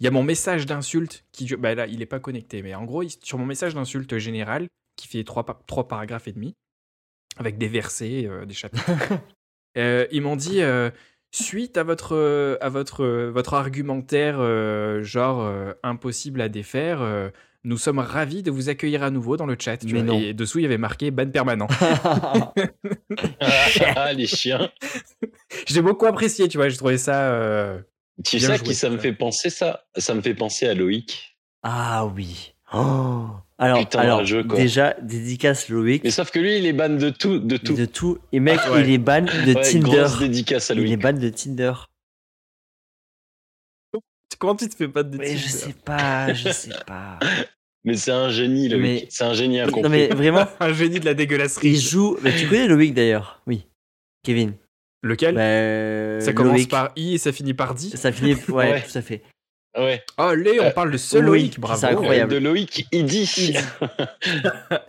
[SPEAKER 2] il y a mon message d'insulte qui, bah là, il est pas connecté, mais en gros, il- sur mon message d'insulte général qui fait trois, pa- trois paragraphes et demi, avec des versets, euh, des chapitres. Euh, ils m'ont dit, euh, suite à votre, euh, à votre, euh, votre argumentaire, euh, genre euh, impossible à défaire, euh, nous sommes ravis de vous accueillir à nouveau dans le chat. tu
[SPEAKER 3] Mais
[SPEAKER 2] vois.
[SPEAKER 3] non.
[SPEAKER 2] Et dessous, il y avait marqué ban permanent.
[SPEAKER 1] *laughs* Ah, les chiens.
[SPEAKER 2] J'ai beaucoup apprécié, tu vois, j'ai trouvé ça. euh,
[SPEAKER 1] Tu
[SPEAKER 2] Bien
[SPEAKER 1] sais à
[SPEAKER 2] joué,
[SPEAKER 1] qui ça me
[SPEAKER 2] ça.
[SPEAKER 1] fait penser ça Ça me fait penser à Loïc.
[SPEAKER 3] *laughs* ah oui. Oh. Alors,
[SPEAKER 1] Putain,
[SPEAKER 3] alors
[SPEAKER 1] le jeu, quoi.
[SPEAKER 3] déjà, dédicace Loïc
[SPEAKER 1] Mais sauf que lui, il est ban de tout, de tout.
[SPEAKER 3] de tout. Et mec,
[SPEAKER 2] Ah ouais.
[SPEAKER 3] il est ban de
[SPEAKER 1] Ouais, Grosse
[SPEAKER 3] Tinder.
[SPEAKER 1] dédicace à
[SPEAKER 3] Il est
[SPEAKER 1] Loïc.
[SPEAKER 3] ban de Tinder.
[SPEAKER 2] Comment tu te fais pas de
[SPEAKER 3] Mais je
[SPEAKER 2] Tinder
[SPEAKER 3] sais pas, je sais
[SPEAKER 1] *laughs*
[SPEAKER 3] pas.
[SPEAKER 1] Mais c'est un génie, Loïc.
[SPEAKER 3] Mais-
[SPEAKER 1] C'est un génie incompris.
[SPEAKER 3] non mais vraiment,
[SPEAKER 2] Un génie de la dégueulasserie.
[SPEAKER 3] il joue. Mais tu connais Loïc d'ailleurs Oui. Kevin.
[SPEAKER 2] Lequel
[SPEAKER 3] Bah,
[SPEAKER 2] Ça commence
[SPEAKER 3] Loïc.
[SPEAKER 2] par I et ça finit par D. *laughs*
[SPEAKER 3] Ça finit. Ouais,
[SPEAKER 1] Ouais.
[SPEAKER 3] tout à fait.
[SPEAKER 1] Ah Ouais.
[SPEAKER 2] Allez, on
[SPEAKER 1] Euh,
[SPEAKER 2] parle de ce Loïc,
[SPEAKER 3] oui,
[SPEAKER 2] bravo.
[SPEAKER 3] c'est incroyable.
[SPEAKER 1] De Loïc Idi.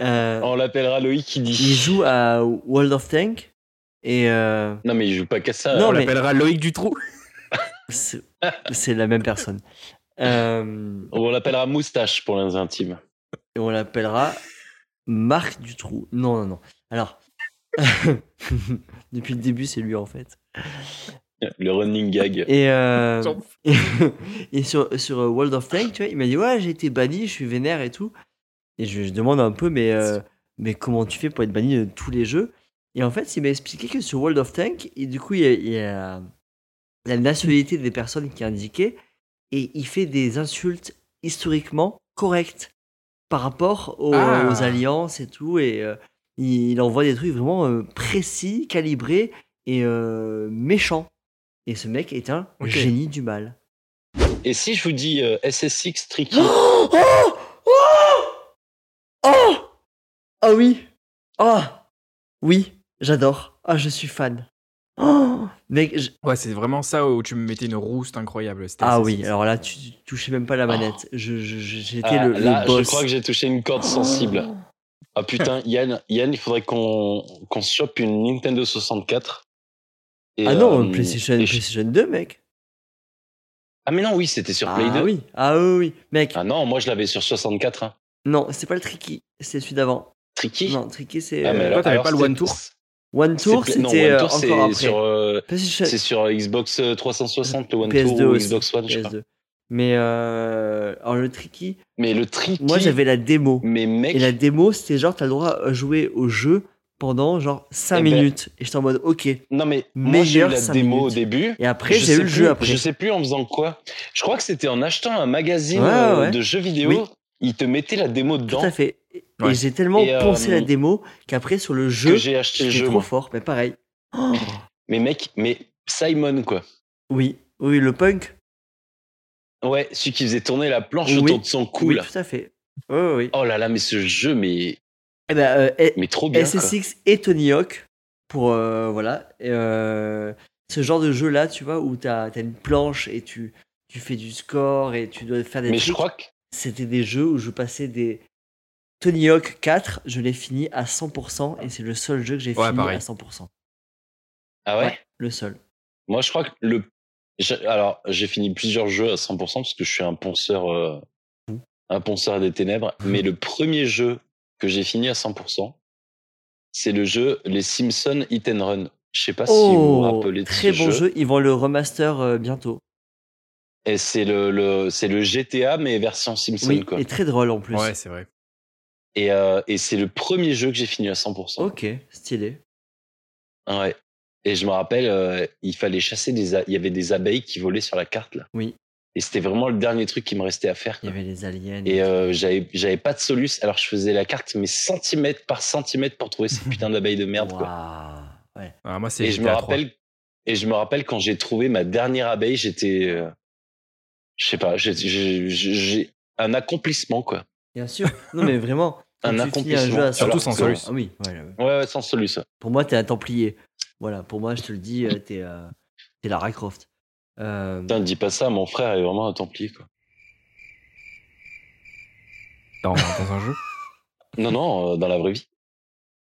[SPEAKER 3] Euh,
[SPEAKER 1] On l'appellera Loïc
[SPEAKER 3] il
[SPEAKER 1] Idi.
[SPEAKER 3] joue à World of Tank et euh,
[SPEAKER 1] Non, mais il joue pas qu'à ça.
[SPEAKER 3] Non,
[SPEAKER 2] On
[SPEAKER 3] mais-
[SPEAKER 2] l'appellera Loïc Dutroux.
[SPEAKER 3] c'est c'est la même personne. Euh,
[SPEAKER 1] On l'appellera Moustache pour les intimes.
[SPEAKER 3] et on l'appellera Marc Dutroux. Non, non, non. Alors, *laughs* depuis le début, c'est lui en fait.
[SPEAKER 1] Le running gag.
[SPEAKER 3] Et, euh,
[SPEAKER 2] J'en fous.
[SPEAKER 3] et *laughs* sur, sur euh, World of Tank, tu vois, il m'a dit Ouais, j'ai été banni, je suis vénère et tout. Et je, je demande un peu, mais, euh, mais comment tu fais pour être banni de tous les jeux Et en fait, il m'a expliqué que sur World of Tank, et du coup, il y a, il y a la nationalité des personnes qui est indiquée, et il fait des insultes historiquement correctes par rapport aux,
[SPEAKER 2] Ah.
[SPEAKER 3] aux alliances et tout. Et euh, il, il envoie des trucs vraiment euh, précis, calibrés et euh, méchants. Et ce mec est un
[SPEAKER 2] Ok.
[SPEAKER 3] génie du mal.
[SPEAKER 1] Et si je vous dis euh, SSX Tricky
[SPEAKER 3] Oh Oh Oh Oh Ah oui Ah Oui, j'adore. Ah, je suis fan. Oh Mec, je-
[SPEAKER 2] Ouais, c'est vraiment ça où tu me mettais une rouste incroyable. c'était
[SPEAKER 3] Ah
[SPEAKER 2] assez
[SPEAKER 3] oui,
[SPEAKER 2] sexy.
[SPEAKER 3] alors là, tu tu touchais même pas la manette. Je- je- je- J'étais
[SPEAKER 1] Ah,
[SPEAKER 3] le, le
[SPEAKER 1] Là, je
[SPEAKER 3] boss.
[SPEAKER 1] crois que j'ai touché une corde sensible. Ah putain, Yann, Yann il faudrait qu'on qu'on se chope une Nintendo 64. Et,
[SPEAKER 3] Ah non,
[SPEAKER 1] euh,
[SPEAKER 3] PlayStation,
[SPEAKER 1] et je-
[SPEAKER 3] PlayStation 2, mec.
[SPEAKER 1] Ah mais non, oui, c'était sur Play 2.
[SPEAKER 3] Ah oui, ah oui, oui. Mec,
[SPEAKER 1] Ah non, moi je l'avais sur 64. hein.
[SPEAKER 3] non, c'est pas le Tricky, c'est celui d'avant.
[SPEAKER 1] Tricky
[SPEAKER 3] Non, Tricky, c'est
[SPEAKER 1] Ah, mais
[SPEAKER 3] euh,
[SPEAKER 1] alors-
[SPEAKER 2] t'avais
[SPEAKER 1] alors,
[SPEAKER 2] pas le
[SPEAKER 1] c'est-
[SPEAKER 2] One Tour
[SPEAKER 3] One
[SPEAKER 1] c'est
[SPEAKER 3] Tour,
[SPEAKER 1] pla- non,
[SPEAKER 3] c'était
[SPEAKER 1] One
[SPEAKER 3] euh,
[SPEAKER 1] Tour, c'est
[SPEAKER 3] encore après.
[SPEAKER 1] sur, euh,
[SPEAKER 3] PlayStation-
[SPEAKER 1] c'est sur Xbox euh, 360, le One
[SPEAKER 3] PS2
[SPEAKER 1] Tour ou
[SPEAKER 3] aussi,
[SPEAKER 1] Xbox One, je crois.
[SPEAKER 3] PS2. Mais euh, alors le Tricky,
[SPEAKER 1] Mais le Tricky,
[SPEAKER 3] moi j'avais la démo.
[SPEAKER 1] mais mec,
[SPEAKER 3] Et la démo, c'était genre, t'as le droit à jouer au jeu pendant genre 5
[SPEAKER 1] Eh ben.
[SPEAKER 3] minutes. Et j'étais en mode, ok. Et
[SPEAKER 1] non mais moi j'ai eu
[SPEAKER 3] meilleure
[SPEAKER 1] la
[SPEAKER 3] cinq
[SPEAKER 1] démo au
[SPEAKER 3] minutes.
[SPEAKER 1] début.
[SPEAKER 3] après,
[SPEAKER 1] Je
[SPEAKER 3] j'ai
[SPEAKER 1] sais
[SPEAKER 3] eu le jeu
[SPEAKER 1] plus-
[SPEAKER 3] après.
[SPEAKER 1] Je sais plus en faisant quoi. Je crois que c'était en achetant un magazine
[SPEAKER 3] Ouais, ouais,
[SPEAKER 1] euh,
[SPEAKER 3] ouais.
[SPEAKER 1] de jeux vidéo.
[SPEAKER 3] Oui.
[SPEAKER 1] Il te mettait la démo
[SPEAKER 3] Tout
[SPEAKER 1] dedans
[SPEAKER 3] à fait. Et-
[SPEAKER 2] Ouais.
[SPEAKER 3] Et j'ai tellement
[SPEAKER 1] Et, euh,
[SPEAKER 3] poncé la démo qu'après, sur le jeu,
[SPEAKER 1] que j'ai acheté le
[SPEAKER 3] j'étais
[SPEAKER 1] jeu.
[SPEAKER 3] trop
[SPEAKER 1] moi.
[SPEAKER 3] fort.
[SPEAKER 1] *gasps*
[SPEAKER 3] Mais pareil. Oh,
[SPEAKER 1] Mais mec, mais Simon quoi.
[SPEAKER 3] oui, oui, le punk.
[SPEAKER 1] Ouais, celui qui faisait tourner la planche
[SPEAKER 3] Oui.
[SPEAKER 1] autour de son cou.
[SPEAKER 3] Oui,
[SPEAKER 1] là.
[SPEAKER 3] tout à fait. Oh, oui.
[SPEAKER 1] Oh là là, mais ce jeu, mais,
[SPEAKER 3] Et ben, euh, eh,
[SPEAKER 1] mais trop bien. quoi.
[SPEAKER 3] SSX et Tony Hawk pour euh, voilà et, euh, ce genre de jeu là tu vois où t'as as une planche et tu tu fais du score et tu dois faire des
[SPEAKER 1] Mais je
[SPEAKER 3] trucs
[SPEAKER 1] crois que
[SPEAKER 3] c'était des jeux où je passais des Tony Hawk 4 je l'ai fini à 100% et c'est le seul jeu que j'ai
[SPEAKER 2] Ouais,
[SPEAKER 3] fini
[SPEAKER 2] pareil.
[SPEAKER 3] à 100%
[SPEAKER 1] ah ouais.
[SPEAKER 3] Ouais, le seul
[SPEAKER 1] Moi, je crois que le j'ai- alors j'ai fini plusieurs jeux à 100% parce que je suis un ponceur euh,
[SPEAKER 3] Mmh.
[SPEAKER 1] un ponceur des ténèbres. Mais le premier jeu que j'ai fini à 100%, c'est le jeu Les Simpsons Hit and Run. Je sais pas Ah, si vous vous
[SPEAKER 3] oh
[SPEAKER 1] rappelez de
[SPEAKER 3] très
[SPEAKER 1] ce
[SPEAKER 3] bon jeu. ils vont le remaster euh, bientôt
[SPEAKER 1] Et c'est le, le- c'est le GTA, mais version Simpson,
[SPEAKER 3] Oui,
[SPEAKER 1] quoi.
[SPEAKER 3] et très drôle en plus.
[SPEAKER 2] Ouais, c'est vrai.
[SPEAKER 1] Et, euh, et c'est le premier jeu que j'ai fini à 100%.
[SPEAKER 3] Ok, stylé.
[SPEAKER 1] Ouais. Et je me rappelle, euh, il fallait chasser des. a- Il y avait des abeilles qui volaient sur la carte, là.
[SPEAKER 3] Oui.
[SPEAKER 1] Et c'était vraiment le dernier truc qui me restait à faire.
[SPEAKER 3] Il y
[SPEAKER 1] quoi.
[SPEAKER 3] avait les aliens.
[SPEAKER 1] Et euh, j'avais j'avais pas de solus, alors je faisais la carte, mais centimètre par centimètre pour trouver cette putain d'abeille de merde, quoi.
[SPEAKER 3] Waouh. Ouais.
[SPEAKER 2] Alors, moi, c'est
[SPEAKER 1] Et je me
[SPEAKER 2] GTA 3.
[SPEAKER 1] rappelle. Et je me rappelle quand j'ai trouvé ma dernière abeille, j'étais. euh, je sais pas, j'ai- j'ai j'ai un accomplissement, quoi.
[SPEAKER 3] Bien sûr. Non, mais vraiment. quand
[SPEAKER 1] Un
[SPEAKER 3] tu finis
[SPEAKER 1] accomplissement.
[SPEAKER 3] jeu à
[SPEAKER 2] Surtout sans
[SPEAKER 3] 100%,
[SPEAKER 2] solus.
[SPEAKER 3] Ah oui, ouais, ouais.
[SPEAKER 1] Ouais, ouais, sans solus. ouais.
[SPEAKER 3] Pour moi, t'es un Templier. Voilà, pour moi, je te le dis, euh, t'es euh, t'es Lara Croft. Euh,
[SPEAKER 1] Putain, dis pas ça, mon frère est vraiment un templier, quoi.
[SPEAKER 2] Dans, dans un jeu
[SPEAKER 1] Non, non, euh, dans la vraie vie.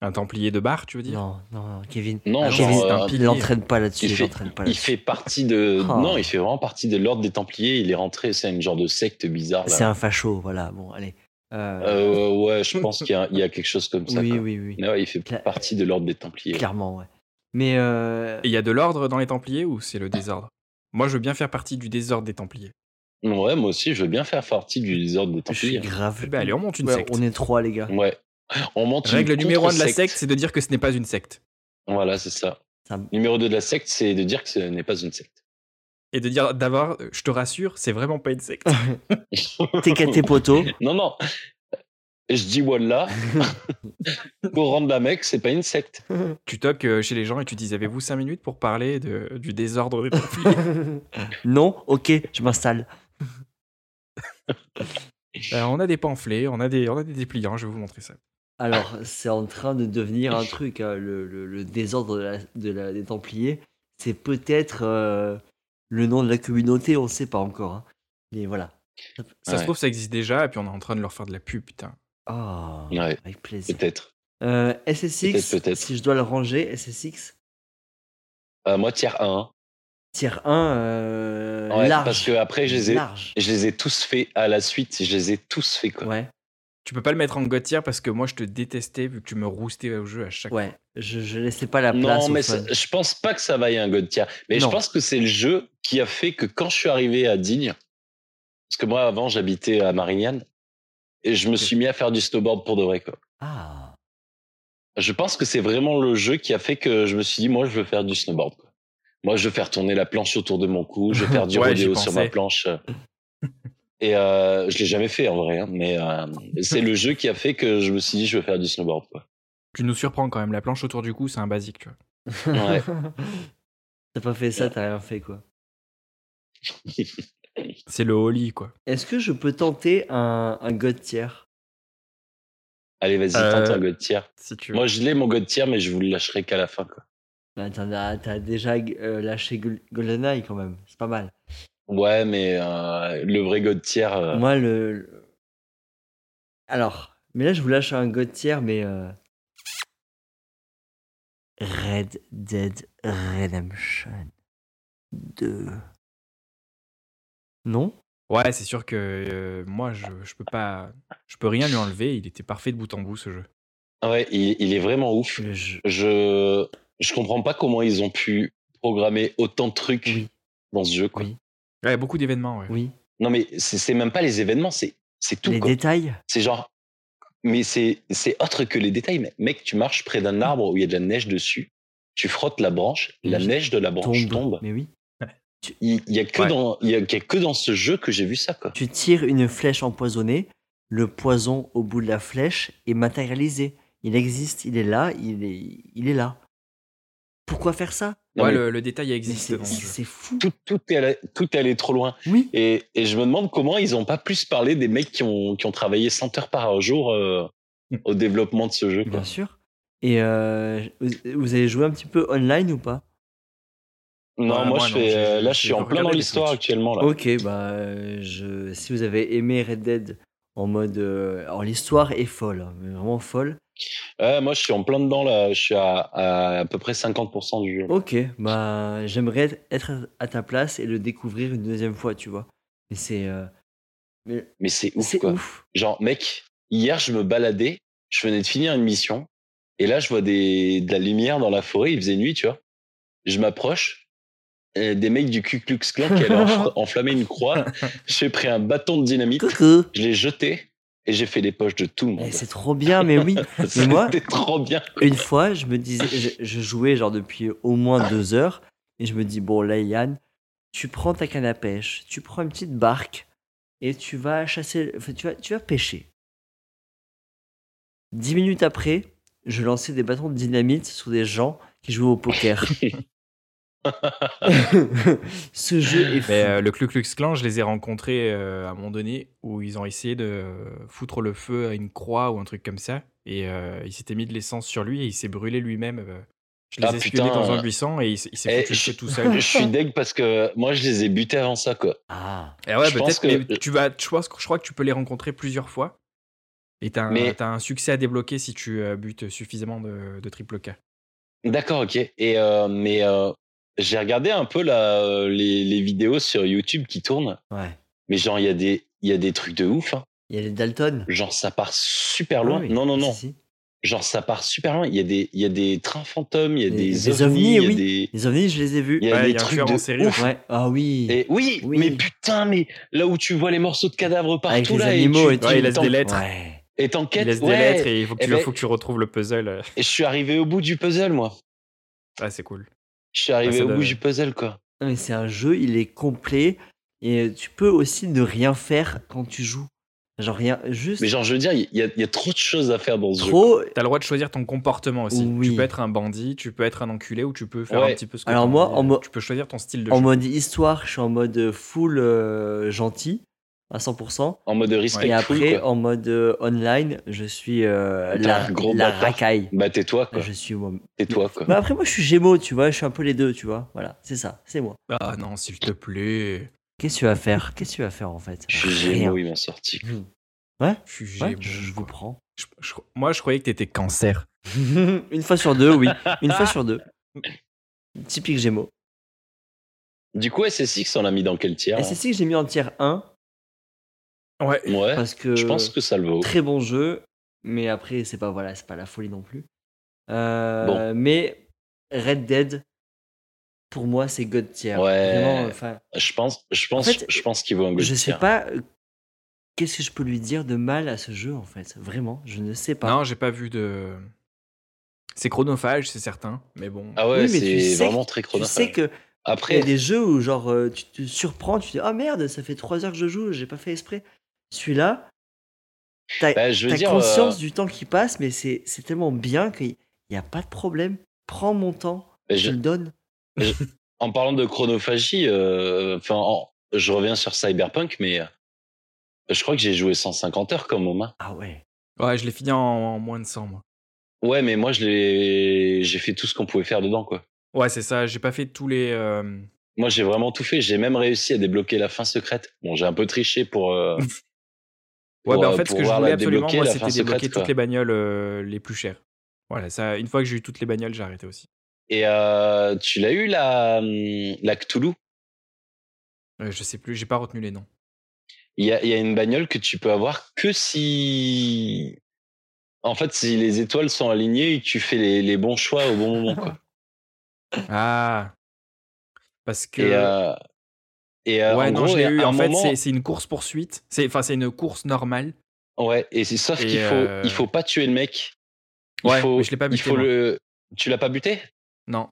[SPEAKER 2] Un templier de bar, tu veux dire
[SPEAKER 3] non, non, non, Kevin.
[SPEAKER 1] Non,
[SPEAKER 2] Ah,
[SPEAKER 1] genre.
[SPEAKER 3] Kevin,
[SPEAKER 2] c'est un
[SPEAKER 1] euh,
[SPEAKER 3] Il l'entraîne pas là-dessus.
[SPEAKER 1] il
[SPEAKER 3] Il
[SPEAKER 1] fait-
[SPEAKER 3] l'entraîne pas
[SPEAKER 1] Il
[SPEAKER 3] là-dessus.
[SPEAKER 1] fait partie de.
[SPEAKER 3] Ah, *laughs* Oh.
[SPEAKER 1] Non, il fait vraiment partie de l'ordre des Templiers. Il est rentré, c'est une genre de secte bizarre.
[SPEAKER 3] C'est
[SPEAKER 1] Là.
[SPEAKER 3] un facho, voilà. Bon, allez. Euh,
[SPEAKER 1] Euh, ouais, je pense qu'il y, a- il y a quelque chose comme ça.
[SPEAKER 3] oui,
[SPEAKER 1] quoi.
[SPEAKER 3] oui, oui,
[SPEAKER 1] Mais ouais, il fait
[SPEAKER 3] Cla-
[SPEAKER 1] partie de l'ordre des Templiers.
[SPEAKER 3] Clairement, ouais. Mais euh,
[SPEAKER 2] Et il y a de l'ordre dans les Templiers ou c'est le désordre Moi, je veux bien faire partie du désordre des Templiers.
[SPEAKER 1] Ouais, moi aussi, je veux bien faire partie du ordre des
[SPEAKER 3] je suis
[SPEAKER 1] Templiers. hein.
[SPEAKER 3] grave.
[SPEAKER 2] Eh ben, allez, on monte une
[SPEAKER 3] Ouais,
[SPEAKER 2] secte.
[SPEAKER 3] on est trois, les gars.
[SPEAKER 1] Ouais. On monte une
[SPEAKER 2] Règle numéro 1 de la
[SPEAKER 1] contre-secte.
[SPEAKER 2] secte, c'est de dire que ce n'est pas une secte.
[SPEAKER 1] Voilà, c'est ça.
[SPEAKER 3] Ça-
[SPEAKER 1] Numéro 2 de la secte, c'est de dire que ce n'est pas une secte.
[SPEAKER 2] Et de dire d'abord, euh, je te rassure, c'est vraiment pas une
[SPEAKER 3] *laughs*
[SPEAKER 2] secte.
[SPEAKER 3] T'es qu'à tes poteaux.
[SPEAKER 1] *laughs* Non, non. Je dis
[SPEAKER 3] *laughs*
[SPEAKER 1] Wallah. Pour rendre la mec, c'est pas une secte.
[SPEAKER 2] tu toques euh, chez les gens et tu dis avez-vous 5 minutes pour parler de- du désordre des
[SPEAKER 3] *laughs*
[SPEAKER 2] Templiers
[SPEAKER 3] non, ok, je m'installe.
[SPEAKER 2] Euh, On a des pamphlets, on a des, on a des dépliants, je vais vous montrer ça.
[SPEAKER 3] Alors, c'est en train de devenir un truc, hein, le, le- le désordre de la- de la- des Templiers. C'est peut-être euh, le nom de la communauté, on ne sait pas encore. hein. Mais voilà.
[SPEAKER 2] Ça
[SPEAKER 1] Ouais.
[SPEAKER 2] se trouve, ça existe déjà et puis on est en train de leur faire de la pub, putain.
[SPEAKER 3] Ah,
[SPEAKER 1] Ouais,
[SPEAKER 3] avec plaisir.
[SPEAKER 1] peut-être.
[SPEAKER 3] Euh, SSX,
[SPEAKER 1] Peut-être, peut-être.
[SPEAKER 3] si je dois le ranger, SSX,
[SPEAKER 1] Euh, moi, tiers 1.
[SPEAKER 3] tiers 1, euh,
[SPEAKER 1] Ouais,
[SPEAKER 3] large.
[SPEAKER 1] parce que après, je les ai-
[SPEAKER 3] Large.
[SPEAKER 1] je les ai tous faits à la suite. Je les ai tous faits, quoi.
[SPEAKER 3] Ouais,
[SPEAKER 2] Tu peux pas le mettre en gotière parce que moi je te détestais vu que tu me roustais au jeu à chaque
[SPEAKER 3] ouais. Je, je laissais pas la place.
[SPEAKER 1] Non,
[SPEAKER 3] au
[SPEAKER 1] mais
[SPEAKER 3] fun.
[SPEAKER 1] c'est- je pense pas que ça vaille un God tier. Mais
[SPEAKER 3] Non.
[SPEAKER 1] je pense que c'est le jeu qui a fait que quand je suis arrivé à Digne, parce que moi avant j'habitais à Marignane, et je me suis mis à faire du snowboard pour de vrai. Quoi.
[SPEAKER 3] Ah,
[SPEAKER 1] Je pense que c'est vraiment le jeu qui a fait que je me suis dit, moi je veux faire du snowboard. quoi. Moi je veux faire tourner la planche autour de mon cou, je veux
[SPEAKER 3] *laughs*
[SPEAKER 1] faire du
[SPEAKER 2] Ouais, j'y
[SPEAKER 1] rodéo sur ma
[SPEAKER 2] pensais.
[SPEAKER 1] planche. Et euh, je l'ai jamais fait en vrai, hein, mais euh, c'est le jeu qui a fait que je me suis dit, je veux faire du snowboard. Quoi.
[SPEAKER 2] Tu nous surprends quand même, la planche autour du cou, c'est un basique, tu vois.
[SPEAKER 1] Ouais.
[SPEAKER 3] *laughs* t'as pas fait ça, t'as rien fait quoi.
[SPEAKER 2] C'est le holly, quoi.
[SPEAKER 3] Est-ce que je peux tenter un, un god tiers
[SPEAKER 1] Allez, vas-y,
[SPEAKER 2] Euh,
[SPEAKER 1] tente un God tier.
[SPEAKER 2] Si tu veux.
[SPEAKER 1] Moi je l'ai mon God tier, mais je vous le lâcherai qu'à la fin. Quoi.
[SPEAKER 3] Bah, T'en as, t'as déjà euh, lâché Gol- GoldenEye quand même, c'est pas mal.
[SPEAKER 1] Ouais, mais euh, le vrai God tier. euh,
[SPEAKER 3] Moi, le, le- Alors, mais là, je vous lâche un god tiers, mais. euh, Red Dead Redemption 2. Non
[SPEAKER 2] Ouais, c'est sûr que euh, moi je, je peux pas. Je peux rien lui enlever, il était parfait de bout en bout ce jeu.
[SPEAKER 1] Ah Ouais, il, il est vraiment ouf.
[SPEAKER 3] Le jeu.
[SPEAKER 1] Je je comprends pas comment ils ont pu programmer autant de trucs
[SPEAKER 3] Oui.
[SPEAKER 1] dans ce jeu. Quoi.
[SPEAKER 3] Oui.
[SPEAKER 2] Ouais, beaucoup d'événements, ouais.
[SPEAKER 3] Oui.
[SPEAKER 1] Non, mais c'est c'est même pas les événements, c'est c'est tout.
[SPEAKER 3] Les
[SPEAKER 1] quoi.
[SPEAKER 3] détails
[SPEAKER 1] C'est genre, mais c'est c'est autre que les détails. Mais mec, tu marches près d'un arbre où il y a de la neige dessus, tu frottes la branche, la
[SPEAKER 3] Oui.
[SPEAKER 1] neige de la branche
[SPEAKER 3] tombent.
[SPEAKER 1] tombe.
[SPEAKER 3] Mais oui.
[SPEAKER 1] Il, il y a que
[SPEAKER 2] Ouais.
[SPEAKER 1] dans il y a, il y a que dans ce jeu que j'ai vu ça quoi.
[SPEAKER 3] Tu tires une flèche empoisonnée, le poison au bout de la flèche est matérialisé. Il existe, il est là, il est, il est là. Pourquoi faire ça
[SPEAKER 1] Non,
[SPEAKER 2] ouais,
[SPEAKER 1] mais
[SPEAKER 2] le, le détail
[SPEAKER 3] Mais
[SPEAKER 2] existe
[SPEAKER 3] C'est
[SPEAKER 1] *laughs*
[SPEAKER 2] dans ce jeu.
[SPEAKER 3] c'est fou.
[SPEAKER 1] Tout, tout est allé, tout est allé trop loin.
[SPEAKER 3] Oui.
[SPEAKER 1] Et, et je me demande comment ils n'ont pas plus parlé des mecs qui ont, qui ont travaillé 100 heures par jour euh, au développement de ce jeu. quoi.
[SPEAKER 3] Bien sûr. Et euh, vous vous avez joué un petit peu online ou pas
[SPEAKER 1] Non, moi,
[SPEAKER 2] Ouais, moi,
[SPEAKER 1] je
[SPEAKER 2] non,
[SPEAKER 1] fais,
[SPEAKER 2] j'ai-
[SPEAKER 1] euh, là, je
[SPEAKER 2] j'ai
[SPEAKER 1] suis en plein
[SPEAKER 2] regardé
[SPEAKER 1] dans
[SPEAKER 2] des Oh.
[SPEAKER 1] l'histoire
[SPEAKER 2] Twitch.
[SPEAKER 1] actuellement. Là.
[SPEAKER 3] Ok, bah, euh, je, si vous avez aimé Red Dead en mode. euh, alors l'histoire est folle, hein, mais vraiment folle.
[SPEAKER 1] Ouais, moi, je suis en plein dedans. Là. Je suis à à, à peu près 50% du jeu.
[SPEAKER 2] Oh.
[SPEAKER 3] Ok, bah, j'aimerais être à ta place et le découvrir une deuxième fois, tu vois. Mais c'est. euh, mais
[SPEAKER 1] Mais c'est ouf,
[SPEAKER 3] c'est
[SPEAKER 1] quoi.
[SPEAKER 3] ouf.
[SPEAKER 1] Genre, mec, hier, je me baladais. Je venais de finir une mission. Et là, je vois des, de la lumière dans la forêt. Il faisait nuit, tu vois. Je m'approche. euh, des mecs du Ku Klux Klan qui
[SPEAKER 3] *laughs*
[SPEAKER 1] avaient enf- enflammé une croix. J'ai pris un bâton de dynamite,
[SPEAKER 3] Coucou.
[SPEAKER 1] je l'ai jeté et j'ai fait les poches de tout le monde. *laughs*
[SPEAKER 3] Eh, c'est trop bien, mais oui. mais moi-
[SPEAKER 1] C'était trop bien.
[SPEAKER 3] Une fois, je me disais, je, je jouais genre depuis au moins deux heures, et je me dis, bon, là, Yann, tu prends ta canne à pêche, tu prends une petite barque, et tu vas chasser, enfin, tu vas, tu vas pêcher. Dix minutes après, je lançais des bâtons de dynamite sur des gens qui jouaient au
[SPEAKER 1] *laughs*
[SPEAKER 3] poker. *laughs* Ce jeu est fou.
[SPEAKER 2] Mais, euh, le Ku Klux Klan, je les ai rencontrés euh, à un moment donné où ils ont essayé de euh, foutre le feu à une croix ou un truc comme ça. Et euh, il s'était mis de l'essence sur lui et il s'est brûlé lui-même. euh. Je les
[SPEAKER 1] Ah,
[SPEAKER 2] ai espionnés
[SPEAKER 1] putain.
[SPEAKER 2] dans un buisson et il, s- il s'est
[SPEAKER 1] Eh,
[SPEAKER 2] foutu le feu
[SPEAKER 1] je-
[SPEAKER 2] tout seul.
[SPEAKER 1] Je suis deg parce que moi, je les ai butés avant ça, quoi.
[SPEAKER 3] Ah,
[SPEAKER 2] Eh ouais,
[SPEAKER 1] Je pense
[SPEAKER 2] peut-être,
[SPEAKER 1] que-
[SPEAKER 2] mais tu vas, je, pense- je crois que tu peux les rencontrer plusieurs fois. Et t'as un,
[SPEAKER 1] Mais-
[SPEAKER 2] t'as un succès à débloquer si tu euh, butes suffisamment de, de triple K.
[SPEAKER 1] D'accord, ok. Et euh, mais euh, j'ai regardé un peu la, euh, les, les vidéos sur YouTube qui tournent,
[SPEAKER 3] ouais.
[SPEAKER 1] mais genre il y a des il y a des trucs de ouf. hein.
[SPEAKER 3] Il y a les Dalton.
[SPEAKER 1] Genre ça part super loin.
[SPEAKER 3] Ah oui,
[SPEAKER 1] Non non non.
[SPEAKER 3] si, si.
[SPEAKER 1] Genre ça part super loin. Il y a des il y a des trains fantômes, il y a
[SPEAKER 3] Des-
[SPEAKER 1] des,
[SPEAKER 3] des
[SPEAKER 1] ovnis,
[SPEAKER 3] ovnis,
[SPEAKER 1] il y a
[SPEAKER 3] oui.
[SPEAKER 1] des
[SPEAKER 3] Les ovnis, je les ai vus.
[SPEAKER 1] il y a
[SPEAKER 2] Ouais,
[SPEAKER 1] des
[SPEAKER 2] il y a un
[SPEAKER 1] trucs
[SPEAKER 2] tueur en
[SPEAKER 1] de
[SPEAKER 2] série
[SPEAKER 1] ouf.
[SPEAKER 3] Ouais, ah oui.
[SPEAKER 1] Et oui,
[SPEAKER 3] Oui.
[SPEAKER 1] mais putain, mais là où tu vois les morceaux de cadavres
[SPEAKER 3] Avec
[SPEAKER 1] partout
[SPEAKER 3] les
[SPEAKER 1] là, et
[SPEAKER 3] animaux
[SPEAKER 1] tu-
[SPEAKER 3] et tout.
[SPEAKER 2] Ouais, il laisse
[SPEAKER 1] t'en-
[SPEAKER 2] des lettres.
[SPEAKER 3] Ouais.
[SPEAKER 1] et
[SPEAKER 2] Il
[SPEAKER 1] t'enquêtes,
[SPEAKER 2] laisse des
[SPEAKER 1] ouais.
[SPEAKER 2] lettres et il faut que,
[SPEAKER 1] Eh
[SPEAKER 2] tu,
[SPEAKER 1] ben-
[SPEAKER 2] faut que tu retrouves le puzzle. *laughs* euh.
[SPEAKER 1] Et je suis arrivé au bout du puzzle moi.
[SPEAKER 2] Ah, c'est cool.
[SPEAKER 1] Je suis arrivé
[SPEAKER 2] ça
[SPEAKER 1] au bout
[SPEAKER 2] doit-
[SPEAKER 1] du puzzle quoi.
[SPEAKER 3] Non, mais c'est un jeu, il est complet et tu peux aussi ne rien faire quand tu joues. Genre rien, juste
[SPEAKER 1] Mais genre je veux dire, il y, a- il y a trop de choses à faire dans ce jeu.
[SPEAKER 3] trop.
[SPEAKER 2] T'as le droit de choisir ton comportement aussi.
[SPEAKER 3] Oui.
[SPEAKER 2] Tu peux être un bandit, tu peux être un enculé ou tu peux faire
[SPEAKER 1] Ouais.
[SPEAKER 2] un petit peu ce que
[SPEAKER 3] Alors
[SPEAKER 2] t'as
[SPEAKER 3] moi,
[SPEAKER 2] envie.
[SPEAKER 3] en mo-
[SPEAKER 2] tu peux choisir ton style de
[SPEAKER 3] En
[SPEAKER 2] jeu.
[SPEAKER 3] mode histoire, je suis en mode full euh, gentil à 100%.
[SPEAKER 1] En mode respect
[SPEAKER 3] et après, en mode euh, online, je suis euh,
[SPEAKER 1] T'es
[SPEAKER 3] la,
[SPEAKER 1] un gros
[SPEAKER 3] la
[SPEAKER 1] bâtard.
[SPEAKER 3] racaille.
[SPEAKER 1] Bah tais-toi quoi.
[SPEAKER 3] oh. Je suis moi.
[SPEAKER 1] Tais-toi quoi.
[SPEAKER 3] Mais après, moi, je suis Gémeaux, tu vois. Je suis un peu les deux, tu vois. Voilà, c'est ça, c'est moi.
[SPEAKER 2] Ah non, s'il te plaît.
[SPEAKER 3] Qu'est-ce que tu vas faire Qu'est-ce que tu vas faire en fait
[SPEAKER 1] Je suis
[SPEAKER 3] Rien.
[SPEAKER 1] Gémeaux, ils m'ont sorti.
[SPEAKER 2] Je suis
[SPEAKER 3] Ouais,
[SPEAKER 2] Gémeaux,
[SPEAKER 3] je je vous
[SPEAKER 2] quoi.
[SPEAKER 3] prends.
[SPEAKER 2] Je- je- moi, je croyais que t'étais cancer.
[SPEAKER 3] *laughs* Une fois sur deux, oui. Une fois sur *laughs* deux. Typique Gémeaux.
[SPEAKER 1] Du coup, SSX, on l'a mis dans quel tiers
[SPEAKER 3] Et c'est ce que j'ai mis en tier 1
[SPEAKER 2] Ouais.
[SPEAKER 1] hein Ouais,
[SPEAKER 3] parce que
[SPEAKER 1] je pense que ça le vaut.
[SPEAKER 3] très bon jeu, mais après c'est pas voilà, c'est pas la folie non plus. Euh,
[SPEAKER 1] Bon.
[SPEAKER 3] Mais Red Dead, pour moi c'est God tier.
[SPEAKER 1] Ouais.
[SPEAKER 3] Vraiment, enfin,
[SPEAKER 1] Je pense, je pense,
[SPEAKER 3] En fait,
[SPEAKER 1] je pense qu'il vaut un gold
[SPEAKER 3] je sais
[SPEAKER 1] tier.
[SPEAKER 3] pas euh, qu'est-ce que je peux lui dire de mal à ce jeu en fait. Vraiment, je ne sais pas.
[SPEAKER 2] Non, j'ai pas vu de. C'est chronophage, c'est certain. Mais bon.
[SPEAKER 1] Ah ouais,
[SPEAKER 3] Oui, mais tu
[SPEAKER 1] c'est
[SPEAKER 3] sais
[SPEAKER 1] vraiment très
[SPEAKER 3] tu
[SPEAKER 1] chronophage.
[SPEAKER 3] sais que il y
[SPEAKER 1] Après,
[SPEAKER 3] a des jeux où genre euh, tu te surprends, tu te dis ah merde, ça fait 3 heures que je joue, j'ai pas fait exprès. Celui-là, t'as
[SPEAKER 1] bah, je veux
[SPEAKER 3] T'as
[SPEAKER 1] dire,
[SPEAKER 3] conscience
[SPEAKER 1] euh,
[SPEAKER 3] du temps qui passe, mais c'est c'est tellement bien qu'il n'y a pas de problème. Prends mon temps,
[SPEAKER 1] bah,
[SPEAKER 3] je
[SPEAKER 1] je-
[SPEAKER 3] te le donne.
[SPEAKER 1] en parlant de chronophagie, euh, enfin, en- je reviens sur Cyberpunk, mais euh, je crois que j'ai joué 150 heures comme moment.
[SPEAKER 3] Ah ouais.
[SPEAKER 2] Ouais, je l'ai fini en, en moins de 100, moi.
[SPEAKER 1] Ouais, mais moi, je l'ai, j'ai fait tout ce qu'on pouvait faire dedans, quoi.
[SPEAKER 2] Ouais, c'est ça. J'ai pas fait tous les. euh,
[SPEAKER 1] Moi, j'ai vraiment tout fait. J'ai même réussi à débloquer la fin secrète. Bon, j'ai un peu triché pour.
[SPEAKER 3] *laughs*
[SPEAKER 1] euh,
[SPEAKER 2] Ouais,
[SPEAKER 1] pour,
[SPEAKER 2] bah, en
[SPEAKER 1] euh,
[SPEAKER 2] fait, ce
[SPEAKER 1] pour
[SPEAKER 2] que je
[SPEAKER 1] voir
[SPEAKER 2] voulais
[SPEAKER 1] la
[SPEAKER 2] absolument,
[SPEAKER 1] débloquer,
[SPEAKER 2] moi,
[SPEAKER 1] la
[SPEAKER 2] c'était
[SPEAKER 1] fin secrète,
[SPEAKER 2] débloquer
[SPEAKER 1] quoi.
[SPEAKER 2] toutes les bagnoles euh, les plus chères. Voilà, ça, une fois que j'ai eu toutes les bagnoles, j'ai arrêté aussi.
[SPEAKER 1] Et euh, tu l'as eu la, hum, la Cthulhu
[SPEAKER 2] Euh, je sais plus, j'ai pas retenu les noms.
[SPEAKER 1] Il y a, il y a une bagnole que tu peux avoir que si. En fait, si les étoiles sont alignées, tu fais les, les bons choix au
[SPEAKER 2] *laughs*
[SPEAKER 1] bon moment. Quoi.
[SPEAKER 2] Ah Parce que.
[SPEAKER 1] Et, euh, et euh,
[SPEAKER 2] ouais,
[SPEAKER 1] en
[SPEAKER 2] non,
[SPEAKER 1] gros,
[SPEAKER 2] je l'ai
[SPEAKER 1] à
[SPEAKER 2] eu.
[SPEAKER 1] un
[SPEAKER 2] En fait,
[SPEAKER 1] moment-
[SPEAKER 2] c'est- c'est une course-poursuite. C'est- Enfin, c'est une course normale.
[SPEAKER 1] Ouais, et c'est sauf
[SPEAKER 2] Et,
[SPEAKER 1] qu'il faut,
[SPEAKER 2] euh,
[SPEAKER 1] il faut pas tuer le mec.
[SPEAKER 2] Ouais, mais je l'ai pas
[SPEAKER 1] il
[SPEAKER 2] buté,
[SPEAKER 1] faut
[SPEAKER 2] moi.
[SPEAKER 1] le. Tu l'as pas buté
[SPEAKER 2] Non.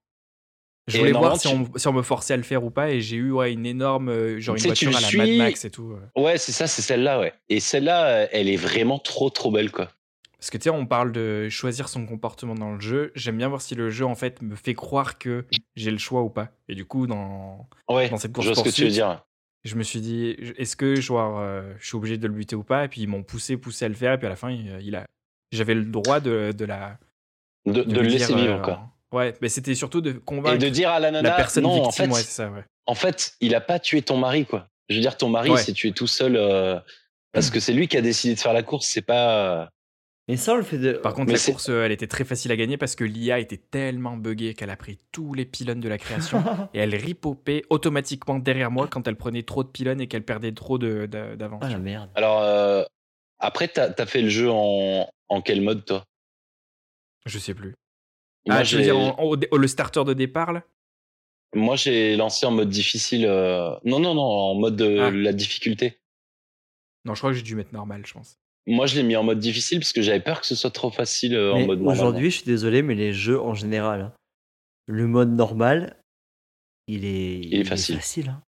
[SPEAKER 2] Je
[SPEAKER 1] Et
[SPEAKER 2] voulais
[SPEAKER 1] normalement,
[SPEAKER 2] voir si,
[SPEAKER 1] tu-
[SPEAKER 2] on, si on me forçait à le faire ou pas, et j'ai eu ouais, une énorme. euh, Genre
[SPEAKER 1] Tu
[SPEAKER 2] une
[SPEAKER 1] sais, tu
[SPEAKER 2] voiture à
[SPEAKER 1] le
[SPEAKER 2] la
[SPEAKER 1] suis-
[SPEAKER 2] Mad Max et tout. euh.
[SPEAKER 1] Ouais, c'est ça, c'est celle-là, ouais. Et celle-là, euh, elle est vraiment trop, trop belle, quoi.
[SPEAKER 2] Parce que tu sais, on parle de choisir son comportement dans le jeu. J'aime bien voir si le jeu, en fait, me fait croire que j'ai le choix ou pas. Et du coup, dans,
[SPEAKER 1] Ouais,
[SPEAKER 2] dans cette
[SPEAKER 1] je
[SPEAKER 2] course
[SPEAKER 1] vois ce que tu veux dire.
[SPEAKER 2] je me suis dit, je- est-ce que genre, euh, je suis obligé de le buter ou pas Et puis ils m'ont poussé, poussé à le faire. Et puis à la fin, il, il a, j'avais le droit de, de la.
[SPEAKER 1] De, de
[SPEAKER 2] lui
[SPEAKER 1] le
[SPEAKER 2] dire,
[SPEAKER 1] laisser vivre,
[SPEAKER 2] euh,
[SPEAKER 1] quoi.
[SPEAKER 2] Ouais, mais c'était surtout de
[SPEAKER 1] Et
[SPEAKER 2] convaincre
[SPEAKER 1] de dire à la nana,
[SPEAKER 2] la personne
[SPEAKER 1] non, en
[SPEAKER 2] victime.
[SPEAKER 1] fait,
[SPEAKER 2] ouais, c'est ça, ouais.
[SPEAKER 1] en fait, il a pas tué ton mari, quoi. Je veux dire, ton mari,
[SPEAKER 2] Ouais.
[SPEAKER 1] c'est tué tout seul euh,
[SPEAKER 3] Mmh.
[SPEAKER 1] parce que c'est lui qui a décidé de faire la course. C'est pas. euh,
[SPEAKER 3] Mais ça, on le fait de.
[SPEAKER 2] Par contre,
[SPEAKER 1] Mais
[SPEAKER 2] la
[SPEAKER 1] c'est-
[SPEAKER 2] course, euh, elle était très facile à gagner parce que l'IA était tellement buggée qu'elle a pris tous les pylônes de la création et elle ripopait automatiquement derrière moi quand elle prenait trop de pylônes et qu'elle perdait trop de- d'a- d'avance.
[SPEAKER 3] ah la merde.
[SPEAKER 1] Alors euh, après, t'as as fait le jeu en, en quel mode, toi
[SPEAKER 2] Je sais plus.
[SPEAKER 1] Moi,
[SPEAKER 2] ah, je veux
[SPEAKER 1] j'ai-
[SPEAKER 2] dire, en- en- au dé- le starter de départ, là
[SPEAKER 1] Moi, j'ai lancé en mode difficile. euh, Non, non, non, en mode euh,
[SPEAKER 2] Ah.
[SPEAKER 1] la difficulté.
[SPEAKER 2] Non, je crois que j'ai dû mettre normal, je pense.
[SPEAKER 1] Moi, je l'ai mis en mode difficile parce que j'avais peur que ce soit trop facile euh, en
[SPEAKER 3] Mais
[SPEAKER 1] mode normal.
[SPEAKER 3] Aujourd'hui, je suis désolé, mais les jeux en général, hein, le mode normal, il est, il
[SPEAKER 1] est facile.
[SPEAKER 3] hein.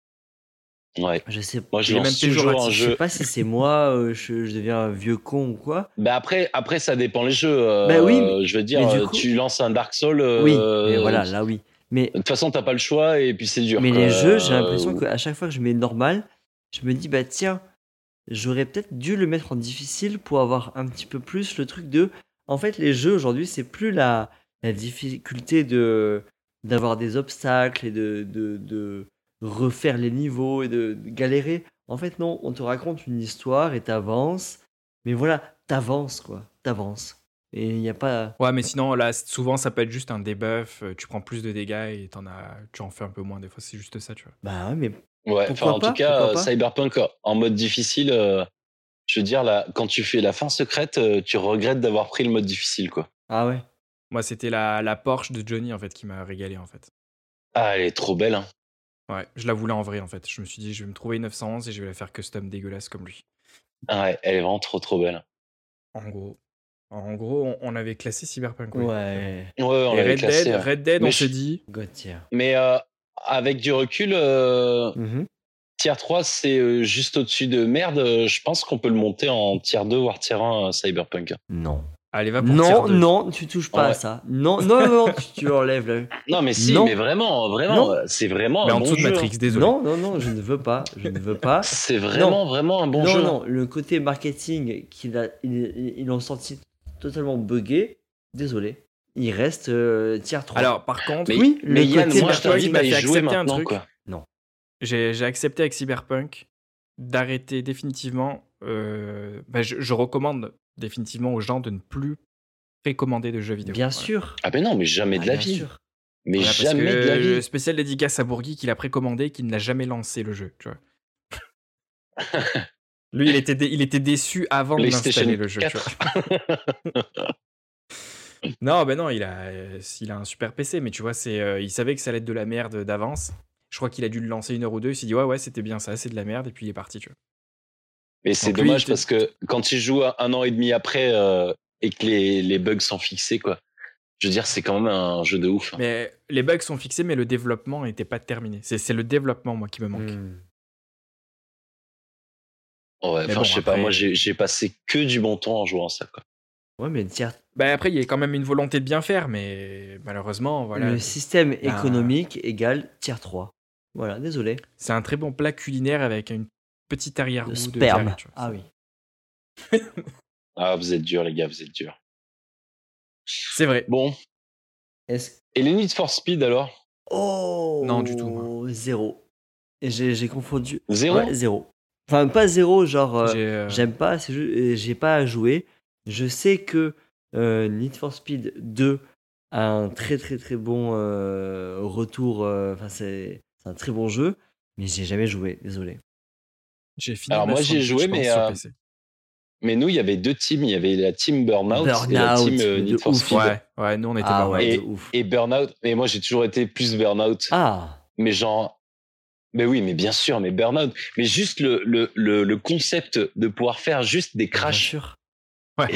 [SPEAKER 1] Ouais.
[SPEAKER 3] Je sais pas.
[SPEAKER 1] Moi, je
[SPEAKER 2] Il est
[SPEAKER 1] lance
[SPEAKER 2] même
[SPEAKER 1] toujours
[SPEAKER 2] péjoratif,
[SPEAKER 1] un
[SPEAKER 3] Je sais
[SPEAKER 1] jeu.
[SPEAKER 3] pas si c'est moi, euh, je, je deviens un vieux con ou quoi.
[SPEAKER 1] Bah après, après, ça dépend les jeux. euh,
[SPEAKER 3] Bah oui, mais-
[SPEAKER 1] je veux dire,
[SPEAKER 3] mais du
[SPEAKER 1] euh,
[SPEAKER 3] coup-
[SPEAKER 1] tu lances un Dark Souls. euh,
[SPEAKER 3] oui, mais voilà, là oui. Mais,
[SPEAKER 1] De toute façon, t'as pas le choix et puis c'est dur.
[SPEAKER 3] mais
[SPEAKER 1] quoi.
[SPEAKER 3] les jeux, j'ai l'impression
[SPEAKER 1] Euh,
[SPEAKER 3] qu'à chaque fois que je mets normal, je me dis, bah tiens, j'aurais peut-être dû le mettre en difficile pour avoir un petit peu plus le truc de. En fait, les jeux aujourd'hui, c'est plus la, la difficulté de d'avoir des obstacles et de, de, de refaire les niveaux et de, de galérer. En fait, non, on te raconte une histoire et t'avances. Mais voilà, t'avances quoi, t'avances. Et il n'y a pas.
[SPEAKER 2] Ouais, mais sinon, là, c- souvent, ça peut être juste un debuff. euh, Tu prends plus de dégâts et t'en as... tu en fais un peu moins. Des fois, c'est juste ça, tu vois.
[SPEAKER 3] Bah ouais, mais
[SPEAKER 1] Ouais,
[SPEAKER 3] Pourquoi
[SPEAKER 1] enfin, en
[SPEAKER 3] pas,
[SPEAKER 1] tout cas,
[SPEAKER 3] pourquoi
[SPEAKER 1] euh,
[SPEAKER 3] pas.
[SPEAKER 1] Cyberpunk euh, en mode difficile, euh, je veux dire, là, quand tu fais la fin secrète, euh, tu regrettes d'avoir pris le mode difficile, quoi.
[SPEAKER 3] Ah ouais.
[SPEAKER 2] Moi, c'était la, la Porsche de Johnny, en fait, qui m'a régalé, en fait.
[SPEAKER 1] Ah, elle est trop belle, hein.
[SPEAKER 2] Ouais, je la voulais en vrai, en fait. Je me suis dit, je vais me trouver une 911 et je vais la faire custom dégueulasse comme lui.
[SPEAKER 1] Ah ouais, elle est vraiment trop, trop belle.
[SPEAKER 2] En gros. En gros, on, on avait classé Cyberpunk. oui.
[SPEAKER 3] Ouais.
[SPEAKER 1] Ouais, on
[SPEAKER 2] Et
[SPEAKER 1] l'avait hein.
[SPEAKER 2] Red,
[SPEAKER 1] classée,
[SPEAKER 2] Dead,
[SPEAKER 1] ouais.
[SPEAKER 2] Red Dead,
[SPEAKER 1] Mais
[SPEAKER 2] on
[SPEAKER 1] je-
[SPEAKER 2] s'est dit.
[SPEAKER 3] Gauthier.
[SPEAKER 1] Mais euh, avec du recul, euh,
[SPEAKER 3] Mhm.
[SPEAKER 1] tier 3, c'est euh, juste au-dessus de merde. euh, je pense qu'on peut le monter en tier 2, voire tier 1 euh, Cyberpunk.
[SPEAKER 3] Non.
[SPEAKER 2] Allez, va pour tier
[SPEAKER 3] Non,
[SPEAKER 2] deux.
[SPEAKER 3] non, tu touches pas
[SPEAKER 1] Ah Ouais.
[SPEAKER 3] à ça. Non, non, non, non, tu, tu enlèves
[SPEAKER 1] *laughs*
[SPEAKER 3] là.
[SPEAKER 1] Non, mais si,
[SPEAKER 3] Non.
[SPEAKER 1] mais vraiment, vraiment,
[SPEAKER 3] Non.
[SPEAKER 1] euh, c'est vraiment
[SPEAKER 2] Mais
[SPEAKER 1] un
[SPEAKER 2] en
[SPEAKER 1] bon
[SPEAKER 2] dessous de
[SPEAKER 1] jeu.
[SPEAKER 2] Matrix, désolé.
[SPEAKER 3] Non, non, non, je ne veux pas. Je ne veux
[SPEAKER 1] *laughs*
[SPEAKER 3] pas.
[SPEAKER 1] C'est vraiment, vraiment un bon
[SPEAKER 3] non,
[SPEAKER 1] jeu.
[SPEAKER 3] non, le côté marketing qu'ils a- ils ils l'ont senti totalement buggé. Désolé. Il reste euh, tier 3.
[SPEAKER 2] Alors, par contre,
[SPEAKER 1] Mais,
[SPEAKER 3] Oui, le
[SPEAKER 1] mais Yann,
[SPEAKER 3] côté
[SPEAKER 1] moi, je
[SPEAKER 3] Cyberpunk
[SPEAKER 1] t'invite
[SPEAKER 2] m'a
[SPEAKER 1] à y
[SPEAKER 2] fait
[SPEAKER 1] jouer
[SPEAKER 2] accepter un
[SPEAKER 1] maintenant,
[SPEAKER 2] truc.
[SPEAKER 1] quoi.
[SPEAKER 2] j'ai j'ai accepté avec Cyberpunk d'arrêter définitivement. euh, bah, je, je recommande définitivement aux gens de ne plus précommander de jeux vidéo.
[SPEAKER 3] bien
[SPEAKER 2] Voilà.
[SPEAKER 3] sûr.
[SPEAKER 1] Ah, mais non, mais jamais
[SPEAKER 3] Ah,
[SPEAKER 1] de la
[SPEAKER 3] bien
[SPEAKER 1] vie.
[SPEAKER 3] sûr.
[SPEAKER 1] Mais
[SPEAKER 2] Voilà, parce
[SPEAKER 1] jamais
[SPEAKER 2] que
[SPEAKER 1] de la
[SPEAKER 2] le
[SPEAKER 1] vie.
[SPEAKER 2] Spécial dédicace à Bourgui qui l'a précommandé et qui n'a jamais lancé le jeu.
[SPEAKER 1] *laughs*
[SPEAKER 2] Tu vois. Lui, il était, dé- il était déçu avant de
[SPEAKER 1] PlayStation
[SPEAKER 2] l'installer le jeu. tu
[SPEAKER 1] 4.
[SPEAKER 2] vois. non, ben non, il a, euh, il a un super PC, mais tu vois, c'est, euh, il savait que ça allait être de la merde d'avance. Je crois qu'il a dû le lancer une heure ou deux. Il s'est dit ouais, ouais, c'était bien ça, c'est de la merde, et puis il est parti. Tu vois.
[SPEAKER 1] Mais c'est
[SPEAKER 2] Donc lui,
[SPEAKER 1] dommage
[SPEAKER 2] t'es-
[SPEAKER 1] parce que quand il joue un an et demi après euh, et que les, les bugs sont fixés, quoi. Je veux dire, c'est quand même un jeu de ouf. hein.
[SPEAKER 2] Mais les bugs sont fixés, mais le développement n'était pas terminé. C'est c'est le développement, moi, qui me manque.
[SPEAKER 3] Hmm.
[SPEAKER 1] Oh, Ouais,
[SPEAKER 2] mais
[SPEAKER 1] enfin,
[SPEAKER 2] bon,
[SPEAKER 1] je sais pas,
[SPEAKER 2] après-
[SPEAKER 1] moi, j'ai j'ai passé que du bon temps en jouant ça, quoi.
[SPEAKER 3] Ouais, mais tier-
[SPEAKER 2] Ben après, il y a quand même une volonté de bien faire, mais malheureusement, voilà.
[SPEAKER 3] le système
[SPEAKER 2] Ah.
[SPEAKER 1] Bah.
[SPEAKER 3] économique égale tier 3. Voilà, désolé.
[SPEAKER 2] C'est un très bon plat culinaire avec une petite
[SPEAKER 3] Le
[SPEAKER 2] arrière-goût de
[SPEAKER 3] sperme.
[SPEAKER 2] diarrhée, tu vois.
[SPEAKER 3] Ah oui.
[SPEAKER 1] Ah, vous êtes durs, les gars, vous êtes durs.
[SPEAKER 2] C'est vrai.
[SPEAKER 1] Bon,
[SPEAKER 3] Est-ce
[SPEAKER 1] et les Need for Speed alors
[SPEAKER 3] Oh
[SPEAKER 2] Non, du tout, moi.
[SPEAKER 3] Zéro. Et J'ai j'ai confondu.
[SPEAKER 1] Zéro
[SPEAKER 3] Ouais, zéro. Enfin, pas zéro, genre, euh,
[SPEAKER 2] J'ai, euh,
[SPEAKER 3] j'aime pas, c'est ju- euh, j'ai pas à jouer. Je sais que euh, Need for Speed 2 a un très très très bon euh, retour, euh, enfin, c'est c'est un très bon jeu, mais j'ai jamais joué, désolé.
[SPEAKER 2] j'ai fini.
[SPEAKER 1] Alors,
[SPEAKER 2] ma
[SPEAKER 1] moi, j'ai
[SPEAKER 2] sandwich,
[SPEAKER 1] joué,
[SPEAKER 2] je pense,
[SPEAKER 1] mais,
[SPEAKER 2] sur
[SPEAKER 1] euh,
[SPEAKER 2] PC.
[SPEAKER 1] Mais nous, il y avait deux teams. Il y avait la team Burnout, et la
[SPEAKER 3] Burnout,
[SPEAKER 1] team euh,
[SPEAKER 3] de
[SPEAKER 1] Need for
[SPEAKER 3] ouf.
[SPEAKER 1] Speed.
[SPEAKER 2] Ouais, ouais, nous, on était
[SPEAKER 3] Ah
[SPEAKER 2] pas
[SPEAKER 3] ouais,
[SPEAKER 2] mal.
[SPEAKER 3] de ouf.
[SPEAKER 1] Et Burnout, mais moi, j'ai toujours été plus Burnout.
[SPEAKER 3] Ah,
[SPEAKER 1] mais genre mais oui mais bien sûr mais burnout mais juste le, le, le, le concept de pouvoir faire juste des crashs
[SPEAKER 3] bien sûr.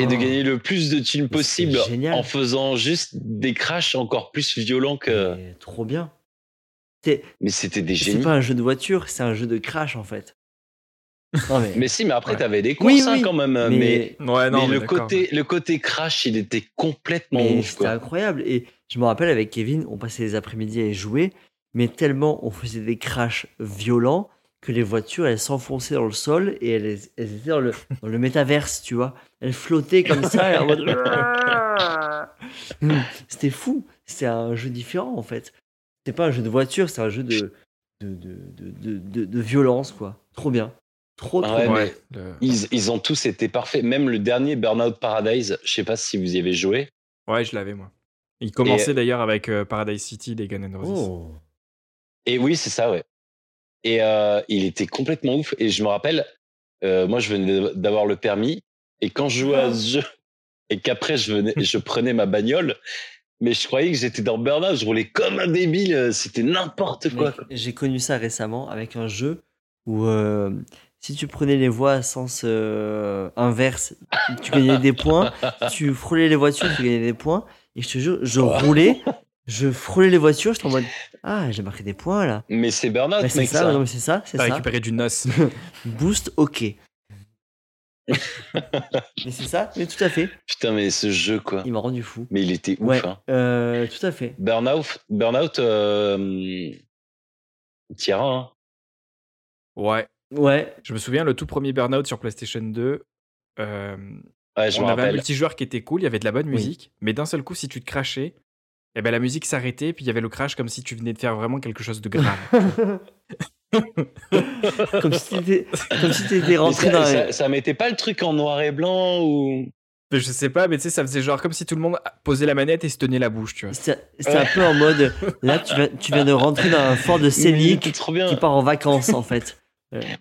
[SPEAKER 1] et de gagner le plus de teams
[SPEAKER 3] Mais c'est
[SPEAKER 1] possible
[SPEAKER 3] génial.
[SPEAKER 1] en faisant juste des crashs encore plus violents que
[SPEAKER 3] Mais Trop bien.
[SPEAKER 1] mais c'était des
[SPEAKER 3] C'est
[SPEAKER 1] génies
[SPEAKER 3] pas un jeu de voiture, c'est un jeu de crash en fait. Non, mais,
[SPEAKER 1] *laughs* mais si mais après
[SPEAKER 2] Ouais.
[SPEAKER 1] t'avais des courses
[SPEAKER 3] Oui,
[SPEAKER 1] hein,
[SPEAKER 3] oui,
[SPEAKER 1] quand même mais,
[SPEAKER 3] mais-
[SPEAKER 2] Ouais, non,
[SPEAKER 1] mais
[SPEAKER 2] mais
[SPEAKER 1] le
[SPEAKER 2] d'accord.
[SPEAKER 1] côté le côté crash il était complètement
[SPEAKER 3] Mais
[SPEAKER 1] ouf
[SPEAKER 3] c'était
[SPEAKER 1] quoi
[SPEAKER 3] incroyable. Et je me rappelle avec Kevin, on passait les après-midi à y jouer, mais tellement on faisait des crashs violents que les voitures, elles s'enfonçaient dans le sol et elles, elles étaient dans le, dans le métaverse, tu vois. Elles flottaient comme ça et en mode. C'était fou. C'est un jeu différent en fait. C'est pas un jeu de voiture, c'est un jeu de, de, de, de, de, de- de violence, quoi. Trop bien. Trop, trop
[SPEAKER 1] Ouais,
[SPEAKER 3] bien.
[SPEAKER 2] Ouais, le-
[SPEAKER 1] ils, ils ont tous été parfaits même le dernier burnout paradise je sais pas si vous y avez joué
[SPEAKER 2] ouais, je l'avais, moi. Il commençait d'ailleurs avec euh, Paradise City des Gun N' Roses.
[SPEAKER 3] Oh.
[SPEAKER 1] Et oui, c'est ça, ouais. Et euh, il était complètement ouf. Et je me rappelle, euh, moi, je venais d'avoir le
[SPEAKER 3] *laughs*
[SPEAKER 1] permis. Et quand je jouais à ce jeu, et qu'après, je, venais, je prenais ma bagnole, Mais je croyais que j'étais dans Burnout, je roulais comme un débile, euh, c'était n'importe
[SPEAKER 3] Mec,
[SPEAKER 1] *laughs* quoi. quoi.
[SPEAKER 3] J'ai connu ça récemment avec un jeu où euh, si tu prenais les voies à sens euh, inverse, tu gagnais des points. Si tu frôlais les voitures, tu gagnais des points. Et je te jure, je
[SPEAKER 1] Oh.
[SPEAKER 3] roulais, je frôlais les voitures, j'étais en mode Ah, j'ai marqué des points là.
[SPEAKER 1] Mais c'est Burnout, Ah,
[SPEAKER 3] Bah,
[SPEAKER 1] mec,
[SPEAKER 3] c'est ça,
[SPEAKER 1] ça.
[SPEAKER 3] non, mais c'est ça, c'est
[SPEAKER 2] T'as
[SPEAKER 3] ça.
[SPEAKER 2] récupéré du *laughs* NOS.
[SPEAKER 3] Boost, ok.
[SPEAKER 1] *laughs*
[SPEAKER 3] mais c'est ça, mais tout à fait.
[SPEAKER 1] Putain, mais ce jeu, quoi.
[SPEAKER 3] Il m'a rendu fou.
[SPEAKER 1] Mais il était ouf,
[SPEAKER 3] Ouais,
[SPEAKER 1] hein.
[SPEAKER 3] euh, tout à fait.
[SPEAKER 1] Burnout, Burnout, euh... tier 1, hein.
[SPEAKER 2] ouais.
[SPEAKER 3] Ouais,
[SPEAKER 2] Je me souviens, le tout premier Burnout sur PlayStation 2, euh,
[SPEAKER 1] Ouais, je
[SPEAKER 2] on
[SPEAKER 1] me
[SPEAKER 2] avait un
[SPEAKER 1] rappelle.
[SPEAKER 2] multijoueur qui était cool, il y avait de la bonne
[SPEAKER 3] Oui.
[SPEAKER 2] musique, mais d'un seul coup, si tu te crachais, eh ben, la musique s'arrêtait, puis il y avait le crash comme si tu venais de faire vraiment quelque chose de *laughs* grave.
[SPEAKER 3] comme si t'étais comme si
[SPEAKER 1] *laughs*
[SPEAKER 3] t'étais
[SPEAKER 1] Mais
[SPEAKER 3] rentré
[SPEAKER 1] ça,
[SPEAKER 3] dans.
[SPEAKER 1] ça- ça mettait pas le truc en noir et blanc ou.
[SPEAKER 2] Mais je sais pas, mais tu sais, ça faisait genre comme si tout le monde posait la manette et se tenait la bouche, tu vois.
[SPEAKER 3] C'est c'est un peu en mode, là, tu viens, tu viens de rentrer dans un fort de
[SPEAKER 1] Mais
[SPEAKER 3] scénique
[SPEAKER 1] c'était trop bien.
[SPEAKER 3] qui part en vacances, en fait.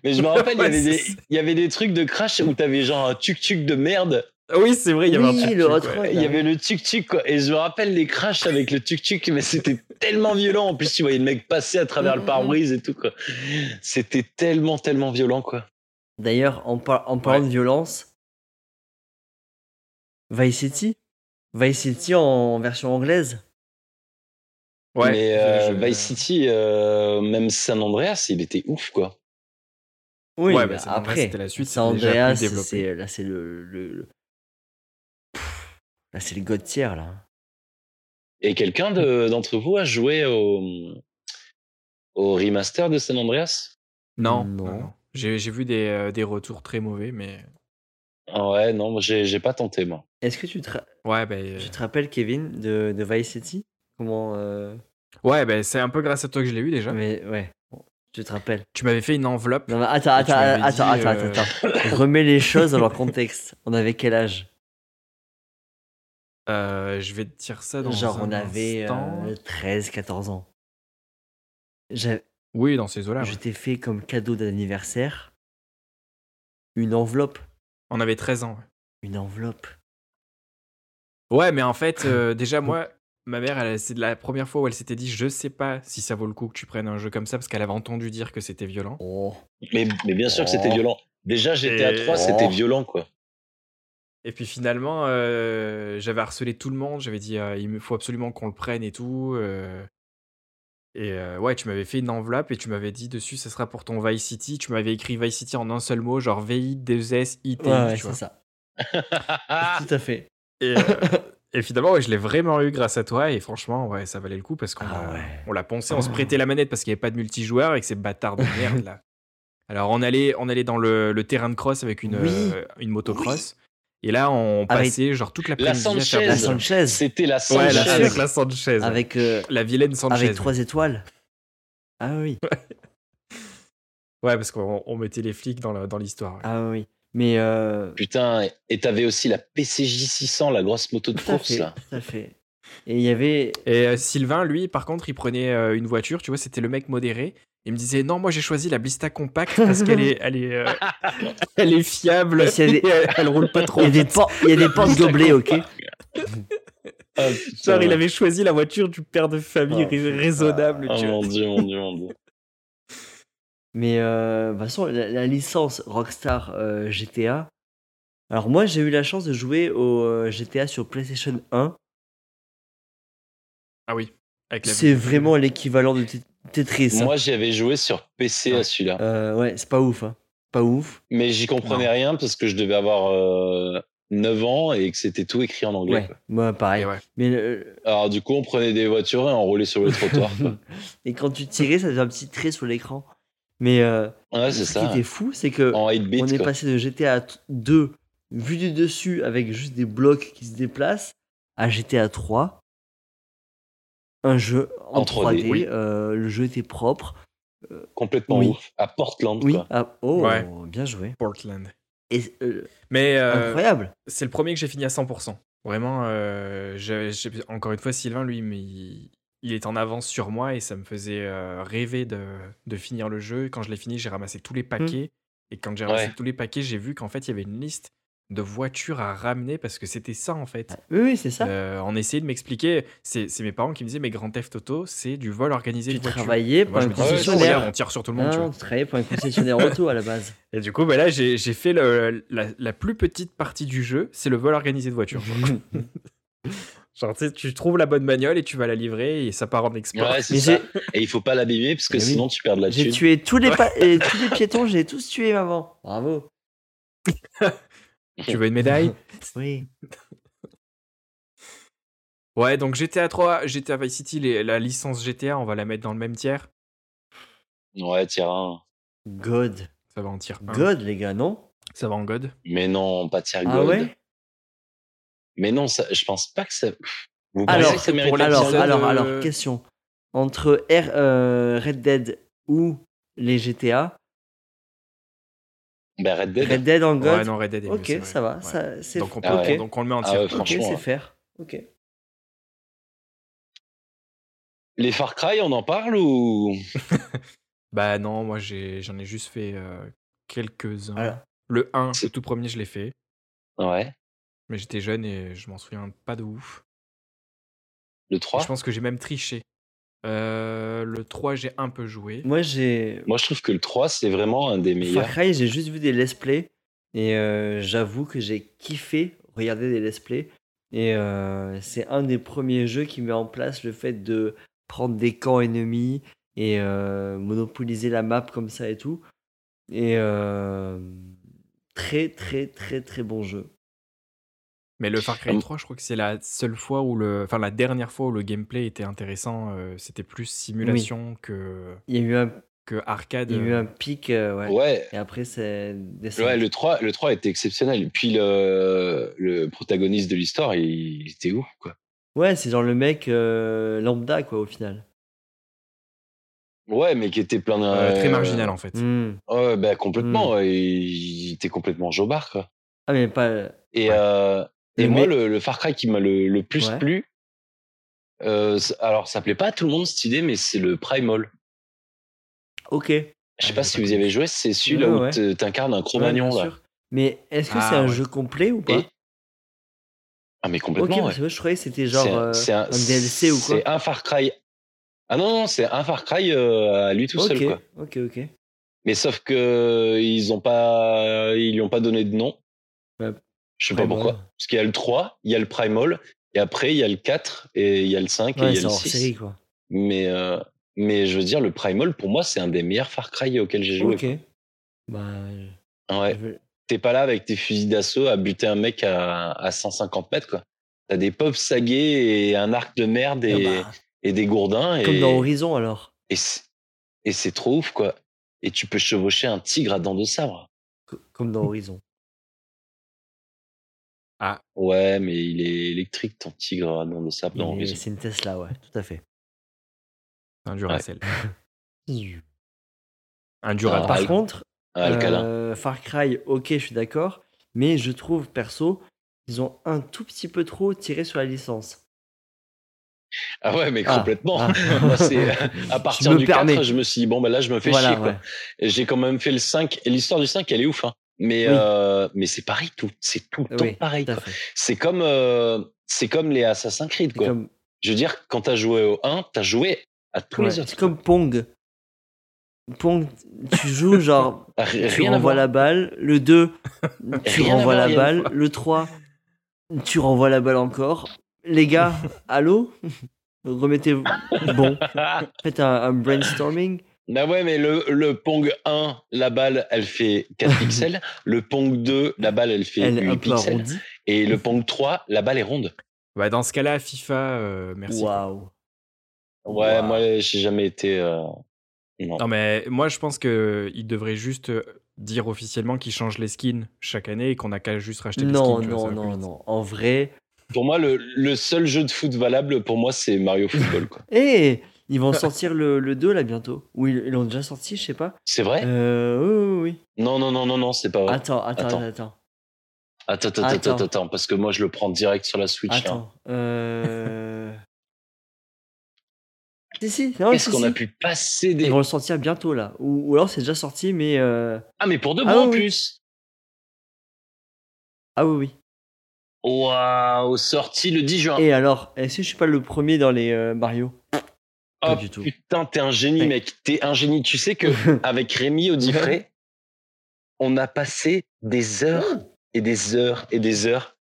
[SPEAKER 1] Mais je me rappelle, il y
[SPEAKER 2] Ouais,
[SPEAKER 1] avait
[SPEAKER 2] c'est
[SPEAKER 1] des-
[SPEAKER 2] ça.
[SPEAKER 1] il y avait des trucs de crash où t'avais genre un tuk-tuk de merde.
[SPEAKER 2] Ah *laughs* Oui, c'est vrai, *laughs* il y avait un
[SPEAKER 3] Oui,
[SPEAKER 2] truc,
[SPEAKER 3] le
[SPEAKER 2] ouais.
[SPEAKER 3] hot rod.
[SPEAKER 1] Il y avait le tuk-tuk, quoi. Et je me rappelle les crashs avec le tuk-tuk, mais c'était tellement violent. En plus, tu voyais le mec passer à travers
[SPEAKER 2] Mm,
[SPEAKER 1] le pare-brise et tout, quoi. C'était tellement, tellement violent, quoi.
[SPEAKER 3] D'ailleurs, en, par- en parlant
[SPEAKER 2] Ouais.
[SPEAKER 3] de violence, Vice City Vice City en version anglaise
[SPEAKER 2] Ouais,
[SPEAKER 1] mais
[SPEAKER 2] je-
[SPEAKER 1] euh,
[SPEAKER 2] je-
[SPEAKER 1] Vice City, euh, même San Andreas, il était ouf, quoi.
[SPEAKER 3] Oui,
[SPEAKER 2] Ouais,
[SPEAKER 3] mais
[SPEAKER 2] bah, c'est-
[SPEAKER 3] après,
[SPEAKER 2] c'était la suite,
[SPEAKER 3] San
[SPEAKER 2] c'était déjà
[SPEAKER 3] Andreas,
[SPEAKER 2] plus développé.
[SPEAKER 3] c'est- là, c'est le. le- le- Pff, là, c'est le god tier, là.
[SPEAKER 1] Et quelqu'un de- d'entre vous a joué au, au remaster de San Andreas
[SPEAKER 2] Non,
[SPEAKER 3] Non.
[SPEAKER 2] non, non. J'ai j'ai vu des, euh, des retours très mauvais, mais.
[SPEAKER 1] Ah Ouais, non, moi, j'ai j'ai pas tenté, moi.
[SPEAKER 3] Est-ce que tu te, ra-
[SPEAKER 2] Ouais, ben.
[SPEAKER 3] tu te rappelles, Kevin, de, de Vice City Comment. euh,
[SPEAKER 2] Ouais, ben, c'est un peu grâce à toi que je l'ai eu déjà.
[SPEAKER 3] Mais ouais, tu te rappelles.
[SPEAKER 2] Tu m'avais fait une enveloppe.
[SPEAKER 3] Non, mais attends,
[SPEAKER 2] Et tu
[SPEAKER 3] attends,
[SPEAKER 2] m'avais
[SPEAKER 3] attends,
[SPEAKER 2] dit,
[SPEAKER 3] attends,
[SPEAKER 2] euh,
[SPEAKER 3] attends, attends. Remets les choses dans leur contexte. On avait quel âge
[SPEAKER 2] Euh, je vais te dire ça dans
[SPEAKER 3] Genre,
[SPEAKER 2] un
[SPEAKER 3] on avait
[SPEAKER 2] instant.
[SPEAKER 3] euh, 13, 14 ans. J'a-
[SPEAKER 2] Oui, dans ces eaux-là.
[SPEAKER 3] Je
[SPEAKER 2] ouais.
[SPEAKER 3] t'ai fait comme cadeau d'anniversaire une enveloppe.
[SPEAKER 2] On avait 13 ans. ouais.
[SPEAKER 3] Une enveloppe.
[SPEAKER 2] Ouais, mais en fait, *laughs* euh, déjà, moi, ma mère, elle, c'est la première fois où elle s'était dit Je sais pas si ça vaut le coup que tu prennes un jeu comme ça, parce qu'elle avait entendu dire que c'était violent.
[SPEAKER 3] Oh.
[SPEAKER 1] Mais, mais bien sûr que c'était
[SPEAKER 3] Oh.
[SPEAKER 1] violent. Déjà, GTA
[SPEAKER 2] Et-
[SPEAKER 1] 3, c'était
[SPEAKER 3] Oh.
[SPEAKER 1] violent, quoi.
[SPEAKER 2] Et puis finalement, euh, j'avais harcelé tout le monde. J'avais dit, euh, il me faut absolument qu'on le prenne et tout. euh. et euh, ouais, tu m'avais fait une enveloppe et tu m'avais dit dessus, ça sera pour ton Vice City. Tu m'avais écrit Vice City en un seul mot, genre V-I-2-S-I-T.
[SPEAKER 3] Ouais, ouais, c'est ça.
[SPEAKER 1] Ah,
[SPEAKER 3] Tout à fait. *laughs*
[SPEAKER 2] Et, euh, et finalement, ouais, je l'ai vraiment eu grâce à toi. Et franchement, ouais, ça valait le coup parce qu'on
[SPEAKER 3] Ah
[SPEAKER 2] l'a-
[SPEAKER 3] ouais. Ah.
[SPEAKER 2] on l'a poncé, on se prêtait la manette parce qu'il n'y avait pas de multijoueur et que ces bâtards
[SPEAKER 3] *laughs*
[SPEAKER 2] de merde là. Alors on allait, on allait dans le, le terrain de cross avec une,
[SPEAKER 3] Oui.
[SPEAKER 2] euh, une motocross. Et là, on
[SPEAKER 3] Avec-
[SPEAKER 2] passait genre toute l'après-midi à
[SPEAKER 1] Sanchez.
[SPEAKER 2] faire
[SPEAKER 3] La
[SPEAKER 2] des-
[SPEAKER 3] Sanchez.
[SPEAKER 1] C'était la
[SPEAKER 2] Ouais,
[SPEAKER 1] Sanchez.
[SPEAKER 2] la-
[SPEAKER 3] Sanchez.
[SPEAKER 2] avec la Sanchez.
[SPEAKER 3] Avec, euh,
[SPEAKER 2] La vilaine Sanchez.
[SPEAKER 3] avec trois étoiles. Ah oui.
[SPEAKER 2] Ouais, parce qu'on on mettait les flics dans la- dans l'histoire. ouais.
[SPEAKER 3] Ah oui. Mais. euh,
[SPEAKER 1] Putain, et- et t'avais aussi la PCJ 600, la grosse moto de
[SPEAKER 3] tout à
[SPEAKER 1] course,
[SPEAKER 3] fait.
[SPEAKER 1] là.
[SPEAKER 3] Tout à fait. Et il y avait.
[SPEAKER 2] Et euh, Sylvain, lui, par contre, il prenait euh, une voiture, tu vois, c'était le mec modéré. Il me disait, non, moi j'ai choisi la Blista Compact parce qu'elle est, elle est, euh, elle est fiable,
[SPEAKER 3] Parce qu'il y a des-
[SPEAKER 2] et *laughs* elle, elle roule pas trop.
[SPEAKER 3] Il y a des, pan- il y a des portes gobelets, ok
[SPEAKER 1] Ah,
[SPEAKER 2] Genre,
[SPEAKER 1] putain.
[SPEAKER 2] il avait choisi la voiture du père de famille
[SPEAKER 3] Oh,
[SPEAKER 2] rais- raisonnable.
[SPEAKER 1] Oh
[SPEAKER 2] tu vois.
[SPEAKER 1] Ah, mon dieu, mon dieu, mon dieu.
[SPEAKER 3] Mais euh, de toute façon, la, la licence Rockstar euh, GTA. Alors moi, j'ai eu la chance de jouer au euh, GTA sur PlayStation 1.
[SPEAKER 2] Ah oui. avec la-
[SPEAKER 3] C'est vraiment l'équivalent de Tet- Tetris. hein.
[SPEAKER 1] Moi, j'avais joué sur PC à celui-là.
[SPEAKER 3] Euh, ouais, c'est pas ouf. hein. Pas ouf.
[SPEAKER 1] Mais j'y comprenais rien parce que je devais avoir euh, 9 ans et que c'était tout écrit en anglais.
[SPEAKER 3] Ouais,
[SPEAKER 1] quoi.
[SPEAKER 3] moi pareil.
[SPEAKER 2] Et ouais.
[SPEAKER 3] Mais le-
[SPEAKER 1] Alors, du coup, on prenait des voitures et on roulait sur
[SPEAKER 3] *laughs*
[SPEAKER 1] le trottoir. quoi.
[SPEAKER 3] et quand tu tirais, ça faisait un petit trait sur l'écran. Mais euh,
[SPEAKER 1] Ouais, c'est
[SPEAKER 3] ce
[SPEAKER 1] ça.
[SPEAKER 3] qui était fou, c'est que
[SPEAKER 1] En 8
[SPEAKER 3] on
[SPEAKER 1] bits,
[SPEAKER 3] est
[SPEAKER 1] quoi.
[SPEAKER 3] passé de GTA 2 vu du dessus avec juste des blocs qui se déplacent à GTA 3 un jeu en,
[SPEAKER 1] En
[SPEAKER 3] 3D,
[SPEAKER 1] 3D, oui.
[SPEAKER 3] euh, le jeu était propre
[SPEAKER 1] complètement
[SPEAKER 3] Oui.
[SPEAKER 1] ouf. À Portland,
[SPEAKER 3] oui
[SPEAKER 1] quoi.
[SPEAKER 3] ah, oh
[SPEAKER 2] Ouais.
[SPEAKER 3] bien joué
[SPEAKER 2] Portland.
[SPEAKER 3] Et, euh,
[SPEAKER 2] Mais euh,
[SPEAKER 3] incroyable
[SPEAKER 2] c'est le premier que j'ai fini à 100%. Vraiment, euh, j'ai- j'ai- encore une fois, Sylvain, lui, mais il, il est en avance sur moi et ça me faisait euh, rêver de, de finir
[SPEAKER 3] Hmm.
[SPEAKER 2] le jeu. Et quand je l'ai fini, j'ai ramassé tous les paquets. Et quand j'ai ramassé
[SPEAKER 1] Ouais.
[SPEAKER 2] tous les paquets, j'ai vu qu'en fait, il y avait une liste de voitures à ramener parce que c'était ça en fait.
[SPEAKER 3] Oui, oui, c'est ça.
[SPEAKER 2] Euh, on essayait de m'expliquer. C'est c'est mes parents qui me disaient, mais Grand Theft Auto, c'est du vol organisé
[SPEAKER 3] tu
[SPEAKER 2] de voitures.
[SPEAKER 3] travaillais
[SPEAKER 2] Moi,
[SPEAKER 3] pour
[SPEAKER 2] je
[SPEAKER 3] un
[SPEAKER 2] me disais, c'est clair, on
[SPEAKER 3] concessionnaire.
[SPEAKER 2] tire sur tout le monde. tu vois.
[SPEAKER 3] Ah, tu travaillais pour un concessionnaire auto à la base.
[SPEAKER 2] Et du coup, bah là, j'ai j'ai fait le- la, la plus petite partie du jeu, c'est le vol organisé de
[SPEAKER 3] *laughs*
[SPEAKER 2] voiture. Genre, tu sais, tu trouves la bonne bagnole et tu vas la livrer et ça part en export.
[SPEAKER 1] Ouais, *laughs* c'est
[SPEAKER 3] Mais
[SPEAKER 1] ça.
[SPEAKER 3] j'ai
[SPEAKER 1] Et il faut pas l'abîmer parce que
[SPEAKER 3] Mais oui.
[SPEAKER 1] sinon tu perds de la
[SPEAKER 3] j'ai
[SPEAKER 1] thune.
[SPEAKER 3] tué tous les, pa- et tous les piétons, j'ai tous tué, maman. Bravo.
[SPEAKER 2] tu veux
[SPEAKER 1] *laughs*
[SPEAKER 2] une médaille
[SPEAKER 3] *laughs* Oui.
[SPEAKER 2] Ouais, donc GTA 3, GTA Vice City, les- la licence GTA, on va la mettre dans le même tiers.
[SPEAKER 1] Ouais, tiens. hein.
[SPEAKER 3] God.
[SPEAKER 2] Ça va en tier 1.
[SPEAKER 3] God, les gars, non
[SPEAKER 2] Ça va en God.
[SPEAKER 1] Mais non, pas tiers
[SPEAKER 3] Ah
[SPEAKER 1] gold.
[SPEAKER 3] ouais
[SPEAKER 1] Mais non, ça, je pense pas que ça. Vous pensez
[SPEAKER 3] Alors,
[SPEAKER 1] que ça
[SPEAKER 2] pour
[SPEAKER 1] mérite
[SPEAKER 2] les-
[SPEAKER 1] un tiers
[SPEAKER 3] Alors,
[SPEAKER 2] l'épisode,
[SPEAKER 3] alors,
[SPEAKER 2] euh,
[SPEAKER 3] alors, question. Entre R- euh, Red Dead ou les GTA,
[SPEAKER 1] Ben, Red Dead.
[SPEAKER 3] Red Dead en God,
[SPEAKER 2] Ouais, non, Red Dead est mieux,
[SPEAKER 3] ok,
[SPEAKER 2] c'est vrai.
[SPEAKER 3] ça va,
[SPEAKER 2] Ouais.
[SPEAKER 3] ça, c'est
[SPEAKER 2] Donc on, peut-
[SPEAKER 1] Ah ouais.
[SPEAKER 2] donc on le met en
[SPEAKER 1] Ah
[SPEAKER 2] tier
[SPEAKER 1] ouais,
[SPEAKER 2] 1.
[SPEAKER 3] ok,
[SPEAKER 1] franchement,
[SPEAKER 3] c'est
[SPEAKER 1] ouais.
[SPEAKER 3] faire. Ok.
[SPEAKER 1] Les Far Cry, on en parle ou
[SPEAKER 2] Bah non, moi j'ai- j'en ai, juste fait euh, quelques-uns.
[SPEAKER 3] Alors.
[SPEAKER 2] Le 1, le
[SPEAKER 1] C'est-
[SPEAKER 2] tout premier, je l'ai fait.
[SPEAKER 1] Ouais.
[SPEAKER 2] Mais j'étais jeune et je m'en souviens pas de ouf.
[SPEAKER 1] Le
[SPEAKER 2] Je
[SPEAKER 1] 3
[SPEAKER 2] pense que j'ai même triché. Euh, le 3, j'ai un peu joué.
[SPEAKER 3] Moi, j'ai.
[SPEAKER 1] Moi, je trouve que le 3, c'est vraiment un des meilleurs.
[SPEAKER 3] Far Cry, j'ai juste vu des let's play et euh, j'avoue que j'ai kiffé regarder des let's play. Et euh, c'est un des premiers jeux qui met en place le fait de prendre des camps ennemis et euh, monopoliser la map comme ça et tout. Et euh, très, très, très, très bon jeu.
[SPEAKER 2] Mais le Far Cry
[SPEAKER 1] Hum.
[SPEAKER 2] 3, je crois que c'est la seule fois où le. Enfin, la dernière fois où le gameplay était intéressant. euh, C'était plus simulation que,
[SPEAKER 3] Il y a eu un,
[SPEAKER 2] que arcade.
[SPEAKER 3] il y a eu un pic, euh, ouais.
[SPEAKER 1] Ouais.
[SPEAKER 3] Et après, c'est descendu.
[SPEAKER 1] Ouais, le 3, le 3 était exceptionnel. Puis le, le protagoniste de l'histoire, il, il était ouf, quoi.
[SPEAKER 3] Ouais, c'est genre le mec euh, lambda, quoi, au final.
[SPEAKER 1] Ouais, mais qui était plein d'un.
[SPEAKER 2] euh, très marginal en fait.
[SPEAKER 3] Hmm.
[SPEAKER 1] Ouais, bah,
[SPEAKER 3] Mmh.
[SPEAKER 1] complètement. ouais. Il était complètement jobard, quoi.
[SPEAKER 3] Ah, mais pas.
[SPEAKER 1] Et,
[SPEAKER 2] Ouais.
[SPEAKER 1] euh, et
[SPEAKER 3] Le
[SPEAKER 1] moi,
[SPEAKER 3] mec-
[SPEAKER 1] le, le Far Cry qui m'a le, le plus
[SPEAKER 3] Ouais.
[SPEAKER 1] plu, euh, c- alors ça plaît pas à tout le monde cette idée, mais c'est le Primal.
[SPEAKER 3] Ok.
[SPEAKER 1] Je sais
[SPEAKER 2] Ah,
[SPEAKER 1] pas
[SPEAKER 2] j'ai
[SPEAKER 1] si
[SPEAKER 2] pas
[SPEAKER 1] vous y
[SPEAKER 2] compris.
[SPEAKER 1] avez joué, c'est celui-là
[SPEAKER 3] Ouais,
[SPEAKER 1] où
[SPEAKER 3] ouais.
[SPEAKER 1] te- t'incarnes un
[SPEAKER 3] Ouais,
[SPEAKER 1] Cro-Magnon,
[SPEAKER 3] bien
[SPEAKER 1] là.
[SPEAKER 3] sûr. Mais est-ce que
[SPEAKER 2] Ah,
[SPEAKER 3] c'est un
[SPEAKER 2] ouais.
[SPEAKER 3] jeu complet ou pas
[SPEAKER 1] Et- Ah, mais
[SPEAKER 3] Ok,
[SPEAKER 1] complètement, ouais.
[SPEAKER 3] parce que je croyais que c'était genre
[SPEAKER 1] C'est un-
[SPEAKER 3] euh,
[SPEAKER 1] c'est
[SPEAKER 3] un, DLC ou quoi.
[SPEAKER 1] C'est un Far Cry. Ah non, non, c'est un Far Cry euh, à lui tout
[SPEAKER 3] ok,
[SPEAKER 1] seul, quoi.
[SPEAKER 3] ok, ok.
[SPEAKER 1] Mais sauf que euh, ils ont pas, ils lui ont pas donné de nom.
[SPEAKER 3] Ouais, bah
[SPEAKER 1] Je sais
[SPEAKER 3] Primal.
[SPEAKER 1] pas pourquoi. Parce qu'il y a le 3, il y a le Primal, et après il y a le 4, et il y a le 5, et
[SPEAKER 3] Ouais,
[SPEAKER 1] il y a le
[SPEAKER 3] c'est hors
[SPEAKER 1] 6.
[SPEAKER 3] série quoi.
[SPEAKER 1] Mais, euh, mais je veux dire, le Primal, pour moi, c'est un des meilleurs Far Cry auxquels j'ai joué.
[SPEAKER 3] Ok. Bah, je-
[SPEAKER 1] Ouais.
[SPEAKER 3] je vais-
[SPEAKER 1] T'es pas là avec tes fusils d'assaut à buter un mec à, à 150 mètres, quoi. T'as des pops sagués et un arc de merde et,
[SPEAKER 3] Ah bah,
[SPEAKER 1] et des gourdins. Et,
[SPEAKER 3] Comme dans Horizon alors.
[SPEAKER 1] et c'est- et c'est trop ouf, quoi. Et tu peux chevaucher un tigre à dents de sabre.
[SPEAKER 3] Co- Comme dans Horizon.
[SPEAKER 1] Ouais, mais il est électrique, ton tigre à dents de sabre. *laughs* dans
[SPEAKER 3] Il est-
[SPEAKER 1] Horizon.
[SPEAKER 3] C'est une Tesla, ouais, tout à fait.
[SPEAKER 2] Un Duracell. Un
[SPEAKER 1] Ah,
[SPEAKER 3] Par
[SPEAKER 1] Al-
[SPEAKER 2] Duracell.
[SPEAKER 3] contre,
[SPEAKER 1] Ah, Alcalin.
[SPEAKER 3] euh, Far Cry, ok, je suis d'accord. Mais je trouve perso, ils ont un tout petit peu trop tiré sur la licence.
[SPEAKER 1] Ah ouais, mais
[SPEAKER 3] Ah,
[SPEAKER 1] complètement.
[SPEAKER 3] ah.
[SPEAKER 1] *laughs* Moi, c'est- euh,
[SPEAKER 3] *laughs*
[SPEAKER 1] à
[SPEAKER 3] Je
[SPEAKER 1] partir
[SPEAKER 3] me
[SPEAKER 1] du
[SPEAKER 3] permets.
[SPEAKER 1] 4, je me suis dit, bon, bah là, je me fais
[SPEAKER 3] Voilà,
[SPEAKER 1] chier, quoi.
[SPEAKER 3] ouais.
[SPEAKER 1] Et J'ai quand même fait le 5. Et l'histoire du 5, elle est ouf. Hein. Mais,
[SPEAKER 3] Oui.
[SPEAKER 1] euh, mais c'est pareil, tout. C'est tout le temps
[SPEAKER 3] Oui,
[SPEAKER 1] pareil.
[SPEAKER 3] tout à
[SPEAKER 1] quoi.
[SPEAKER 3] fait.
[SPEAKER 1] C'est comme, euh, c'est comme les Assassin's Creed.
[SPEAKER 3] C'est
[SPEAKER 1] Quoi.
[SPEAKER 3] comme-
[SPEAKER 1] Je veux dire, quand t'as joué au 1, t'as joué à tous
[SPEAKER 3] ouais,
[SPEAKER 1] les autres.
[SPEAKER 3] c'est comme Pong. Pong, tu
[SPEAKER 1] *laughs*
[SPEAKER 3] joues genre
[SPEAKER 1] Ah, ri-
[SPEAKER 3] tu
[SPEAKER 1] Rien à
[SPEAKER 3] renvoies
[SPEAKER 1] voir.
[SPEAKER 3] la balle.
[SPEAKER 1] *laughs*
[SPEAKER 3] Le 2, tu
[SPEAKER 1] Rien à
[SPEAKER 3] renvoies
[SPEAKER 1] voir,
[SPEAKER 3] la
[SPEAKER 1] il y a
[SPEAKER 3] balle. Le 3, tu renvoies la balle encore.
[SPEAKER 1] *laughs*
[SPEAKER 3] Les gars, allô Remettez. Bon, faites un,
[SPEAKER 1] *laughs*
[SPEAKER 3] un brainstorming.
[SPEAKER 1] Bah ouais, mais le, le Pong 1, la balle, elle fait
[SPEAKER 3] *laughs*
[SPEAKER 1] 4 pixels. Le Pong 2, la balle, elle fait
[SPEAKER 3] Elle est
[SPEAKER 1] 8
[SPEAKER 3] un peu
[SPEAKER 1] pixels.
[SPEAKER 3] arrondie.
[SPEAKER 1] Et le Pong 3, la balle est ronde.
[SPEAKER 2] Bah, dans ce cas-là, FIFA, euh, merci. quoi.
[SPEAKER 3] Waouh.
[SPEAKER 1] Ouais,
[SPEAKER 2] Wow.
[SPEAKER 1] moi, j'ai jamais été. euh, Non.
[SPEAKER 2] Non, mais moi, je pense qu'ils devraient juste euh, dire officiellement qu'ils changent les skins chaque année et qu'on a qu'à juste racheter les skins.
[SPEAKER 3] Non,
[SPEAKER 2] tu vois, ça
[SPEAKER 3] non,
[SPEAKER 2] va plus
[SPEAKER 3] non,
[SPEAKER 2] vite.
[SPEAKER 3] non. En vrai.
[SPEAKER 1] Pour moi, le, le seul jeu de foot valable, pour moi, c'est Mario Football. quoi.
[SPEAKER 3] Eh
[SPEAKER 1] *laughs*
[SPEAKER 3] Ils vont sortir le, le 2 là bientôt. Ou ils ils l'ont déjà sorti, je sais pas.
[SPEAKER 1] C'est vrai
[SPEAKER 3] Euh, oui, oui,
[SPEAKER 1] Non, non, non, non, non, c'est pas
[SPEAKER 3] oui.
[SPEAKER 1] vrai.
[SPEAKER 3] Attends, attends,
[SPEAKER 1] Attends.
[SPEAKER 3] attends. Attends.
[SPEAKER 1] Attends, attends, attends,
[SPEAKER 3] Attends.
[SPEAKER 1] attends, attends, parce que moi je le prends direct sur la Switch. là.
[SPEAKER 3] Euh... *laughs* si, si. non,
[SPEAKER 1] Qu'est-ce
[SPEAKER 3] Oh, si,
[SPEAKER 1] qu'on a
[SPEAKER 3] si.
[SPEAKER 1] pu passer des.
[SPEAKER 3] Ils vont le sortir bientôt là. Ou, ou alors c'est déjà sorti, mais. euh,
[SPEAKER 1] Ah, mais pour deux
[SPEAKER 3] Ah
[SPEAKER 1] mois en
[SPEAKER 3] oui, oui.
[SPEAKER 1] plus
[SPEAKER 3] Ah oui, oui.
[SPEAKER 1] Waouh, sorti euh, le 10 juin.
[SPEAKER 3] Et alors, est-ce que je suis pas le premier dans les euh, Mario
[SPEAKER 1] oh
[SPEAKER 3] pas du tout.
[SPEAKER 1] putain, t'es un génie,
[SPEAKER 3] Ouais.
[SPEAKER 1] mec. T'es un génie. Tu
[SPEAKER 3] *laughs*
[SPEAKER 1] sais que avec Rémi Audifray, on a passé des heures
[SPEAKER 3] Ah.
[SPEAKER 1] et des heures et des
[SPEAKER 3] *laughs*
[SPEAKER 1] heures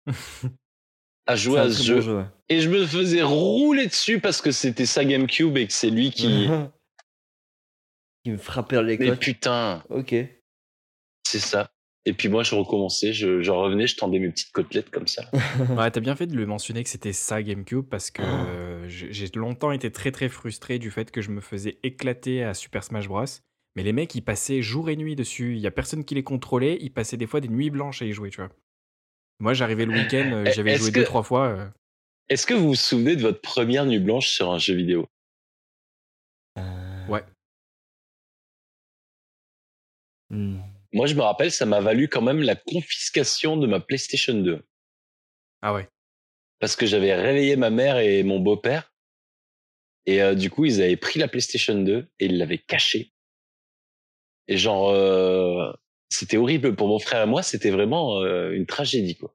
[SPEAKER 1] à jouer
[SPEAKER 3] C'est un
[SPEAKER 1] à
[SPEAKER 3] très
[SPEAKER 1] ce
[SPEAKER 3] bon
[SPEAKER 1] jeu.
[SPEAKER 3] jeu, ouais.
[SPEAKER 1] Et je me faisais rouler dessus parce que c'était sa GameCube et que c'est lui qui.
[SPEAKER 3] *laughs* Qui me frappait
[SPEAKER 1] *laughs*
[SPEAKER 3] les
[SPEAKER 1] Mais
[SPEAKER 3] côtes.
[SPEAKER 1] putain,
[SPEAKER 3] Ok.
[SPEAKER 1] c'est ça. Et puis moi, je recommençais, je- j'en revenais, je tendais mes petites côtelettes comme ça.
[SPEAKER 2] Ouais, t'as bien fait de le mentionner que c'était ça GameCube parce
[SPEAKER 1] Oh.
[SPEAKER 2] que euh, j'ai j'ai longtemps été très très frustré du fait que je me faisais éclater à Super Smash Bros. Mais les mecs, ils passaient jour et nuit dessus. Il y a personne qui les contrôlait. Ils passaient des fois des nuits blanches à y jouer, tu vois. Moi, j'arrivais le week-end, euh,
[SPEAKER 1] Eh,
[SPEAKER 2] j'avais
[SPEAKER 1] est-ce
[SPEAKER 2] joué
[SPEAKER 1] que-
[SPEAKER 2] deux trois fois. euh.
[SPEAKER 1] Est-ce que vous vous souvenez de votre première nuit blanche sur un jeu vidéo
[SPEAKER 3] Hmm.
[SPEAKER 1] Moi, je me rappelle, ça m'a valu quand même la confiscation de ma PlayStation 2.
[SPEAKER 2] Ah ouais.
[SPEAKER 1] Parce que j'avais réveillé ma mère et mon beau-père. Et euh, du coup, ils avaient pris la PlayStation 2 et ils l'avaient cachée. Et genre, euh, c'était horrible pour mon frère et moi. C'était vraiment euh, une tragédie, quoi.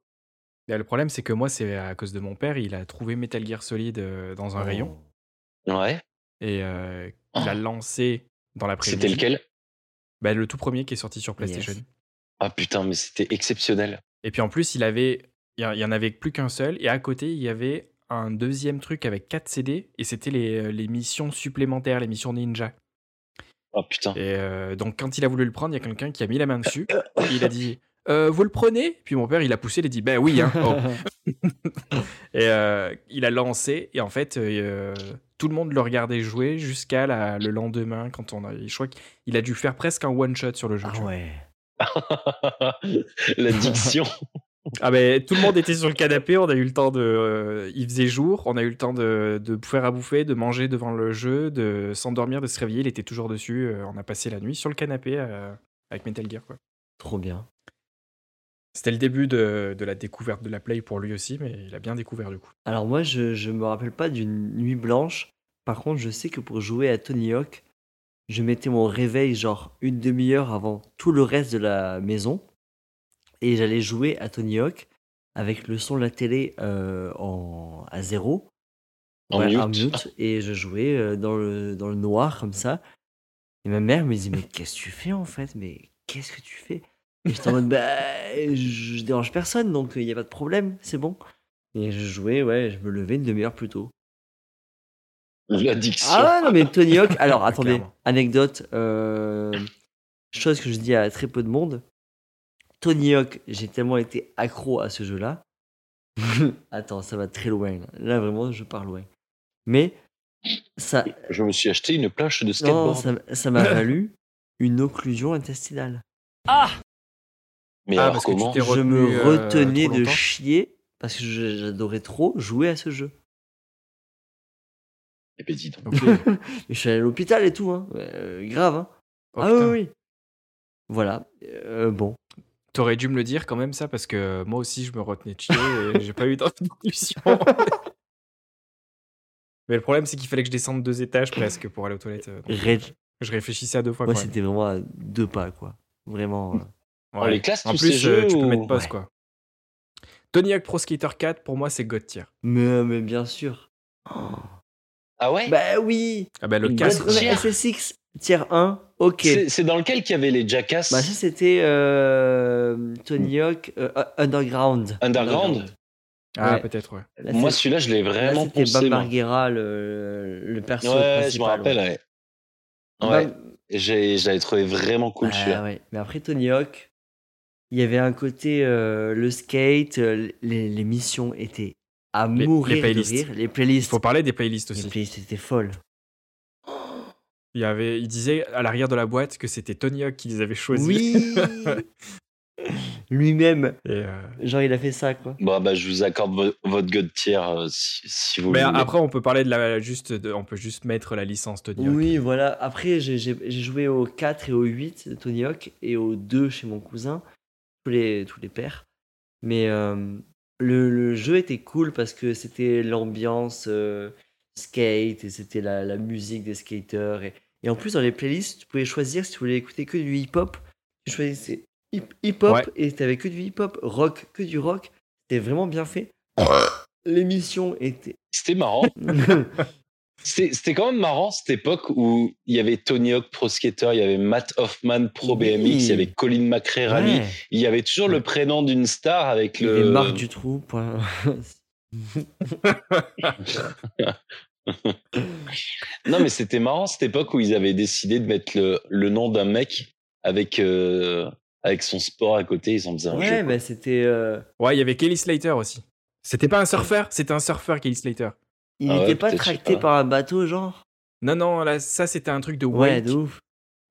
[SPEAKER 2] Là, le problème, c'est que moi, c'est à cause de mon père. Il a trouvé Metal Gear Solid euh, dans un
[SPEAKER 1] Oh.
[SPEAKER 3] Hmm.
[SPEAKER 2] rayon
[SPEAKER 1] Ouais.
[SPEAKER 2] et euh, il a
[SPEAKER 1] Oh.
[SPEAKER 2] lancé dans l'après-midi.
[SPEAKER 1] C'était lequel
[SPEAKER 2] Bah, Le tout premier qui est sorti sur
[SPEAKER 3] Yes.
[SPEAKER 2] PlayStation.
[SPEAKER 1] Ah putain, mais c'était exceptionnel.
[SPEAKER 2] Et puis en plus, il avait, il y en- il y en avait plus qu'un seul. Et à côté, il y avait un deuxième truc avec 4 CD. Et c'était les, euh, les missions supplémentaires, les missions ninja.
[SPEAKER 1] Ah putain.
[SPEAKER 2] Et euh, donc, quand il a voulu le prendre, il y a quelqu'un qui a mis la main dessus. et il a dit Euh, Vous le prenez Puis mon père, il a poussé, il a dit Ben oui, hein. Oh. *laughs* Et euh, il a lancé. Et en fait, euh, tout le monde le regardait jouer jusqu'à la- le lendemain. Quand on a, je crois qu'il a dû faire presque un one-shot sur le jeu. tu
[SPEAKER 3] Ah
[SPEAKER 2] vois.
[SPEAKER 3] ouais.
[SPEAKER 1] *laughs* L'addiction.
[SPEAKER 2] Ah ben, tout le monde était sur le canapé, on a eu le temps de... euh, il faisait jour, on a eu le temps de, de faire à bouffer, de manger devant le jeu, de s'endormir, de se réveiller, il était toujours dessus, euh, on a passé la nuit sur le canapé euh, avec Metal Gear. quoi.
[SPEAKER 3] Trop bien.
[SPEAKER 2] C'était le début de, de la découverte de la Play pour lui aussi, mais il a bien découvert du coup.
[SPEAKER 3] Alors moi, je, je me rappelle pas d'une nuit blanche. Par contre, je sais que pour jouer à Tony Hawk, je mettais mon réveil genre une demi-heure avant tout le reste de la maison. Et j'allais jouer à Tony Hawk avec le son de la télé euh, en, à zéro.
[SPEAKER 1] En
[SPEAKER 3] *laughs* Ouais,
[SPEAKER 1] mute.
[SPEAKER 3] en mute.
[SPEAKER 1] *laughs*
[SPEAKER 3] Et je jouais euh, dans, le, dans le noir comme ça. Et ma mère me disait, mais qu'est-ce que tu fais en fait Mais qu'est-ce que tu fais Et j'étais en mode, bah, je, je dérange personne, donc il n'y a pas de problème, c'est bon. Et je jouais, ouais, je me levais une demi-heure
[SPEAKER 1] *laughs*
[SPEAKER 3] plus tôt.
[SPEAKER 1] L'addiction.
[SPEAKER 3] Ah non, mais Tony Hawk,
[SPEAKER 1] *laughs*
[SPEAKER 3] alors attendez,
[SPEAKER 2] Clairement.
[SPEAKER 3] anecdote, euh, chose que je dis à très peu de monde. Tony Hawk, j'ai tellement été accro à ce jeu-là. *laughs* Attends, ça va très loin. là. Là, vraiment, je pars loin. Mais ça,
[SPEAKER 1] Je me suis acheté une planche de
[SPEAKER 3] non,
[SPEAKER 1] skateboard.
[SPEAKER 3] ça
[SPEAKER 2] *laughs*
[SPEAKER 3] ça m'a valu une occlusion intestinale.
[SPEAKER 1] Mais
[SPEAKER 2] Ah,
[SPEAKER 1] alors
[SPEAKER 2] parce que tu
[SPEAKER 1] comment
[SPEAKER 2] t'es-
[SPEAKER 3] je
[SPEAKER 2] retenu,
[SPEAKER 3] me
[SPEAKER 2] euh,
[SPEAKER 3] retenais
[SPEAKER 2] trop
[SPEAKER 3] de
[SPEAKER 2] longtemps
[SPEAKER 3] chier parce que je- j'adorais trop jouer à ce jeu.
[SPEAKER 1] Eh ben, dis donc.
[SPEAKER 2] Ok.
[SPEAKER 3] *laughs* Mais je suis allé à l'hôpital et tout, hein. Euh, grave. Hein.
[SPEAKER 2] Oh,
[SPEAKER 3] ah
[SPEAKER 2] putain.
[SPEAKER 3] oui, oui. Voilà. Euh, bon.
[SPEAKER 2] T'aurais dû me le dire quand même ça, parce que euh, moi aussi je me retenais de chier
[SPEAKER 3] *laughs*
[SPEAKER 2] et j'ai pas eu d'intuition. mais le problème c'est qu'il fallait que je descende deux étages presque pour aller aux toilettes. euh, donc
[SPEAKER 3] Red,
[SPEAKER 2] Je réfléchissais à deux fois
[SPEAKER 3] moi,
[SPEAKER 2] quand même.
[SPEAKER 3] c'était vraiment à deux pas, quoi.
[SPEAKER 2] Hmm.
[SPEAKER 3] Vraiment. euh,
[SPEAKER 1] On les classe
[SPEAKER 2] En
[SPEAKER 1] tous
[SPEAKER 2] plus,
[SPEAKER 1] ces
[SPEAKER 2] euh,
[SPEAKER 1] jeux
[SPEAKER 2] tu peux
[SPEAKER 1] ou-
[SPEAKER 2] mettre pause
[SPEAKER 3] Ouais.
[SPEAKER 2] quoi. Tony Hawk Pro Skater 4, pour moi, c'est God tier.
[SPEAKER 3] Mais, euh, mais bien sûr. Oh.
[SPEAKER 1] Ah ouais
[SPEAKER 3] Bah oui.
[SPEAKER 2] Ah bah le
[SPEAKER 1] God
[SPEAKER 2] 4,
[SPEAKER 1] Casse-
[SPEAKER 3] Notre
[SPEAKER 1] tier.
[SPEAKER 3] SSX tier 1, ok.
[SPEAKER 1] C'est- C'est dans lequel qu'il y avait les jackasses
[SPEAKER 3] Bah ça c'était euh, Tony Hawk euh, euh, Underground.
[SPEAKER 1] Underground
[SPEAKER 2] ah
[SPEAKER 3] ouais.
[SPEAKER 2] peut-être ouais.
[SPEAKER 3] Là,
[SPEAKER 1] Moi,
[SPEAKER 3] c'est-
[SPEAKER 1] celui-là, je l'ai
[SPEAKER 3] là,
[SPEAKER 1] vraiment
[SPEAKER 3] Bah, c'était
[SPEAKER 1] poncé.
[SPEAKER 3] Bob
[SPEAKER 1] moi.
[SPEAKER 3] Marguera le, le perso
[SPEAKER 1] Ouais, je me
[SPEAKER 3] principal.
[SPEAKER 1] rappelle.
[SPEAKER 3] ouais.
[SPEAKER 1] Ouais. Ouais,
[SPEAKER 3] Bob-
[SPEAKER 1] j'ai- je l'avais trouvé vraiment cool
[SPEAKER 3] Ah
[SPEAKER 1] celui-là.
[SPEAKER 3] ouais. Mais après Tony Hawk, il y avait un côté euh, le skate, euh, les, les missions étaient à
[SPEAKER 2] les
[SPEAKER 3] mourir de
[SPEAKER 2] playlists.
[SPEAKER 3] rire. Les playlists.
[SPEAKER 2] Faut parler des playlists
[SPEAKER 3] les
[SPEAKER 2] aussi.
[SPEAKER 3] playlists étaient folles.
[SPEAKER 2] Il y avait, il disait à l'arrière de la boîte que c'était Tony Hawk qui les avait choisis. *laughs*
[SPEAKER 3] Oui. Lui-même,
[SPEAKER 2] Et, euh,
[SPEAKER 3] genre il a fait ça quoi.
[SPEAKER 1] Bon, bah, je vous accorde vo- votre god tier euh, si, si vous
[SPEAKER 2] Mais
[SPEAKER 1] voulez.
[SPEAKER 2] après on peut parler de la juste, de- on peut juste mettre la licence Tony Hawk.
[SPEAKER 3] Oui, voilà. Après, j'ai j'ai- j'ai joué au 4 et au 8 de Tony Hawk et au 2 chez mon cousin, tous les, tous les pères. Mais euh, le, le jeu était cool parce que c'était l'ambiance euh, skate et c'était la, la musique des skaters. Et, et en plus, dans les playlists, tu pouvais choisir si tu voulais écouter que du hip-hop. Tu choisissais hip- hip-hop,
[SPEAKER 2] Ouais.
[SPEAKER 3] et t'avais que du hip-hop, rock, que du rock. C'était vraiment bien fait. L'émission
[SPEAKER 2] *laughs*
[SPEAKER 3] était. *laughs*
[SPEAKER 1] C'était marrant. C'était c'était quand même marrant cette époque où il y avait Tony Hawk Pro Skater, il y avait Matt Hoffman Pro
[SPEAKER 3] Oui.
[SPEAKER 1] BMX, il y avait Colin McRae Rally.
[SPEAKER 3] Ouais.
[SPEAKER 1] Il y avait toujours le prénom d'une star avec
[SPEAKER 3] Il y avait
[SPEAKER 1] le.
[SPEAKER 3] Marc du trou. Point...
[SPEAKER 1] Non, mais c'était marrant cette époque où ils avaient décidé de mettre le, le nom d'un mec avec, euh, avec son sport à côté. Ils en faisaient un
[SPEAKER 3] ouais,
[SPEAKER 1] jeu.
[SPEAKER 3] mais c'était. euh,
[SPEAKER 2] Ouais, il y avait Kelly Slater aussi. C'était pas un surfeur, c'était un surfeur, Kelly Slater.
[SPEAKER 3] Il
[SPEAKER 1] Ah
[SPEAKER 3] n'était
[SPEAKER 1] ouais,
[SPEAKER 3] pas
[SPEAKER 1] peut-être, je sais
[SPEAKER 3] tracté
[SPEAKER 1] pas.
[SPEAKER 3] par un bateau, genre.
[SPEAKER 2] Non, non, là, ça c'était un truc de
[SPEAKER 3] Ouais,
[SPEAKER 2] wake.
[SPEAKER 3] de ouf.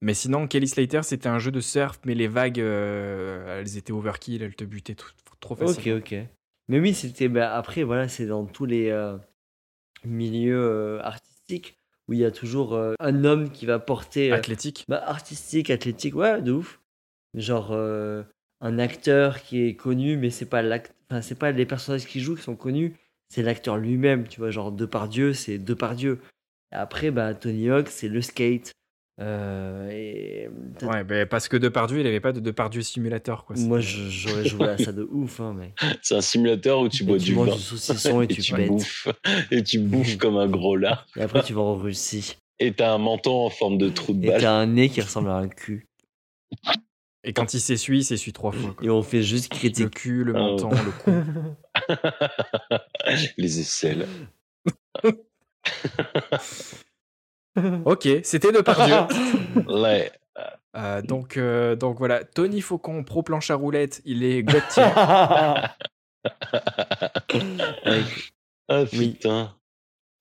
[SPEAKER 2] mais sinon, Kelly Slater c'était un jeu de surf, mais les vagues, euh, elles étaient overkill, elles te butaient tout- trop
[SPEAKER 3] Ok,
[SPEAKER 2] facile.
[SPEAKER 3] ok. Mais oui, c'était. bah, après, voilà, c'est dans tous les euh, milieux euh, artistiques où il y a toujours euh, un homme qui va porter. euh,
[SPEAKER 2] Athlétique.
[SPEAKER 3] bah, artistique, athlétique, ouais, de ouf. Genre euh, un acteur qui est connu, mais c'est pas l'act- enfin, c'est pas les personnages qui jouent qui sont connus, c'est l'acteur lui-même, tu vois. Genre Depardieu, c'est Depardieu. Et après, bah, Tony Hawk, c'est le skate. Euh, et t'as-
[SPEAKER 2] Ouais, bah, parce que Depardieu, il avait pas de Depardieu simulateur, quoi.
[SPEAKER 3] moi, je- j'aurais joué à ça de ouf, hein, mec.
[SPEAKER 1] C'est un simulateur où tu bois
[SPEAKER 3] tu
[SPEAKER 1] du
[SPEAKER 3] manges
[SPEAKER 1] vin
[SPEAKER 3] du saucisson et,
[SPEAKER 1] et
[SPEAKER 3] tu,
[SPEAKER 1] tu
[SPEAKER 3] pètes.
[SPEAKER 1] bouffes. *laughs* Et tu bouffes comme un gros lard.
[SPEAKER 3] Et après, tu vas
[SPEAKER 1] *laughs*
[SPEAKER 3] en Russie.
[SPEAKER 1] Et t'as un menton en forme de trou de
[SPEAKER 3] Et
[SPEAKER 1] balle.
[SPEAKER 3] t'as un nez qui ressemble à un cul.
[SPEAKER 2] Et quand il s'essuie, il s'essuie trois fois. quoi.
[SPEAKER 3] Et on fait juste critiquer.
[SPEAKER 2] Le cul, le
[SPEAKER 1] Ah,
[SPEAKER 2] menton, le cou.
[SPEAKER 1] Les aisselles.
[SPEAKER 2] Ok, c'était Depardieu.
[SPEAKER 1] Ouais.
[SPEAKER 2] Euh, donc, euh, donc voilà, Tony Faucon, pro planche à roulette, il est Gauthier.
[SPEAKER 1] Ah
[SPEAKER 3] Oui.
[SPEAKER 1] putain.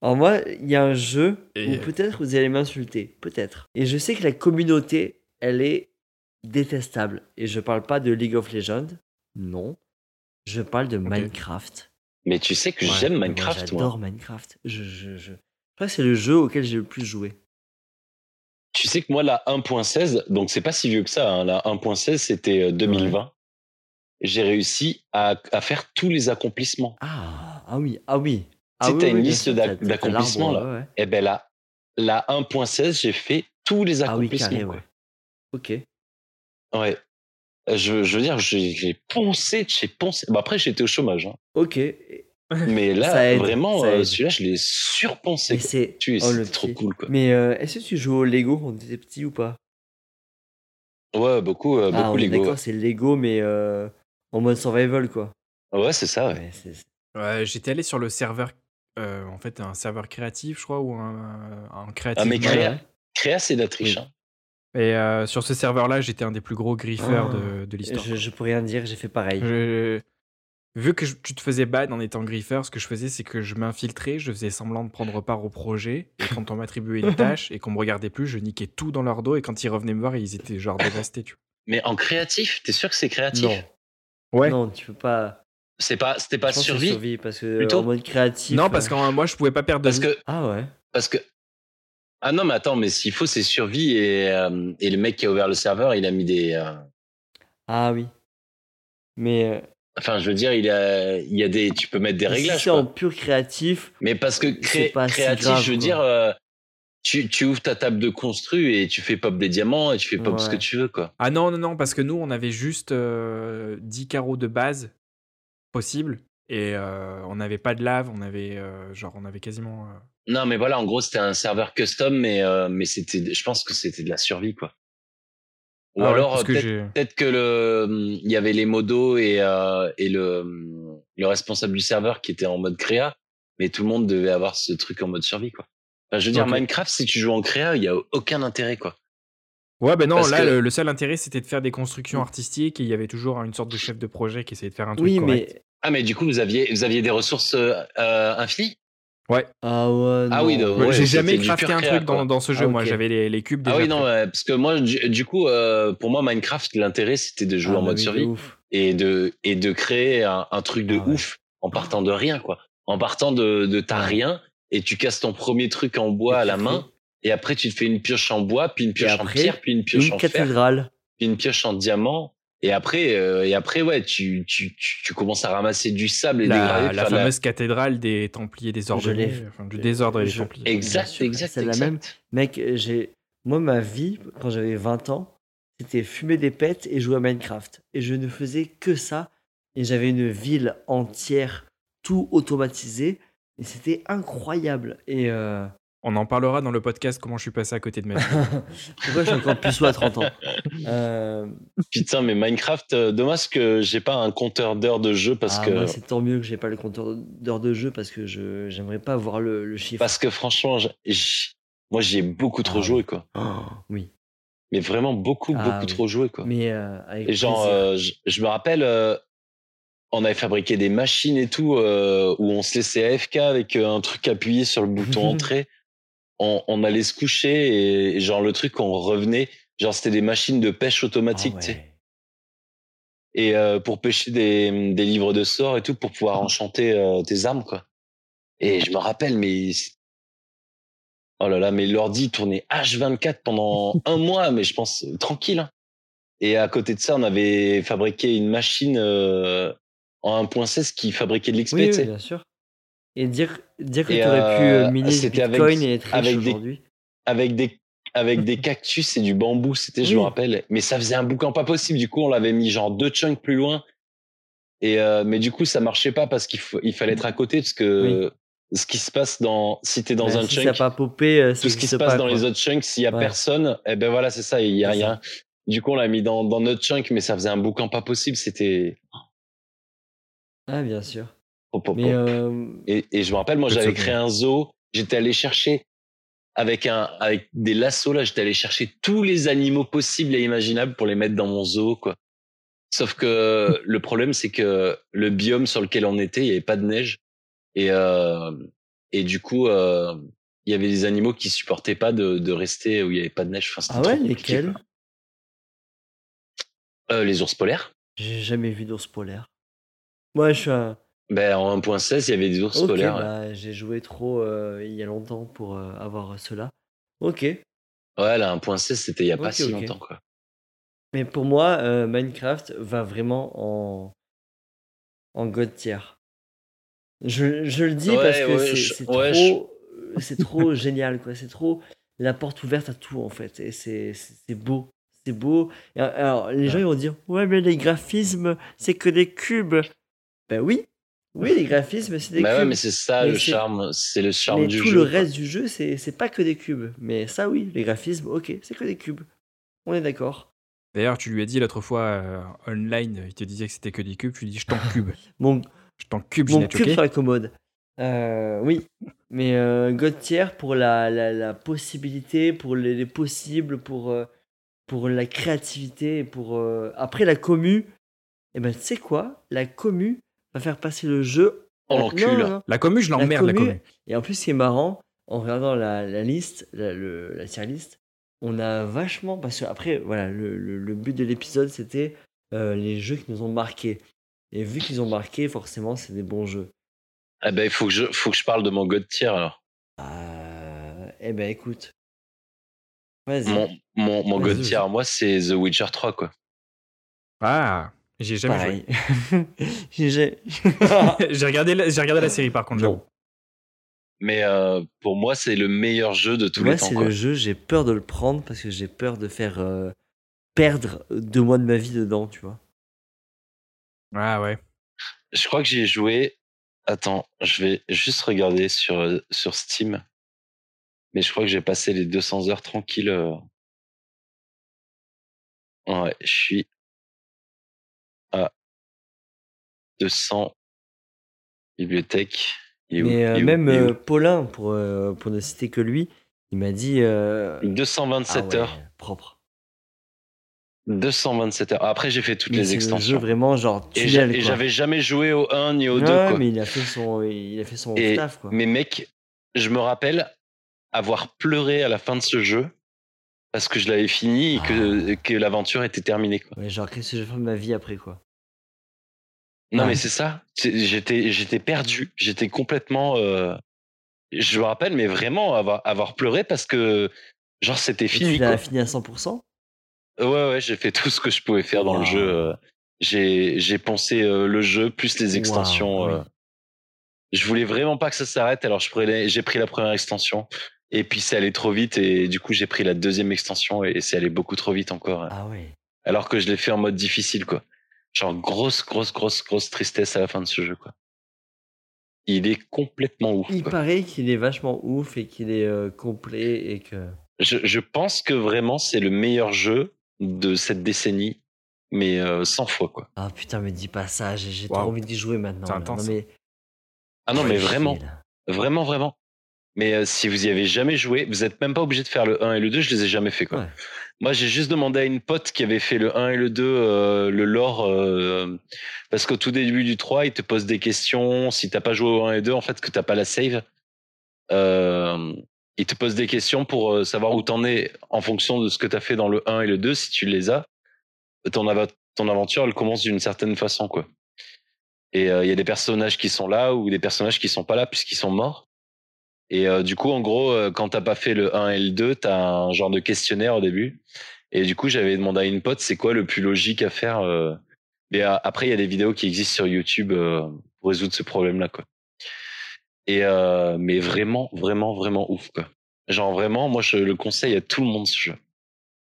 [SPEAKER 3] Alors moi, il y a un jeu
[SPEAKER 2] Et-
[SPEAKER 3] où peut-être vous allez m'insulter, peut-être. Et je sais que la communauté, elle est détestable. Et je parle pas de League of Legends, non. Je parle de Minecraft.
[SPEAKER 1] Mais tu sais que
[SPEAKER 2] Ouais,
[SPEAKER 1] j'aime
[SPEAKER 3] Mais moi,
[SPEAKER 1] Minecraft, moi.
[SPEAKER 3] J'adore Minecraft. Je, je, je... je crois que c'est le jeu auquel j'ai le plus joué.
[SPEAKER 1] Tu sais que moi, la 1.16, donc c'est pas si vieux que ça, hein, la 1.16, c'était euh, 2020. J'ai réussi à, à faire tous les accomplissements.
[SPEAKER 3] Ah, ah oui, ah oui. Ah
[SPEAKER 1] Tu sais,
[SPEAKER 3] oui,
[SPEAKER 1] t'as
[SPEAKER 3] oui,
[SPEAKER 1] une
[SPEAKER 3] bien
[SPEAKER 1] liste
[SPEAKER 3] sûr,
[SPEAKER 1] d'ac-
[SPEAKER 3] t'as- t'as
[SPEAKER 1] d'accomplissements,
[SPEAKER 3] l'arbre, ouais, ouais.
[SPEAKER 1] Eh ben là, la 1.16, j'ai fait tous les
[SPEAKER 3] Ah oui,
[SPEAKER 1] accomplissements.
[SPEAKER 3] carré,
[SPEAKER 1] quoi.
[SPEAKER 3] ouais. Ok.
[SPEAKER 1] Ouais. Euh, Je, je veux dire, j'ai j'ai poncé, de chez poncé. Bah après, j'étais au chômage. hein.
[SPEAKER 3] Ok. Et-
[SPEAKER 1] Mais
[SPEAKER 3] Ça
[SPEAKER 1] là,
[SPEAKER 3] aide,
[SPEAKER 1] vraiment,
[SPEAKER 3] ça
[SPEAKER 1] euh,
[SPEAKER 3] aide.
[SPEAKER 1] celui-là, je l'ai
[SPEAKER 3] et
[SPEAKER 1] surponcé. quoi.
[SPEAKER 3] c'est.
[SPEAKER 1] Tu es
[SPEAKER 3] oh, le
[SPEAKER 1] c'est trop
[SPEAKER 3] petit.
[SPEAKER 1] cool, quoi.
[SPEAKER 3] Mais euh, est-ce que tu joues au Lego quand t'étais petit ou pas
[SPEAKER 1] Ouais, beaucoup, euh,
[SPEAKER 3] Ah,
[SPEAKER 1] beaucoup
[SPEAKER 3] on est
[SPEAKER 1] Lego.
[SPEAKER 3] d'accord, c'est Lego, mais euh, en mode survival, quoi.
[SPEAKER 1] Ouais, c'est ça, ouais.
[SPEAKER 3] Ouais, c'est- c'est-
[SPEAKER 2] Ouais, J'étais allé sur le serveur, euh, en fait, un serveur créatif, je crois, ou un, un créatif.
[SPEAKER 1] Ah, mais
[SPEAKER 2] mode.
[SPEAKER 1] créa,
[SPEAKER 3] ouais.
[SPEAKER 1] créa c'est de la triche. hein.
[SPEAKER 2] Et euh, sur ce serveur-là, j'étais un des plus gros griffeurs
[SPEAKER 3] Ah.
[SPEAKER 2] de, de l'histoire.
[SPEAKER 3] Je, je peux rien dire, j'ai fait
[SPEAKER 1] Mmh.
[SPEAKER 3] pareil.
[SPEAKER 2] Je- Vu que je- tu te faisais ban en étant griffeur, ce que je faisais, c'est que je m'infiltrais, je faisais semblant de prendre part au projet, et quand on
[SPEAKER 1] *laughs*
[SPEAKER 2] m'attribuait une tâche et qu'on me regardait plus, je niquais tout dans leur dos, et quand ils revenaient me voir, ils étaient genre dévastés, tu
[SPEAKER 1] Mais en créatif, t'es sûr que c'est créatif
[SPEAKER 3] Non,
[SPEAKER 2] vois. Ouais.
[SPEAKER 3] non, tu peux pas.
[SPEAKER 1] C'est pas, c'était pas
[SPEAKER 3] je pense que
[SPEAKER 1] survie.
[SPEAKER 3] survie parce que
[SPEAKER 1] Plutôt.
[SPEAKER 3] en mode créatif.
[SPEAKER 2] Non, parce
[SPEAKER 3] euh,
[SPEAKER 2] que moi, je pouvais pas perdre de
[SPEAKER 1] Parce
[SPEAKER 2] vie.
[SPEAKER 1] que,
[SPEAKER 3] Ah ouais.
[SPEAKER 1] parce que. Ah non, mais attends, mais s'il faut, c'est survie et, euh, et le mec qui a ouvert le serveur, il a mis des. euh,
[SPEAKER 3] Ah oui. Mais
[SPEAKER 1] Enfin, je veux dire, il a, il y a des. Tu peux mettre des
[SPEAKER 3] euh, si
[SPEAKER 1] réglages.
[SPEAKER 3] c'est
[SPEAKER 1] quoi.
[SPEAKER 3] en pur créatif,
[SPEAKER 1] Mais parce que cré-
[SPEAKER 3] C'est pas si
[SPEAKER 1] créatif,
[SPEAKER 3] grave,
[SPEAKER 1] je veux
[SPEAKER 3] quoi.
[SPEAKER 1] dire, euh, tu, tu ouvres ta table de construit et tu fais pop des diamants et tu fais pop ce
[SPEAKER 3] Ouais.
[SPEAKER 1] que tu veux, quoi.
[SPEAKER 2] Ah non, non, non, parce que nous, on avait juste euh, 10 carreaux de base possibles, et euh, on n'avait pas de lave, on avait, euh, genre, on avait quasiment... euh,
[SPEAKER 1] Non, mais voilà, en gros, c'était un serveur custom, mais, euh, mais c'était, je pense que c'était de la survie, quoi. Ou
[SPEAKER 2] ah ouais,
[SPEAKER 1] alors,
[SPEAKER 2] parce
[SPEAKER 1] euh,
[SPEAKER 2] que
[SPEAKER 1] peut-être
[SPEAKER 2] j'ai-
[SPEAKER 1] peut-être que le, hum, il y avait les modos et, euh, et le, hum, le responsable du serveur qui était en mode créa, mais tout le monde devait avoir ce truc en mode survie, quoi. Enfin, je veux dire,
[SPEAKER 2] Ok.
[SPEAKER 1] Minecraft, si tu joues en créa, il y a aucun intérêt, quoi.
[SPEAKER 2] Ouais, ben non,
[SPEAKER 1] Parce
[SPEAKER 2] là,
[SPEAKER 1] que- Mm.
[SPEAKER 2] le, le seul intérêt, c'était de faire des constructions artistiques et il y avait toujours une sorte de chef de projet qui essayait de faire un truc
[SPEAKER 3] oui,
[SPEAKER 2] correct.
[SPEAKER 3] mais
[SPEAKER 1] Ah, mais du coup, vous aviez, vous aviez des ressources euh, euh, infinies
[SPEAKER 3] ah ouais.
[SPEAKER 1] Ah
[SPEAKER 3] non.
[SPEAKER 1] oui, non, ouais.
[SPEAKER 2] Ouais,
[SPEAKER 1] c'était
[SPEAKER 2] J'ai jamais
[SPEAKER 1] du
[SPEAKER 2] crafté
[SPEAKER 1] pur
[SPEAKER 2] un
[SPEAKER 1] créa,
[SPEAKER 2] truc
[SPEAKER 1] quoi.
[SPEAKER 2] dans, dans ce jeu,
[SPEAKER 3] Ah,
[SPEAKER 2] moi.
[SPEAKER 3] ok.
[SPEAKER 2] J'avais les, les cubes déjà.
[SPEAKER 1] Ah oui, non,
[SPEAKER 2] prêts.
[SPEAKER 1] ouais, parce que moi, du, du coup, euh, pour moi, Minecraft, l'intérêt, c'était de jouer
[SPEAKER 3] Ah
[SPEAKER 1] en
[SPEAKER 3] bah
[SPEAKER 1] mode
[SPEAKER 3] oui, de
[SPEAKER 1] survie
[SPEAKER 3] ouf.
[SPEAKER 1] et de, et de créer un, un truc de
[SPEAKER 3] Ah ouais.
[SPEAKER 1] ouf en partant de rien, quoi. En partant de, de t'as rien et tu casses ton premier truc en bois
[SPEAKER 3] Et
[SPEAKER 1] à
[SPEAKER 3] tu
[SPEAKER 1] la
[SPEAKER 3] fais
[SPEAKER 1] main et après, tu te fais une pioche en bois, puis une pioche en
[SPEAKER 3] après,
[SPEAKER 1] pierre, puis une pioche
[SPEAKER 3] Une
[SPEAKER 1] en fer,
[SPEAKER 3] cathédrale.
[SPEAKER 1] puis une pioche en diamant. Et après, euh, et après, ouais, tu, tu, tu, tu commences à ramasser du sable et des
[SPEAKER 2] La,
[SPEAKER 1] gravés.
[SPEAKER 2] la
[SPEAKER 1] faire la-
[SPEAKER 2] fameuse cathédrale des Templiers
[SPEAKER 3] l'ai
[SPEAKER 2] désordonnés,
[SPEAKER 3] fait.
[SPEAKER 2] enfin, du désordre et des
[SPEAKER 3] Je-
[SPEAKER 2] Templiers.
[SPEAKER 1] *laughs* Exact,
[SPEAKER 3] Bien sûr, *laughs*
[SPEAKER 1] exact,
[SPEAKER 3] c'est la
[SPEAKER 1] exact.
[SPEAKER 3] même. Mec, j'ai moi ma vie quand j'avais 20 ans, c'était fumer des pets et jouer à Minecraft. Et je ne faisais que ça. Et j'avais une ville entière, tout automatisé. Et c'était incroyable.
[SPEAKER 1] *laughs*
[SPEAKER 3] Et euh,
[SPEAKER 2] On en parlera dans le podcast comment je suis passé à côté de ma vie.
[SPEAKER 3] pourquoi je suis encore plus à 30 ans Euh,
[SPEAKER 1] Putain, mais Minecraft, euh, dommage que j'ai pas un compteur d'heures de jeu parce
[SPEAKER 3] ah,
[SPEAKER 1] que
[SPEAKER 3] moi, c'est tant mieux que j'ai pas le compteur d'heures de jeu parce que je j'aimerais pas voir le, le chiffre.
[SPEAKER 1] parce que franchement, j'- j'- moi j'y ai beaucoup trop
[SPEAKER 3] Ah.
[SPEAKER 1] joué quoi.
[SPEAKER 3] Oh, oui.
[SPEAKER 1] Mais vraiment beaucoup
[SPEAKER 3] Ah,
[SPEAKER 1] beaucoup
[SPEAKER 3] oui.
[SPEAKER 1] trop joué quoi.
[SPEAKER 3] Mais euh, avec
[SPEAKER 1] Et genre,
[SPEAKER 3] plaisir.
[SPEAKER 1] euh, je, je me rappelle, euh, on avait fabriqué des machines et tout, euh, où on se laissait AFK avec euh, un truc appuyé sur le
[SPEAKER 3] *laughs*
[SPEAKER 1] bouton entrée. On, on allait se coucher et, et genre le truc, on revenait. Genre, c'était des machines de pêche
[SPEAKER 3] Ah
[SPEAKER 1] automatique, tu sais.
[SPEAKER 3] ouais.
[SPEAKER 1] Et euh, pour pêcher des, des livres de sorts et tout, pour pouvoir
[SPEAKER 3] Mmh.
[SPEAKER 1] enchanter euh, tes armes, quoi. Et je me rappelle, mais. c'est- Oh là là, mais l'ordi tournait H24
[SPEAKER 3] *laughs*
[SPEAKER 1] pendant un mois, mais je pense euh, tranquille. hein. Et à côté de ça, on avait fabriqué une machine euh, en 1.16 qui fabriquait de l'XP,
[SPEAKER 3] Oui,
[SPEAKER 1] tu
[SPEAKER 3] oui,
[SPEAKER 1] sais.
[SPEAKER 3] bien sûr. Et dire, dire que
[SPEAKER 1] Et,
[SPEAKER 3] tu aurais pu euh,
[SPEAKER 1] euh,
[SPEAKER 3] miner le
[SPEAKER 1] c'était avec-
[SPEAKER 3] Bitcoin et être riche
[SPEAKER 1] avec des-
[SPEAKER 3] aujourd'hui.
[SPEAKER 1] avec des avec des cactus et du bambou, c'était, je
[SPEAKER 3] Mmh. Oui.
[SPEAKER 1] me rappelle. Mais ça faisait un boucan pas possible. Du coup, on l'avait mis genre deux chunks plus loin. Et euh, mais du coup, ça marchait pas parce qu'il faut- il fallait être à côté parce que ce qui se passe dans si t'es dans
[SPEAKER 3] Bah,
[SPEAKER 1] un
[SPEAKER 3] si ça
[SPEAKER 1] chunk,
[SPEAKER 3] a pas popé, euh, ça
[SPEAKER 1] tout ce qui se
[SPEAKER 3] existe
[SPEAKER 1] passe
[SPEAKER 3] pas,
[SPEAKER 1] dans
[SPEAKER 3] quoi.
[SPEAKER 1] les autres chunks, s'il y a
[SPEAKER 3] Ouais.
[SPEAKER 1] personne, eh ben voilà, c'est ça. Il y a
[SPEAKER 3] C'est
[SPEAKER 1] rien. Du coup, on l'a mis dans dans notre chunk, mais ça faisait un boucan pas possible. C'était
[SPEAKER 3] Ah, bien sûr.
[SPEAKER 1] Hop, hop,
[SPEAKER 3] Mais
[SPEAKER 1] hop.
[SPEAKER 3] euh,
[SPEAKER 1] Et, et je me rappelle, moi,
[SPEAKER 2] Peu de
[SPEAKER 1] j'avais
[SPEAKER 2] souvenirs.
[SPEAKER 1] créé un zoo. J'étais allé chercher avec un, avec des lassos là. J'étais allé chercher tous les animaux possibles et imaginables pour les mettre dans mon zoo, quoi. Sauf que
[SPEAKER 3] Mmh.
[SPEAKER 1] le problème, c'est que le biome sur lequel on était, il n'y avait pas de neige. Et, euh, et du coup, euh, il y avait des animaux qui supportaient pas de, de rester où il n'y avait pas de neige. Enfin, c'était
[SPEAKER 3] ah ouais,
[SPEAKER 1] trop compliqué,
[SPEAKER 3] lesquels
[SPEAKER 1] quoi. Euh, Les ours polaires.
[SPEAKER 3] J'ai jamais vu d'ours polaire. Moi, je suis un.
[SPEAKER 1] Ben, en 1.16, il y avait des ours
[SPEAKER 3] Ok,
[SPEAKER 1] polaires. ouais.
[SPEAKER 3] bah, j'ai joué trop euh, il y a longtemps pour euh, avoir cela. Ok.
[SPEAKER 1] Ouais, là, 1.16, c'était il n'y a pas
[SPEAKER 3] Ok,
[SPEAKER 1] si
[SPEAKER 3] ok.
[SPEAKER 1] longtemps, quoi.
[SPEAKER 3] Mais pour moi, euh, Minecraft va vraiment en. en god tier. Je, je le dis
[SPEAKER 1] Ouais,
[SPEAKER 3] parce que
[SPEAKER 1] ouais,
[SPEAKER 3] c'est-
[SPEAKER 1] je-
[SPEAKER 3] c'est
[SPEAKER 1] ouais,
[SPEAKER 3] trop. euh, C'est
[SPEAKER 1] *laughs*
[SPEAKER 3] trop génial, quoi. C'est trop la porte ouverte à tout, en fait. Et c'est c'est- c'est beau. C'est beau. Et euh, alors, les gens, ils vont dire Ouais, mais les graphismes, c'est que des cubes. Ben oui. Oui, les graphismes, c'est des
[SPEAKER 1] Bah ouais,
[SPEAKER 3] cubes.
[SPEAKER 1] mais c'est ça
[SPEAKER 3] Mais
[SPEAKER 1] le
[SPEAKER 3] c'est-
[SPEAKER 1] charme, c'est le charme
[SPEAKER 3] Mais
[SPEAKER 1] du
[SPEAKER 3] tout
[SPEAKER 1] jeu.
[SPEAKER 3] le
[SPEAKER 1] quoi.
[SPEAKER 3] reste du jeu, c'est c'est pas que des cubes. Mais ça, oui, les graphismes, ok, c'est que des cubes. On est d'accord.
[SPEAKER 2] D'ailleurs, tu lui as dit l'autre fois euh, online, il te disait que c'était que des cubes. Tu lui dis je t'encube.
[SPEAKER 3] Mon,
[SPEAKER 2] Je t'encube,
[SPEAKER 3] mon
[SPEAKER 2] Ginette,
[SPEAKER 3] cube
[SPEAKER 2] ok
[SPEAKER 3] sur la commode. Euh, oui. Mais euh, God tier pour la, la, la possibilité, pour les, les possibles, pour, euh, pour la créativité, et pour euh, après la commu. Et ben tu sais quoi, la commu va faire passer le jeu.
[SPEAKER 1] On
[SPEAKER 3] en-
[SPEAKER 1] l'encule.
[SPEAKER 3] Non, non, non.
[SPEAKER 2] La commu, Oh, je l'emmerde, la
[SPEAKER 3] commu-
[SPEAKER 2] commu.
[SPEAKER 3] Et en plus, ce qui est marrant, en regardant la, la liste, la, le- la tier list, on a vachement. Parce que, après, voilà, le, le- le but de l'épisode, c'était euh, les jeux qui nous ont marqués. Et vu qu'ils ont marqué, forcément, c'est des bons jeux.
[SPEAKER 1] Ah ben, il faut que je, faut que je parle de mon god tier alors.
[SPEAKER 3] Euh, eh ben, écoute. Vas-y.
[SPEAKER 1] Mon, mon, mon
[SPEAKER 3] Vas-y,
[SPEAKER 1] god tier,
[SPEAKER 3] vas-y.
[SPEAKER 1] moi, c'est The Witcher 3, quoi.
[SPEAKER 2] Ah, j'ai jamais
[SPEAKER 3] Pareil. *laughs* J'ai- j'ai-
[SPEAKER 2] joué. *laughs* j'ai regardé, la- j'ai regardé la série, par contre, j'avoue.
[SPEAKER 1] Mais euh, pour moi, c'est le meilleur jeu de tous
[SPEAKER 3] Moi,
[SPEAKER 1] les temps,
[SPEAKER 3] c'est
[SPEAKER 1] quoi.
[SPEAKER 3] le jeu, j'ai peur de le prendre parce que j'ai peur de faire euh, perdre deux mois de ma vie dedans, tu vois.
[SPEAKER 2] Ah ouais.
[SPEAKER 1] Je crois que j'ai joué. Attends, je vais juste regarder sur, euh, sur Steam. Mais je crois que j'ai passé les 200 heures tranquille. euh. Ouais, je suis à 200 bibliothèque. Il est où
[SPEAKER 3] Mais euh,
[SPEAKER 1] Il est où
[SPEAKER 3] même
[SPEAKER 1] Il est où
[SPEAKER 3] euh, Paulin, pour, euh, pour ne citer que lui, il m'a dit. euh,
[SPEAKER 1] 227
[SPEAKER 3] ah ouais,
[SPEAKER 1] heures.
[SPEAKER 3] Propre.
[SPEAKER 1] 227 heures. Après, j'ai fait toutes
[SPEAKER 3] Mais
[SPEAKER 1] les
[SPEAKER 3] c'est le jeu
[SPEAKER 1] extensions.
[SPEAKER 3] vraiment genre
[SPEAKER 1] Et j'a-
[SPEAKER 3] tunnel.
[SPEAKER 1] et
[SPEAKER 3] quoi.
[SPEAKER 1] j'avais jamais joué au 1 ni au 2.
[SPEAKER 3] Ouais,
[SPEAKER 1] quoi.
[SPEAKER 3] mais il a fait son, il a fait son
[SPEAKER 1] Et-
[SPEAKER 3] taf, quoi.
[SPEAKER 1] Mais mec, je me rappelle avoir pleuré à la fin de ce jeu parce que je l'avais fini et
[SPEAKER 3] Ah.
[SPEAKER 1] que, que l'aventure était terminée. Quoi.
[SPEAKER 3] Ouais, genre, qu'est-ce que je vais faire de ma vie après, quoi.
[SPEAKER 1] Non,
[SPEAKER 3] Ouais.
[SPEAKER 1] mais c'est ça. C'est- J'étais, j'étais perdu. J'étais complètement. euh, Je me rappelle, mais vraiment avoir, avoir pleuré parce que, genre, c'était
[SPEAKER 3] Et
[SPEAKER 1] fini.
[SPEAKER 3] tu l'as
[SPEAKER 1] quoi.
[SPEAKER 3] fini à 100%
[SPEAKER 1] Ouais, ouais, j'ai fait *laughs* tout ce que je pouvais faire dans
[SPEAKER 3] Wow.
[SPEAKER 1] le jeu. euh, J'ai, j'ai poncé euh, le jeu plus les extensions.
[SPEAKER 3] Wow,
[SPEAKER 1] euh, Je voulais vraiment pas que ça s'arrête, alors je prenais- j'ai pris la première extension. Et puis c'est allé trop vite et du coup j'ai pris la deuxième extension et c'est allé beaucoup trop vite encore. euh,
[SPEAKER 3] Ah ouais.
[SPEAKER 1] Alors que je l'ai fait en mode difficile quoi. Genre grosse grosse grosse grosse tristesse à la fin de ce jeu quoi. Il est complètement ouf.
[SPEAKER 3] Il
[SPEAKER 1] quoi.
[SPEAKER 3] paraît qu'il est vachement ouf et qu'il est euh, complet et que.
[SPEAKER 1] Je, je pense que vraiment c'est le meilleur jeu de cette décennie, mais euh, 100 fois quoi.
[SPEAKER 3] Ah putain, me dis pas ça, j'ai j'ai
[SPEAKER 2] Waouh.
[SPEAKER 3] trop envie d'y jouer maintenant.
[SPEAKER 2] C'est
[SPEAKER 3] là.
[SPEAKER 2] intense.
[SPEAKER 3] Non, mais...
[SPEAKER 1] Ah non mais
[SPEAKER 3] Ouais,
[SPEAKER 1] vraiment,
[SPEAKER 3] chier, là.
[SPEAKER 1] vraiment vraiment. Mais euh, si vous y avez jamais joué, vous êtes même pas obligé de faire le 1 et le 2, je les ai jamais fait quoi.
[SPEAKER 3] Ouais.
[SPEAKER 1] Moi, j'ai juste demandé à une pote qui avait fait le 1 et le 2, euh, le lore, euh, parce qu'au tout début du 3, il te pose des questions. Si t'as pas joué au 1 et 2, en fait, que t'as pas la save, euh, il te pose des questions pour euh, savoir où t'en es en fonction de ce que t'as fait dans le 1 et le 2. Si tu les as, ton, ava- ton aventure, elle commence d'une certaine façon, quoi. Et euh, il y a des personnages qui sont là ou des personnages qui sont pas là puisqu'ils sont morts. Et euh, du coup, en gros, euh, quand t'as pas fait le 1 et le 2, t'as un genre de questionnaire au début. Et du coup, j'avais demandé à une pote, c'est quoi le plus logique à faire euh, Mais euh, après, il y a des vidéos qui existent sur YouTube euh, pour résoudre ce problème-là, quoi. Et euh, mais vraiment, vraiment, vraiment ouf, quoi. Genre vraiment, moi, je le conseille à tout le monde ce jeu.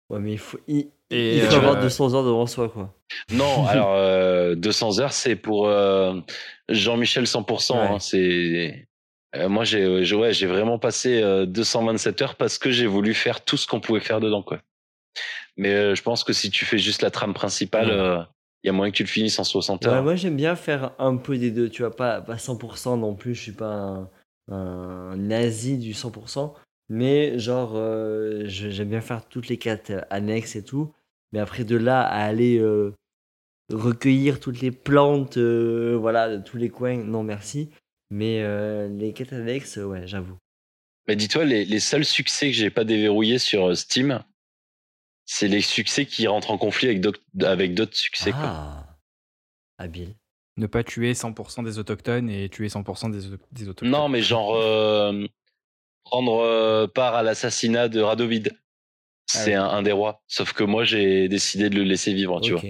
[SPEAKER 3] Ouais, mais il faut, il,
[SPEAKER 2] Et
[SPEAKER 3] il faut
[SPEAKER 2] euh,
[SPEAKER 3] avoir 200 heures devant soi, quoi.
[SPEAKER 1] Non,
[SPEAKER 3] *laughs*
[SPEAKER 1] alors euh, 200 heures, c'est pour euh, Jean-Michel 100%.
[SPEAKER 3] Ouais.
[SPEAKER 1] hein, c'est Euh, moi, j'ai j'ai- ouais, j'ai vraiment passé euh, 227 heures parce que j'ai voulu faire tout ce qu'on pouvait faire dedans, quoi. Mais euh, je pense que si tu fais juste la trame principale,
[SPEAKER 3] Ouais.
[SPEAKER 1] euh, il y a moyen que tu le finisses en 60
[SPEAKER 3] Ouais,
[SPEAKER 1] heures.
[SPEAKER 3] moi j'aime bien faire un peu des deux, tu vois, pas, pas 100% non plus, je suis pas un, un nazi du 100%, mais genre euh, je- j'aime bien faire toutes les quêtes euh, annexes et tout, mais après de là à aller euh, recueillir toutes les plantes, euh, voilà, de tous les coins, non merci, mais euh, les quêtes annexes, euh, ouais, j'avoue.
[SPEAKER 1] Mais dis-toi, les, les seuls succès que j'ai pas déverrouillés sur euh, Steam, c'est les succès qui rentrent en conflit avec d'autres avec d'autres succès. quoi.
[SPEAKER 3] Ah, habile.
[SPEAKER 2] Ne pas tuer 100% des autochtones et tuer 100% des, auto- des autochtones.
[SPEAKER 1] Non, mais genre euh, prendre euh, part à l'assassinat de Radovid.
[SPEAKER 3] Ah
[SPEAKER 1] C'est un, un des rois. Sauf que moi, j'ai décidé de le laisser vivre, hein, tu
[SPEAKER 3] ok.
[SPEAKER 1] vois.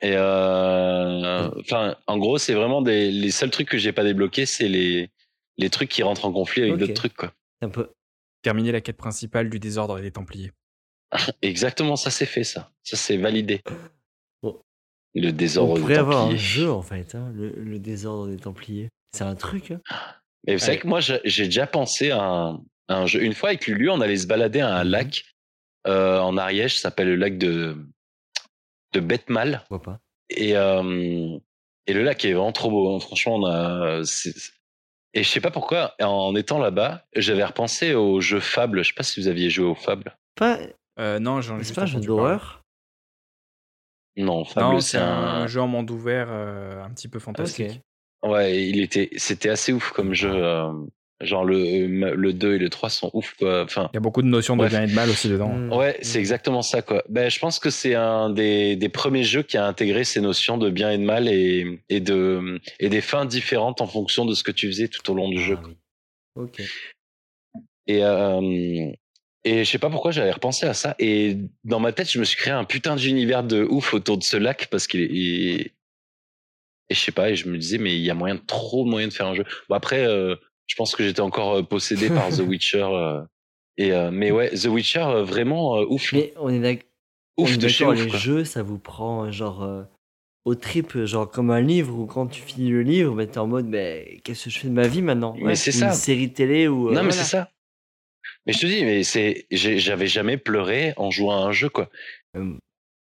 [SPEAKER 1] Et euh, enfin, en gros, c'est vraiment des, les seuls trucs que j'ai pas débloqués, c'est les les trucs qui rentrent en conflit avec
[SPEAKER 3] Ok.
[SPEAKER 1] d'autres trucs, quoi.
[SPEAKER 3] C'est Un peu...
[SPEAKER 2] Terminer la quête principale du désordre et des Templiers.
[SPEAKER 1] Exactement, ça c'est fait, ça. Ça c'est validé.
[SPEAKER 3] Bon.
[SPEAKER 1] Le
[SPEAKER 3] On
[SPEAKER 1] désordre. des
[SPEAKER 3] pourrait avoir un
[SPEAKER 1] Templiers.
[SPEAKER 3] jeu en fait, hein, le, le désordre des Templiers. C'est un truc, hein.
[SPEAKER 1] Mais vous savez que moi, j'ai- j'ai déjà pensé à un, à un jeu. Une fois avec Lulu, on allait se balader à un
[SPEAKER 2] Mmh
[SPEAKER 3] Mhm.
[SPEAKER 1] lac euh, en Ariège, ça s'appelle le lac de, de Bethmal.
[SPEAKER 3] pourquoi pas.
[SPEAKER 1] Et, euh, et le lac est vraiment trop beau. hein. Franchement, on a. c'est- Et je sais pas pourquoi, en étant là-bas, j'avais repensé au jeu Fable. Je sais pas si vous aviez joué au Fable.
[SPEAKER 3] Pas,
[SPEAKER 2] Euh, non, j'en ai
[SPEAKER 3] C'est
[SPEAKER 2] juste
[SPEAKER 3] pas un jeu
[SPEAKER 2] entendu parler.
[SPEAKER 3] d'horreur
[SPEAKER 1] Non,
[SPEAKER 2] Non,
[SPEAKER 1] Fable,
[SPEAKER 2] c'est un... jeu en monde ouvert euh, un petit peu fantastique.
[SPEAKER 3] Ok.
[SPEAKER 1] Ouais, il était. C'était assez ouf comme jeu. euh, Genre le, euh, le 2 et le 3 sont ouf. quoi. Enfin,
[SPEAKER 2] Il y a beaucoup de notions de
[SPEAKER 1] Bref.
[SPEAKER 2] bien et de mal aussi dedans.
[SPEAKER 3] Hmm.
[SPEAKER 1] Ouais, c'est exactement ça, quoi. Ben, je pense que c'est un des, des premiers jeux qui a intégré ces notions de bien et de mal et, et, de, et des fins différentes en fonction de ce que tu faisais tout au long du jeu.
[SPEAKER 3] Ah
[SPEAKER 1] quoi.
[SPEAKER 3] oui. Ok.
[SPEAKER 1] Et, euh, et je sais pas pourquoi j'avais repensé à ça. Et dans ma tête, je me suis créé un putain d'univers de ouf autour de ce lac parce qu'il est. il- Et je sais pas, et je me disais, mais il y a moyen, trop moyen de faire un jeu. Bon, après, euh, je pense que j'étais encore euh, possédé
[SPEAKER 3] *laughs*
[SPEAKER 1] par The Witcher. euh, et, euh, mais ouais, The Witcher, euh, vraiment euh, ouf.
[SPEAKER 3] Mais on est d'ac- on
[SPEAKER 1] ouf
[SPEAKER 3] est
[SPEAKER 1] de chez
[SPEAKER 3] d'accord,
[SPEAKER 1] ouf.
[SPEAKER 3] les
[SPEAKER 1] quoi.
[SPEAKER 3] jeux, ça vous prend euh, genre euh, au trip, euh, genre comme un livre où quand tu finis le livre, bah, t'es en mode, mais qu'est-ce que je fais de ma vie maintenant
[SPEAKER 1] Mais
[SPEAKER 3] Ouais,
[SPEAKER 1] c'est
[SPEAKER 3] Une
[SPEAKER 1] ça.
[SPEAKER 3] série télé ou. euh,
[SPEAKER 1] Non, mais
[SPEAKER 3] voilà.
[SPEAKER 1] c'est ça. Mais je te dis, mais c'est, j'ai- j'avais jamais pleuré en jouant à un jeu, quoi.
[SPEAKER 3] Hum.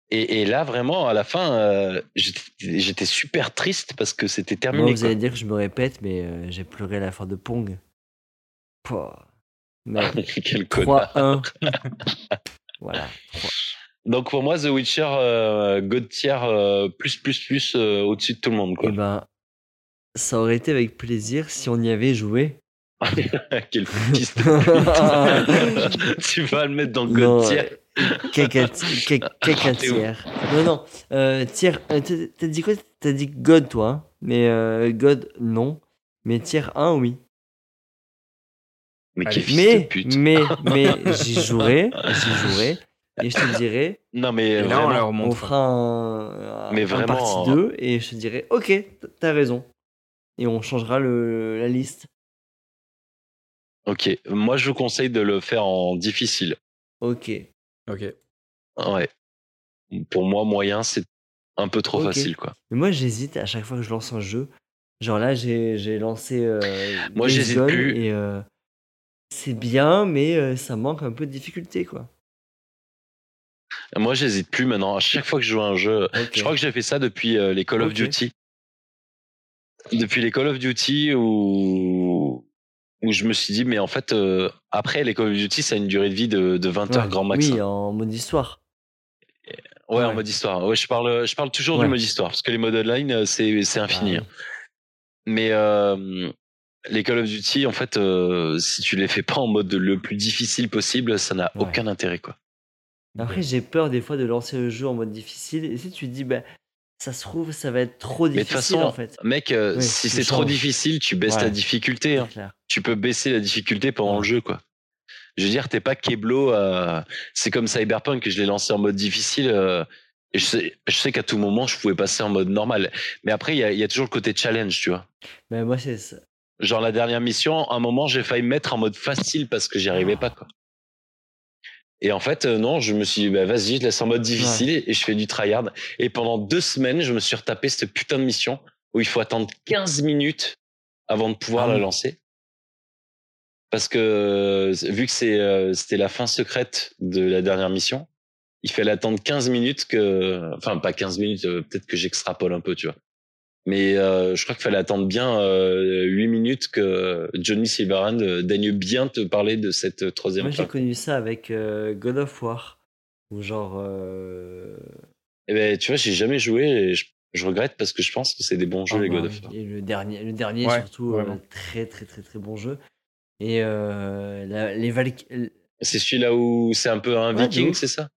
[SPEAKER 1] Et, et là, vraiment, à la fin, euh, j'étais j'étais super triste parce que c'était
[SPEAKER 3] Moi,
[SPEAKER 1] terminé.
[SPEAKER 3] vous
[SPEAKER 1] quoi. *laughs*
[SPEAKER 3] allez dire que je me répète, mais euh, j'ai pleuré à la fin de Pong. Pouah. Mais
[SPEAKER 1] *laughs*
[SPEAKER 3] *laughs*
[SPEAKER 1] Quel connard.
[SPEAKER 3] 3-1. voilà.
[SPEAKER 1] Donc pour moi, The Witcher, euh, God tier, euh, plus, plus, plus, euh, au-dessus de tout le monde,
[SPEAKER 3] Et
[SPEAKER 1] quoi.
[SPEAKER 3] ben, ça aurait été avec plaisir si on y
[SPEAKER 1] *laughs*
[SPEAKER 3] avait joué.
[SPEAKER 1] *laughs* Quel putiste. *laughs*
[SPEAKER 3] *laughs*
[SPEAKER 1] tu vas le mettre dans
[SPEAKER 3] Non,
[SPEAKER 1] God tier.
[SPEAKER 3] euh, caca- ca- caca
[SPEAKER 1] T'es ouf.
[SPEAKER 3] tiers. Non, non. Euh, tiers. euh, t'as- T'as dit quoi T'as dit God, toi. hein mais euh, God, non. Mais tiers 1, oui.
[SPEAKER 1] Mais
[SPEAKER 2] Allez.
[SPEAKER 1] quel fils de
[SPEAKER 3] Mais,
[SPEAKER 1] pute. *laughs*
[SPEAKER 3] mais, mais, j'y jouerai. J'y jouerai. Et je te dirai.
[SPEAKER 1] Non, mais
[SPEAKER 2] Et là,
[SPEAKER 1] vraiment,
[SPEAKER 2] on leur
[SPEAKER 3] On
[SPEAKER 2] montre.
[SPEAKER 3] fera un.
[SPEAKER 1] Mais
[SPEAKER 3] un
[SPEAKER 1] vraiment, hein.
[SPEAKER 3] partie 2. Et je te dirai, ok, t'as raison. Et on changera le, la liste.
[SPEAKER 1] Ok. Moi, je vous conseille de le faire en difficile.
[SPEAKER 3] Ok.
[SPEAKER 2] Ok. Ouais,
[SPEAKER 1] Ouais. Pour moi, moyen, c'est un peu trop
[SPEAKER 3] Ok.
[SPEAKER 1] facile, quoi.
[SPEAKER 3] Mais moi, j'hésite à chaque fois que je lance un jeu. Genre là, j'ai j'ai lancé. euh,
[SPEAKER 1] Moi,
[SPEAKER 3] Days
[SPEAKER 1] j'hésite
[SPEAKER 3] Gone
[SPEAKER 1] plus.
[SPEAKER 3] Et, euh, c'est bien, mais euh, ça manque un peu de difficulté, quoi.
[SPEAKER 1] Moi, j'hésite plus maintenant. À chaque fois que je joue à un jeu,
[SPEAKER 3] Ok.
[SPEAKER 1] je crois que j'ai fait ça depuis euh, les Call of
[SPEAKER 3] Ok.
[SPEAKER 1] Duty. Depuis les Call of Duty où, où je me suis dit, mais en fait, euh, après les Call of Duty, ça a une durée de vie de, de 20 heures
[SPEAKER 3] Ouais.
[SPEAKER 1] grand max. hein.
[SPEAKER 3] Oui, en mode histoire.
[SPEAKER 1] Ouais, en
[SPEAKER 3] Ouais.
[SPEAKER 1] mode histoire. Ouais, je parle, je parle toujours
[SPEAKER 3] Ouais.
[SPEAKER 1] du mode histoire parce que les modes online, euh, c'est, c'est infini.
[SPEAKER 3] Ah,
[SPEAKER 1] hein. Mais euh, les Call of Duty, en fait, euh, si tu les fais pas en mode le plus difficile possible, ça n'a
[SPEAKER 3] Ouais.
[SPEAKER 1] aucun intérêt, quoi.
[SPEAKER 3] Après, j'ai peur des fois de lancer le jeu en mode difficile. Et si tu te dis, bah, ça se trouve, ça va être trop
[SPEAKER 1] Mais de toute
[SPEAKER 3] difficile,
[SPEAKER 1] façon,
[SPEAKER 3] en fait.
[SPEAKER 1] Mec, euh,
[SPEAKER 3] Ouais,
[SPEAKER 1] si
[SPEAKER 3] tu
[SPEAKER 1] c'est trop
[SPEAKER 3] changes.
[SPEAKER 1] difficile, tu baisses
[SPEAKER 3] Ouais.
[SPEAKER 1] la difficulté. hein.
[SPEAKER 3] C'est clair.
[SPEAKER 1] Tu peux baisser la difficulté pendant le jeu, quoi. Je veux dire, t'es pas Keblo. euh, C'est comme Cyberpunk, je l'ai lancé en mode difficile. euh, et je sais, je sais qu'à tout moment, je pouvais passer en mode normal. Mais après, il y a- il y a toujours le côté challenge, tu vois.
[SPEAKER 3] Mais moi, c'est ça.
[SPEAKER 1] Genre la dernière mission, à un moment, j'ai failli me mettre en mode facile parce que j'y arrivais pas. Quoi. Et en fait, euh, non, je me suis dit, bah, vas-y, je laisse en mode difficile et je fais du tryhard. Et pendant deux semaines, je me suis retapé cette putain de mission où il faut attendre 15 minutes avant de pouvoir
[SPEAKER 3] Ah
[SPEAKER 1] la
[SPEAKER 3] oui.
[SPEAKER 1] lancer. Parce que euh, vu que c'est, euh, c'était la fin secrète de la dernière mission, il fallait attendre 15 minutes que... Enfin, pas 15 minutes, euh, peut-être que j'extrapole un peu, tu vois. Mais euh, je crois qu'il fallait attendre bien euh, 8 minutes que Johnny Silverhand euh, daigne bien te parler de cette euh, troisième
[SPEAKER 3] Moi, j'ai
[SPEAKER 1] fin.
[SPEAKER 3] connu ça avec euh, God of War. Ou genre. euh,
[SPEAKER 1] Eh ben, tu vois, j'ai jamais joué et je, je regrette parce que je pense que c'est des bons jeux,
[SPEAKER 3] Ah
[SPEAKER 1] les
[SPEAKER 3] bah
[SPEAKER 1] God of
[SPEAKER 3] oui.
[SPEAKER 1] War.
[SPEAKER 3] Et le dernier, le dernier
[SPEAKER 2] Ouais,
[SPEAKER 3] surtout, euh,
[SPEAKER 2] vraiment.
[SPEAKER 3] très très très très bon jeu. Et euh, la- les Valkyries,
[SPEAKER 1] C'est celui-là où c'est un peu un
[SPEAKER 3] Ouais, de
[SPEAKER 1] viking,
[SPEAKER 3] ouf.
[SPEAKER 1] c'est ça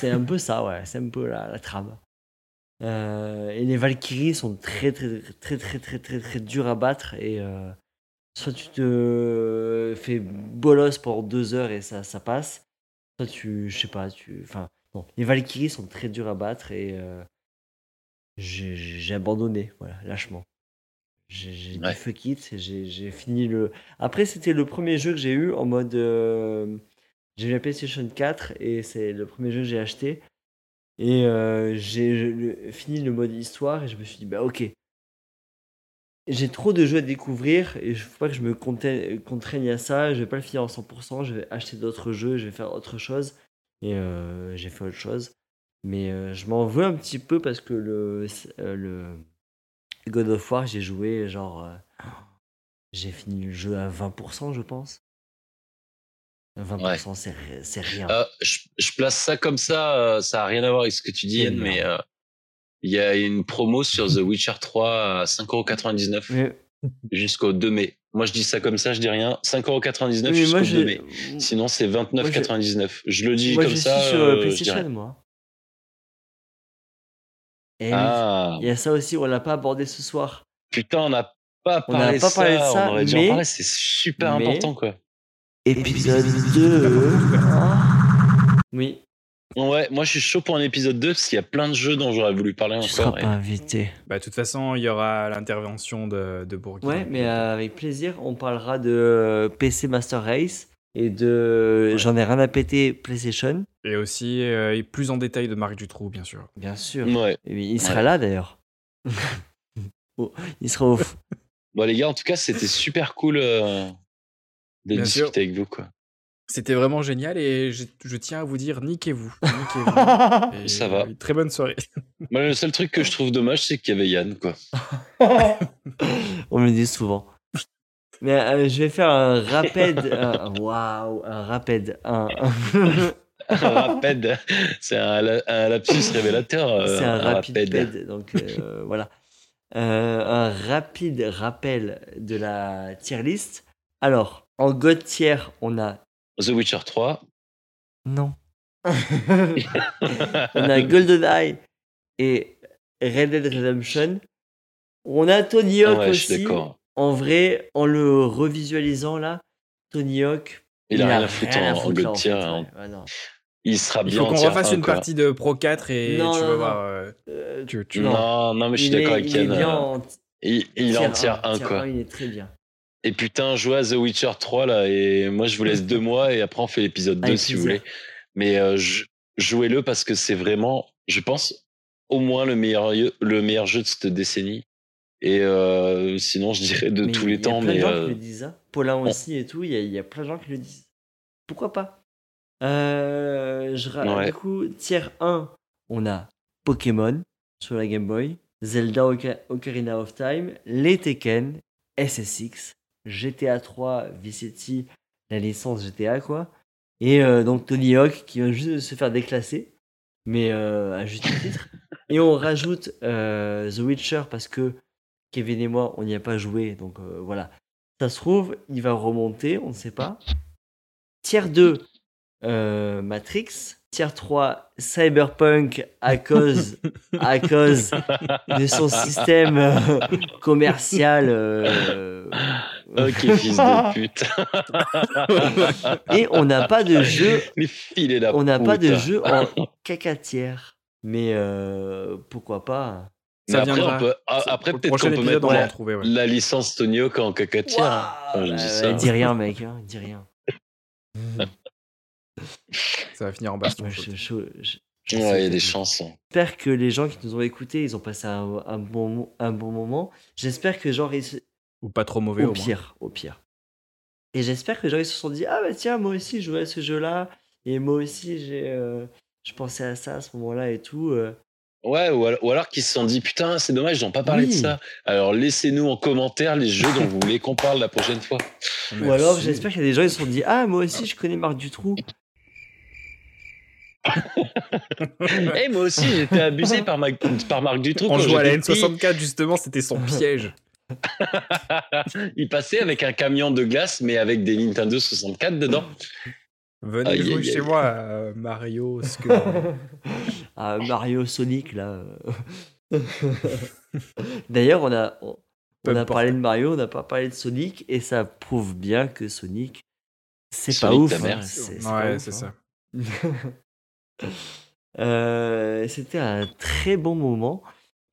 [SPEAKER 3] c'est un peu ça, ouais, c'est un peu la, la trame. Euh, et les Valkyries sont très très très très très très très, très dures à battre et euh, soit tu te fais bolos pendant deux heures et ça ça passe, soit tu je sais pas tu enfin bon les Valkyries sont très dures à battre et euh, j'ai- j'ai abandonné voilà lâchement. J'ai j'ai
[SPEAKER 1] Ouais.
[SPEAKER 3] dit fuck it, j'ai j'ai fini le. Après c'était le premier jeu que j'ai eu en mode euh, j'ai eu la PlayStation 4 et c'est le premier jeu que j'ai acheté. Et euh, j'ai je- le- fini le mode histoire et je me suis dit, bah ok. J'ai trop de jeux à découvrir et je faut pas que je me contain- contraigne à ça. Je vais pas le finir en 100%. Je vais acheter d'autres jeux, je vais faire autre chose. Et euh, j'ai fait autre chose. Mais euh, je m'en veux un petit peu parce que le, euh, le God of War, j'ai joué genre. euh, j'ai fini le jeu à 20%, je pense. 20%, c'est ri- c'est rien.
[SPEAKER 1] Euh, je, je place ça comme ça, euh, ça a rien à voir avec ce que tu dis,
[SPEAKER 3] C'est
[SPEAKER 1] Yann,
[SPEAKER 3] énorme.
[SPEAKER 1] mais euh, il y a une promo sur The Witcher 3 à 5,99€
[SPEAKER 3] Mais-
[SPEAKER 1] jusqu'au 2 mai. Moi, je dis ça comme ça, je dis rien. 5,99€
[SPEAKER 3] mais
[SPEAKER 1] jusqu'au
[SPEAKER 3] moi,
[SPEAKER 1] 2 mai.
[SPEAKER 3] je-
[SPEAKER 1] Sinon, c'est 29,99. Je le dis
[SPEAKER 3] Moi,
[SPEAKER 1] comme
[SPEAKER 3] je
[SPEAKER 1] ça.
[SPEAKER 3] suis sur
[SPEAKER 1] euh,
[SPEAKER 3] euh,
[SPEAKER 1] je
[SPEAKER 3] PlayStation,
[SPEAKER 1] dirais.
[SPEAKER 3] moi. Et
[SPEAKER 1] ah,
[SPEAKER 3] il y a ça aussi, on l'a pas abordé ce soir.
[SPEAKER 1] putain, on n'a pas
[SPEAKER 3] On n'a
[SPEAKER 1] parlé de
[SPEAKER 3] pas
[SPEAKER 1] ça.
[SPEAKER 3] parlé de ça,
[SPEAKER 1] on aurait dû en
[SPEAKER 3] mais-
[SPEAKER 1] parler. C'est super
[SPEAKER 3] mais-
[SPEAKER 1] important, quoi.
[SPEAKER 3] Épisode *laughs* 2. Oui,
[SPEAKER 1] Ouais, moi, je suis chaud pour un épisode 2 parce qu'il y a plein de jeux dont j'aurais voulu parler
[SPEAKER 3] tu seras
[SPEAKER 1] encore.
[SPEAKER 3] pas invité.
[SPEAKER 2] Bah, de toute façon, il y aura l'intervention de, de Bourguignon.
[SPEAKER 3] Ouais, mais euh, avec plaisir, on parlera de euh, PC Master Race et de. J'en ai rien à péter, PlayStation.
[SPEAKER 2] Et aussi, euh, et plus en détail de Marc Dutroux, bien sûr.
[SPEAKER 3] Bien
[SPEAKER 1] Et-
[SPEAKER 3] sûr.
[SPEAKER 1] Ouais.
[SPEAKER 3] il sera
[SPEAKER 1] Ouais.
[SPEAKER 3] là d'ailleurs. *laughs* Oh, il sera au.
[SPEAKER 1] *laughs* Bon, les gars, en tout cas, c'était super cool euh, de
[SPEAKER 2] Bien
[SPEAKER 1] discuter
[SPEAKER 2] sûr.
[SPEAKER 1] avec vous, quoi.
[SPEAKER 2] C'était vraiment génial et je, je tiens à vous dire,
[SPEAKER 3] *laughs*
[SPEAKER 2] niquez-vous. niquez-vous.
[SPEAKER 3] F-
[SPEAKER 2] Et,
[SPEAKER 1] Ça va.
[SPEAKER 2] euh, Très bonne soirée.
[SPEAKER 1] Moi, le seul truc que je trouve dommage, c'est qu'il y avait Yann,
[SPEAKER 3] *laughs*
[SPEAKER 1] quoi.
[SPEAKER 3] On me le dit souvent. Mais euh, je vais faire
[SPEAKER 1] *laughs*
[SPEAKER 3] un rapide. un- Waouh, un rapide. Un, *laughs*
[SPEAKER 1] Un rapide. C'est un, la- un lapsus révélateur. euh,
[SPEAKER 3] c'est un rapide ped, donc euh, voilà. Euh, un rapide rappel de la tier list. Alors, en god tier, on a.
[SPEAKER 1] The Witcher 3.
[SPEAKER 3] Non. *laughs* on a GoldenEye et Red Dead Redemption. On a Tony Hawk
[SPEAKER 1] ouais, je suis
[SPEAKER 3] aussi.
[SPEAKER 1] d'accord.
[SPEAKER 3] En vrai, en le revisualisant là, Tony Hawk.
[SPEAKER 1] Il, a rien à foutre en, en
[SPEAKER 3] là,
[SPEAKER 1] God tier,
[SPEAKER 3] fait,
[SPEAKER 1] hein.
[SPEAKER 3] ouais. Ouais, non.
[SPEAKER 1] Il sera
[SPEAKER 2] Il
[SPEAKER 1] bien
[SPEAKER 2] faut
[SPEAKER 1] en
[SPEAKER 2] qu'on
[SPEAKER 1] tier
[SPEAKER 2] refasse
[SPEAKER 1] un,
[SPEAKER 2] une
[SPEAKER 1] quoi.
[SPEAKER 2] partie de Pro 4 et
[SPEAKER 3] Non,
[SPEAKER 2] tu
[SPEAKER 3] non,
[SPEAKER 2] vas
[SPEAKER 3] non.
[SPEAKER 2] voir. euh,
[SPEAKER 3] Euh,
[SPEAKER 2] tu, tu-
[SPEAKER 1] Non, non, mais je suis
[SPEAKER 3] il est-
[SPEAKER 1] d'accord avec
[SPEAKER 3] il est
[SPEAKER 1] Yann.
[SPEAKER 3] bien
[SPEAKER 1] euh,
[SPEAKER 3] en
[SPEAKER 1] Il, il en
[SPEAKER 3] tier
[SPEAKER 1] tire
[SPEAKER 3] un,
[SPEAKER 1] un,
[SPEAKER 3] tier
[SPEAKER 1] quoi.
[SPEAKER 3] un, il est très bien.
[SPEAKER 1] Et putain, jouez à The Witcher 3 là, et moi je vous laisse deux mois et après on fait l'épisode 2
[SPEAKER 3] Avec
[SPEAKER 1] si vous
[SPEAKER 3] plaisir.
[SPEAKER 1] voulez. Mais euh, j- jouez-le parce que c'est vraiment, je pense, au moins le meilleur, lieu- le meilleur jeu de cette décennie. Et euh, sinon, je dirais de
[SPEAKER 3] Mais
[SPEAKER 1] tous
[SPEAKER 3] il y
[SPEAKER 1] les
[SPEAKER 3] a
[SPEAKER 1] temps,
[SPEAKER 3] plein de
[SPEAKER 1] mais
[SPEAKER 3] gens
[SPEAKER 1] euh,
[SPEAKER 3] qui le disent ça. Paulin aussi et tout, il y, a- il y a plein de gens qui le disent. Pourquoi pas Euh, je ra-
[SPEAKER 1] Ouais.
[SPEAKER 3] Du coup, tiers 1, on a Pokémon sur la Game Boy, Zelda Oca- Ocarina of Time, les Tekken, SSX, GTA 3, Vice City, la licence GTA quoi. Et euh, donc Tony Hawk qui vient juste de se faire déclasser, mais euh, à juste titre. Et on rajoute euh, The Witcher parce que Kevin et moi, on n'y a pas joué, donc euh, voilà. Ça se trouve, il va remonter, on ne sait pas. Tiers 2, euh, Matrix. Tiers 3, Cyberpunk à cause, à cause de son système euh, commercial. euh,
[SPEAKER 1] ok, oh,
[SPEAKER 3] *laughs*
[SPEAKER 1] fils de pute.
[SPEAKER 3] Et on n'a pas de jeu
[SPEAKER 1] *laughs* Mais filez la
[SPEAKER 3] on n'a pas de
[SPEAKER 1] poudre.
[SPEAKER 3] jeu en
[SPEAKER 1] *laughs*
[SPEAKER 3] cacatière. Mais euh, pourquoi pas
[SPEAKER 1] Mais
[SPEAKER 2] Ça
[SPEAKER 1] après,
[SPEAKER 2] viendra.
[SPEAKER 1] on peut- ah,
[SPEAKER 2] Ça,
[SPEAKER 1] après
[SPEAKER 2] pour le
[SPEAKER 1] peut-être
[SPEAKER 2] prochain
[SPEAKER 1] qu'on peut mettre
[SPEAKER 2] épisode, on va en
[SPEAKER 1] la,
[SPEAKER 2] trouver, ouais.
[SPEAKER 1] la licence Tonio en cacatière. hein. Je dis ça. Ah,
[SPEAKER 3] Dis rien, mec. hein, dis rien.
[SPEAKER 2] Ça va finir en baston.
[SPEAKER 3] Ouais,
[SPEAKER 2] quoi.
[SPEAKER 3] je- je- je- je-
[SPEAKER 1] Ouais, il y a des chances. hein.
[SPEAKER 3] J'espère que les gens qui nous ont écoutés, ils ont passé un, un bon, mo- un bon moment. J'espère que genre ils se-
[SPEAKER 2] Ou pas trop mauvais au,
[SPEAKER 3] au
[SPEAKER 2] moins.
[SPEAKER 3] pire, au pire. Et j'espère que les gens ils se sont dit ah bah tiens moi aussi je jouais à ce jeu-là et moi aussi j'ai euh, je pensais à ça à ce moment-là et tout. euh.
[SPEAKER 1] Ouais, ou al- ou alors qu'ils se sont dit putain, c'est dommage, ils n'ont pas parlé de
[SPEAKER 3] Oui.
[SPEAKER 1] ça. Alors laissez-nous en commentaire les jeux dont vous voulez qu'on parle la prochaine *laughs* fois.
[SPEAKER 2] Mais
[SPEAKER 3] Ou alors
[SPEAKER 2] si.
[SPEAKER 3] j'espère qu'il y a des gens ils se sont dit ah moi aussi je connais Marc Dutroux.
[SPEAKER 1] Et Eh, moi aussi, j'étais abusé par, Mac- par Marc Dutroux
[SPEAKER 2] On
[SPEAKER 1] quand
[SPEAKER 2] joue à la
[SPEAKER 1] j'étais petit.
[SPEAKER 2] N64, justement, c'était son
[SPEAKER 3] *laughs*
[SPEAKER 2] piège.
[SPEAKER 1] Il passait avec un camion de glace, mais avec des Nintendo 64 dedans.
[SPEAKER 2] Venez
[SPEAKER 1] Aïe,
[SPEAKER 2] jouer
[SPEAKER 1] aïe,
[SPEAKER 2] chez
[SPEAKER 1] aïe.
[SPEAKER 2] moi, à Mario, ce que.
[SPEAKER 3] à Ah, Mario Sonic là. *laughs* euh. D'ailleurs, on a on, on a
[SPEAKER 2] Peu
[SPEAKER 3] parlé de Mario, on n'a pas parlé de Sonic et ça prouve bien que Sonic c'est pas
[SPEAKER 1] Sonic,
[SPEAKER 3] ouf.
[SPEAKER 1] ta
[SPEAKER 3] hein,
[SPEAKER 1] mère.
[SPEAKER 3] *laughs* c'est- c'est pas
[SPEAKER 2] ouais,
[SPEAKER 3] ouf,
[SPEAKER 2] c'est
[SPEAKER 3] hein.
[SPEAKER 2] ça.
[SPEAKER 3] Euh, C'était un très bon moment,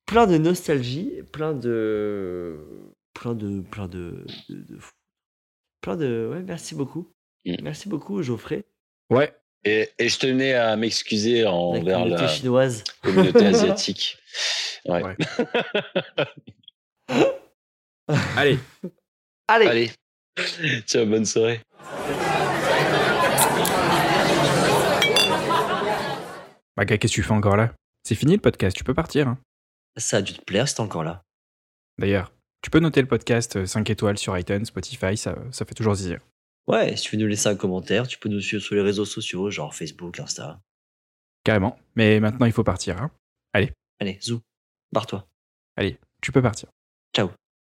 [SPEAKER 3] plein de nostalgie, plein de plein de plein de, de- de- plein de ouais, merci beaucoup.
[SPEAKER 1] Mm.
[SPEAKER 3] Merci beaucoup Geoffrey,
[SPEAKER 2] Ouais.
[SPEAKER 1] Et, et je tenais à m'excuser
[SPEAKER 3] la
[SPEAKER 1] envers
[SPEAKER 3] communauté
[SPEAKER 1] la
[SPEAKER 3] chinoise.
[SPEAKER 1] communauté asiatique. Ouais.
[SPEAKER 2] Ouais. Allez,
[SPEAKER 3] Allez,
[SPEAKER 1] Allez, ciao, bonne soirée.
[SPEAKER 2] Maga, Bah, qu'est-ce que tu fais encore là C'est fini le podcast, tu peux partir. hein.
[SPEAKER 3] ça a dû te plaire, c'est encore là.
[SPEAKER 2] D'ailleurs, tu peux noter le podcast euh, 5 étoiles sur iTunes, Spotify, ça, ça fait toujours zizir.
[SPEAKER 3] Ouais, si tu veux nous laisser un commentaire, tu peux nous suivre sur les réseaux sociaux, genre Facebook, Insta.
[SPEAKER 2] Carrément. Mais maintenant, il faut partir. hein.
[SPEAKER 3] Allez, zou, barre-toi.
[SPEAKER 2] Tu peux partir.